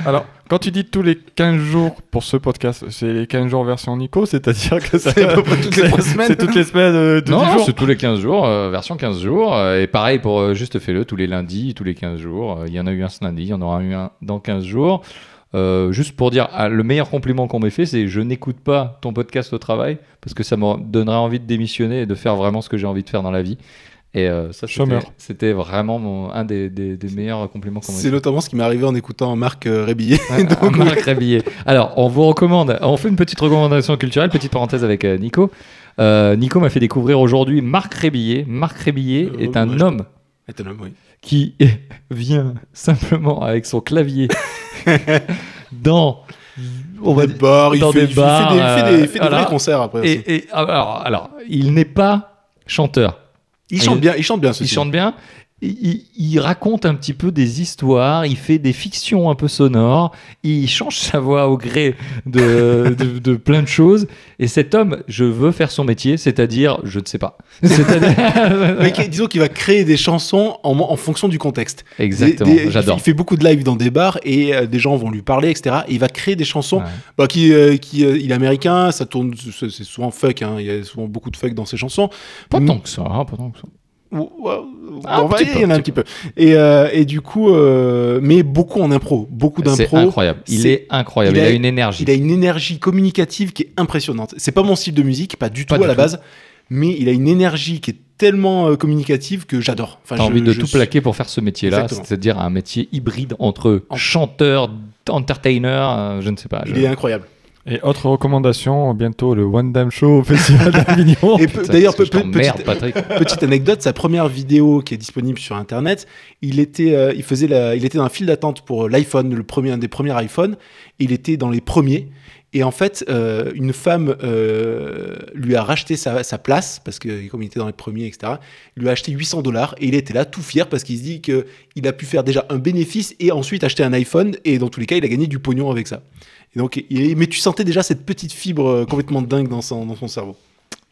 Speaker 2: Alors, quand tu dis tous les 15 jours pour ce podcast, c'est les 15 jours version Nico, c'est-à-dire que ça-
Speaker 3: C'est à peu près toutes les
Speaker 2: c'est-
Speaker 3: trois semaines.
Speaker 2: C'est toutes les semaines euh, de 10
Speaker 1: non,
Speaker 2: jours.
Speaker 1: c'est tous les 15 jours, euh, version 15 jours. euh, et pareil pour euh, Juste Fais-le, tous les lundis, tous les 15 jours. Euh, Il y en a eu un ce lundi, il y en aura eu un dans 15 jours. Euh, juste pour dire, ah, le meilleur compliment qu'on m'ait fait, c'est je n'écoute pas ton podcast au travail parce que ça me donnera envie de démissionner et de faire vraiment ce que j'ai envie de faire dans la vie. Et euh, ça, c'était-
Speaker 2: Chômeur.
Speaker 1: c'était vraiment mon- un des, des- des meilleurs compliments qu'on m'ait fait.
Speaker 3: C'est notamment ce qui m'est arrivé en écoutant Marc euh, Rébillet.
Speaker 1: Donc, Marc Rabillet. Alors, on vous recommande, on fait une petite recommandation culturelle, petite parenthèse avec euh, Nico. Euh, Nico m'a fait découvrir aujourd'hui Marc Rébillet. Marc Rébillet
Speaker 3: Euh,
Speaker 1: est un
Speaker 3: ouais, je-
Speaker 1: homme
Speaker 3: Attends, ah, oui.
Speaker 1: qui vient simplement avec son clavier dans, on va
Speaker 3: Des bars, il
Speaker 1: dans
Speaker 3: fait
Speaker 1: des
Speaker 3: il fait
Speaker 1: bars,
Speaker 3: des- il fait des- il fait des
Speaker 1: euh, voilà.
Speaker 3: vrais concerts après. aussi.
Speaker 1: Et, et- alors, alors, il n'est pas chanteur.
Speaker 3: Ah, Il chante
Speaker 1: et-
Speaker 3: bien, il chante bien ceci.
Speaker 1: Il chante bien. Il, il- il raconte un petit peu des histoires, il fait des fictions un peu sonores, il change sa voix au gré de, de- de plein de choses. Et cet homme, je veux faire son métier, c'est-à-dire, je ne sais pas. C'est-à-dire-
Speaker 3: Mais qui- disons qu'il va créer des chansons en, en fonction du contexte. Des-
Speaker 1: Exactement,
Speaker 3: des-
Speaker 1: j'adore.
Speaker 3: Il fait beaucoup de live dans des bars et euh, des gens vont lui parler, etc. Et il va créer des chansons
Speaker 1: Ouais.
Speaker 3: bah, qui, euh, qui euh, il est américain, ça tourne, c'est c'est souvent fuck, hein, il y a souvent beaucoup de fuck dans ses chansons.
Speaker 1: Pas tant que ça, hein, pas tant que ça.
Speaker 3: Ou- ou-
Speaker 1: Ah,
Speaker 3: on va
Speaker 1: petit
Speaker 3: y-
Speaker 1: peu,
Speaker 3: il y en a un
Speaker 1: petit
Speaker 3: petit peu. Et, euh, et du coup, euh, mais beaucoup en impro, beaucoup
Speaker 1: C'est
Speaker 3: d'impro.
Speaker 1: incroyable. Il
Speaker 3: c'est-
Speaker 1: est, incroyable, il
Speaker 3: il
Speaker 1: a,
Speaker 3: a-
Speaker 1: une énergie.
Speaker 3: Il a une énergie communicative qui est impressionnante. C'est pas mon style de musique, pas du
Speaker 1: Pas
Speaker 3: tout
Speaker 1: du
Speaker 3: à la
Speaker 1: tout.
Speaker 3: base, mais il a une énergie qui est tellement euh, communicative que j'adore. Enfin,
Speaker 1: T'as
Speaker 3: je-
Speaker 1: envie de
Speaker 3: je
Speaker 1: tout
Speaker 3: suis-
Speaker 1: plaquer pour faire ce métier-là,
Speaker 3: Exactement.
Speaker 1: c'est-à-dire un métier hybride entre
Speaker 3: En-
Speaker 1: chanteur, entertainer, euh, je ne sais pas. je-
Speaker 3: Il est incroyable.
Speaker 2: Et autre recommandation, bientôt le One Dame Show au Festival d'Avignon.
Speaker 3: Et peu-
Speaker 1: Oh, Putain,
Speaker 3: d'ailleurs,
Speaker 1: qu'est-ce que
Speaker 3: pe-
Speaker 1: je
Speaker 3: pe-
Speaker 1: t'emmerde,
Speaker 3: petite,
Speaker 1: Patrick.
Speaker 3: petite anecdote, sa première vidéo qui est disponible sur internet, il était, euh, il faisait la- il était dans la file d'attente pour euh, l'iPhone, le premier, un des premiers iPhone. Il était dans les premiers. Et en fait, euh, une femme euh, lui a racheté sa, sa place, parce que comme il était dans les premiers, etc., il lui a acheté 800 dollars et il était là tout fier parce qu'il se dit qu'il a pu faire déjà un bénéfice et ensuite acheter un iPhone. Et dans tous les cas, il a gagné du pognon avec ça. Et donc, il- mais tu sentais déjà cette petite fibre euh, complètement dingue dans son, dans son cerveau.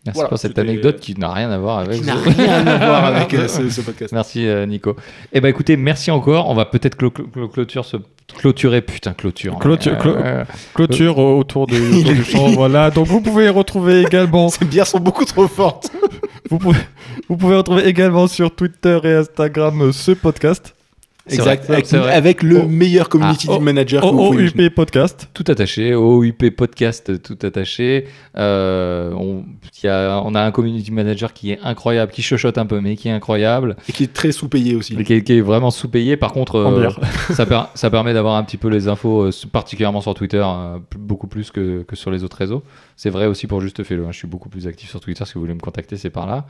Speaker 1: Merci
Speaker 3: Voilà,
Speaker 1: pour cette
Speaker 2: c'était-
Speaker 1: anecdote qui n'a rien à voir avec.
Speaker 3: Qui n'a rien à voir avec euh, ce, ce podcast.
Speaker 1: Merci euh, Nico. Eh ben écoutez, merci encore. On va peut-être clo- clo- clo- clôture ce clôturer putain clôture. hein.
Speaker 2: Clôture- clo-
Speaker 1: Euh,
Speaker 2: Clôture au- autour de, autour du champ, voilà. Donc vous pouvez retrouver également,
Speaker 3: Ces bières sont beaucoup trop fortes.
Speaker 2: vous pouvez, vous pouvez retrouver également sur Twitter et Instagram euh, ce podcast.
Speaker 1: C'est
Speaker 3: Exact.
Speaker 1: vrai,
Speaker 3: avec,
Speaker 1: c'est vrai.
Speaker 3: avec le
Speaker 1: Oh.
Speaker 3: meilleur community
Speaker 1: Ah, oh.
Speaker 3: manager que vous pouvez imaginer.
Speaker 2: OOUP Podcast.
Speaker 1: Tout attaché, OUP podcast, tout attaché. Euh, on, il y a, on a un community manager qui est incroyable, qui chuchote un peu, mais qui est incroyable,
Speaker 3: et qui est très sous-payé aussi.
Speaker 1: et qui, est- qui est vraiment sous-payé. Par contre,
Speaker 2: En
Speaker 1: euh,
Speaker 2: bière.
Speaker 1: ça, per- ça permet d'avoir un petit peu les infos, euh, particulièrement sur Twitter, euh, p- beaucoup plus que, que sur les autres réseaux. C'est vrai aussi pour Juste Fais-le. hein. Je suis beaucoup plus actif sur Twitter. Si vous voulez me contacter, c'est par là.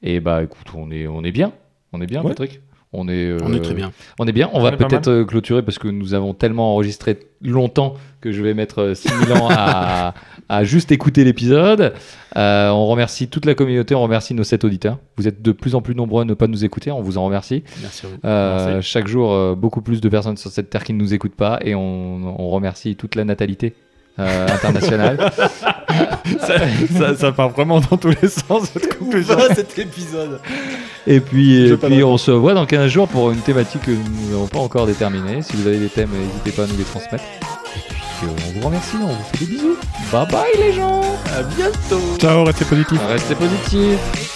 Speaker 1: Et bah écoute, on est, on est bien. On est bien,
Speaker 2: Ouais.
Speaker 1: Patrick. On est, euh,
Speaker 3: On est très bien.
Speaker 1: on est bien. On,
Speaker 2: On
Speaker 1: va
Speaker 2: est pas
Speaker 1: peut-être euh, clôturer parce que nous avons tellement enregistré longtemps que je vais mettre euh, 6000 ans à, à juste écouter l'épisode. Euh, on remercie toute la communauté, on remercie nos 7 auditeurs. Vous êtes de plus en plus nombreux à ne pas nous écouter, on vous en remercie.
Speaker 3: Merci à vous.
Speaker 1: Euh,
Speaker 2: Merci.
Speaker 1: chaque jour, euh, beaucoup plus de personnes sur cette terre qui ne nous écoutent pas et on, on remercie toute la natalité. euh, internationale.
Speaker 2: ça, ça part vraiment dans tous les sens, cette conclusion.
Speaker 3: cet épisode.
Speaker 1: et puis,
Speaker 3: Je
Speaker 1: et
Speaker 3: pas
Speaker 1: puis
Speaker 3: d'accord.
Speaker 1: on se voit dans 15 jours pour une thématique que nous n'avons pas encore déterminée. Si vous avez des thèmes, n'hésitez pas à nous les transmettre. Et puis, euh, on vous remercie, on vous fait des bisous. Bye bye les gens
Speaker 4: À bientôt.
Speaker 2: Ciao, restez positifs.
Speaker 1: Restez positifs